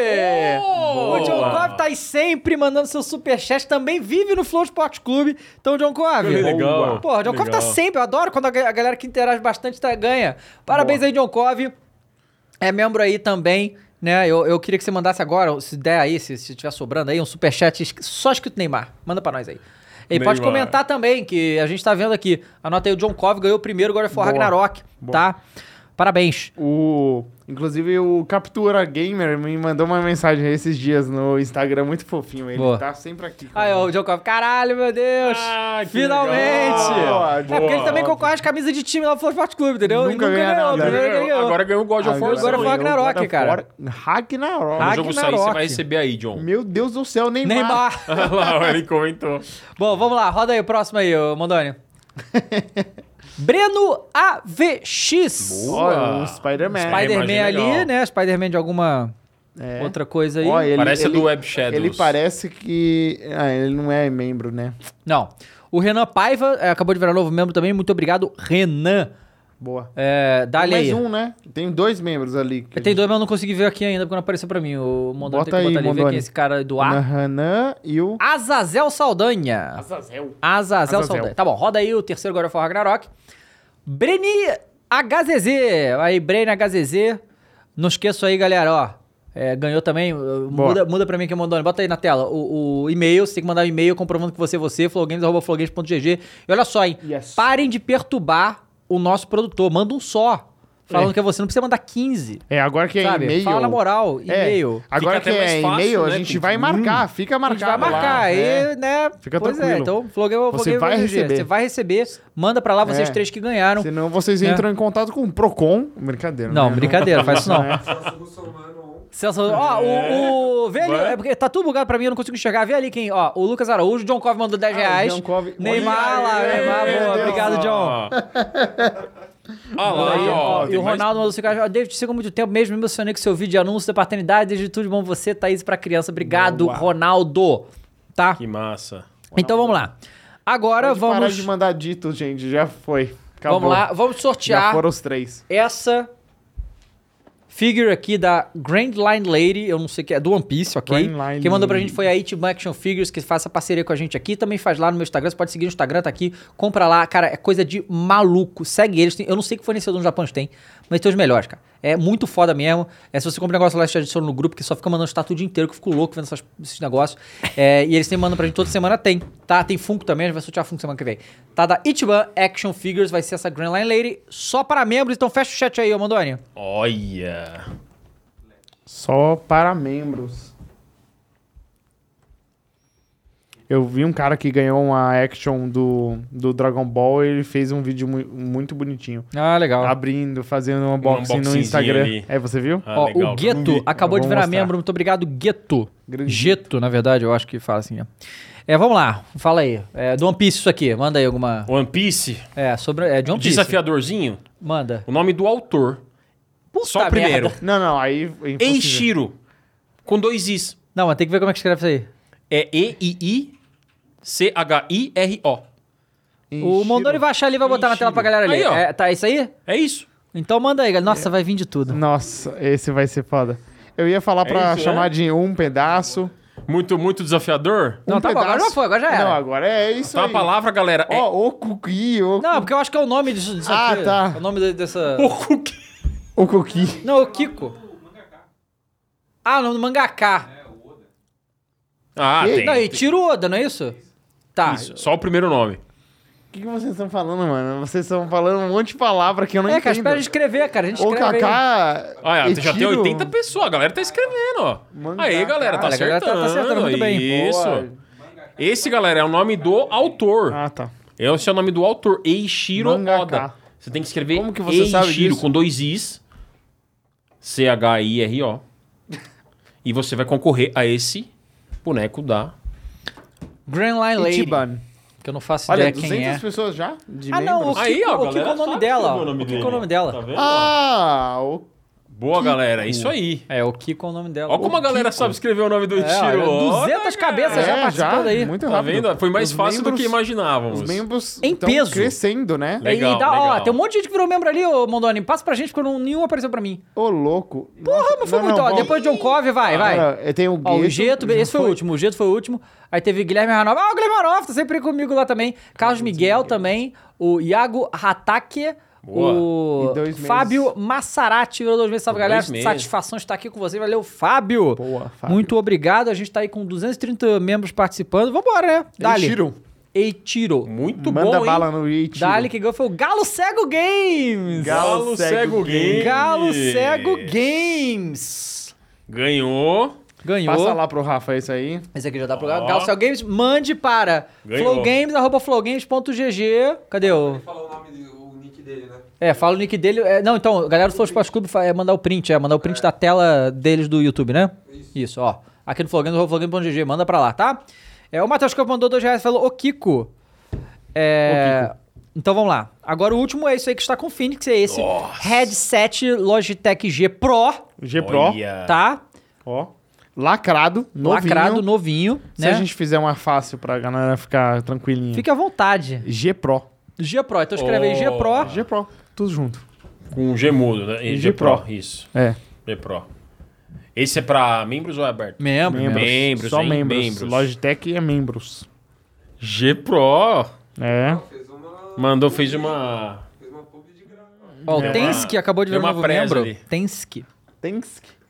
Speaker 1: O John Cove tá aí sempre mandando seu superchat, também vive no Flow Sport Clube. Então, John Cove.
Speaker 4: Que legal,
Speaker 1: Porra, o John
Speaker 4: que
Speaker 1: Cove tá
Speaker 4: legal.
Speaker 1: sempre, eu adoro quando a ga- a galera que interage bastante tá, ganha. Parabéns aí, John Cove. É membro aí também, né? Eu, eu queria que você mandasse agora, se der aí, se, se tiver sobrando aí, um superchat es- só escrito Neymar. Manda pra nós aí. E pode
Speaker 4: Neymar.
Speaker 1: comentar também, que a gente tá vendo aqui. Anota aí, o John Cove ganhou o primeiro God of War
Speaker 3: Boa.
Speaker 1: Ragnarok, tá? Parabéns.
Speaker 3: O, inclusive, o Captura Gamer me mandou uma mensagem esses dias no Instagram, muito fofinho. Ele
Speaker 1: Boa.
Speaker 3: tá sempre aqui.
Speaker 1: Aí, ó, o John Cove, caralho, meu Deus!
Speaker 4: Ah, que
Speaker 1: finalmente!
Speaker 4: legal. Ah,
Speaker 3: Boa,
Speaker 1: é porque ele
Speaker 4: boa.
Speaker 1: também concorre às camisas de time lá do Flow Sport Clube, entendeu?
Speaker 3: Nunca ganha nada. é
Speaker 1: primeiro que ele ganhou.
Speaker 4: Agora ganhou o God of War.
Speaker 1: Agora foi
Speaker 4: hein?
Speaker 1: Ragnarok,
Speaker 3: God of
Speaker 1: cara.
Speaker 3: War- Ragnarok.
Speaker 4: Quando o jogo sair, você
Speaker 1: Ragnarok.
Speaker 4: vai receber aí, John.
Speaker 3: Meu Deus do céu, nem
Speaker 1: Neymar!
Speaker 4: Olha lá, ele comentou.
Speaker 1: Bom, vamos lá, roda aí o próximo aí, ô Mondoni. Breno AVX.
Speaker 3: Olha,
Speaker 4: Spider-
Speaker 3: o Spider-Man.
Speaker 1: Spider-Man
Speaker 4: imagem
Speaker 1: ali,
Speaker 4: legal.
Speaker 1: né? Spider-Man de alguma
Speaker 3: É.
Speaker 1: outra coisa aí.
Speaker 3: Ó, ele-
Speaker 4: Parece a
Speaker 3: ele-
Speaker 4: do Web Shadows.
Speaker 3: Ele parece que... Ah, ele não é membro, né?
Speaker 1: é, Não. O Renan Paiva eh, acabou de virar novo membro também. Muito obrigado, Renan.
Speaker 3: Boa.
Speaker 1: É, dá-lhe
Speaker 3: Mais
Speaker 1: aí.
Speaker 3: um, né? Tem dois membros ali. que-
Speaker 1: Tem dois, mas eu não consegui ver aqui ainda porque não apareceu pra mim. O Mondoni
Speaker 3: Bota
Speaker 1: tem que
Speaker 3: aí,
Speaker 1: botar ali ver
Speaker 3: Mondoni.
Speaker 1: quem é esse cara do ar.
Speaker 3: Nahanã e o...
Speaker 1: Azazel Saldanha.
Speaker 2: Azazel.
Speaker 1: Azazel,
Speaker 3: Azazel.
Speaker 1: Saldanha. Tá bom, roda aí o terceiro God of War Ragnarok. Breni HZZ. Aí, Breni HZZ. Não esqueço aí, galera, ó. É, ganhou também. uh,
Speaker 3: Boa.
Speaker 1: Muda, muda pra mim que mandou. Bota aí na tela o, o e-mail. Você tem que mandar um e-mail comprovando que você é você, flowgames.flowgames.gg. E olha só, hein.
Speaker 3: Yes.
Speaker 1: Parem de perturbar o nosso produtor. Manda um só. Falando que é você. Não precisa mandar 15.
Speaker 3: É, agora que é
Speaker 1: Sabe?
Speaker 3: e-mail...
Speaker 1: Fala na moral,
Speaker 3: É,
Speaker 1: e-mail.
Speaker 3: Agora
Speaker 2: Fica até
Speaker 3: que
Speaker 2: mais
Speaker 3: é
Speaker 2: fácil,
Speaker 3: e-mail, a
Speaker 2: né,
Speaker 3: gente
Speaker 2: com-
Speaker 3: vai marcar. Fica
Speaker 1: Hum. A gente vai
Speaker 3: marcado lá.
Speaker 1: marcar aí,
Speaker 3: É.
Speaker 1: né?
Speaker 3: Fica
Speaker 1: pois é,
Speaker 3: tranquilo.
Speaker 1: então, Flogão,
Speaker 3: Você vai receber.
Speaker 1: Você vai receber. Manda pra lá vocês
Speaker 3: É.
Speaker 1: três que ganharam.
Speaker 3: Senão vocês entram em contato com o Procon. Brincadeira.
Speaker 1: Não,
Speaker 3: né?
Speaker 1: brincadeira, faz isso não.
Speaker 7: Celso Russomano on.
Speaker 1: Celso, ó, o, o velho, é porque tá tudo bugado pra mim, eu não consigo enxergar. Vê ali quem, ó, o Lucas Araújo, John Cove mandou 10
Speaker 3: Ah,
Speaker 1: reais.
Speaker 3: John Cove.
Speaker 1: Neymar
Speaker 3: Olha
Speaker 1: lá,
Speaker 3: aí,
Speaker 2: É,
Speaker 1: Neymar,
Speaker 3: meu
Speaker 1: É, boa,
Speaker 3: Deus.
Speaker 1: obrigado, John.
Speaker 2: Ah lá,
Speaker 1: Aí,
Speaker 2: ó.
Speaker 1: ó, e o
Speaker 2: tem mais-
Speaker 1: Ronaldo mandou 5 reais. Ó, David, te sigo há muito tempo, mesmo me emocionei com seu vídeo de anúncio da paternidade. Desde tudo de bom você, Thaís, pra criança. Obrigado, Ronaldo. Tá?
Speaker 2: Que massa.
Speaker 1: Então vamos lá. Agora
Speaker 3: Pode parar
Speaker 1: vamos.
Speaker 3: de mandar dito, gente. Já foi. Acabou.
Speaker 1: Vamos lá, vamos
Speaker 3: Já
Speaker 1: sortear
Speaker 3: foram os três.
Speaker 1: essa figure aqui da Grand Line Lady, eu não sei o que é, do One Piece, ok?
Speaker 3: Grand Line
Speaker 1: Quem mandou pra
Speaker 3: Lady.
Speaker 1: gente foi a Itman Action Figures, que faz essa parceria com a gente aqui. Também faz lá no meu Instagram, você pode seguir no Instagram, tá aqui. Compra lá, cara, é coisa de maluco. Segue eles, tem- eu não sei que fornecedor no Japão eles têm, mas tem os melhores, cara. É muito foda mesmo. É, se você compra um negócio lá, você adiciona no grupo, que só fica mandando status o dia inteiro, que eu fico louco vendo essas- esses negócios. É, e eles têm mandando pra gente toda semana, tem, tá? Tem Funko também, a gente vai sortear Funko semana que vem. Tá da Itman Action Figures, vai ser essa Grand Line Lady, só para membros. Então fecha o chat aí, ô Mandoni.
Speaker 2: Olha.
Speaker 3: Só para membros. Eu vi um cara que ganhou uma action do, do Dragon Ball e ele fez um vídeo mu- muito bonitinho.
Speaker 1: Ah, legal.
Speaker 3: Abrindo, fazendo um unboxing no
Speaker 2: unboxingzinho
Speaker 3: Instagram.
Speaker 2: ali.
Speaker 3: É, você viu?
Speaker 2: Ah,
Speaker 1: Ó,
Speaker 2: legal.
Speaker 1: o Gueto acabou
Speaker 3: Eu
Speaker 1: de
Speaker 3: vou
Speaker 1: virar
Speaker 3: mostrar.
Speaker 1: membro. Muito obrigado, Gueto.
Speaker 3: Grande
Speaker 1: Geto, na verdade, eu acho que fala assim. ó. É, vamos lá. Fala aí. É, do One Piece isso aqui. Manda aí alguma...
Speaker 2: One Piece,
Speaker 1: É, sobre... É de One Piece.
Speaker 2: desafiadorzinho,
Speaker 1: Manda.
Speaker 2: o nome do autor. Só o
Speaker 1: merda.
Speaker 2: primeiro.
Speaker 3: Não, não, aí. é impossível.
Speaker 2: Eiichiro, com dois Is.
Speaker 1: Não, mas tem que ver como é que escreve isso aí.
Speaker 2: É E-I-I-C-H-I-R-O.
Speaker 1: O Mondoni vai achar ali e vai botar na tela pra galera ali.
Speaker 2: Aí, ó.
Speaker 1: É, tá isso aí?
Speaker 2: É isso.
Speaker 1: Então manda aí, galera. Nossa, vai vir de tudo.
Speaker 3: Nossa, esse vai ser foda. Eu ia
Speaker 1: É
Speaker 3: falar pra
Speaker 2: isso, né?
Speaker 3: chamar de um pedaço.
Speaker 2: Muito, muito desafiador.
Speaker 1: Não,
Speaker 3: um
Speaker 1: tá bom, agora
Speaker 3: pedaço.
Speaker 1: já foi, agora já era.
Speaker 3: Não, agora é isso
Speaker 2: Tá a
Speaker 3: aí.
Speaker 2: palavra, galera. É
Speaker 3: Ó, o Cuqui, o,
Speaker 1: Não, porque eu acho que é o nome disso, disso
Speaker 3: Ah,
Speaker 1: aqui.
Speaker 3: tá.
Speaker 1: É o nome de- dessa...
Speaker 2: Okuki.
Speaker 3: o Cuqui.
Speaker 1: Não, é o Kiko. Ah, o nome do mangaká.
Speaker 2: Ah, tem.
Speaker 1: Não, e tira o Oda, não é isso? Tá.
Speaker 2: Isso, Só o primeiro nome.
Speaker 3: O que, que vocês estão falando, mano? Vocês estão falando um monte de palavra que eu não
Speaker 1: É, cara,
Speaker 3: entendo.
Speaker 1: espera de escrever, cara. A gente
Speaker 3: o
Speaker 1: escreve aí.
Speaker 3: Kaká.
Speaker 2: Olha,
Speaker 3: e
Speaker 2: Ah, já tem
Speaker 3: tiro-
Speaker 2: 80 pessoas. A galera tá escrevendo, ó.
Speaker 3: Mangaka.
Speaker 2: Aí, galera, tá
Speaker 1: Olha, a galera tá-
Speaker 2: acertando.
Speaker 1: tá acertando muito bem.
Speaker 2: Isso.
Speaker 3: Boa.
Speaker 2: Esse, galera, é o nome do autor.
Speaker 3: Ah, tá.
Speaker 2: Esse é o nome do autor, Eiichiro
Speaker 3: Mangaka.
Speaker 2: Oda. Você tem que escrever
Speaker 3: Como que você sabe disso?
Speaker 2: com dois Is, C-H-I-R-O. e você vai concorrer a esse boneco da...
Speaker 1: Grand Line Lady.
Speaker 3: Ichiban.
Speaker 1: Que eu não faço
Speaker 3: Olha,
Speaker 1: ideia
Speaker 3: 200
Speaker 1: quem é.
Speaker 3: pessoas já? De
Speaker 1: Ah, não,
Speaker 3: membros?
Speaker 1: o Kiko, o Kiko é o nome
Speaker 2: sabe
Speaker 1: dela.
Speaker 2: o
Speaker 1: ó. O
Speaker 2: nome
Speaker 1: Kiko é
Speaker 2: dele.
Speaker 1: o nome dela.
Speaker 2: Tá vendo?
Speaker 3: Ah, o...
Speaker 2: Boa, galera, é isso aí.
Speaker 1: É, o Kiko é o nome dela.
Speaker 2: Olha como a galera sabe escrever o nome do
Speaker 1: É, olha,
Speaker 2: Eiichiro. Oda,
Speaker 1: 200 cabeças
Speaker 3: é,
Speaker 1: já
Speaker 3: já,
Speaker 1: participando aí.
Speaker 3: muito
Speaker 2: Tá
Speaker 3: rápido.
Speaker 2: vendo? Foi mais
Speaker 3: Os
Speaker 2: fácil do
Speaker 3: membros-
Speaker 2: que imaginávamos.
Speaker 3: Os membros
Speaker 1: Em
Speaker 3: tão
Speaker 1: peso.
Speaker 3: crescendo, né?
Speaker 1: E
Speaker 2: Legal,
Speaker 1: dá, ó,
Speaker 2: legal.
Speaker 1: tem um monte de gente que virou membro ali, ô Mondoni. Passa pra gente, porque não, nenhum apareceu pra mim.
Speaker 3: Ô, louco.
Speaker 1: Porra, mas foi muito. ó, depois de John Cove, vai, vai.
Speaker 3: Tem o
Speaker 1: Ó, o
Speaker 3: um Gueto,
Speaker 1: Geto, esse foi o último, o Geto foi o último. Aí teve Guilherme Ranov. Ah, o Guilherme Ranov tá sempre comigo lá também. Carlos Miguel também. O Iago Hatake.
Speaker 2: Boa.
Speaker 1: O
Speaker 3: E dois meses.
Speaker 1: Fábio Massarati virou dois meses. Salve,
Speaker 2: Dois
Speaker 1: galera.
Speaker 2: meses.
Speaker 1: Satisfação estar aqui com você. Valeu, Fábio.
Speaker 3: Boa, Fábio.
Speaker 1: Muito obrigado. A gente tá aí com 230 membros participando. Vambora, né? Dali.
Speaker 3: Eiichiro.
Speaker 1: Eiichiro.
Speaker 2: Muito
Speaker 3: Manda
Speaker 2: bom,
Speaker 3: bala
Speaker 2: hein?
Speaker 3: no Eiichiro.
Speaker 1: Dali que ganhou foi o Galo Cego Games.
Speaker 3: Galo Cego Games.
Speaker 1: Galo Cego Games.
Speaker 2: Ganhou.
Speaker 1: Ganhou.
Speaker 3: Passa lá pro Rafa isso aí.
Speaker 1: Esse aqui já dá pro Galo. Galo Cell Games, mande para
Speaker 2: Ganhou.
Speaker 1: flowgames, arroba flowgames.gg. Cadê o...
Speaker 7: Fala o nome, de- o nick dele, né?
Speaker 1: É, fala o nick dele. É, não, então, galera do Flow Sports Clube fa- é mandar o print, é mandar o print da tela deles do YouTube, né? Isso, ó. Aqui no Flowgames, arroba flowgames.gg, manda pra lá, tá? É, o Matheus Campos mandou dois reais e falou, ô Kiko. É... Então vamos lá. Agora o último é isso aí que está com o Phoenix, é esse headset Logitech G Pro,
Speaker 3: G Pro,
Speaker 2: Olha.
Speaker 1: tá?
Speaker 3: ó. Lacrado, É. novinho.
Speaker 1: Lacrado, novinho,
Speaker 3: Se
Speaker 1: né?
Speaker 3: a gente fizer uma fácil pra galera ficar tranquilinha.
Speaker 1: Fique à vontade.
Speaker 3: G Pro. Oh.
Speaker 1: G Pro, então escreve aí G Pro.
Speaker 3: G Pro. Tudo junto.
Speaker 4: Com o Gmodo, né? E
Speaker 3: G Pro.
Speaker 4: Isso.
Speaker 3: É.
Speaker 4: G Pro. Esse é pra membros ou é aberto?
Speaker 1: Membro.
Speaker 3: Membros.
Speaker 4: Membros,
Speaker 3: Só
Speaker 4: hein?
Speaker 3: membros.
Speaker 4: Membros.
Speaker 3: Logitech é membros.
Speaker 4: G Pro.
Speaker 3: É.
Speaker 7: Fez uma,
Speaker 4: Mandou, fez uma.
Speaker 7: fez uma pub de graça.
Speaker 1: Ó,
Speaker 4: Deu
Speaker 1: o Tensk
Speaker 4: uma-
Speaker 1: acabou de
Speaker 4: deu
Speaker 1: ver um
Speaker 4: uma
Speaker 1: novo
Speaker 4: presa
Speaker 1: membro.
Speaker 4: ali.
Speaker 1: Tensk.
Speaker 3: Tem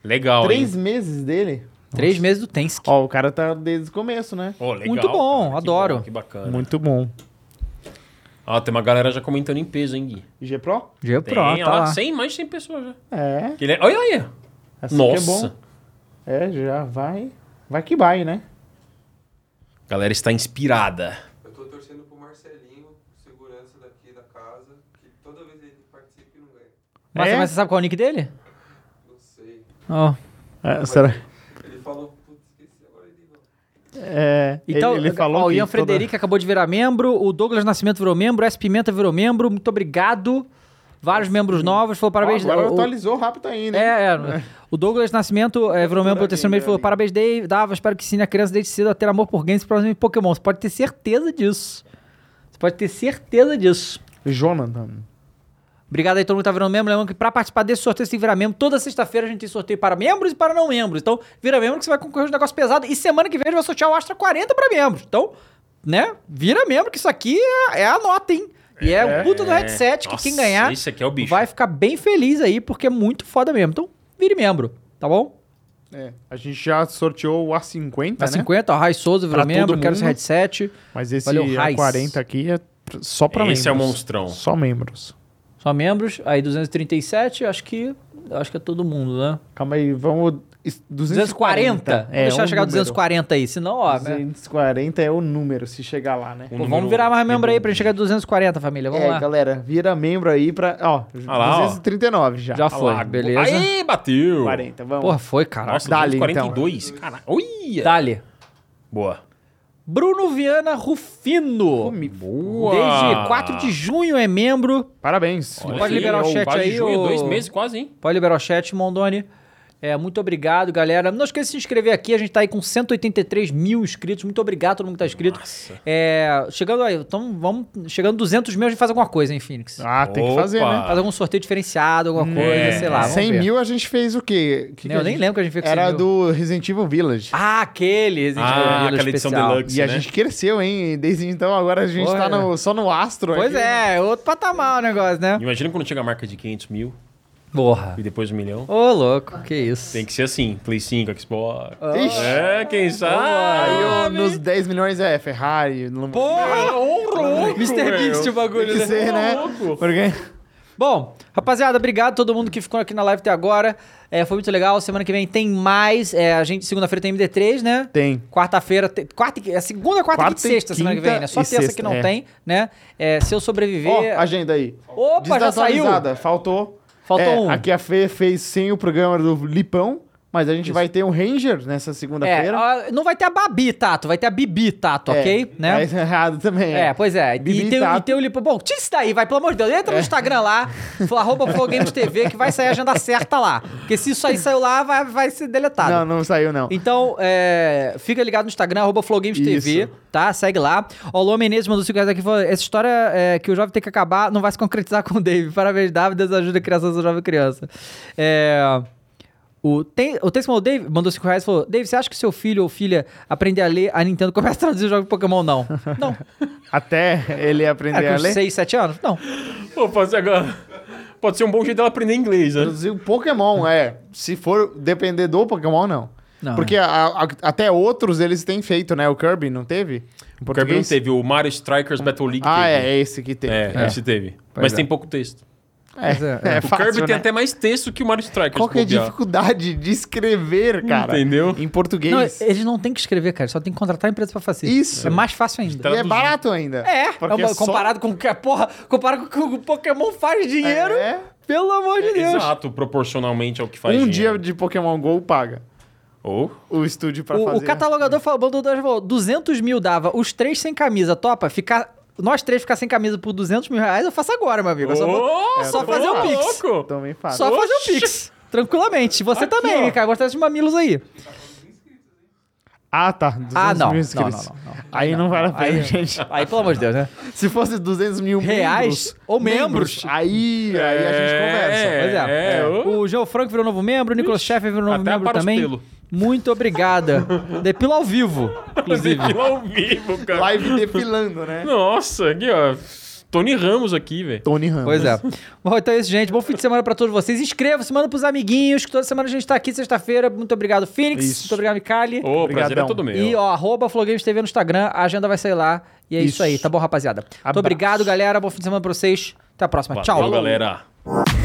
Speaker 4: Legal.
Speaker 3: três
Speaker 4: hein?
Speaker 3: meses dele.
Speaker 1: Três meses do Tensk.
Speaker 3: Ó, o cara tá desde o começo, né?
Speaker 4: Ó, legal,
Speaker 1: Muito bom,
Speaker 4: que
Speaker 1: adoro.
Speaker 4: Que, bacana.
Speaker 3: Muito bom.
Speaker 4: Ó, tem uma galera já comentando em peso, hein, Gui?
Speaker 3: G Pro?
Speaker 1: G
Speaker 4: Tem,
Speaker 1: Pro, tá
Speaker 4: ó lá,
Speaker 1: lá.
Speaker 4: 100, mais de 100 pessoas já.
Speaker 3: É.
Speaker 4: Que le- Olha aí.
Speaker 3: Assim
Speaker 4: Nossa.
Speaker 3: Que é, bom. é, já vai. Vai que vai, né?
Speaker 4: A galera está inspirada.
Speaker 7: Eu tô torcendo pro Marcelinho, segurança daqui da casa, que toda vez ele participa e não ganha.
Speaker 1: Mas,
Speaker 3: É?
Speaker 1: mas você sabe qual é o nick dele?
Speaker 7: Não sei.
Speaker 1: Ó.
Speaker 3: É, será?
Speaker 7: Ele falou, putz, esqueci, agora ele não.
Speaker 3: É.
Speaker 1: Então,
Speaker 3: ele, ele falou
Speaker 1: ó, o
Speaker 3: que
Speaker 1: Ian
Speaker 3: toda-
Speaker 1: Frederico acabou de virar membro, o Douglas Nascimento virou membro, o S. Pimenta virou membro, muito obrigado. Vários membros novos, falou
Speaker 3: Ó,
Speaker 1: parabéns.
Speaker 3: Agora
Speaker 1: o-
Speaker 3: atualizou rápido ainda. hein? Tá
Speaker 1: É, é. O Douglas Nascimento eh, virou membro do terceiro mês e falou: Parabéns, Dave. Dava, espero que ensine a criança desde cedo a ter amor por games e provavelmente Pokémon. Você pode ter certeza disso. Você pode ter certeza disso.
Speaker 3: Jonathan.
Speaker 1: Obrigado aí, todo mundo que tá virando membro. Lembrando que pra participar desse sorteio, você tem que virar membro. Toda sexta-feira a gente tem sorteio para membros e para não membros. Então, vira membro que você vai concorrer um negócio pesado. E semana que vem a gente vai sortear o Astra 40 para membros. Então, né? Vira membro que isso aqui é, é a nota, hein? E é, o puta do headset que quem
Speaker 4: Nossa,
Speaker 1: ganhar
Speaker 4: Esse aqui é o
Speaker 3: um
Speaker 4: bicho.
Speaker 1: vai ficar bem feliz aí, porque é muito foda mesmo. Então, vire membro, tá bom?
Speaker 3: É. A gente já sorteou o A50,
Speaker 1: Tá
Speaker 3: né?
Speaker 1: 50, ó, Rai Souza virou
Speaker 3: Pra todo
Speaker 1: membro, quero esse
Speaker 3: mundo.
Speaker 1: headset.
Speaker 3: Mas esse
Speaker 1: Valeu, Raiz.
Speaker 3: A40 aqui é pr- só pra membros.
Speaker 4: Esse é o monstrão.
Speaker 3: Só membros.
Speaker 1: Só membros, aí 237, acho que acho que é todo mundo, né?
Speaker 3: Calma aí, vamos... es-
Speaker 1: 240?
Speaker 3: 240.
Speaker 1: Vamos deixar
Speaker 3: um
Speaker 1: chegar a
Speaker 3: número.
Speaker 1: 240 aí, senão, ó, né?
Speaker 3: 240 é o número, se chegar lá, né?
Speaker 4: Um
Speaker 1: Pô,
Speaker 4: número
Speaker 1: vamos virar mais membro aí pra gente chegar a 240, família. Vamos
Speaker 3: é,
Speaker 1: lá.
Speaker 3: galera, vira membro aí pra... Ó,
Speaker 4: Ah lá, ó.
Speaker 3: 239 já.
Speaker 1: Já foi,
Speaker 4: largo.
Speaker 1: beleza?
Speaker 4: Aí, bateu.
Speaker 3: 40, vamos.
Speaker 1: Porra, foi, cara.
Speaker 4: Nossa,
Speaker 3: Dá-lhe,
Speaker 4: 42. Caralho. Ui!
Speaker 1: Dali.
Speaker 4: Boa.
Speaker 1: Bruno Viana Rufino.
Speaker 4: Boa.
Speaker 1: Desde 4 de junho é membro.
Speaker 3: Parabéns.
Speaker 4: Olha
Speaker 1: Pode
Speaker 4: aí,
Speaker 1: liberar o
Speaker 4: é
Speaker 1: chat
Speaker 4: quase
Speaker 1: aí,
Speaker 4: junho,
Speaker 1: ô-
Speaker 4: Dois meses quase, hein?
Speaker 1: Pode liberar o chat, Mondoni. É, muito obrigado, galera. Não esqueça de se inscrever aqui. A gente tá aí com 183 mil inscritos. Muito obrigado a todo mundo que tá inscrito.
Speaker 4: Nossa.
Speaker 1: É, chegando aí, então vamos. Chegando 200 mil, a gente faz alguma coisa, hein, Phoenix?
Speaker 3: Ah, tem que fazer,
Speaker 4: Opa.
Speaker 3: né?
Speaker 1: Faz algum sorteio diferenciado, alguma coisa,
Speaker 4: É.
Speaker 1: sei lá. Vamos
Speaker 3: 100
Speaker 1: ver.
Speaker 3: mil a gente fez o quê? O que
Speaker 1: Eu
Speaker 3: que
Speaker 1: nem lembro que a gente fez com 100
Speaker 3: Era
Speaker 1: mil.
Speaker 3: do Resident Evil Village.
Speaker 1: Ah, aquele Resident
Speaker 4: Ah,
Speaker 1: Evil
Speaker 4: aquela edição
Speaker 1: especial.
Speaker 4: deluxe,
Speaker 3: E a
Speaker 4: né?
Speaker 3: gente cresceu, hein? Desde então, agora a gente
Speaker 1: Porra.
Speaker 3: tá no- só no astro.
Speaker 1: Pois
Speaker 3: aqui.
Speaker 1: é, outro patamar o negócio, né?
Speaker 4: Imagina quando chega a marca de 500 mil
Speaker 1: Porra.
Speaker 4: e depois um milhão.
Speaker 1: Ô, louco, que isso.
Speaker 4: Tem que ser assim, Play 5, Xbox.
Speaker 3: Ah. Ixi.
Speaker 4: É, quem sabe?
Speaker 3: Aí o- nos 10 milhões é Ferrari. Não...
Speaker 1: Porra!
Speaker 4: louco,
Speaker 1: Mr. Beast o
Speaker 3: Tem
Speaker 1: bagulho,
Speaker 3: que
Speaker 1: né?
Speaker 3: ser, né? Porque...
Speaker 1: Bom, rapaziada, obrigado a todo mundo que ficou aqui na live até agora. É, foi muito legal. Semana que vem tem mais. É, a gente, segunda-feira tem MD3, né?
Speaker 3: Tem.
Speaker 1: Quarta-feira, tem- quarta, e- é segunda, quarta,
Speaker 3: Quarta
Speaker 1: e sexta,
Speaker 3: e
Speaker 1: semana que vem, né? Só
Speaker 3: quinta e
Speaker 1: terça que
Speaker 3: sexta,
Speaker 1: não
Speaker 3: é.
Speaker 1: tem, né? É, se eu
Speaker 3: Ó,
Speaker 1: sobreviver.
Speaker 3: agenda aí.
Speaker 1: Opa, já saiu!
Speaker 3: Desatualizada, Faltou.
Speaker 1: Faltou
Speaker 3: É,
Speaker 1: um.
Speaker 3: Aqui a Fê fez sem o programa do Lipão, mas a gente vai ter um Ranger nessa
Speaker 1: É,
Speaker 3: segunda-feira. É,
Speaker 1: ó, não vai ter a Babi, Tato, vai ter a Bibi, Tato, ok? Né?
Speaker 3: Mas tá errado também.
Speaker 1: É, pois é.
Speaker 3: Bibi tá- É.
Speaker 1: e, tem,
Speaker 3: Tato.
Speaker 1: e tem o Lipo. Bom, tira isso daí, vai, pelo amor de Deus. Entra no Instagram lá, fala, arroba Flow Games TV, que vai sair a agenda certa lá. Porque se isso aí saiu lá, vai, vai ser deletado.
Speaker 3: Não, não saiu, não.
Speaker 1: Então, é, fica ligado no Instagram, arroba Flow Games TV,
Speaker 3: Isso.
Speaker 1: tá? Segue lá. Ó, O Lô Menezes mandou 5 reais aqui e falou: essa história é, que o jovem tem que acabar não vai se concretizar com o Dave. Parabéns, Davi, Deus ajuda a criação dessa jovem criança. É. O, tem, o texto mandou, Dave, mandou 5 reais e falou: Dave, você acha que seu filho ou filha aprender a ler a Nintendo começa a traduzir o jogo de Pokémon? Não. Não.
Speaker 3: Até ele aprender
Speaker 1: Era
Speaker 3: a
Speaker 1: É com
Speaker 3: ler.
Speaker 1: 6, 7 anos? Não.
Speaker 4: Pô, pode ser agora. Pode ser um bom jeito dela aprender inglês, né?
Speaker 3: Traduzir o Pokémon, é. Se for depender do Pokémon, não.
Speaker 1: Não. né?
Speaker 3: Porque a- a- até outros eles têm feito, né? O Kirby, não teve? Em
Speaker 4: O Kirby não
Speaker 3: português?
Speaker 4: teve, o Mario Strikers Battle League
Speaker 3: Ah,
Speaker 4: teve.
Speaker 3: é, é esse que teve.
Speaker 4: É, esse teve.
Speaker 1: Pois
Speaker 4: Mas
Speaker 1: é.
Speaker 4: tem pouco texto.
Speaker 1: É, é.
Speaker 3: É
Speaker 4: O
Speaker 3: fácil,
Speaker 4: Kirby tem
Speaker 3: né?
Speaker 4: até mais texto que o Mario Strikers.
Speaker 3: Qual que é a
Speaker 4: se bobear.
Speaker 3: dificuldade de escrever, cara?
Speaker 4: Hum, Entendeu?
Speaker 3: Em
Speaker 1: Não,
Speaker 3: português. é
Speaker 1: eles não têm que escrever, cara. Só tem que contratar a empresa pra fazer.
Speaker 3: Isso.
Speaker 1: É mais fácil ainda.
Speaker 3: E é barato ainda.
Speaker 1: É,
Speaker 3: Porque
Speaker 1: é uma-
Speaker 3: só-
Speaker 1: comparado com que a porra, comparado com o que o Pokémon faz dinheiro,
Speaker 3: É.
Speaker 1: pelo amor de Deus.
Speaker 4: Exato, proporcionalmente ao que faz.
Speaker 3: Um
Speaker 4: dinheiro. Oh.
Speaker 3: dia de Pokémon GO paga
Speaker 4: Ou.
Speaker 3: o estúdio pra
Speaker 1: O, o
Speaker 3: fazer.
Speaker 1: catalogador falou, mandou dois, falou, 200 mil dava, os três sem camisa, topa? Ficar, nós três ficar sem camisa por 200 mil reais, eu faço agora, meu amigo. Eu só vou-
Speaker 4: Ô,
Speaker 1: só
Speaker 4: tô
Speaker 1: fazer o Pix.
Speaker 4: louco.
Speaker 3: Também faz.
Speaker 1: só fazer o Pix. Tranquilamente. Você também, cara. Gostar de mamilos aí.
Speaker 3: Ah, tá. 200
Speaker 1: não.
Speaker 3: mil
Speaker 1: Não,
Speaker 3: inscritos.
Speaker 1: não, não, não.
Speaker 3: Aí não, vale a pena,
Speaker 1: Aí,
Speaker 3: gente.
Speaker 1: aí, pelo amor de Deus, né?
Speaker 3: Se fosse 200 mil
Speaker 1: Reais
Speaker 3: membros-
Speaker 1: ou membros.
Speaker 3: Aí, aí a gente conversa.
Speaker 1: Pois é.
Speaker 4: É, ô.
Speaker 1: O João Franco virou novo membro, o Nicolas Scheffer virou novo
Speaker 4: até
Speaker 1: membro
Speaker 4: para os
Speaker 1: também.
Speaker 4: pelo.
Speaker 1: Muito obrigada. Depila ao vivo, inclusive.
Speaker 4: ao vivo, cara.
Speaker 3: Live defilando, né?
Speaker 4: Nossa, aqui, ó. Tony Ramos aqui, velho.
Speaker 3: Tony Ramos.
Speaker 1: Pois é. Bom, então é isso, gente. Bom fim de semana pra todos vocês. Inscreva-se, manda pros amiguinhos, que toda semana a gente tá aqui, sexta-feira. Muito obrigado, Phoenix.
Speaker 3: Isso.
Speaker 1: Muito obrigado, Micali.
Speaker 4: Ô, prazer é
Speaker 3: Obrigadão.
Speaker 4: todo meu.
Speaker 1: E, ó, arroba Flow Games TV no Instagram. A agenda vai sair lá. E é isso,
Speaker 3: Isso.
Speaker 1: aí, tá bom, rapaziada? Muito
Speaker 3: Abraço.
Speaker 1: obrigado, galera. Bom fim de semana pra vocês. Até a próxima.
Speaker 4: Valeu,
Speaker 1: Tchau.
Speaker 4: galera.